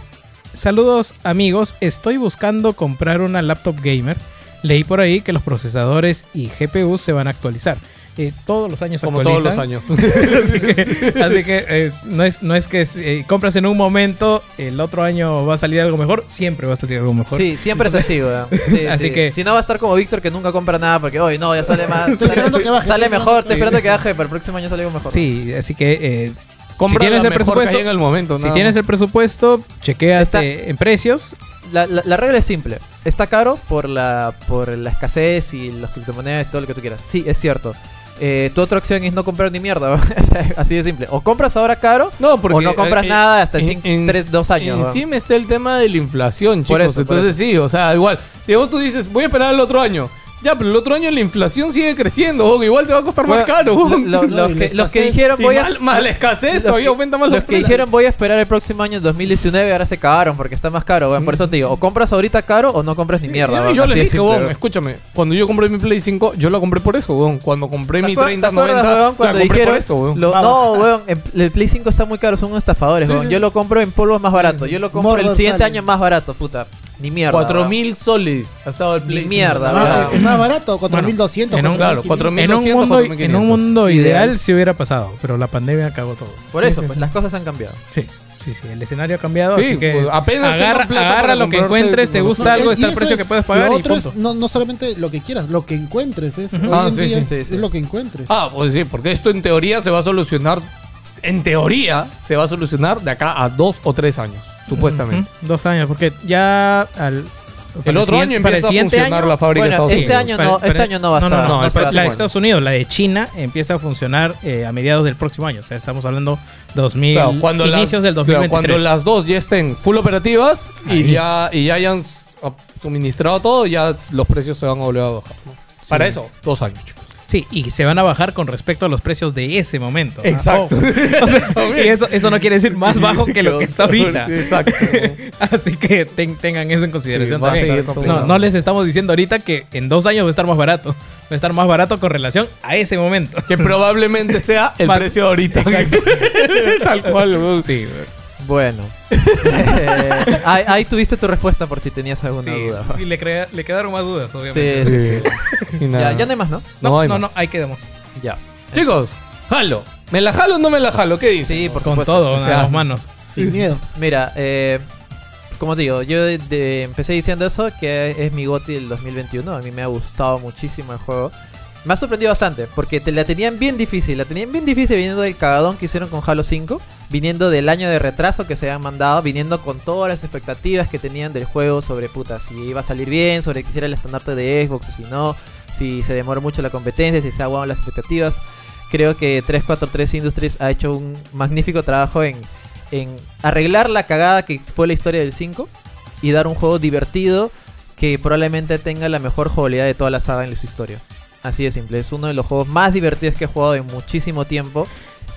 Speaker 5: Saludos amigos, estoy buscando comprar una laptop gamer. Leí por ahí que los procesadores y GPU se van a actualizar. Eh, todos los años
Speaker 3: como todos
Speaker 5: actualizan.
Speaker 3: los años.
Speaker 5: así que, así que, eh, no, es, no es que eh, compras en un momento, el otro año va a salir algo mejor, siempre va a salir algo mejor.
Speaker 4: Sí, siempre es así, weón. Sí,
Speaker 5: Así
Speaker 4: sí.
Speaker 5: que-
Speaker 4: Si no va a estar como Víctor que nunca compra nada porque hoy no, ya sale más.
Speaker 6: Estoy esperando
Speaker 4: sale
Speaker 6: que baje,
Speaker 4: sale
Speaker 6: estoy
Speaker 4: mejor, estoy esperando
Speaker 6: esperando que
Speaker 4: que baje, pero el próximo año sale algo mejor.
Speaker 5: Sí, así que eh,
Speaker 3: Compra
Speaker 5: tienes
Speaker 3: la
Speaker 5: el
Speaker 3: mejor que
Speaker 5: presupuesto-
Speaker 3: hay en el momento,
Speaker 5: si
Speaker 3: nada
Speaker 5: tienes
Speaker 3: más.
Speaker 5: el presupuesto, chequea
Speaker 4: Está-
Speaker 5: en precios.
Speaker 4: La, la- la regla es simple. Está caro por la, por la escasez y las criptomonedas, todo lo que tú quieras. Sí, es cierto. Eh, tu otra opción es no comprar ni mierda. o sea, Así de simple. O compras ahora caro
Speaker 3: No, porque
Speaker 4: o no compras
Speaker 3: eh,
Speaker 4: nada hasta
Speaker 3: en-
Speaker 4: en
Speaker 3: en-
Speaker 4: 3, 2 años. weón.
Speaker 3: Encima está el tema de la inflación, chicos.
Speaker 4: Por eso, por
Speaker 3: Entonces sí, o sea, igual. Digamos, tú dices, voy a esperar el otro año. Ya, pero el otro año la inflación sigue creciendo, weón. Igual te va a costar
Speaker 4: Bueno,
Speaker 3: más caro,
Speaker 4: lo-
Speaker 3: weón.
Speaker 4: lo-
Speaker 6: No,
Speaker 4: los
Speaker 6: y la
Speaker 4: que- Los que
Speaker 6: escasez,
Speaker 4: dijeron
Speaker 3: Si
Speaker 4: voy a...
Speaker 3: mal- más la escasez,
Speaker 4: los
Speaker 3: todavía
Speaker 4: que-
Speaker 3: aumentan más
Speaker 4: Los
Speaker 3: los
Speaker 4: que dijeron voy a esperar el próximo año 2019 ahora se cagaron porque está más caro. weón. Por eso te digo, o compras ahorita caro o no compras ni mierda.
Speaker 3: Mm. Yo-
Speaker 4: weón.
Speaker 3: Yo
Speaker 4: Así
Speaker 3: le
Speaker 4: de
Speaker 3: dije,
Speaker 4: simple,
Speaker 3: weón,
Speaker 4: weón.
Speaker 3: escúchame, cuando yo compré mi Play 5, yo la compré por eso, weón. Cuando compré
Speaker 4: ¿Te
Speaker 3: mi
Speaker 4: acuer- te
Speaker 3: 3090,
Speaker 4: acuerdas, weón,
Speaker 3: la
Speaker 4: cuando
Speaker 3: compré
Speaker 4: dijeron
Speaker 3: por eso, weón.
Speaker 4: lo- no,
Speaker 6: Vamos.
Speaker 4: weón, el, el Play 5 está muy caro, son unos estafadores,
Speaker 3: Sí,
Speaker 4: weón.
Speaker 3: sí. Mm.
Speaker 4: Yo lo compro en polvo más barato, yo lo compro el
Speaker 6: Mordor
Speaker 4: siguiente
Speaker 6: sale.
Speaker 4: año más barato, puta. Ni mierda.
Speaker 3: 4000 soles ha estado el Play Ah, 5.
Speaker 4: Mierda, Ah,
Speaker 6: Más-
Speaker 4: verdad.
Speaker 6: es más barato, 4200.
Speaker 5: en un-
Speaker 3: Claro,
Speaker 6: 4500.
Speaker 5: En un
Speaker 3: 1200,
Speaker 5: mundo,
Speaker 3: 4500.
Speaker 5: en un mundo
Speaker 4: Ideal.
Speaker 5: ideal si hubiera pasado, pero la pandemia acabó todo.
Speaker 4: weón. Por eso, pues las cosas han cambiado.
Speaker 5: Sí, sí, sí, el escenario ha cambiado.
Speaker 3: Sí,
Speaker 5: así que
Speaker 3: pues, apenas tengo
Speaker 5: agarra,
Speaker 3: plata
Speaker 5: agarra
Speaker 3: para
Speaker 5: lo que
Speaker 3: comprarse
Speaker 5: encuentres, te
Speaker 3: los-
Speaker 5: gusta
Speaker 6: No,
Speaker 5: algo,
Speaker 6: y
Speaker 5: está el
Speaker 6: eso
Speaker 5: precio
Speaker 6: es-
Speaker 5: que puedes pagar
Speaker 6: Lo
Speaker 5: y
Speaker 6: otro
Speaker 5: punto.
Speaker 6: es no, no solamente lo que quieras, lo que encuentres. Es, hoy
Speaker 3: Ah,
Speaker 6: en
Speaker 3: sí,
Speaker 6: día
Speaker 3: sí,
Speaker 6: es,
Speaker 3: sí,
Speaker 6: es lo que encuentres.
Speaker 3: Ah, pues sí, porque esto en teoría se va a solucionar. En teoría se va a solucionar de acá a dos o tres años, supuestamente.
Speaker 5: Ujú, Dos años, porque ya al.
Speaker 3: El otro año
Speaker 5: para el
Speaker 3: empieza a
Speaker 5: siguiente
Speaker 3: funcionar
Speaker 5: año-
Speaker 3: la fábrica
Speaker 4: bueno,
Speaker 3: de Estados
Speaker 4: este
Speaker 3: Unidos.
Speaker 4: año
Speaker 5: Para-
Speaker 4: no,
Speaker 5: para-
Speaker 4: este año no va a
Speaker 5: No,
Speaker 4: estar.
Speaker 5: no, no,
Speaker 3: no,
Speaker 5: la-
Speaker 3: este
Speaker 5: la de
Speaker 3: año.
Speaker 5: Estados Unidos, la de China, empieza a funcionar eh, a mediados del próximo año. O sea, estamos hablando 2000,
Speaker 3: Claro, cuando las-
Speaker 5: inicios del
Speaker 3: claro,
Speaker 5: 2023.
Speaker 3: cuando las dos ya estén full operativas y
Speaker 5: Ahí.
Speaker 3: ya, y ya hayan s- a- suministrado todo, ya los precios se van a volver a bajar. ¿no? Para eso, dos años, chicos.
Speaker 5: Sí, y se van a bajar con respecto a los precios de ese momento. ¿no?
Speaker 3: Exacto.
Speaker 5: O sea, y eso, eso no quiere decir más bajo que lo que está ahorita.
Speaker 3: Exacto.
Speaker 5: Así que ten- tengan eso en consideración
Speaker 3: va a
Speaker 5: también.
Speaker 3: seguir
Speaker 5: No,
Speaker 3: complicado.
Speaker 5: no les estamos diciendo ahorita que en dos años va a estar más barato. Va a estar más barato con relación a ese momento.
Speaker 3: que probablemente sea el
Speaker 5: Más-
Speaker 3: precio de ahorita. Tal cual, weón.
Speaker 5: Sí,
Speaker 4: Bueno. Eh, ahí, ahí tuviste tu respuesta por si tenías alguna
Speaker 5: sí,
Speaker 4: duda.
Speaker 5: y le, crea- le quedaron más dudas, obviamente.
Speaker 4: Sí, sí, sí.
Speaker 3: Sí, nada.
Speaker 4: Ya, ya no hay más, ¿no?
Speaker 3: No
Speaker 5: No, no,
Speaker 3: hay
Speaker 5: no,
Speaker 3: más.
Speaker 5: ahí quedamos.
Speaker 4: Ya.
Speaker 3: Chicos, jalo. ¿Me la jalo o no me la jalo? ¿Qué dices?
Speaker 4: Sí, por
Speaker 5: Con
Speaker 4: supuesto.
Speaker 5: todo, a
Speaker 3: Ya.
Speaker 5: las manos.
Speaker 6: Sin miedo.
Speaker 4: Mira, eh, como te digo, yo de- de- empecé diciendo eso, que es mi GOTY del 2021. A mí me ha gustado muchísimo el juego. Me ha sorprendido bastante, porque te la tenían bien difícil. La tenían bien difícil viniendo del cagadón que hicieron con Halo 5, viniendo del año de retraso que se habían mandado, viniendo con todas las expectativas que tenían del juego sobre puta, si iba a salir bien, sobre que era el estandarte de Xbox o si no, si se demoró mucho la competencia, si se aguaron las expectativas. Creo que 343 Industries ha hecho un magnífico trabajo en en arreglar la cagada que fue la historia del 5 y dar un juego divertido que probablemente tenga la mejor jugabilidad de toda la saga en su historia. Así de simple, es uno de los juegos más divertidos que he jugado en muchísimo tiempo.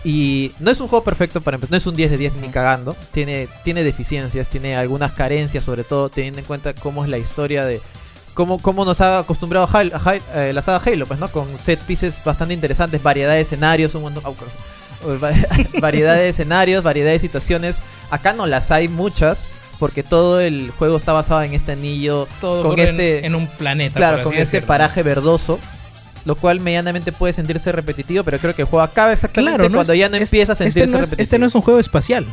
Speaker 4: Y no es un juego perfecto para empezar, no es un 10 de 10 ni cagando. Tiene, tiene deficiencias, tiene algunas carencias, sobre todo teniendo en cuenta cómo es la historia de, cómo, cómo nos ha acostumbrado Hal- Hal- eh, la saga Halo, pues, ¿no? Con set pieces bastante interesantes, variedad de escenarios, un montón- au, creo. Eh, va- variedad de escenarios, variedad de situaciones. Acá no las hay muchas, porque todo el juego está basado en este anillo,
Speaker 5: Todo
Speaker 4: con
Speaker 5: ocurre en-
Speaker 4: este,
Speaker 5: en, un planeta.
Speaker 4: claro,
Speaker 5: por
Speaker 4: con
Speaker 5: así
Speaker 4: este
Speaker 5: decirlo.
Speaker 4: paraje verdoso. Lo cual medianamente puede sentirse repetitivo, pero creo que el juego acaba exactamente
Speaker 5: Claro, no
Speaker 4: cuando
Speaker 5: es-
Speaker 4: ya no
Speaker 5: es-
Speaker 4: empieza a sentirse
Speaker 5: este no, es,
Speaker 4: repetitivo.
Speaker 5: este no es un juego espacial.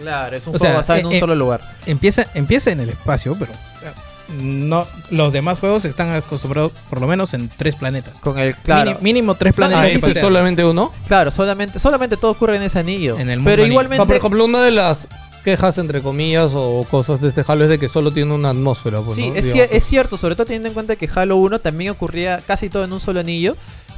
Speaker 4: Claro, es un
Speaker 5: o
Speaker 4: juego
Speaker 5: sea,
Speaker 4: basado en
Speaker 5: eh,
Speaker 4: un
Speaker 5: eh,
Speaker 4: solo lugar.
Speaker 5: Empieza, empieza en el espacio, pero eh, no los demás juegos están acostumbrados por lo menos en tres planetas.
Speaker 4: Con el, claro.
Speaker 5: Mini- mínimo tres planetas.
Speaker 3: Ah,
Speaker 4: Ahí
Speaker 3: ¿este es
Speaker 5: espaciales.
Speaker 3: solamente uno?
Speaker 4: Claro, solamente, solamente todo ocurre en ese anillo.
Speaker 5: En el mundo
Speaker 4: pero
Speaker 5: anillo.
Speaker 4: igualmente.
Speaker 3: No, por ejemplo, una de las quejas, entre comillas, o cosas de este Halo es de que solo tiene una atmósfera. pues,
Speaker 4: sí,
Speaker 3: ¿no?
Speaker 4: es, cier-
Speaker 3: Digamos.
Speaker 4: es cierto, sobre todo teniendo en cuenta que Halo 1 también ocurría casi todo en un solo anillo.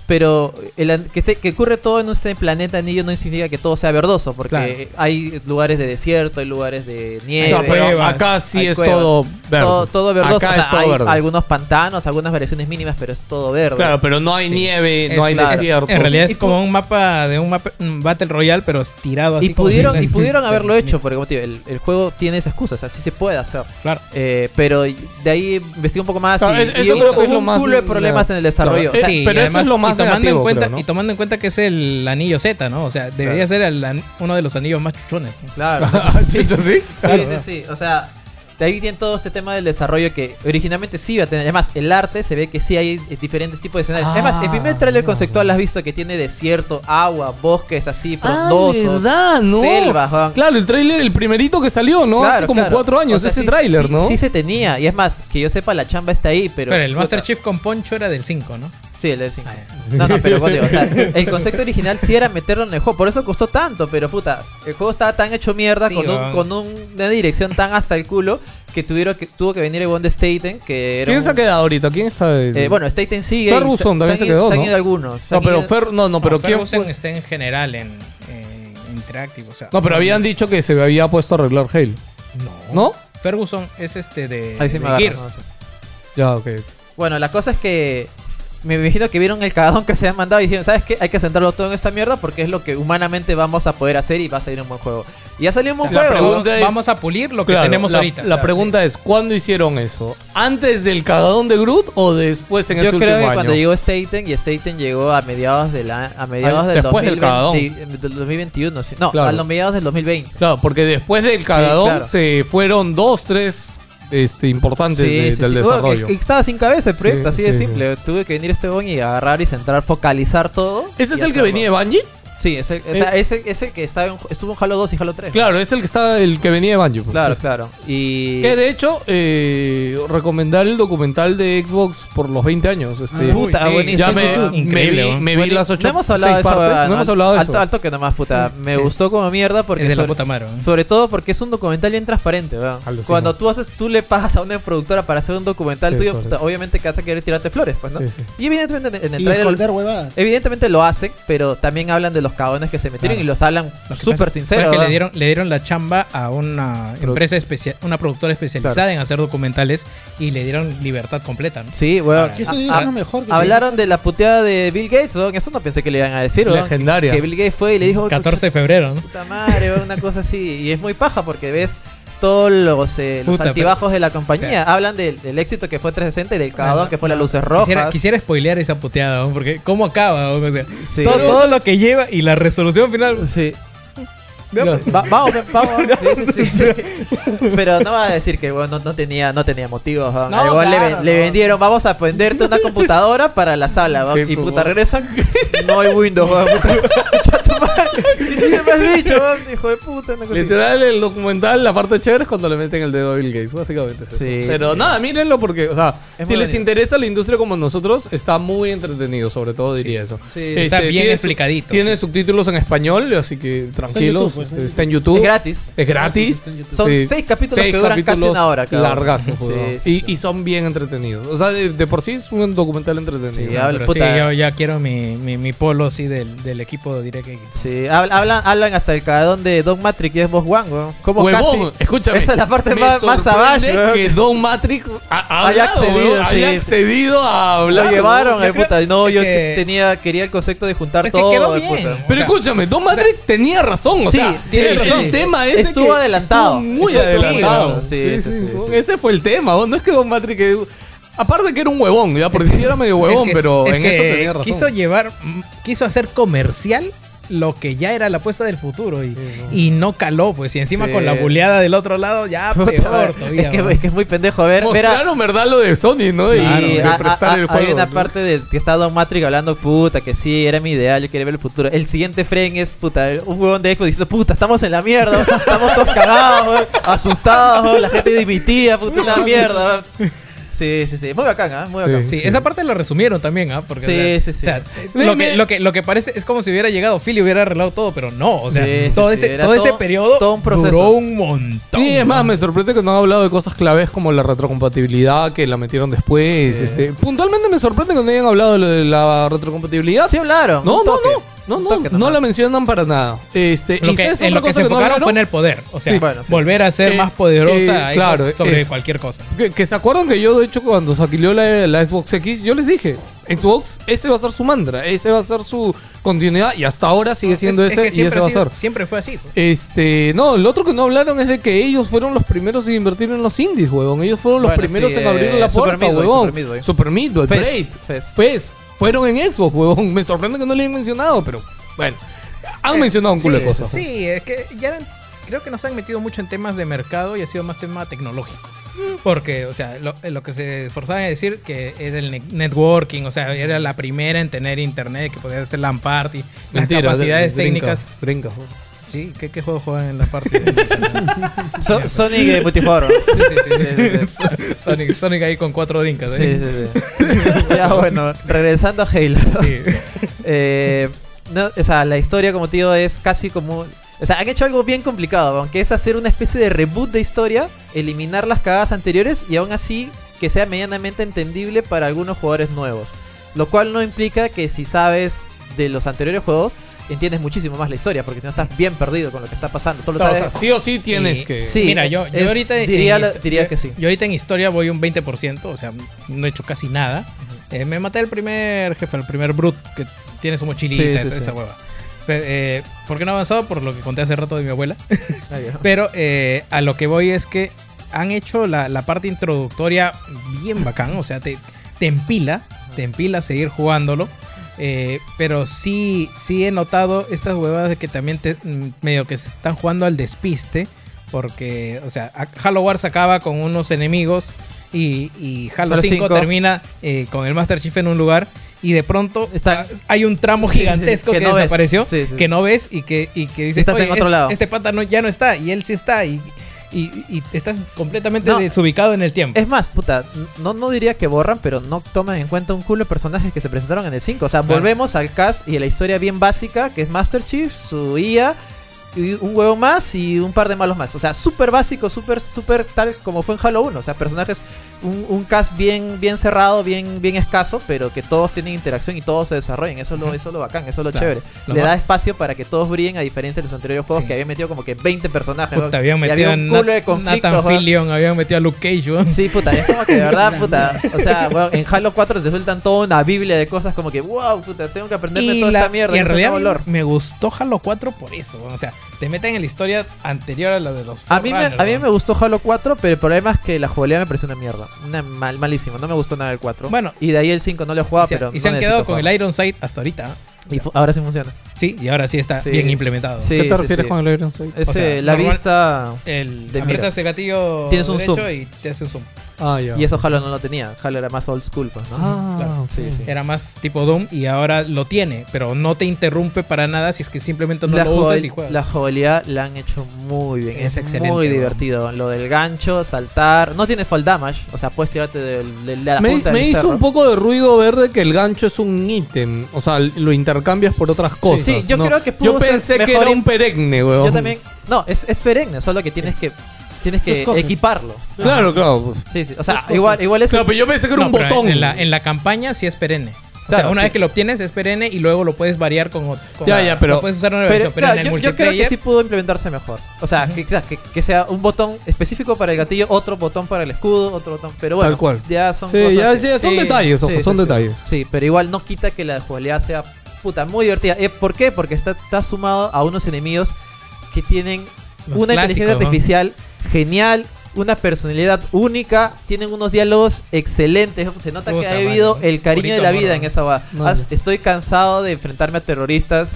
Speaker 4: Pero el an- que, esté- que ocurre todo en este planeta anillo no significa que todo sea verdoso, porque
Speaker 5: Claro.
Speaker 4: hay lugares de desierto, hay lugares de nieve.
Speaker 3: No, pero
Speaker 5: cuevas,
Speaker 3: acá sí
Speaker 4: hay
Speaker 3: es
Speaker 4: cuevas.
Speaker 3: todo verde.
Speaker 4: Todo, todo verdoso,
Speaker 3: pues, Acá
Speaker 4: o sea,
Speaker 3: es todo
Speaker 4: hay
Speaker 3: verde.
Speaker 4: algunos pantanos, algunas variaciones mínimas, pero es todo verde.
Speaker 3: Claro, pero no hay nieve, no
Speaker 5: Es-
Speaker 3: hay
Speaker 4: claro.
Speaker 3: desierto.
Speaker 5: En realidad
Speaker 4: Y
Speaker 5: es
Speaker 4: pu-
Speaker 5: como un mapa de un mapa, un Battle Royale, pero estirado así.
Speaker 4: y
Speaker 5: como
Speaker 4: pudieron,
Speaker 5: si-
Speaker 4: y pudieron haberlo hecho, porque como te digo, el, el juego tiene esa excusa, o sea, sí se puede hacer.
Speaker 5: Claro.
Speaker 4: Eh, pero de ahí investigué un poco más
Speaker 3: Claro,
Speaker 4: y,
Speaker 3: es-
Speaker 4: y
Speaker 3: eso
Speaker 4: hubo-
Speaker 3: creo que es
Speaker 4: hubo
Speaker 3: lo
Speaker 4: un
Speaker 3: más-
Speaker 4: culo de problemas en el desarrollo.
Speaker 3: Claro,
Speaker 4: O sea,
Speaker 3: eh, pero eso es lo más
Speaker 5: y tomando
Speaker 3: negativo,
Speaker 5: en cuenta
Speaker 3: creo, ¿no?
Speaker 5: Y tomando en cuenta que es el anillo Z, ¿no? O sea, debería ser el an- uno de los anillos más chuchones. ¿no?
Speaker 4: claro.
Speaker 3: Ah, Chucha, ¿sí?
Speaker 4: sí, sí, sí. O sea, de ahí tiene todo este tema del desarrollo que originalmente sí iba a tener. Además, el arte se ve que sí hay eh, diferentes tipos de escenarios.
Speaker 3: Ah,
Speaker 4: Además, el primer tráiler
Speaker 3: mira,
Speaker 4: conceptual has visto que tiene desierto, agua, bosques así,
Speaker 3: Ah,
Speaker 4: frondosos.
Speaker 3: ¿verdad? ¿no?
Speaker 4: selvas, weón.
Speaker 3: Claro, el tráiler, el primerito que salió, ¿no? Hace
Speaker 4: Claro,
Speaker 3: como
Speaker 4: claro.
Speaker 3: cuatro años,
Speaker 4: O sea,
Speaker 3: ese
Speaker 4: sí,
Speaker 3: tráiler,
Speaker 4: sí,
Speaker 3: ¿no?
Speaker 4: Sí se tenía. Y es más, que yo sepa, la chamba está ahí, pero...
Speaker 5: Pero el Master
Speaker 4: puta,
Speaker 5: Chief con Poncho era del 5, ¿no?
Speaker 4: Sí, el del 5.
Speaker 5: Ah,
Speaker 4: No, no, pero contigo, o sea, el concepto original sí era meterlo en el juego, por eso costó tanto, pero puta, el juego estaba tan hecho mierda
Speaker 5: Sí,
Speaker 4: con, un-
Speaker 5: weón.
Speaker 4: con un- una dirección tan hasta el culo que tuvieron que tuvo que venir el buen de Staten, que era
Speaker 3: ¿Quién
Speaker 4: un-
Speaker 3: se ha quedado ahorita? ¿Quién está? el-
Speaker 4: eh, bueno, Staten sigue.
Speaker 3: Fer
Speaker 4: y
Speaker 3: Russon
Speaker 4: han
Speaker 3: también se
Speaker 4: ido-
Speaker 3: quedó,
Speaker 4: han
Speaker 3: ¿no?
Speaker 4: ido algunos. se
Speaker 3: no,
Speaker 4: han
Speaker 3: pero
Speaker 4: ido-
Speaker 3: Fer, no, no, pero ¿quién
Speaker 5: Ferguson
Speaker 3: fue?
Speaker 5: está en general en, eh, Interactive, o sea.
Speaker 3: No, pero habían dicho que se había puesto a arreglar Halo.
Speaker 5: No.
Speaker 3: ¿No?
Speaker 5: Ferguson es este de,
Speaker 4: Ahí sí
Speaker 5: de
Speaker 4: me agarras,
Speaker 5: Gears.
Speaker 4: no sé.
Speaker 3: Ya, ok.
Speaker 4: Bueno, la cosa es que me imagino que vieron el cagadón que se han mandado y dijeron, ¿sabes qué? Hay que centrarlo todo en esta mierda porque es lo que humanamente vamos a poder hacer y va a salir un buen juego. Y ha salido un buen
Speaker 5: La
Speaker 4: juego.
Speaker 5: pregunta
Speaker 3: Vamos-
Speaker 5: es- vamos a pulir lo que
Speaker 3: Claro,
Speaker 5: tenemos
Speaker 3: la,
Speaker 5: ahorita.
Speaker 3: La pregunta es, ¿cuándo hicieron eso? ¿Antes del cagadón de Groot o después en
Speaker 4: Yo
Speaker 3: ese
Speaker 4: creo que
Speaker 3: último
Speaker 4: cuando
Speaker 3: año?
Speaker 4: llegó Staten y Staten llegó a mediados de la a mediados
Speaker 3: Al-
Speaker 4: del,
Speaker 3: después del
Speaker 4: 2020 del 2021, sí. no,
Speaker 3: Claro.
Speaker 4: a los mediados del 2020.
Speaker 3: Claro, porque después del cagadón
Speaker 4: claro.
Speaker 3: se fueron dos, tres este, importantes
Speaker 4: Sí,
Speaker 3: de-
Speaker 4: sí,
Speaker 3: del
Speaker 4: sí. Bueno,
Speaker 3: desarrollo.
Speaker 4: que- que estaba sin cabeza el proyecto,
Speaker 3: Sí,
Speaker 4: así de
Speaker 3: sí,
Speaker 4: simple. Tuve que venir este bon y agarrar y centrar, focalizar todo.
Speaker 3: ¿Ese
Speaker 4: y
Speaker 3: es el que
Speaker 4: hacerlo.
Speaker 3: venía de Bungie?
Speaker 4: Sí, ese, o sea, ese, ese que estaba en- estuvo en Halo 2 y Halo 3.
Speaker 3: Claro, es el que está, el que venía de Bungie. pues.
Speaker 4: claro. claro. Y
Speaker 3: Que de hecho, eh, recomendar el documental de Xbox por los 20 años. Este,
Speaker 6: Ah,
Speaker 4: puta,
Speaker 5: Uy, sí.
Speaker 4: buenísimo.
Speaker 3: ya me,
Speaker 5: Increíble,
Speaker 3: me vi,
Speaker 5: ¿no?
Speaker 3: me vi las ocho
Speaker 4: no hemos hablado de
Speaker 3: seis
Speaker 4: eso,
Speaker 3: partes,
Speaker 4: weón.
Speaker 3: no hemos hablado de
Speaker 4: alto,
Speaker 3: eso.
Speaker 4: alto que nomás, puta. Me
Speaker 5: Es-
Speaker 4: gustó como mierda porque
Speaker 5: es de la
Speaker 4: sobre-
Speaker 5: puta madre. ¿no?
Speaker 4: Sobre todo porque es un documental bien transparente, ¿verdad?
Speaker 3: Alucina.
Speaker 4: Cuando tú haces, tú le pagas a una productora para hacer un documental
Speaker 3: Sí,
Speaker 4: tuyo,
Speaker 3: sobre
Speaker 4: puta,
Speaker 3: todo.
Speaker 4: obviamente que vas a querer tirarte flores, pues, ¿no?
Speaker 3: Sí, sí.
Speaker 4: Y evidentemente en el
Speaker 6: Y
Speaker 4: trailer,
Speaker 6: esconder huevadas.
Speaker 4: evidentemente lo hacen, pero también hablan de los cagones que se metieron
Speaker 5: Claro.
Speaker 4: y los hablan
Speaker 5: Lo que
Speaker 4: súper
Speaker 5: pasa
Speaker 4: sinceros.
Speaker 5: fue que
Speaker 4: ¿verdad?
Speaker 5: le dieron, le dieron la chamba a una
Speaker 4: Produ-
Speaker 5: empresa especial, una productora especializada en hacer documentales y le dieron libertad completa. ¿no?
Speaker 4: Sí, weón.
Speaker 5: Ahora,
Speaker 6: Que eso
Speaker 4: A-
Speaker 6: es
Speaker 4: a-
Speaker 6: lo mejor que
Speaker 4: Hablaron de la puteada de Bill Gates, weón. Eso no pensé que le iban a decir, weón.
Speaker 3: Legendaria.
Speaker 4: Que Bill Gates fue y le dijo...
Speaker 5: 14 de febrero, ¿no?
Speaker 4: Puta madre, weón, una cosa así. Y es muy paja porque ves todos los, eh, los
Speaker 5: Puta, pero-
Speaker 4: altibajos de la compañía. Hablan del, del éxito que fue 360 y del cagadón que fue las luces rojas.
Speaker 5: Quisiera, quisiera spoilear esa puteada, ¿no? porque ¿cómo acaba? ¿no? O sea,
Speaker 4: Sí.
Speaker 5: todo, todo lo que lleva y la resolución final.
Speaker 4: Sí.
Speaker 3: Dios.
Speaker 4: Va- vamos, ve- vamos. Sí, sí, sí. Pero no va a decir que bueno, no, no tenía, no tenía motivos. weón.
Speaker 3: No,
Speaker 4: Al igual le,
Speaker 3: claro,
Speaker 4: ven- le
Speaker 3: no.
Speaker 4: vendieron, vamos a venderte una computadora para la sala. weón.
Speaker 3: Sí,
Speaker 4: y
Speaker 3: pues,
Speaker 4: puta,
Speaker 3: weón.
Speaker 4: regresan. No hay Windows. weón, puta. Chucha tu madre. ¿Y qué me has dicho? weón? Hijo de puta. una cosa así.
Speaker 3: Literal, el documental, la parte chévere es cuando le meten el dedo a Bill Gates, básicamente es eso.
Speaker 4: Sí.
Speaker 3: Pero nada, mírenlo porque, o sea,
Speaker 4: Es
Speaker 3: si
Speaker 4: muy
Speaker 3: les
Speaker 4: bonito.
Speaker 3: interesa la industria como nosotros, está muy entretenido, sobre todo diría eso. Este,
Speaker 4: Sí,
Speaker 5: está bien
Speaker 3: tiene su-
Speaker 5: explicadito.
Speaker 3: Tiene subtítulos en español, así que tranquilos,
Speaker 6: YouTube, pues,
Speaker 3: este,
Speaker 6: en
Speaker 3: está en
Speaker 4: Es
Speaker 3: YouTube.
Speaker 4: gratis.
Speaker 3: Es gratis.
Speaker 6: Está en YouTube.
Speaker 4: Son
Speaker 3: Sí,
Speaker 4: seis capítulos que duran casi
Speaker 3: capítulos
Speaker 4: una hora cada uno.
Speaker 3: Largazo,
Speaker 4: Sí,
Speaker 3: joder.
Speaker 4: sí,
Speaker 3: y,
Speaker 4: sí.
Speaker 3: y son bien entretenidos. O sea, de, de por sí es un documental entretenido.
Speaker 4: Sí, habla,
Speaker 5: Pero
Speaker 4: puta.
Speaker 5: sí, yo ya quiero mi, mi, mi polo así del, del equipo de DirectX.
Speaker 4: Sí, hab- hablan, hablan hasta el cagadón de Don Matrix y Xbox One, weón. Como
Speaker 3: Huevón,
Speaker 4: casi.
Speaker 3: escúchame.
Speaker 4: Esa es la parte
Speaker 3: me
Speaker 4: más, más
Speaker 3: sorprende
Speaker 4: abajo, weón.
Speaker 3: que Don Matrix ha- ha
Speaker 4: Haya
Speaker 3: hablado,
Speaker 4: accedido,
Speaker 3: weón, haya
Speaker 4: sí.
Speaker 3: accedido a
Speaker 4: Lo
Speaker 3: hablar.
Speaker 4: llevaron,
Speaker 5: yo
Speaker 4: el
Speaker 5: creo
Speaker 4: puta. No,
Speaker 5: que-
Speaker 4: yo tenía, quería el concepto de juntar
Speaker 5: Es que
Speaker 4: todo.
Speaker 5: quedó
Speaker 4: el
Speaker 5: bien.
Speaker 4: puta.
Speaker 3: Pero
Speaker 5: O sea,
Speaker 3: escúchame, Don Matrix tenía razón, o
Speaker 4: Sí,
Speaker 3: sea,
Speaker 4: tiene
Speaker 3: el,
Speaker 4: razón.
Speaker 3: el tema es de
Speaker 4: Estuvo
Speaker 3: que
Speaker 4: adelantado.
Speaker 3: estuvo muy
Speaker 4: Estuvo
Speaker 3: adelantado.
Speaker 4: adelantado. Sí, sí, sí,
Speaker 3: weón,
Speaker 4: sí.
Speaker 3: Ese fue el tema, weón, no es que Don Matrix que- Aparte que era un huevón, ya, porque sí era medio huevón,
Speaker 5: Es que-
Speaker 3: pero
Speaker 5: es
Speaker 3: en
Speaker 5: que
Speaker 3: eso tenía razón.
Speaker 5: Quiso llevar, mm, quiso hacer comercial lo que ya era la apuesta del futuro y, y no caló, pues. Y encima
Speaker 4: Sí.
Speaker 5: con la buleada del otro lado, ya
Speaker 4: Puta,
Speaker 5: peor todavía.
Speaker 4: es, que,
Speaker 5: man.
Speaker 4: es que es muy pendejo. A ver, ver a-
Speaker 3: Mostraron verdad lo de Sony, ¿no?
Speaker 4: Sí,
Speaker 3: Y- y
Speaker 4: a-
Speaker 3: prestar
Speaker 4: a-
Speaker 3: el
Speaker 4: a-
Speaker 3: juego,
Speaker 4: hay una
Speaker 3: ¿no?
Speaker 4: parte de que está Don Matrix hablando, puta, que sí, era mi ideal, yo quería ver el futuro. El siguiente frame es, puta, un huevón de Xbox diciendo, puta, estamos en la mierda, estamos todos cagados, weón, asustados, weón, la gente dimitía, puta, una mierda. weón". Sí, sí, sí, muy bacán, ¿ah? Muy
Speaker 3: Sí.
Speaker 4: bacán.
Speaker 5: Sí, esa parte lo resumieron también, ¿ah? Porque, o sea,
Speaker 4: Sí, sí, sí.
Speaker 5: o sea, lo, que, lo, que, lo que parece es como si hubiera llegado Phil y hubiera arreglado todo, pero no. O sea,
Speaker 4: Sí, sí,
Speaker 5: todo,
Speaker 4: sí,
Speaker 5: ese,
Speaker 4: era
Speaker 5: todo, ese
Speaker 4: todo-
Speaker 5: periodo
Speaker 4: todo un proceso.
Speaker 5: duró un montón.
Speaker 3: Sí, es más, me sorprende que no han hablado de cosas claves como la retrocompatibilidad que la metieron después. Este, puntualmente me sorprende que no hayan hablado de lo de la retrocompatibilidad.
Speaker 4: Sí hablaron.
Speaker 3: no,
Speaker 4: un
Speaker 3: no,
Speaker 4: toque,
Speaker 3: no,
Speaker 4: un
Speaker 3: no,
Speaker 4: toque
Speaker 3: no, no
Speaker 4: nomás.
Speaker 3: la mencionan para nada. Este,
Speaker 5: Lo
Speaker 3: y
Speaker 5: que,
Speaker 3: ¿sabes
Speaker 5: en
Speaker 3: otra
Speaker 5: lo que
Speaker 3: cosa
Speaker 5: se
Speaker 3: no
Speaker 5: enfocaron
Speaker 3: hablaron?
Speaker 5: fue en el poder. O sea,
Speaker 4: Sí, bueno, sí.
Speaker 5: volver a ser
Speaker 3: Eh,
Speaker 5: más poderosa
Speaker 3: eh,
Speaker 5: ahí
Speaker 3: claro,
Speaker 5: sobre
Speaker 3: eso.
Speaker 5: cualquier cosa.
Speaker 3: Que, que se acuerdan que yo, de hecho, cuando salió la, la Xbox X, yo les dije, Xbox, ese va a ser su mantra, ese va a ser su continuidad y hasta ahora sigue siendo
Speaker 5: Es- es
Speaker 3: ese
Speaker 5: que
Speaker 3: y ese
Speaker 5: siempre
Speaker 3: va
Speaker 5: ha
Speaker 3: a
Speaker 5: sido-
Speaker 3: ser.
Speaker 5: Siempre fue así. pues.
Speaker 3: Este, no, lo otro que no hablaron es de que ellos fueron los primeros en invertir en los indies, huevón. Ellos fueron los
Speaker 4: Bueno,
Speaker 3: primeros
Speaker 4: sí,
Speaker 3: en abrir
Speaker 4: eh,
Speaker 3: la
Speaker 4: Super
Speaker 3: puerta,
Speaker 4: Meat Boy,
Speaker 3: huevón.
Speaker 4: Super Meat Boy.
Speaker 3: Super Meat Boy,
Speaker 4: Fez,
Speaker 3: Braid,
Speaker 4: Fez.
Speaker 3: Fez. Fueron en Xbox, huevón. Me sorprende que no le hayan mencionado, pero bueno. Han
Speaker 5: Eh,
Speaker 3: mencionado un culo
Speaker 5: sí,
Speaker 3: de cosas. huevón.
Speaker 5: Sí, es que ya eran- creo que nos han metido mucho en temas de mercado y ha sido más tema tecnológico. Porque, o sea, lo, eh, lo que se esforzaban a decir que era el ne- networking, o sea, era la primera en tener internet, que podía hacer LAN party, las
Speaker 3: drinkas,
Speaker 5: capacidades técnicas.
Speaker 3: drinkas, huevón.
Speaker 5: Sí, ¿qué, qué juego juegan en la party?
Speaker 4: So- Sonic eh, multijugador. ¿no? sí, sí.
Speaker 5: Sonic, Sonic ahí con cuatro drinkas.
Speaker 4: Sí,
Speaker 5: ¿eh?
Speaker 4: sí, sí. ya bueno, regresando a Halo.
Speaker 5: Sí.
Speaker 4: Eh, no, o sea, la historia, como te digo, es casi como. O sea, han hecho algo bien complicado, aunque es hacer una especie de reboot de historia, eliminar las cagadas anteriores y aún así que sea medianamente entendible para algunos jugadores nuevos. Lo cual no implica que si sabes de los anteriores juegos, entiendes muchísimo más la historia, porque si no estás bien perdido con lo que está pasando. Solo
Speaker 3: O
Speaker 4: sabes.
Speaker 3: sea, sí o sí tienes
Speaker 5: Y-
Speaker 3: que.
Speaker 4: sí.
Speaker 5: Mira, yo, yo
Speaker 4: es-
Speaker 5: ahorita. en
Speaker 4: diría
Speaker 5: his-
Speaker 4: la- diría
Speaker 5: yo-
Speaker 4: que sí.
Speaker 5: Yo ahorita en historia voy un 20%, o sea, no he hecho casi nada. Eh, me maté el primer jefe, el primer brute que tiene su mochilita,
Speaker 4: Sí, sí,
Speaker 5: esa,
Speaker 4: sí.
Speaker 5: esa hueva. Pero, eh, ¿Por qué no he avanzado? Por lo que conté hace rato de mi abuela.
Speaker 4: Ah, ya.
Speaker 5: Pero eh, a lo que voy es que han hecho la, la parte introductoria bien bacán, o sea, te, te empila, te empila a seguir jugándolo. eh, pero sí, sí he notado estas huevadas de que también te, mm, medio que se están jugando al despiste. Porque, o sea, a- Halo Wars acaba con unos enemigos y, y Halo
Speaker 4: Halo
Speaker 5: 5,
Speaker 4: 5.
Speaker 5: termina eh, con el Master Chief en un lugar y de pronto
Speaker 4: Está-
Speaker 5: ah, hay un tramo
Speaker 4: Sí, sí,
Speaker 5: gigantesco
Speaker 4: que
Speaker 5: que,
Speaker 4: no ves.
Speaker 5: desapareció,
Speaker 4: Sí, sí.
Speaker 5: que no ves y que, y que dices,
Speaker 4: Estás en
Speaker 5: "Oye,
Speaker 4: otro
Speaker 5: es-
Speaker 4: lado".
Speaker 5: Este pata no- ya no está y él sí está y, y- y estás completamente
Speaker 4: No.
Speaker 5: desubicado en el tiempo.
Speaker 4: Es más, puta, no, no diría que borran, pero no toman en cuenta un culo de personajes que se presentaron en el 5. O sea,
Speaker 5: Claro.
Speaker 4: volvemos al cast y a la historia bien básica, que es Master Chief, su IA, y un huevo más y un par de malos más. O sea, súper básico, súper, súper tal como fue en Halo 1. O sea, personajes, un, un cast bien, bien cerrado, bien, bien escaso, pero que todos tienen interacción y todos se desarrollen. Eso es lo, eso es lo bacán, eso es lo
Speaker 5: Claro.
Speaker 4: chévere.
Speaker 5: Lo
Speaker 4: Le
Speaker 5: más-
Speaker 4: da espacio para que todos brillen, a diferencia de los anteriores juegos
Speaker 5: Sí.
Speaker 4: que habían metido como que 20 personajes.
Speaker 5: Puta,
Speaker 4: ¿no?
Speaker 5: habían
Speaker 4: Y
Speaker 5: metido
Speaker 4: había
Speaker 5: a
Speaker 4: un
Speaker 5: Nat-
Speaker 4: culo de conflictos.
Speaker 5: Nathan
Speaker 4: ¿no?
Speaker 5: Fillion, habían metido a Luke Cage, weón.
Speaker 4: Sí, puta, es como que de verdad, puta. O sea, weón, en Halo 4 se sueltan toda una biblia de cosas como que, wow, puta, tengo que aprenderme
Speaker 5: Y,
Speaker 4: toda
Speaker 5: la-
Speaker 4: esta mierda.
Speaker 5: y en
Speaker 4: eso da
Speaker 5: realidad
Speaker 4: valor.
Speaker 5: me, me gustó Halo 4 por eso, weón. o sea, te meten en la historia anterior a la de los
Speaker 4: A mí, me,
Speaker 5: Forerunners,
Speaker 4: a mí
Speaker 5: weón.
Speaker 4: me gustó Halo 4, pero el problema es que la jugabilidad me pareció una mierda. Una mal, malísima, no me gustó nada el 4.
Speaker 5: Bueno.
Speaker 4: y de ahí el 5 no lo he jugado,
Speaker 5: O sea,
Speaker 4: pero.
Speaker 5: y
Speaker 4: no
Speaker 5: se han
Speaker 4: necesito
Speaker 5: quedado con
Speaker 4: jugarlo.
Speaker 5: el Iron Sight hasta ahorita. ¿eh?
Speaker 4: Y fu- ahora sí funciona.
Speaker 5: Sí, y ahora sí está
Speaker 4: Sí.
Speaker 5: bien implementado.
Speaker 4: Sí,
Speaker 3: ¿Qué te
Speaker 4: sí,
Speaker 3: refieres
Speaker 4: sí.
Speaker 3: con el Iron Sight?
Speaker 4: Ese,
Speaker 5: O sea,
Speaker 4: la
Speaker 5: normal-
Speaker 4: vista.
Speaker 5: El,
Speaker 4: De
Speaker 5: aprietas el gatillo
Speaker 4: Tienes un
Speaker 5: derecho
Speaker 4: zoom.
Speaker 5: y te hace un zoom.
Speaker 3: Ah, ya.
Speaker 4: Y eso Halo no lo tenía. Halo era más old school, pues, ¿no?
Speaker 3: Ah,
Speaker 5: Claro.
Speaker 4: Sí,
Speaker 3: ok.
Speaker 4: sí.
Speaker 5: Era más tipo Doom y ahora lo tiene, pero no te interrumpe para nada si es que simplemente no
Speaker 4: la,
Speaker 5: lo usas
Speaker 4: jovel-
Speaker 5: y juegas.
Speaker 4: la jugabilidad la han hecho muy bien.
Speaker 5: Es
Speaker 4: Es,
Speaker 5: excelente,
Speaker 4: Muy
Speaker 5: weón.
Speaker 4: divertido. Lo del gancho, saltar. No tiene fall damage. O sea, puedes tirarte del- de, la
Speaker 3: Me,
Speaker 4: punta
Speaker 3: me
Speaker 4: del
Speaker 3: hizo
Speaker 4: cerro.
Speaker 3: un poco de ruido verde que el gancho es un ítem. O sea, lo intercambias por otras
Speaker 4: Sí.
Speaker 3: cosas.
Speaker 4: Sí, yo
Speaker 3: ¿no?
Speaker 4: creo que
Speaker 3: Yo
Speaker 4: pudo ser
Speaker 3: pensé que
Speaker 4: mejor
Speaker 3: era
Speaker 4: im-
Speaker 3: un perenne, weón.
Speaker 4: Yo también. No, es, es perenne, solo que tienes que. Tienes que
Speaker 6: Escoges.
Speaker 4: equiparlo.
Speaker 3: Claro, claro. pues.
Speaker 4: Sí, sí. O sea,
Speaker 6: Escoges.
Speaker 4: igual, igual es.
Speaker 3: Claro, pero yo pensé que era
Speaker 5: No,
Speaker 3: un
Speaker 5: pero
Speaker 3: botón.
Speaker 5: En la, en la campaña sí es perenne. O sea,
Speaker 4: Claro,
Speaker 5: una
Speaker 4: sí.
Speaker 5: vez que lo obtienes es perenne y luego lo puedes variar con, ot- con-
Speaker 3: Ya, ya, pero-
Speaker 5: lo puedes usar en una
Speaker 4: pero,
Speaker 5: versión, pero,
Speaker 4: claro,
Speaker 5: en el
Speaker 4: yo, yo
Speaker 5: multiplayer
Speaker 4: creo que sí pudo implementarse mejor. O sea, que, quizás que, que sea un botón específico para el gatillo, otro botón para el escudo, otro botón. Pero bueno,
Speaker 3: Tal cual.
Speaker 4: ya son
Speaker 3: Sí,
Speaker 4: cosas
Speaker 3: ya,
Speaker 4: que-
Speaker 3: ya son
Speaker 5: sí,
Speaker 3: detalles,
Speaker 4: Sí,
Speaker 3: ojo,
Speaker 4: sí,
Speaker 3: son
Speaker 4: sí.
Speaker 3: detalles.
Speaker 4: Sí, pero igual no quita que la jugabilidad sea puta muy divertida. Eh, ¿Por qué? Porque está, está sumado a unos enemigos que tienen
Speaker 5: Los
Speaker 4: una
Speaker 5: clásicos,
Speaker 4: inteligencia
Speaker 5: ¿no?
Speaker 4: artificial genial. una personalidad única, tienen unos diálogos excelentes. Se nota que
Speaker 5: Puta
Speaker 4: ha habido
Speaker 5: madre,
Speaker 4: el cariño de
Speaker 5: purito
Speaker 4: la
Speaker 5: amor,
Speaker 4: vida en
Speaker 5: ¿no?
Speaker 4: esa va.
Speaker 3: Madre.
Speaker 4: As- Estoy cansado de enfrentarme a terroristas.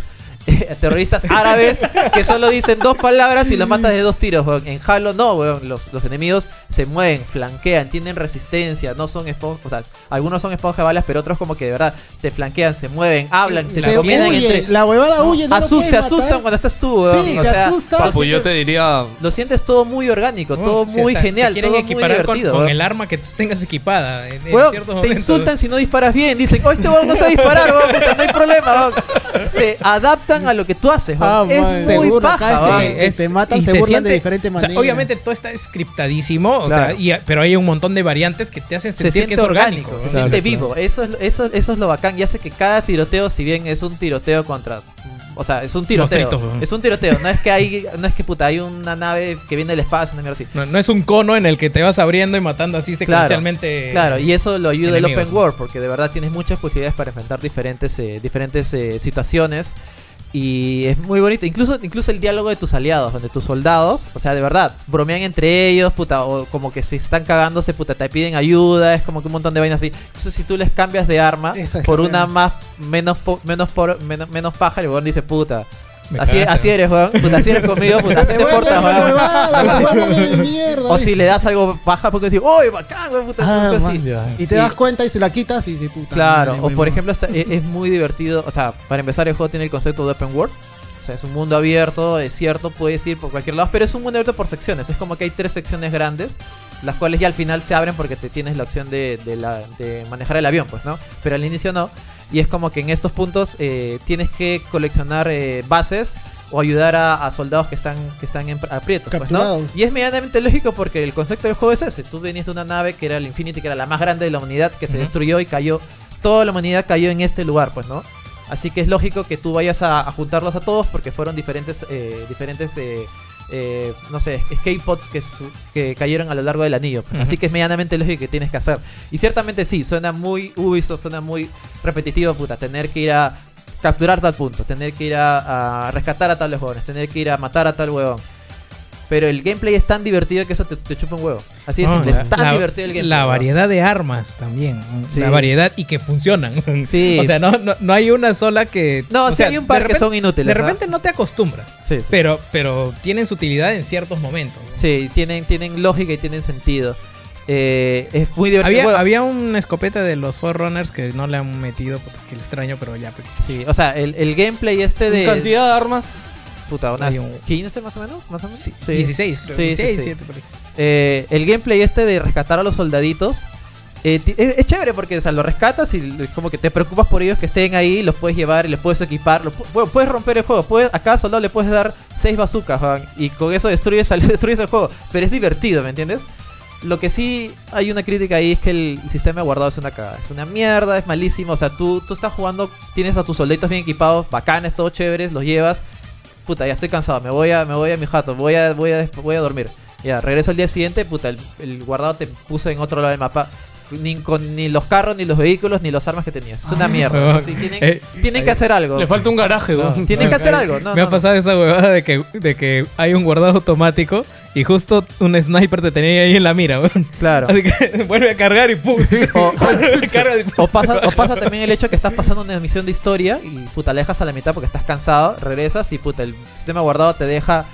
Speaker 4: a terroristas árabes que solo dicen dos palabras y los matas de dos tiros. weón. En Halo no, weón. Los, los enemigos se mueven, flanquean, tienen resistencia, no son esponjas, o sea, algunos son esponja de balas, pero otros como que de verdad te flanquean, se mueven, hablan, se,
Speaker 6: Se
Speaker 4: combinan
Speaker 6: huye,
Speaker 4: entre...
Speaker 6: la huevada huye. no lo
Speaker 4: Asu-
Speaker 6: pueden
Speaker 4: se
Speaker 6: matar.
Speaker 4: asustan cuando estás tú, weón.
Speaker 6: Sí,
Speaker 4: O
Speaker 6: se
Speaker 4: sea,
Speaker 6: asustan.
Speaker 4: lo
Speaker 3: Papu, Pues yo te diría.
Speaker 4: lo sientes todo muy orgánico,
Speaker 5: Bueno,
Speaker 4: todo
Speaker 5: si
Speaker 4: muy
Speaker 5: hasta
Speaker 4: genial,
Speaker 5: Oh, se quieren
Speaker 4: todo muy
Speaker 5: equiparar con-
Speaker 4: divertido.
Speaker 5: con,
Speaker 4: weón.
Speaker 5: el arma que tengas equipada. En, en
Speaker 4: Weón,
Speaker 5: ciertos
Speaker 4: te
Speaker 5: momentos.
Speaker 4: insultan si no disparas bien. Dicen, oh, este weón no sabe disparar, weón, puta, no hay problema. weón". Se adaptan a lo que tú haces. weón.
Speaker 3: Ah,
Speaker 4: es
Speaker 3: man.
Speaker 4: muy
Speaker 6: Seguro,
Speaker 4: paja,
Speaker 6: cada vez
Speaker 4: weón.
Speaker 6: que te- te matan,
Speaker 5: y
Speaker 6: se burlan de diferente
Speaker 5: o sea,
Speaker 6: manera.
Speaker 5: obviamente todo está scriptadísimo, o
Speaker 4: Claro.
Speaker 5: sea, y- pero hay un montón de variantes que te hacen
Speaker 4: se
Speaker 5: sentir
Speaker 4: siente
Speaker 5: que es orgánico.
Speaker 4: orgánico,
Speaker 5: ¿no?
Speaker 4: se
Speaker 3: Claro,
Speaker 4: siente
Speaker 3: claro.
Speaker 4: vivo. Eso es, eso, eso es lo bacán y hace que cada tiroteo, si bien es un tiroteo contra... O sea, es un tiroteo.
Speaker 5: Monstruitos, weón.
Speaker 4: es un tiroteo. No es que hay, no es que puta, hay una nave que viene del espacio, una mierda así.
Speaker 5: No, no es un cono en el que te vas abriendo y matando así secuencialmente.
Speaker 4: Claro, y eso lo ayuda el
Speaker 5: enemigos,
Speaker 4: open
Speaker 5: ¿no?
Speaker 4: world, porque de verdad tienes muchas posibilidades para enfrentar diferentes, eh, diferentes eh, situaciones. Y es muy bonito. Incluso, incluso el diálogo de tus aliados, donde tus soldados, o sea, de verdad, bromean entre ellos, puta, o como que se están cagándose, puta, te piden ayuda, es como que un montón de vainas así. Incluso si tú les cambias de arma
Speaker 6: Esa es
Speaker 4: por
Speaker 6: la
Speaker 4: una
Speaker 6: mierda.
Speaker 4: más menos po- menos por, menos, menos paja, el weón dice, puta.
Speaker 5: Me
Speaker 4: Así,
Speaker 5: cagaste,
Speaker 4: así
Speaker 5: ¿no?
Speaker 4: eres, weón. Puta, así eres conmigo, puta, así
Speaker 6: Se
Speaker 4: te
Speaker 6: vuelve
Speaker 4: portas,
Speaker 6: una
Speaker 4: weón.
Speaker 6: huevada, la huevada de mierda.
Speaker 4: O si le das algo paja porque decís, ¡Uy, bacán, weón! Puta,
Speaker 3: Ah,
Speaker 4: cosas así.
Speaker 3: man, ya.
Speaker 6: Y te das cuenta y se la quitas y dices, puta.
Speaker 4: Claro,
Speaker 6: madre,
Speaker 4: o por
Speaker 6: huevón.
Speaker 4: ejemplo, hasta- e- es, muy divertido. O sea, para empezar, el juego tiene el concepto de open world. O sea, es un mundo abierto, es cierto, puedes ir por cualquier lado, pero es un mundo abierto por secciones. Es como que hay tres secciones grandes, las cuales ya al final se abren porque te tienes la opción de, de la- de manejar el avión, pues, ¿no? Pero al inicio no. Y es como que en estos puntos eh, tienes que coleccionar eh, bases o ayudar a, a soldados que están, que están en aprietos. pues, ¿no?
Speaker 6: Capturados.
Speaker 4: Y es medianamente lógico porque el concepto del juego es ese. Tú venías de una nave que era el Infinity, que era la más grande de la humanidad, que se destruyó y cayó. Toda la humanidad cayó en este lugar, pues, ¿no? Así que es lógico que tú vayas a, a juntarlos a todos porque fueron diferentes, eh, diferentes eh, eh, no sé, escape pods que, su- que cayeron a lo largo del anillo. pues. Así que es medianamente lógico que tienes que hacer. Y ciertamente sí, suena muy Ubisoft, suena muy repetitivo, puta, tener que ir a capturar tal punto, tener que ir a, a rescatar a tales huevones, tener que ir a matar a tal huevón. Pero el gameplay es tan divertido que eso te, te chupa un huevo. Así es,
Speaker 5: No,
Speaker 4: simple,
Speaker 5: la-
Speaker 4: es tan
Speaker 5: la-
Speaker 4: divertido el gameplay.
Speaker 5: La
Speaker 4: huevón.
Speaker 5: variedad de armas también.
Speaker 4: Sí.
Speaker 5: La variedad y que funcionan.
Speaker 4: Sí.
Speaker 5: O sea, no, no, no hay una sola que.
Speaker 4: No,
Speaker 5: o
Speaker 4: sí
Speaker 5: sea,
Speaker 4: hay un
Speaker 5: de
Speaker 4: par que
Speaker 5: repente-
Speaker 4: son inútiles.
Speaker 5: De
Speaker 4: ¿no?
Speaker 5: repente no te acostumbras.
Speaker 4: Sí, sí.
Speaker 5: Pero, pero tienen su utilidad en ciertos momentos. ¿no?
Speaker 4: Sí, tienen, tienen lógica y tienen sentido. Eh, es muy divertido.
Speaker 5: Había,
Speaker 4: Bueno,
Speaker 5: había una escopeta de los Forerunners que no le han metido porque le extraño, pero ya. pues,
Speaker 4: sí, o sea, el, el gameplay este de.
Speaker 3: Cantidad de armas.
Speaker 4: Puta, unas
Speaker 5: Hay un-
Speaker 4: 15 más o menos, más o menos. Sí.
Speaker 5: 16, creo,
Speaker 4: Sí, sí,
Speaker 5: 16,
Speaker 4: sí.
Speaker 5: 17 por ahí.
Speaker 4: Eh, el gameplay este de rescatar a los soldaditos. eh, ti- es, es chévere porque o sea, los rescatas y l- como que te preocupas por ellos que estén ahí, los puedes llevar, les puedes equipar, los pu- bueno, puedes romper el juego, puedes, a cada soldado le puedes dar seis bazucas weón, y con eso destruyes, al- destruyes el juego, pero es divertido, ¿me entiendes? Lo que sí hay una crítica ahí es que el sistema de guardado es una cagada. Es una mierda, es malísimo. O sea, tú, tú estás jugando, tienes a tus soldaditos bien equipados, bacanes, todos chéveres, los llevas. Puta, ya estoy cansado, me voy a, me voy a mi jato, voy a, voy a, voy a dormir. Ya, regreso al día siguiente, puta, el, el guardado te puso en otro lado del mapa. Ni, con, ni los carros, ni los vehículos, ni las armas que tenías. Es una mierda.
Speaker 5: huevón.
Speaker 4: Así, tienen
Speaker 5: Eh,
Speaker 4: tienen que hacer algo.
Speaker 3: Le falta un garaje,
Speaker 4: No,
Speaker 3: weón.
Speaker 4: tienen que hacer algo. No,
Speaker 5: Me
Speaker 4: no,
Speaker 5: ha
Speaker 4: no.
Speaker 5: pasado esa huevada de que, de que hay un guardado automático y justo un sniper te tenía ahí en la mira, weón.
Speaker 4: Claro.
Speaker 5: Así que vuelve a cargar y pum.
Speaker 4: O-
Speaker 5: Carga y pum.
Speaker 4: O pasa, o pasa también el hecho que estás pasando una misión de historia y puta, la dejas a la mitad porque estás cansado, regresas y puta, el sistema guardado te deja.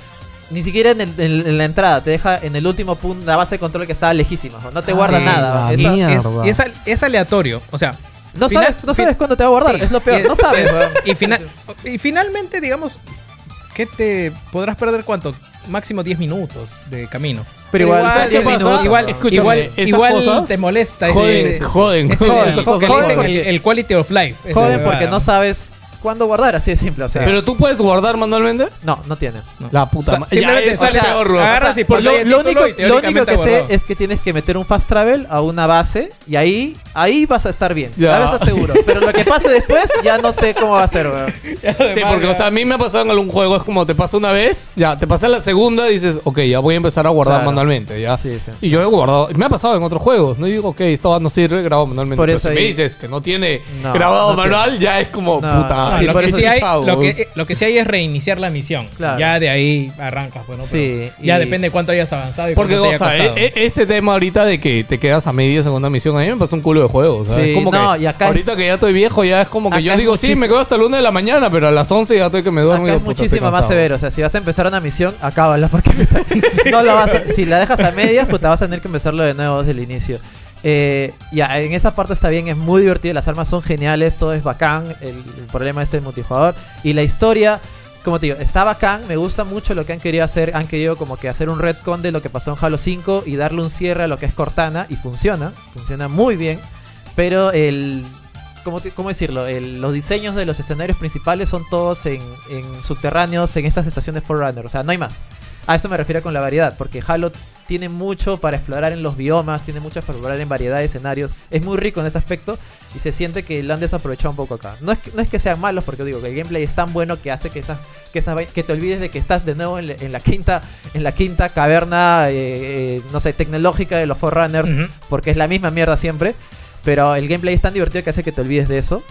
Speaker 4: Ni siquiera en, el- en- en la entrada, te deja en el último punto, la base de control que estaba lejísima. No te guarda
Speaker 3: sí,
Speaker 4: nada.
Speaker 3: la
Speaker 4: Esa-
Speaker 3: mierda.
Speaker 5: Es- Ah, y es, al- es aleatorio. O sea,
Speaker 4: no
Speaker 5: Final-
Speaker 4: sabes, no sabes cuándo te va a guardar,
Speaker 5: Sí.
Speaker 4: es lo peor,
Speaker 5: Y-
Speaker 4: no sabes. weón.
Speaker 5: y, final, y finalmente, digamos, ¿qué te podrás perder cuánto? Máximo 10 minutos de camino.
Speaker 4: Pero igual, o sea,
Speaker 3: ¿qué
Speaker 4: diez
Speaker 3: pasa?
Speaker 4: minutos,
Speaker 5: Igual,
Speaker 4: weón.
Speaker 3: escúchame,
Speaker 5: igual,
Speaker 3: esas
Speaker 5: igual
Speaker 3: cosas
Speaker 5: te molesta ese-
Speaker 3: Joden,
Speaker 5: ese-
Speaker 3: joden,
Speaker 5: ese-
Speaker 4: joden,
Speaker 5: ese-
Speaker 4: joden,
Speaker 5: que le dicen
Speaker 4: joden.
Speaker 5: el, el quality of life. esa
Speaker 4: Joden
Speaker 5: huevada.
Speaker 4: porque no sabes cuándo guardar, así de simple. O sea,
Speaker 3: Pero tú puedes guardar manualmente.
Speaker 4: no, no tiene.
Speaker 3: La
Speaker 5: O sea,
Speaker 3: puta madre.
Speaker 5: simplemente
Speaker 3: es
Speaker 5: sale peor,
Speaker 4: eh,
Speaker 5: weón.
Speaker 4: O
Speaker 5: agarras
Speaker 4: sea,
Speaker 5: y por
Speaker 4: lo,
Speaker 5: ahí el
Speaker 4: lo
Speaker 5: título
Speaker 4: único,
Speaker 5: y
Speaker 4: lo único
Speaker 5: teóricamente
Speaker 4: que sé
Speaker 5: guardado.
Speaker 4: es que tienes que meter un fast travel a una base y ahí ahí vas a estar bien.
Speaker 3: Ya.
Speaker 4: La vez seguro. Pero lo que pase después ya no sé cómo va a ser, weón.
Speaker 3: Sí, porque o sea, a mí me ha pasado en algún juego, es como te pasa una vez, ya, te pasa la segunda, dices, ok, ya voy a empezar a guardar
Speaker 4: Claro.
Speaker 3: manualmente, ya.
Speaker 4: Sí, sí.
Speaker 3: Y yo he guardado, me ha pasado en otros juegos, no Y digo, ok, esta no sirve, grabo manualmente.
Speaker 4: Por
Speaker 3: Pero
Speaker 4: eso
Speaker 3: si me
Speaker 4: ahí-
Speaker 3: dices que no tiene
Speaker 4: No,
Speaker 3: grabado
Speaker 4: no tiene.
Speaker 3: manual, ya es como,
Speaker 4: No,
Speaker 3: puta,
Speaker 4: no, Ah,
Speaker 5: No,
Speaker 4: sí,
Speaker 5: lo,
Speaker 4: por
Speaker 5: que
Speaker 4: eso
Speaker 5: sí
Speaker 4: es
Speaker 5: hay,
Speaker 4: chavo.
Speaker 5: lo, que, eh, lo que sí hay es reiniciar la misión.
Speaker 4: Claro.
Speaker 5: Ya de ahí arrancas, bueno,
Speaker 4: Sí,
Speaker 5: ya
Speaker 4: y-
Speaker 5: depende cuánto hayas avanzado y
Speaker 3: Porque,
Speaker 5: cuánto te
Speaker 3: o
Speaker 5: haya
Speaker 3: sea,
Speaker 5: costado.
Speaker 3: e- e- ese tema ahorita de que te quedas a media segunda misión, a mí me pasó un culo de juego. o sea,
Speaker 4: Sí,
Speaker 3: es como
Speaker 4: no,
Speaker 3: que
Speaker 4: y acá-
Speaker 3: ahorita que ya estoy viejo, ya es como que
Speaker 4: Acá
Speaker 3: yo
Speaker 4: es
Speaker 3: digo, sí,
Speaker 4: muchísimo-
Speaker 3: me quedo hasta el 1 de la mañana, pero a las 11 ya estoy que me duermo. y
Speaker 4: Acá
Speaker 3: yo,
Speaker 4: es
Speaker 3: puta, estoy
Speaker 4: muchísimo más
Speaker 3: cansado.
Speaker 4: severo. O sea, si vas a empezar una misión, acábala porque no la vas a- si la dejas a medias, pues te vas a tener que empezarlo de nuevo desde el inicio. Eh, ya, en esa parte está bien, es muy divertido, las armas son geniales, todo es bacán, el, el problema este del multijugador. Y la historia, como te digo, está bacán, me gusta mucho lo que han querido hacer, han querido como que hacer un retcon de lo que pasó en Halo 5 y darle un cierre a lo que es Cortana, y funciona, funciona muy bien, pero el... ¿Cómo, te- cómo decirlo? El- los diseños de los escenarios principales son todos en, en subterráneos, en estas estaciones Forerunner, o sea, no hay más. A eso me refiero con la variedad, porque Halo tiene mucho para explorar en los biomas, tiene mucho para explorar en variedad de escenarios. Es muy rico en ese aspecto y se siente que lo han desaprovechado un poco acá. No es que, no es que sean malos, porque digo que el gameplay es tan bueno que hace que esas, que esas vai- que te olvides de que estás de nuevo en, la- en la quinta en la quinta caverna, eh, eh, no sé, tecnológica de los Forerunners,
Speaker 5: Ujú.
Speaker 4: porque es la misma mierda siempre. Pero el gameplay es tan divertido que hace que te olvides de eso.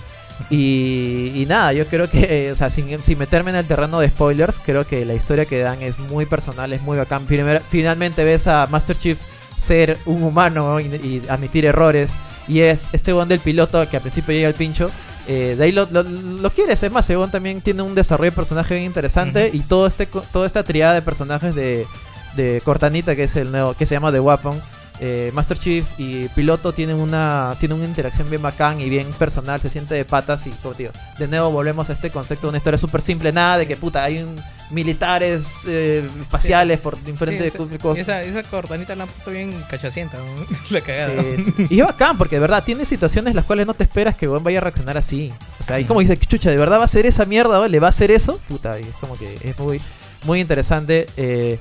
Speaker 4: Y, y nada, yo creo que, eh, o sea, sin, sin meterme en el terreno de spoilers, creo que la historia que dan es muy personal, es muy bacán. Primer- finalmente ves a Master Chief ser un humano y, y admitir errores. Y es este weón del piloto que al principio llega al pincho. eh, de ahí lo, lo- lo quieres, es más, ese weón también tiene un desarrollo de personaje bien interesante. Y todo este, co- toda esta triada de personajes de, de Cortanita, que es el nuevo, que se llama The Weapon. eh, Master Chief y Piloto tienen una, tienen una interacción bien bacán y bien personal, se siente de patas y como te digo, de nuevo volvemos a este concepto de una historia súper simple, nada de que puta, hay un- militares eh, espaciales por diferentes
Speaker 5: Sí,
Speaker 4: cu-
Speaker 5: esa-
Speaker 4: cosas.
Speaker 5: esa, esa cortanita la han puesto bien cachacienta. ¿no? La cagada.
Speaker 4: Sí, sí. Y es bacán, porque de verdad tiene situaciones las cuales no te esperas que weón vaya a reaccionar así. O sea, y como dice, chucha, ¿de verdad va a ser esa mierda? weón? ¿Le va a hacer eso? Puta, y es como que es muy, muy interesante. eh,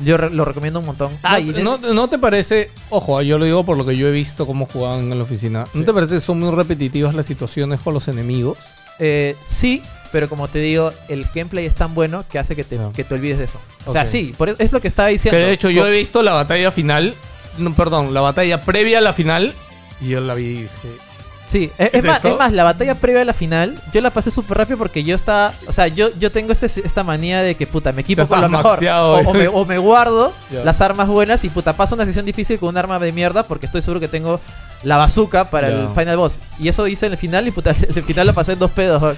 Speaker 4: yo re- lo recomiendo un montón. Ah, y-
Speaker 3: no, no- ¿no te parece, ojo, yo lo digo por lo que yo he visto cómo jugaban en la oficina, ¿no te parece que son muy repetitivas las situaciones con los enemigos?
Speaker 4: eh, sí, pero como te digo, el gameplay es tan bueno que hace que te,
Speaker 3: Ah.
Speaker 4: que te olvides de eso. O sea,
Speaker 3: Ok.
Speaker 4: sí, por eso, es lo que estaba
Speaker 3: Que
Speaker 4: diciendo.
Speaker 3: de hecho yo
Speaker 4: Co-
Speaker 3: he visto la batalla final, no, perdón, la batalla previa a la final, y yo la vi y dije,
Speaker 4: Sí, e, es,
Speaker 3: ¿Es
Speaker 4: es más,
Speaker 3: esto?
Speaker 4: es más, la batalla previa a la final, yo la pasé súper rápido porque yo estaba, o sea, yo, yo tengo este, esta manía de que, puta, me equipo
Speaker 3: Ya
Speaker 4: con lo
Speaker 3: estás
Speaker 4: mejor.
Speaker 3: maxeado,
Speaker 4: O,
Speaker 3: ya.
Speaker 4: o me, o me guardo
Speaker 3: Ya.
Speaker 4: las armas buenas y, puta, paso una sesión difícil con un arma de mierda porque estoy seguro que tengo la bazooka para el
Speaker 3: Ya.
Speaker 4: final boss. Y eso hice en el final y, puta, el final lo pasé en dos pedos. joder.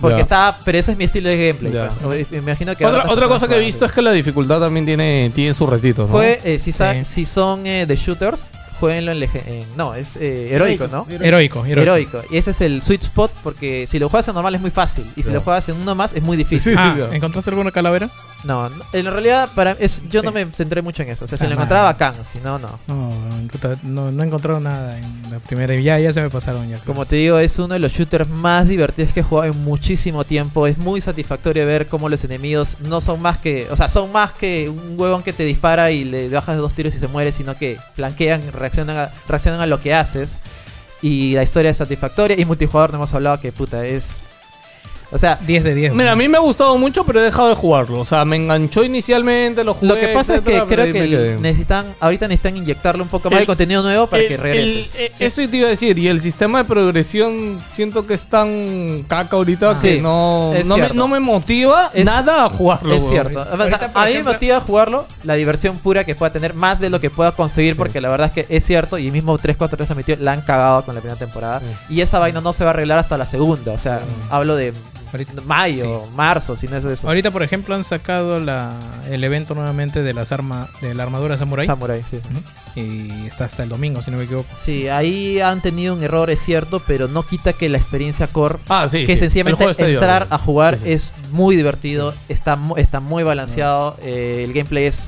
Speaker 4: Porque
Speaker 3: Ya.
Speaker 4: estaba, pero ese es mi estilo de gameplay.
Speaker 3: Ya.
Speaker 4: pues. Me imagino que...
Speaker 3: Otra,
Speaker 4: otras
Speaker 3: otra
Speaker 4: personas
Speaker 3: cosa que he
Speaker 4: juegan
Speaker 3: visto
Speaker 4: así.
Speaker 3: es que la dificultad también tiene, tiene sus retitos, ¿no?
Speaker 4: Fue, eh, si, sa-
Speaker 5: Sí.
Speaker 4: si son eh, de shooters, jueguenlo en, lege- en- No, es eh, heroico, ¿no?
Speaker 5: Heroico, heroico.
Speaker 4: Heroico. Y ese es el sweet spot porque si lo juegas en normal es muy fácil. Y si
Speaker 3: Claro.
Speaker 4: lo juegas en uno más es muy difícil.
Speaker 5: Ah,
Speaker 3: Sí, sí.
Speaker 5: ¿encontraste alguna calavera?
Speaker 4: No, no, en realidad para es, yo
Speaker 5: Sí.
Speaker 4: no me centré mucho en eso. O sea, si
Speaker 5: Ah,
Speaker 4: lo
Speaker 5: man.
Speaker 4: encontraba bacán, si no, no.
Speaker 5: No, puta, no, no he encontrado nada en la primera. Ya, ya se me pasaron ya. creo.
Speaker 4: Como te digo, es uno de los shooters más divertidos que he jugado en muchísimo tiempo. Es muy satisfactorio ver cómo los enemigos no son más que. O sea, son más que un huevón que te dispara y le bajas dos tiros y se muere, sino que flanquean, reaccionan a, reaccionan a lo que haces. Y la historia es satisfactoria. Y multijugador, no hemos hablado que puta, es. O sea,
Speaker 5: 10 de 10.
Speaker 3: Mira, a mí me ha gustado mucho, pero he dejado de jugarlo. O sea, me enganchó inicialmente, lo jugué.
Speaker 4: Lo que pasa es que
Speaker 3: etcétera, pero
Speaker 4: creo
Speaker 3: ahí
Speaker 4: que
Speaker 3: me quedé.
Speaker 4: necesitan, ahorita necesitan inyectarle un poco más
Speaker 3: El-
Speaker 4: de contenido nuevo para
Speaker 3: El-
Speaker 4: que regrese.
Speaker 3: el- eh, Eso te iba a decir. Y el sistema de progresión siento que es tan caca ahorita
Speaker 4: Ah.
Speaker 3: que
Speaker 4: Sí,
Speaker 3: no,
Speaker 4: es
Speaker 3: no, me,
Speaker 4: cierto.
Speaker 3: no me motiva
Speaker 4: Es-
Speaker 3: nada a jugarlo.
Speaker 4: es
Speaker 3: weón.
Speaker 4: cierto. O sea,
Speaker 5: Ahorita, por
Speaker 4: a mí me
Speaker 5: ejemplo-
Speaker 4: motiva a jugarlo la diversión pura que pueda tener, más de lo que pueda conseguir,
Speaker 3: Sí.
Speaker 4: porque la verdad es que es cierto. Y mismo 343 transmitió, la han cagado con la primera temporada. Y esa vaina no se va a arreglar hasta la segunda. O sea, hablo de
Speaker 5: Ahorita-
Speaker 4: mayo, marzo, si no es eso.
Speaker 5: Ahorita, por ejemplo, han sacado la, el evento nuevamente de las armas de la armadura samurai.
Speaker 4: Samurai, sí.
Speaker 5: Ujú. y está hasta el domingo, si no me equivoco.
Speaker 4: Sí, ahí han tenido un error, es cierto, pero no quita que la experiencia core
Speaker 3: Ah, sí.
Speaker 4: que
Speaker 3: sí. El
Speaker 4: sencillamente
Speaker 3: juego está
Speaker 4: entrar
Speaker 3: divertido.
Speaker 4: a jugar
Speaker 3: Sí, sí.
Speaker 4: es muy divertido, está, mu- está muy balanceado, eh, el gameplay es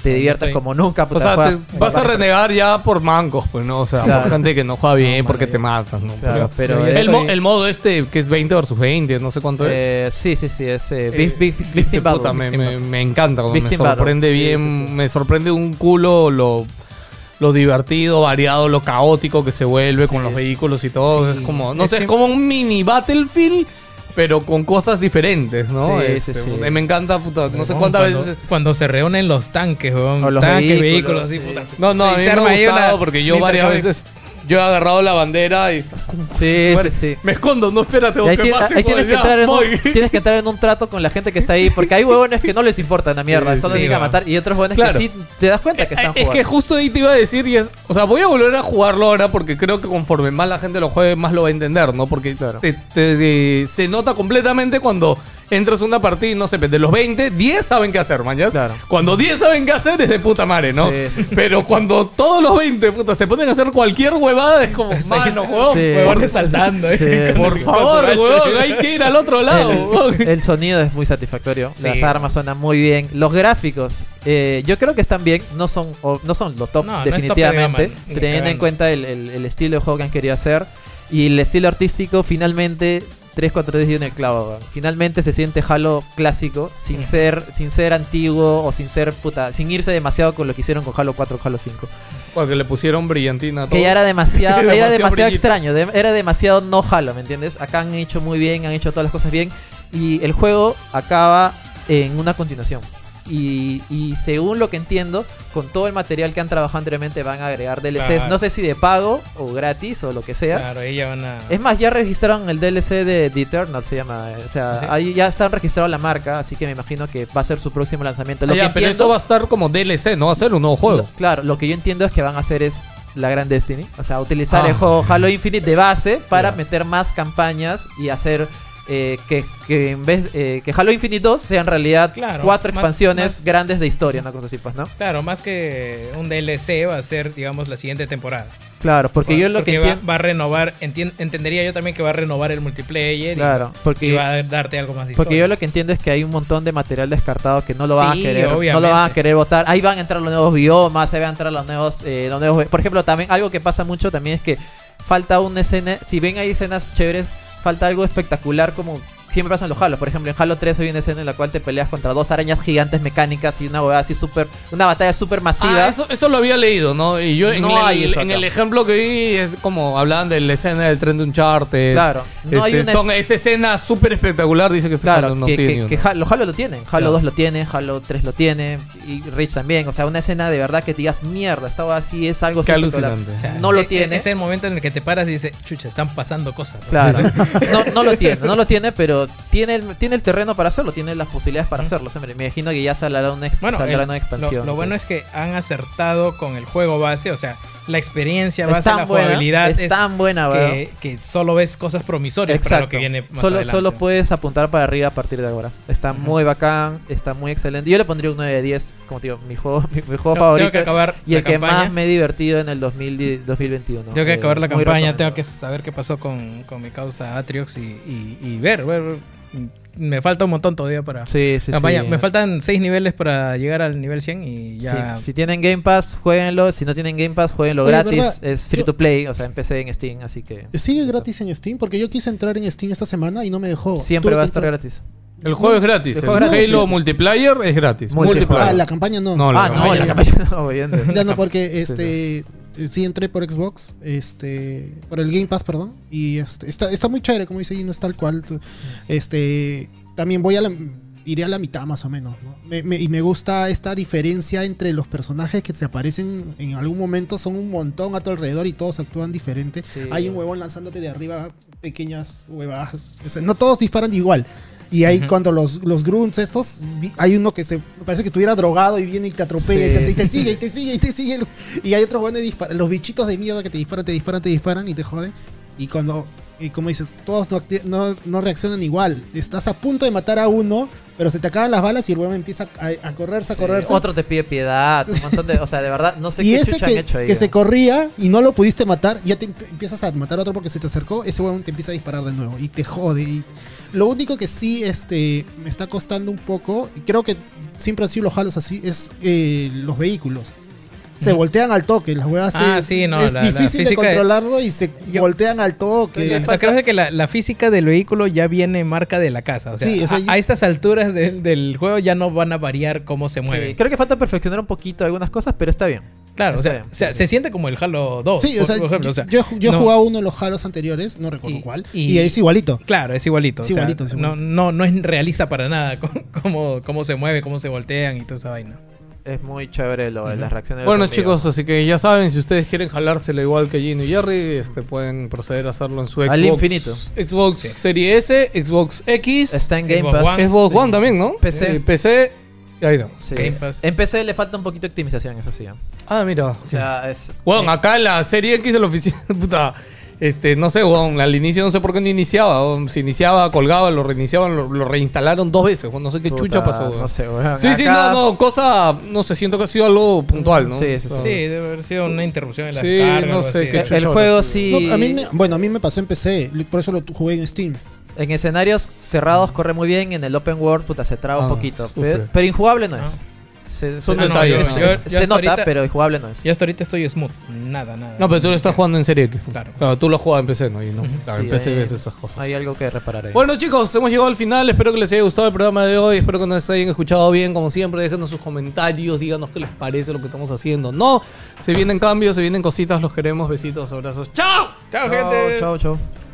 Speaker 4: te diviertes
Speaker 5: estoy.
Speaker 4: como nunca.
Speaker 3: O
Speaker 4: puta,
Speaker 3: sea,
Speaker 4: juega-
Speaker 3: te vas a renegar ya por mangos, pues, ¿no? O sea, por
Speaker 4: Claro.
Speaker 3: gente que no juega bien porque
Speaker 5: mano,
Speaker 3: te matan, ¿no?
Speaker 4: Claro,
Speaker 3: Pero-
Speaker 4: pero
Speaker 3: el,
Speaker 4: esto-
Speaker 3: mo- el modo este que es 20 versus 20, no sé cuánto es.
Speaker 4: eh, sí, sí, sí, es eh,
Speaker 3: Eh,
Speaker 4: Vic- Vic- Victim
Speaker 3: Este
Speaker 4: Battle,
Speaker 3: puta, me,
Speaker 4: Victim
Speaker 3: me-
Speaker 4: Battle.
Speaker 3: me encanta, cuando me
Speaker 4: Victim Battle,
Speaker 3: sorprende
Speaker 4: sí,
Speaker 3: bien,
Speaker 4: sí, sí.
Speaker 3: me sorprende un culo lo, lo divertido, variado, lo caótico que se vuelve con
Speaker 4: Sí.
Speaker 3: los vehículos y todo.
Speaker 5: Sí.
Speaker 3: Es como, no
Speaker 5: Es
Speaker 3: sé, es
Speaker 5: siem-
Speaker 3: como un mini Battlefield, pero con cosas diferentes, ¿no?
Speaker 4: Sí, sí,
Speaker 3: Este,
Speaker 4: sí.
Speaker 3: Me encanta, puta, no sé
Speaker 5: Huevón,
Speaker 3: cuántas
Speaker 5: cuando-
Speaker 3: veces...
Speaker 5: Cuando se reúnen los tanques, weón.
Speaker 4: O los
Speaker 5: tanques,
Speaker 4: vehículos,
Speaker 5: vehículos, así,
Speaker 4: sí.
Speaker 5: puta.
Speaker 3: No, no, a mí
Speaker 5: Se
Speaker 3: me ha
Speaker 5: arma ahí
Speaker 3: gustado
Speaker 5: una-
Speaker 3: porque
Speaker 5: un
Speaker 3: yo varias
Speaker 5: intercambio.
Speaker 3: veces yo he agarrado la bandera y está.
Speaker 4: Sí, sí, sí.
Speaker 3: Me escondo, no espérate,
Speaker 4: Y
Speaker 3: vos
Speaker 4: ahí,
Speaker 3: que
Speaker 4: ti-
Speaker 3: pases
Speaker 4: ahí
Speaker 3: por
Speaker 4: tienes, que
Speaker 3: allá,
Speaker 4: entrar en un,
Speaker 3: voy.
Speaker 4: tienes que entrar en un trato con la gente que está ahí, porque hay huevones que no les importa la mierda,
Speaker 5: Sí,
Speaker 4: están
Speaker 5: sí,
Speaker 4: ahí
Speaker 5: va.
Speaker 4: a matar, y otros huevones
Speaker 3: Claro.
Speaker 4: que sí te das cuenta que están
Speaker 3: Eh, es
Speaker 4: jugando.
Speaker 3: que justo ahí te iba a decir y es, o sea, voy a volver a jugarlo ahora porque creo que conforme más la gente lo juegue, más lo va a entender, ¿no? Porque
Speaker 4: Claro.
Speaker 3: te- te- te- se nota completamente cuando entras a una partida y no sé, pues, de los 20, 10 saben qué hacer, mañas.
Speaker 4: Claro.
Speaker 3: Cuando 10 saben qué hacer es de puta madre, ¿no?
Speaker 4: Sí.
Speaker 3: Pero cuando todos los 20, puta, se ponen a hacer cualquier huevada es como, mano, huevón,
Speaker 4: Sí.
Speaker 3: por-
Speaker 5: Huevones saltando, eh.
Speaker 4: Sí.
Speaker 5: Con-
Speaker 3: por
Speaker 5: con
Speaker 3: favor,
Speaker 5: su hacha.
Speaker 3: huevón, hay que ir al otro lado, huevón.
Speaker 4: El, el sonido es muy satisfactorio, las
Speaker 5: Sí.
Speaker 4: armas suenan muy bien, los gráficos, eh, yo creo que están bien, no son o- no son lo top
Speaker 5: No, no es top de gama,
Speaker 4: definitivamente,
Speaker 5: ni
Speaker 4: teniendo en
Speaker 5: cagando.
Speaker 4: cuenta el, el- el estilo de juego que han querido hacer y el estilo artístico finalmente 343 dio en el clavo, weón. finalmente se siente Halo clásico, sin ser sin ser antiguo o sin ser puta, sin irse demasiado con lo que hicieron con Halo 4 o Halo 5.
Speaker 3: Porque le pusieron brillantina a todo.
Speaker 4: Que ya era demasiado,
Speaker 3: Era
Speaker 4: era
Speaker 3: demasiado
Speaker 4: demasiado
Speaker 3: brillito.
Speaker 4: extraño, de- era demasiado no jalo, ¿me entiendes? Acá han hecho muy bien, han hecho todas las cosas bien. Y el juego acaba en una continuación. Y, y según lo que entiendo, con todo el material que han trabajado anteriormente van a agregar DLCs,
Speaker 5: Claro.
Speaker 4: no sé si de pago o gratis o lo que sea.
Speaker 5: Claro, ella van a.
Speaker 4: Es más, ya registraron el DLC de The Eternal, se llama. eh, O sea, ahí ya están registrado la marca, así que me imagino que va a ser su próximo lanzamiento. Lo
Speaker 3: Ah, ya,
Speaker 4: que
Speaker 3: pero
Speaker 4: entiendo-
Speaker 3: eso va a estar como DLC, no va a ser un nuevo juego.
Speaker 4: lo- claro, lo que yo entiendo es que van a hacer es la gran Destiny. O sea, utilizar
Speaker 3: Ah.
Speaker 4: el juego Halo Infinite de base para meter más campañas y hacer eh, que, que en vez eh, que Halo Infinite 2 sea en realidad
Speaker 5: Claro,
Speaker 4: cuatro
Speaker 5: más-
Speaker 4: expansiones
Speaker 5: más-
Speaker 4: grandes de historia, una cosa así, pues, ¿no?
Speaker 5: Claro, más que un DLC va a ser, digamos, la siguiente temporada.
Speaker 4: Claro, porque yo lo que
Speaker 5: Porque va-
Speaker 4: entiendo.
Speaker 5: va, a renovar, entien- entendería yo también que va a renovar el multiplayer. y-
Speaker 4: Claro,
Speaker 5: Y,
Speaker 4: porque.
Speaker 5: va a darte algo más de
Speaker 4: Porque yo
Speaker 5: historia.
Speaker 4: lo que entiendo es que hay un montón de material descartado que no lo van
Speaker 5: Sí,
Speaker 4: a querer, no
Speaker 5: obviamente.
Speaker 4: lo van a querer votar. Ahí van a entrar los nuevos biomas, ahí van a entrar los nuevos, eh, los nuevos. Por ejemplo, también algo que pasa mucho también es que falta una escena. Si ven hay escenas chéveres, falta algo espectacular como siempre pasa en los Halos. Por ejemplo, en Halo 3 hay una escena en la cual te peleas contra dos arañas gigantes mecánicas y una huevada así súper, una batalla súper masiva.
Speaker 3: Ah, eso, eso lo había leído, ¿no? Y yo en,
Speaker 4: No
Speaker 3: el,
Speaker 4: hay eso
Speaker 3: en
Speaker 4: acá.
Speaker 3: el ejemplo que vi es como hablaban de la escena del tren de un charter. Este,
Speaker 4: Claro. No hay una
Speaker 3: son,
Speaker 4: es-
Speaker 3: esa escena súper espectacular, dice que este
Speaker 4: Claro,
Speaker 3: Halo no
Speaker 4: que,
Speaker 3: tiene
Speaker 4: que-
Speaker 3: ni
Speaker 4: que
Speaker 3: una.
Speaker 4: Ha- los Halo lo tienen. Halo
Speaker 3: Claro.
Speaker 4: 2 lo tiene, Halo 3 lo tiene, y Rich también. O sea, una escena de verdad que te digas, mierda, estaba así, es algo
Speaker 3: Qué
Speaker 4: espectacular".
Speaker 3: alucinante.
Speaker 5: O sea,
Speaker 4: no lo
Speaker 5: e- e-
Speaker 4: tiene.
Speaker 5: Es el momento en el que te paras y dices, chucha, están pasando cosas. ¿no?".
Speaker 4: Claro. No, no lo tiene, no lo tiene, pero tiene el, tiene el terreno para hacerlo, tiene las posibilidades para hacerlo. O sea, me me imagino que ya saldrá una, ex-
Speaker 5: Bueno,
Speaker 4: saldrá
Speaker 5: el-
Speaker 4: una
Speaker 5: lo,
Speaker 4: expansión.
Speaker 5: lo bueno es que han acertado con el juego base, o sea, la experiencia
Speaker 4: es
Speaker 5: base,
Speaker 4: tan
Speaker 5: la
Speaker 4: buena,
Speaker 5: jugabilidad
Speaker 4: es
Speaker 5: es
Speaker 4: tan buena, weón.
Speaker 5: que, que solo ves cosas promisorias para lo que viene más
Speaker 4: solo,
Speaker 5: adelante.
Speaker 4: solo puedes apuntar para arriba a partir de ahora. Está
Speaker 5: Ujú.
Speaker 4: muy bacán, está muy excelente. Yo le pondría un 9 de 10, como te digo, mi juego, mi, mi juego
Speaker 5: Tengo-
Speaker 4: favorito.
Speaker 5: Tengo que acabar
Speaker 4: y
Speaker 5: la
Speaker 4: el que
Speaker 5: campaña.
Speaker 4: más me he divertido en el 2000, 2021.
Speaker 5: Tengo que
Speaker 4: Eh,
Speaker 5: acabar la
Speaker 4: muy
Speaker 5: campaña, tengo
Speaker 4: recomendado.
Speaker 5: que saber qué pasó con, con mi causa Atriox y, y- y ver, ver. Me falta un montón todavía para...
Speaker 4: Sí, sí,
Speaker 5: campaña.
Speaker 4: sí.
Speaker 5: Me faltan 6 niveles para llegar al nivel 100 y ya...
Speaker 4: Si, si tienen Game Pass, jueguenlo. Si no tienen Game Pass, jueguenlo
Speaker 6: Oye,
Speaker 4: gratis.
Speaker 6: ¿verdad?
Speaker 4: Es free
Speaker 6: Yo-
Speaker 4: to play, o sea, empecé en Steam, así que.
Speaker 6: ¿Sigue gratis en Steam? Porque yo quise entrar en Steam esta semana y no me dejó.
Speaker 4: Siempre
Speaker 6: Tuve
Speaker 4: va a
Speaker 6: que
Speaker 4: estar
Speaker 6: entrar-
Speaker 4: gratis.
Speaker 3: El juego es gratis. El,
Speaker 4: El juego es gratis.
Speaker 3: Halo
Speaker 6: Sí.
Speaker 3: Multiplayer es gratis.
Speaker 4: Multiplayer.
Speaker 6: Ah,
Speaker 3: Multiplayer.
Speaker 6: la campaña no.
Speaker 3: No, la
Speaker 4: Ah, no,
Speaker 6: campaña.
Speaker 4: la campaña no, obviamente.
Speaker 6: Ya no, porque este. Sí, entré por Xbox, este, por el Game Pass, perdón, y este, está, está muy chévere, como dice y no es tal cual. tú- Este, también voy a la, iré a la mitad más o menos, ¿no? Me- me- y me gusta esta diferencia entre los personajes que se aparecen en algún momento, son un montón a tu alrededor y todos actúan diferente.
Speaker 4: Sí.
Speaker 6: Hay un huevón lanzándote de arriba pequeñas huevadas, O sea, no todos disparan igual. Y ahí cuando los, los grunts estos, vi- hay uno que se parece que estuviera drogado y viene y te atropella y,
Speaker 4: Sí,
Speaker 6: te, y te
Speaker 4: sí,
Speaker 6: sigue y te sigue y te sigue. Y hay otros buenos disparan, los bichitos de mierda que te disparan, te disparan, te disparan y te joden. Y cuando, y como dices, todos no, acti- no, no reaccionan igual. Estás a punto de matar a uno, pero se te acaban las balas y el huevón empieza a, a correrse, a correrse.
Speaker 4: Otro te pide piedad. Un montón de. O sea, de verdad, no sé
Speaker 6: Y
Speaker 4: qué
Speaker 6: ese
Speaker 4: chucha han
Speaker 6: que,
Speaker 4: hecho ahí.
Speaker 6: que
Speaker 4: ¿eh?
Speaker 6: se corría y no lo pudiste matar, ya te emp- empiezas a matar a otro porque se te acercó, ese huevón te empieza a disparar de nuevo y te jode. y- Lo único que sí este, me está costando un poco, y creo que siempre han sido los halos así, es eh, los vehículos. Se voltean al toque, las huevas se-
Speaker 5: Ah, sí, no,
Speaker 6: es
Speaker 5: la- la
Speaker 6: difícil de
Speaker 5: física de-
Speaker 6: controlarlo y se
Speaker 5: Yo-
Speaker 6: voltean al toque.
Speaker 5: Lo que pasa es que la, la física del vehículo ya viene marca de la casa. O sea,
Speaker 6: Sí, o sea,
Speaker 5: a,
Speaker 6: yo-
Speaker 5: a estas alturas del- del juego ya no van a variar cómo se
Speaker 4: Sí,
Speaker 5: mueve.
Speaker 4: creo que falta perfeccionar un poquito algunas cosas, pero está bien.
Speaker 5: claro, o
Speaker 4: está
Speaker 5: sea,
Speaker 4: bien.
Speaker 5: o sea, se siente como el Halo 2.
Speaker 6: Sí, o
Speaker 5: por-
Speaker 6: sea,
Speaker 5: por ejemplo,
Speaker 6: yo,
Speaker 5: o sea,
Speaker 6: yo, yo he
Speaker 5: no-
Speaker 6: jugado uno de los halos anteriores, no recuerdo
Speaker 5: Y-
Speaker 6: cuál,
Speaker 5: y-
Speaker 6: y, es igualito.
Speaker 5: Claro, es igualito.
Speaker 6: Es
Speaker 5: o sea,
Speaker 6: igualito, es igualito.
Speaker 5: No, no, no es realista para nada con- cómo, cómo se mueve, cómo se voltean y toda esa vaina.
Speaker 4: es muy chévere lo de las reacciones. de los
Speaker 3: Bueno
Speaker 4: amigos.
Speaker 3: chicos, así que ya saben, si ustedes quieren jalársela igual que Gino y Jerry, este, pueden proceder a hacerlo en su Xbox.
Speaker 4: Al infinito.
Speaker 3: Xbox
Speaker 5: Sí.
Speaker 3: Series S, Xbox X,
Speaker 4: Está en Game
Speaker 5: Xbox
Speaker 4: Pass.
Speaker 5: One.
Speaker 3: Xbox One también, ¿no?
Speaker 4: PC.
Speaker 3: Eh, PC, y ahí no.
Speaker 4: Sí.
Speaker 5: Game Pass.
Speaker 4: En PC le falta un poquito de optimización, eso sí. ¿eh?
Speaker 3: Ah, mira.
Speaker 4: O sea, es.
Speaker 3: Bueno, acá en la serie X de la oficina, puta. Este, no sé, weón, al inicio no sé por qué no iniciaba. weón. Se iniciaba, colgaba, lo reiniciaban, lo, lo reinstalaron dos veces. weón. No sé qué
Speaker 4: Puta,
Speaker 3: chucha pasó, weón.
Speaker 4: No sé, weón.
Speaker 3: Sí, sí,
Speaker 4: Acá-
Speaker 3: no, no, cosa, no sé, siento que ha sido algo puntual, ¿no? Ah.
Speaker 4: Sí, sí, sí.
Speaker 5: Sí, debe haber sido una interrupción en la
Speaker 3: Sí,
Speaker 5: carga,
Speaker 3: no
Speaker 5: algo
Speaker 3: sé
Speaker 5: así.
Speaker 3: qué
Speaker 4: El, el
Speaker 3: chuchón.
Speaker 4: juego sí.
Speaker 6: No, a mí me- bueno, a mí me pasó en PC, li- por eso lo tu- jugué en Steam.
Speaker 4: En escenarios cerrados corre muy bien, en el open world puta, se traba
Speaker 3: Ah,
Speaker 4: un poquito.
Speaker 3: sufre.
Speaker 4: Pero, pero injugable no
Speaker 5: Ah.
Speaker 4: es. Se,
Speaker 3: Son
Speaker 4: se-
Speaker 3: detalles, ¿no?
Speaker 4: se-
Speaker 5: Yo- yo
Speaker 4: se
Speaker 5: hasta
Speaker 4: nota,
Speaker 5: ahorita-
Speaker 4: pero injugable no es.
Speaker 5: Yo hasta ahorita estoy smooth. Nada, nada.
Speaker 3: No, pero tú lo estás jugando en serie X. Claro.
Speaker 5: Claro.
Speaker 3: tú lo jugabas en PC, ¿no? Y no. Claro, en
Speaker 4: Sí,
Speaker 3: PC
Speaker 4: hay-
Speaker 3: ves esas cosas.
Speaker 4: Hay algo que reparar ahí.
Speaker 3: Bueno chicos, hemos llegado al final, espero que les haya gustado el programa de hoy, espero que nos hayan escuchado bien, como siempre, déjenos sus comentarios, díganos qué les parece lo que estamos haciendo. No, se vienen cambios, se vienen cositas, los queremos, besitos, abrazos, chao.
Speaker 4: Chao,
Speaker 5: Chao, gente.
Speaker 4: chao, chao.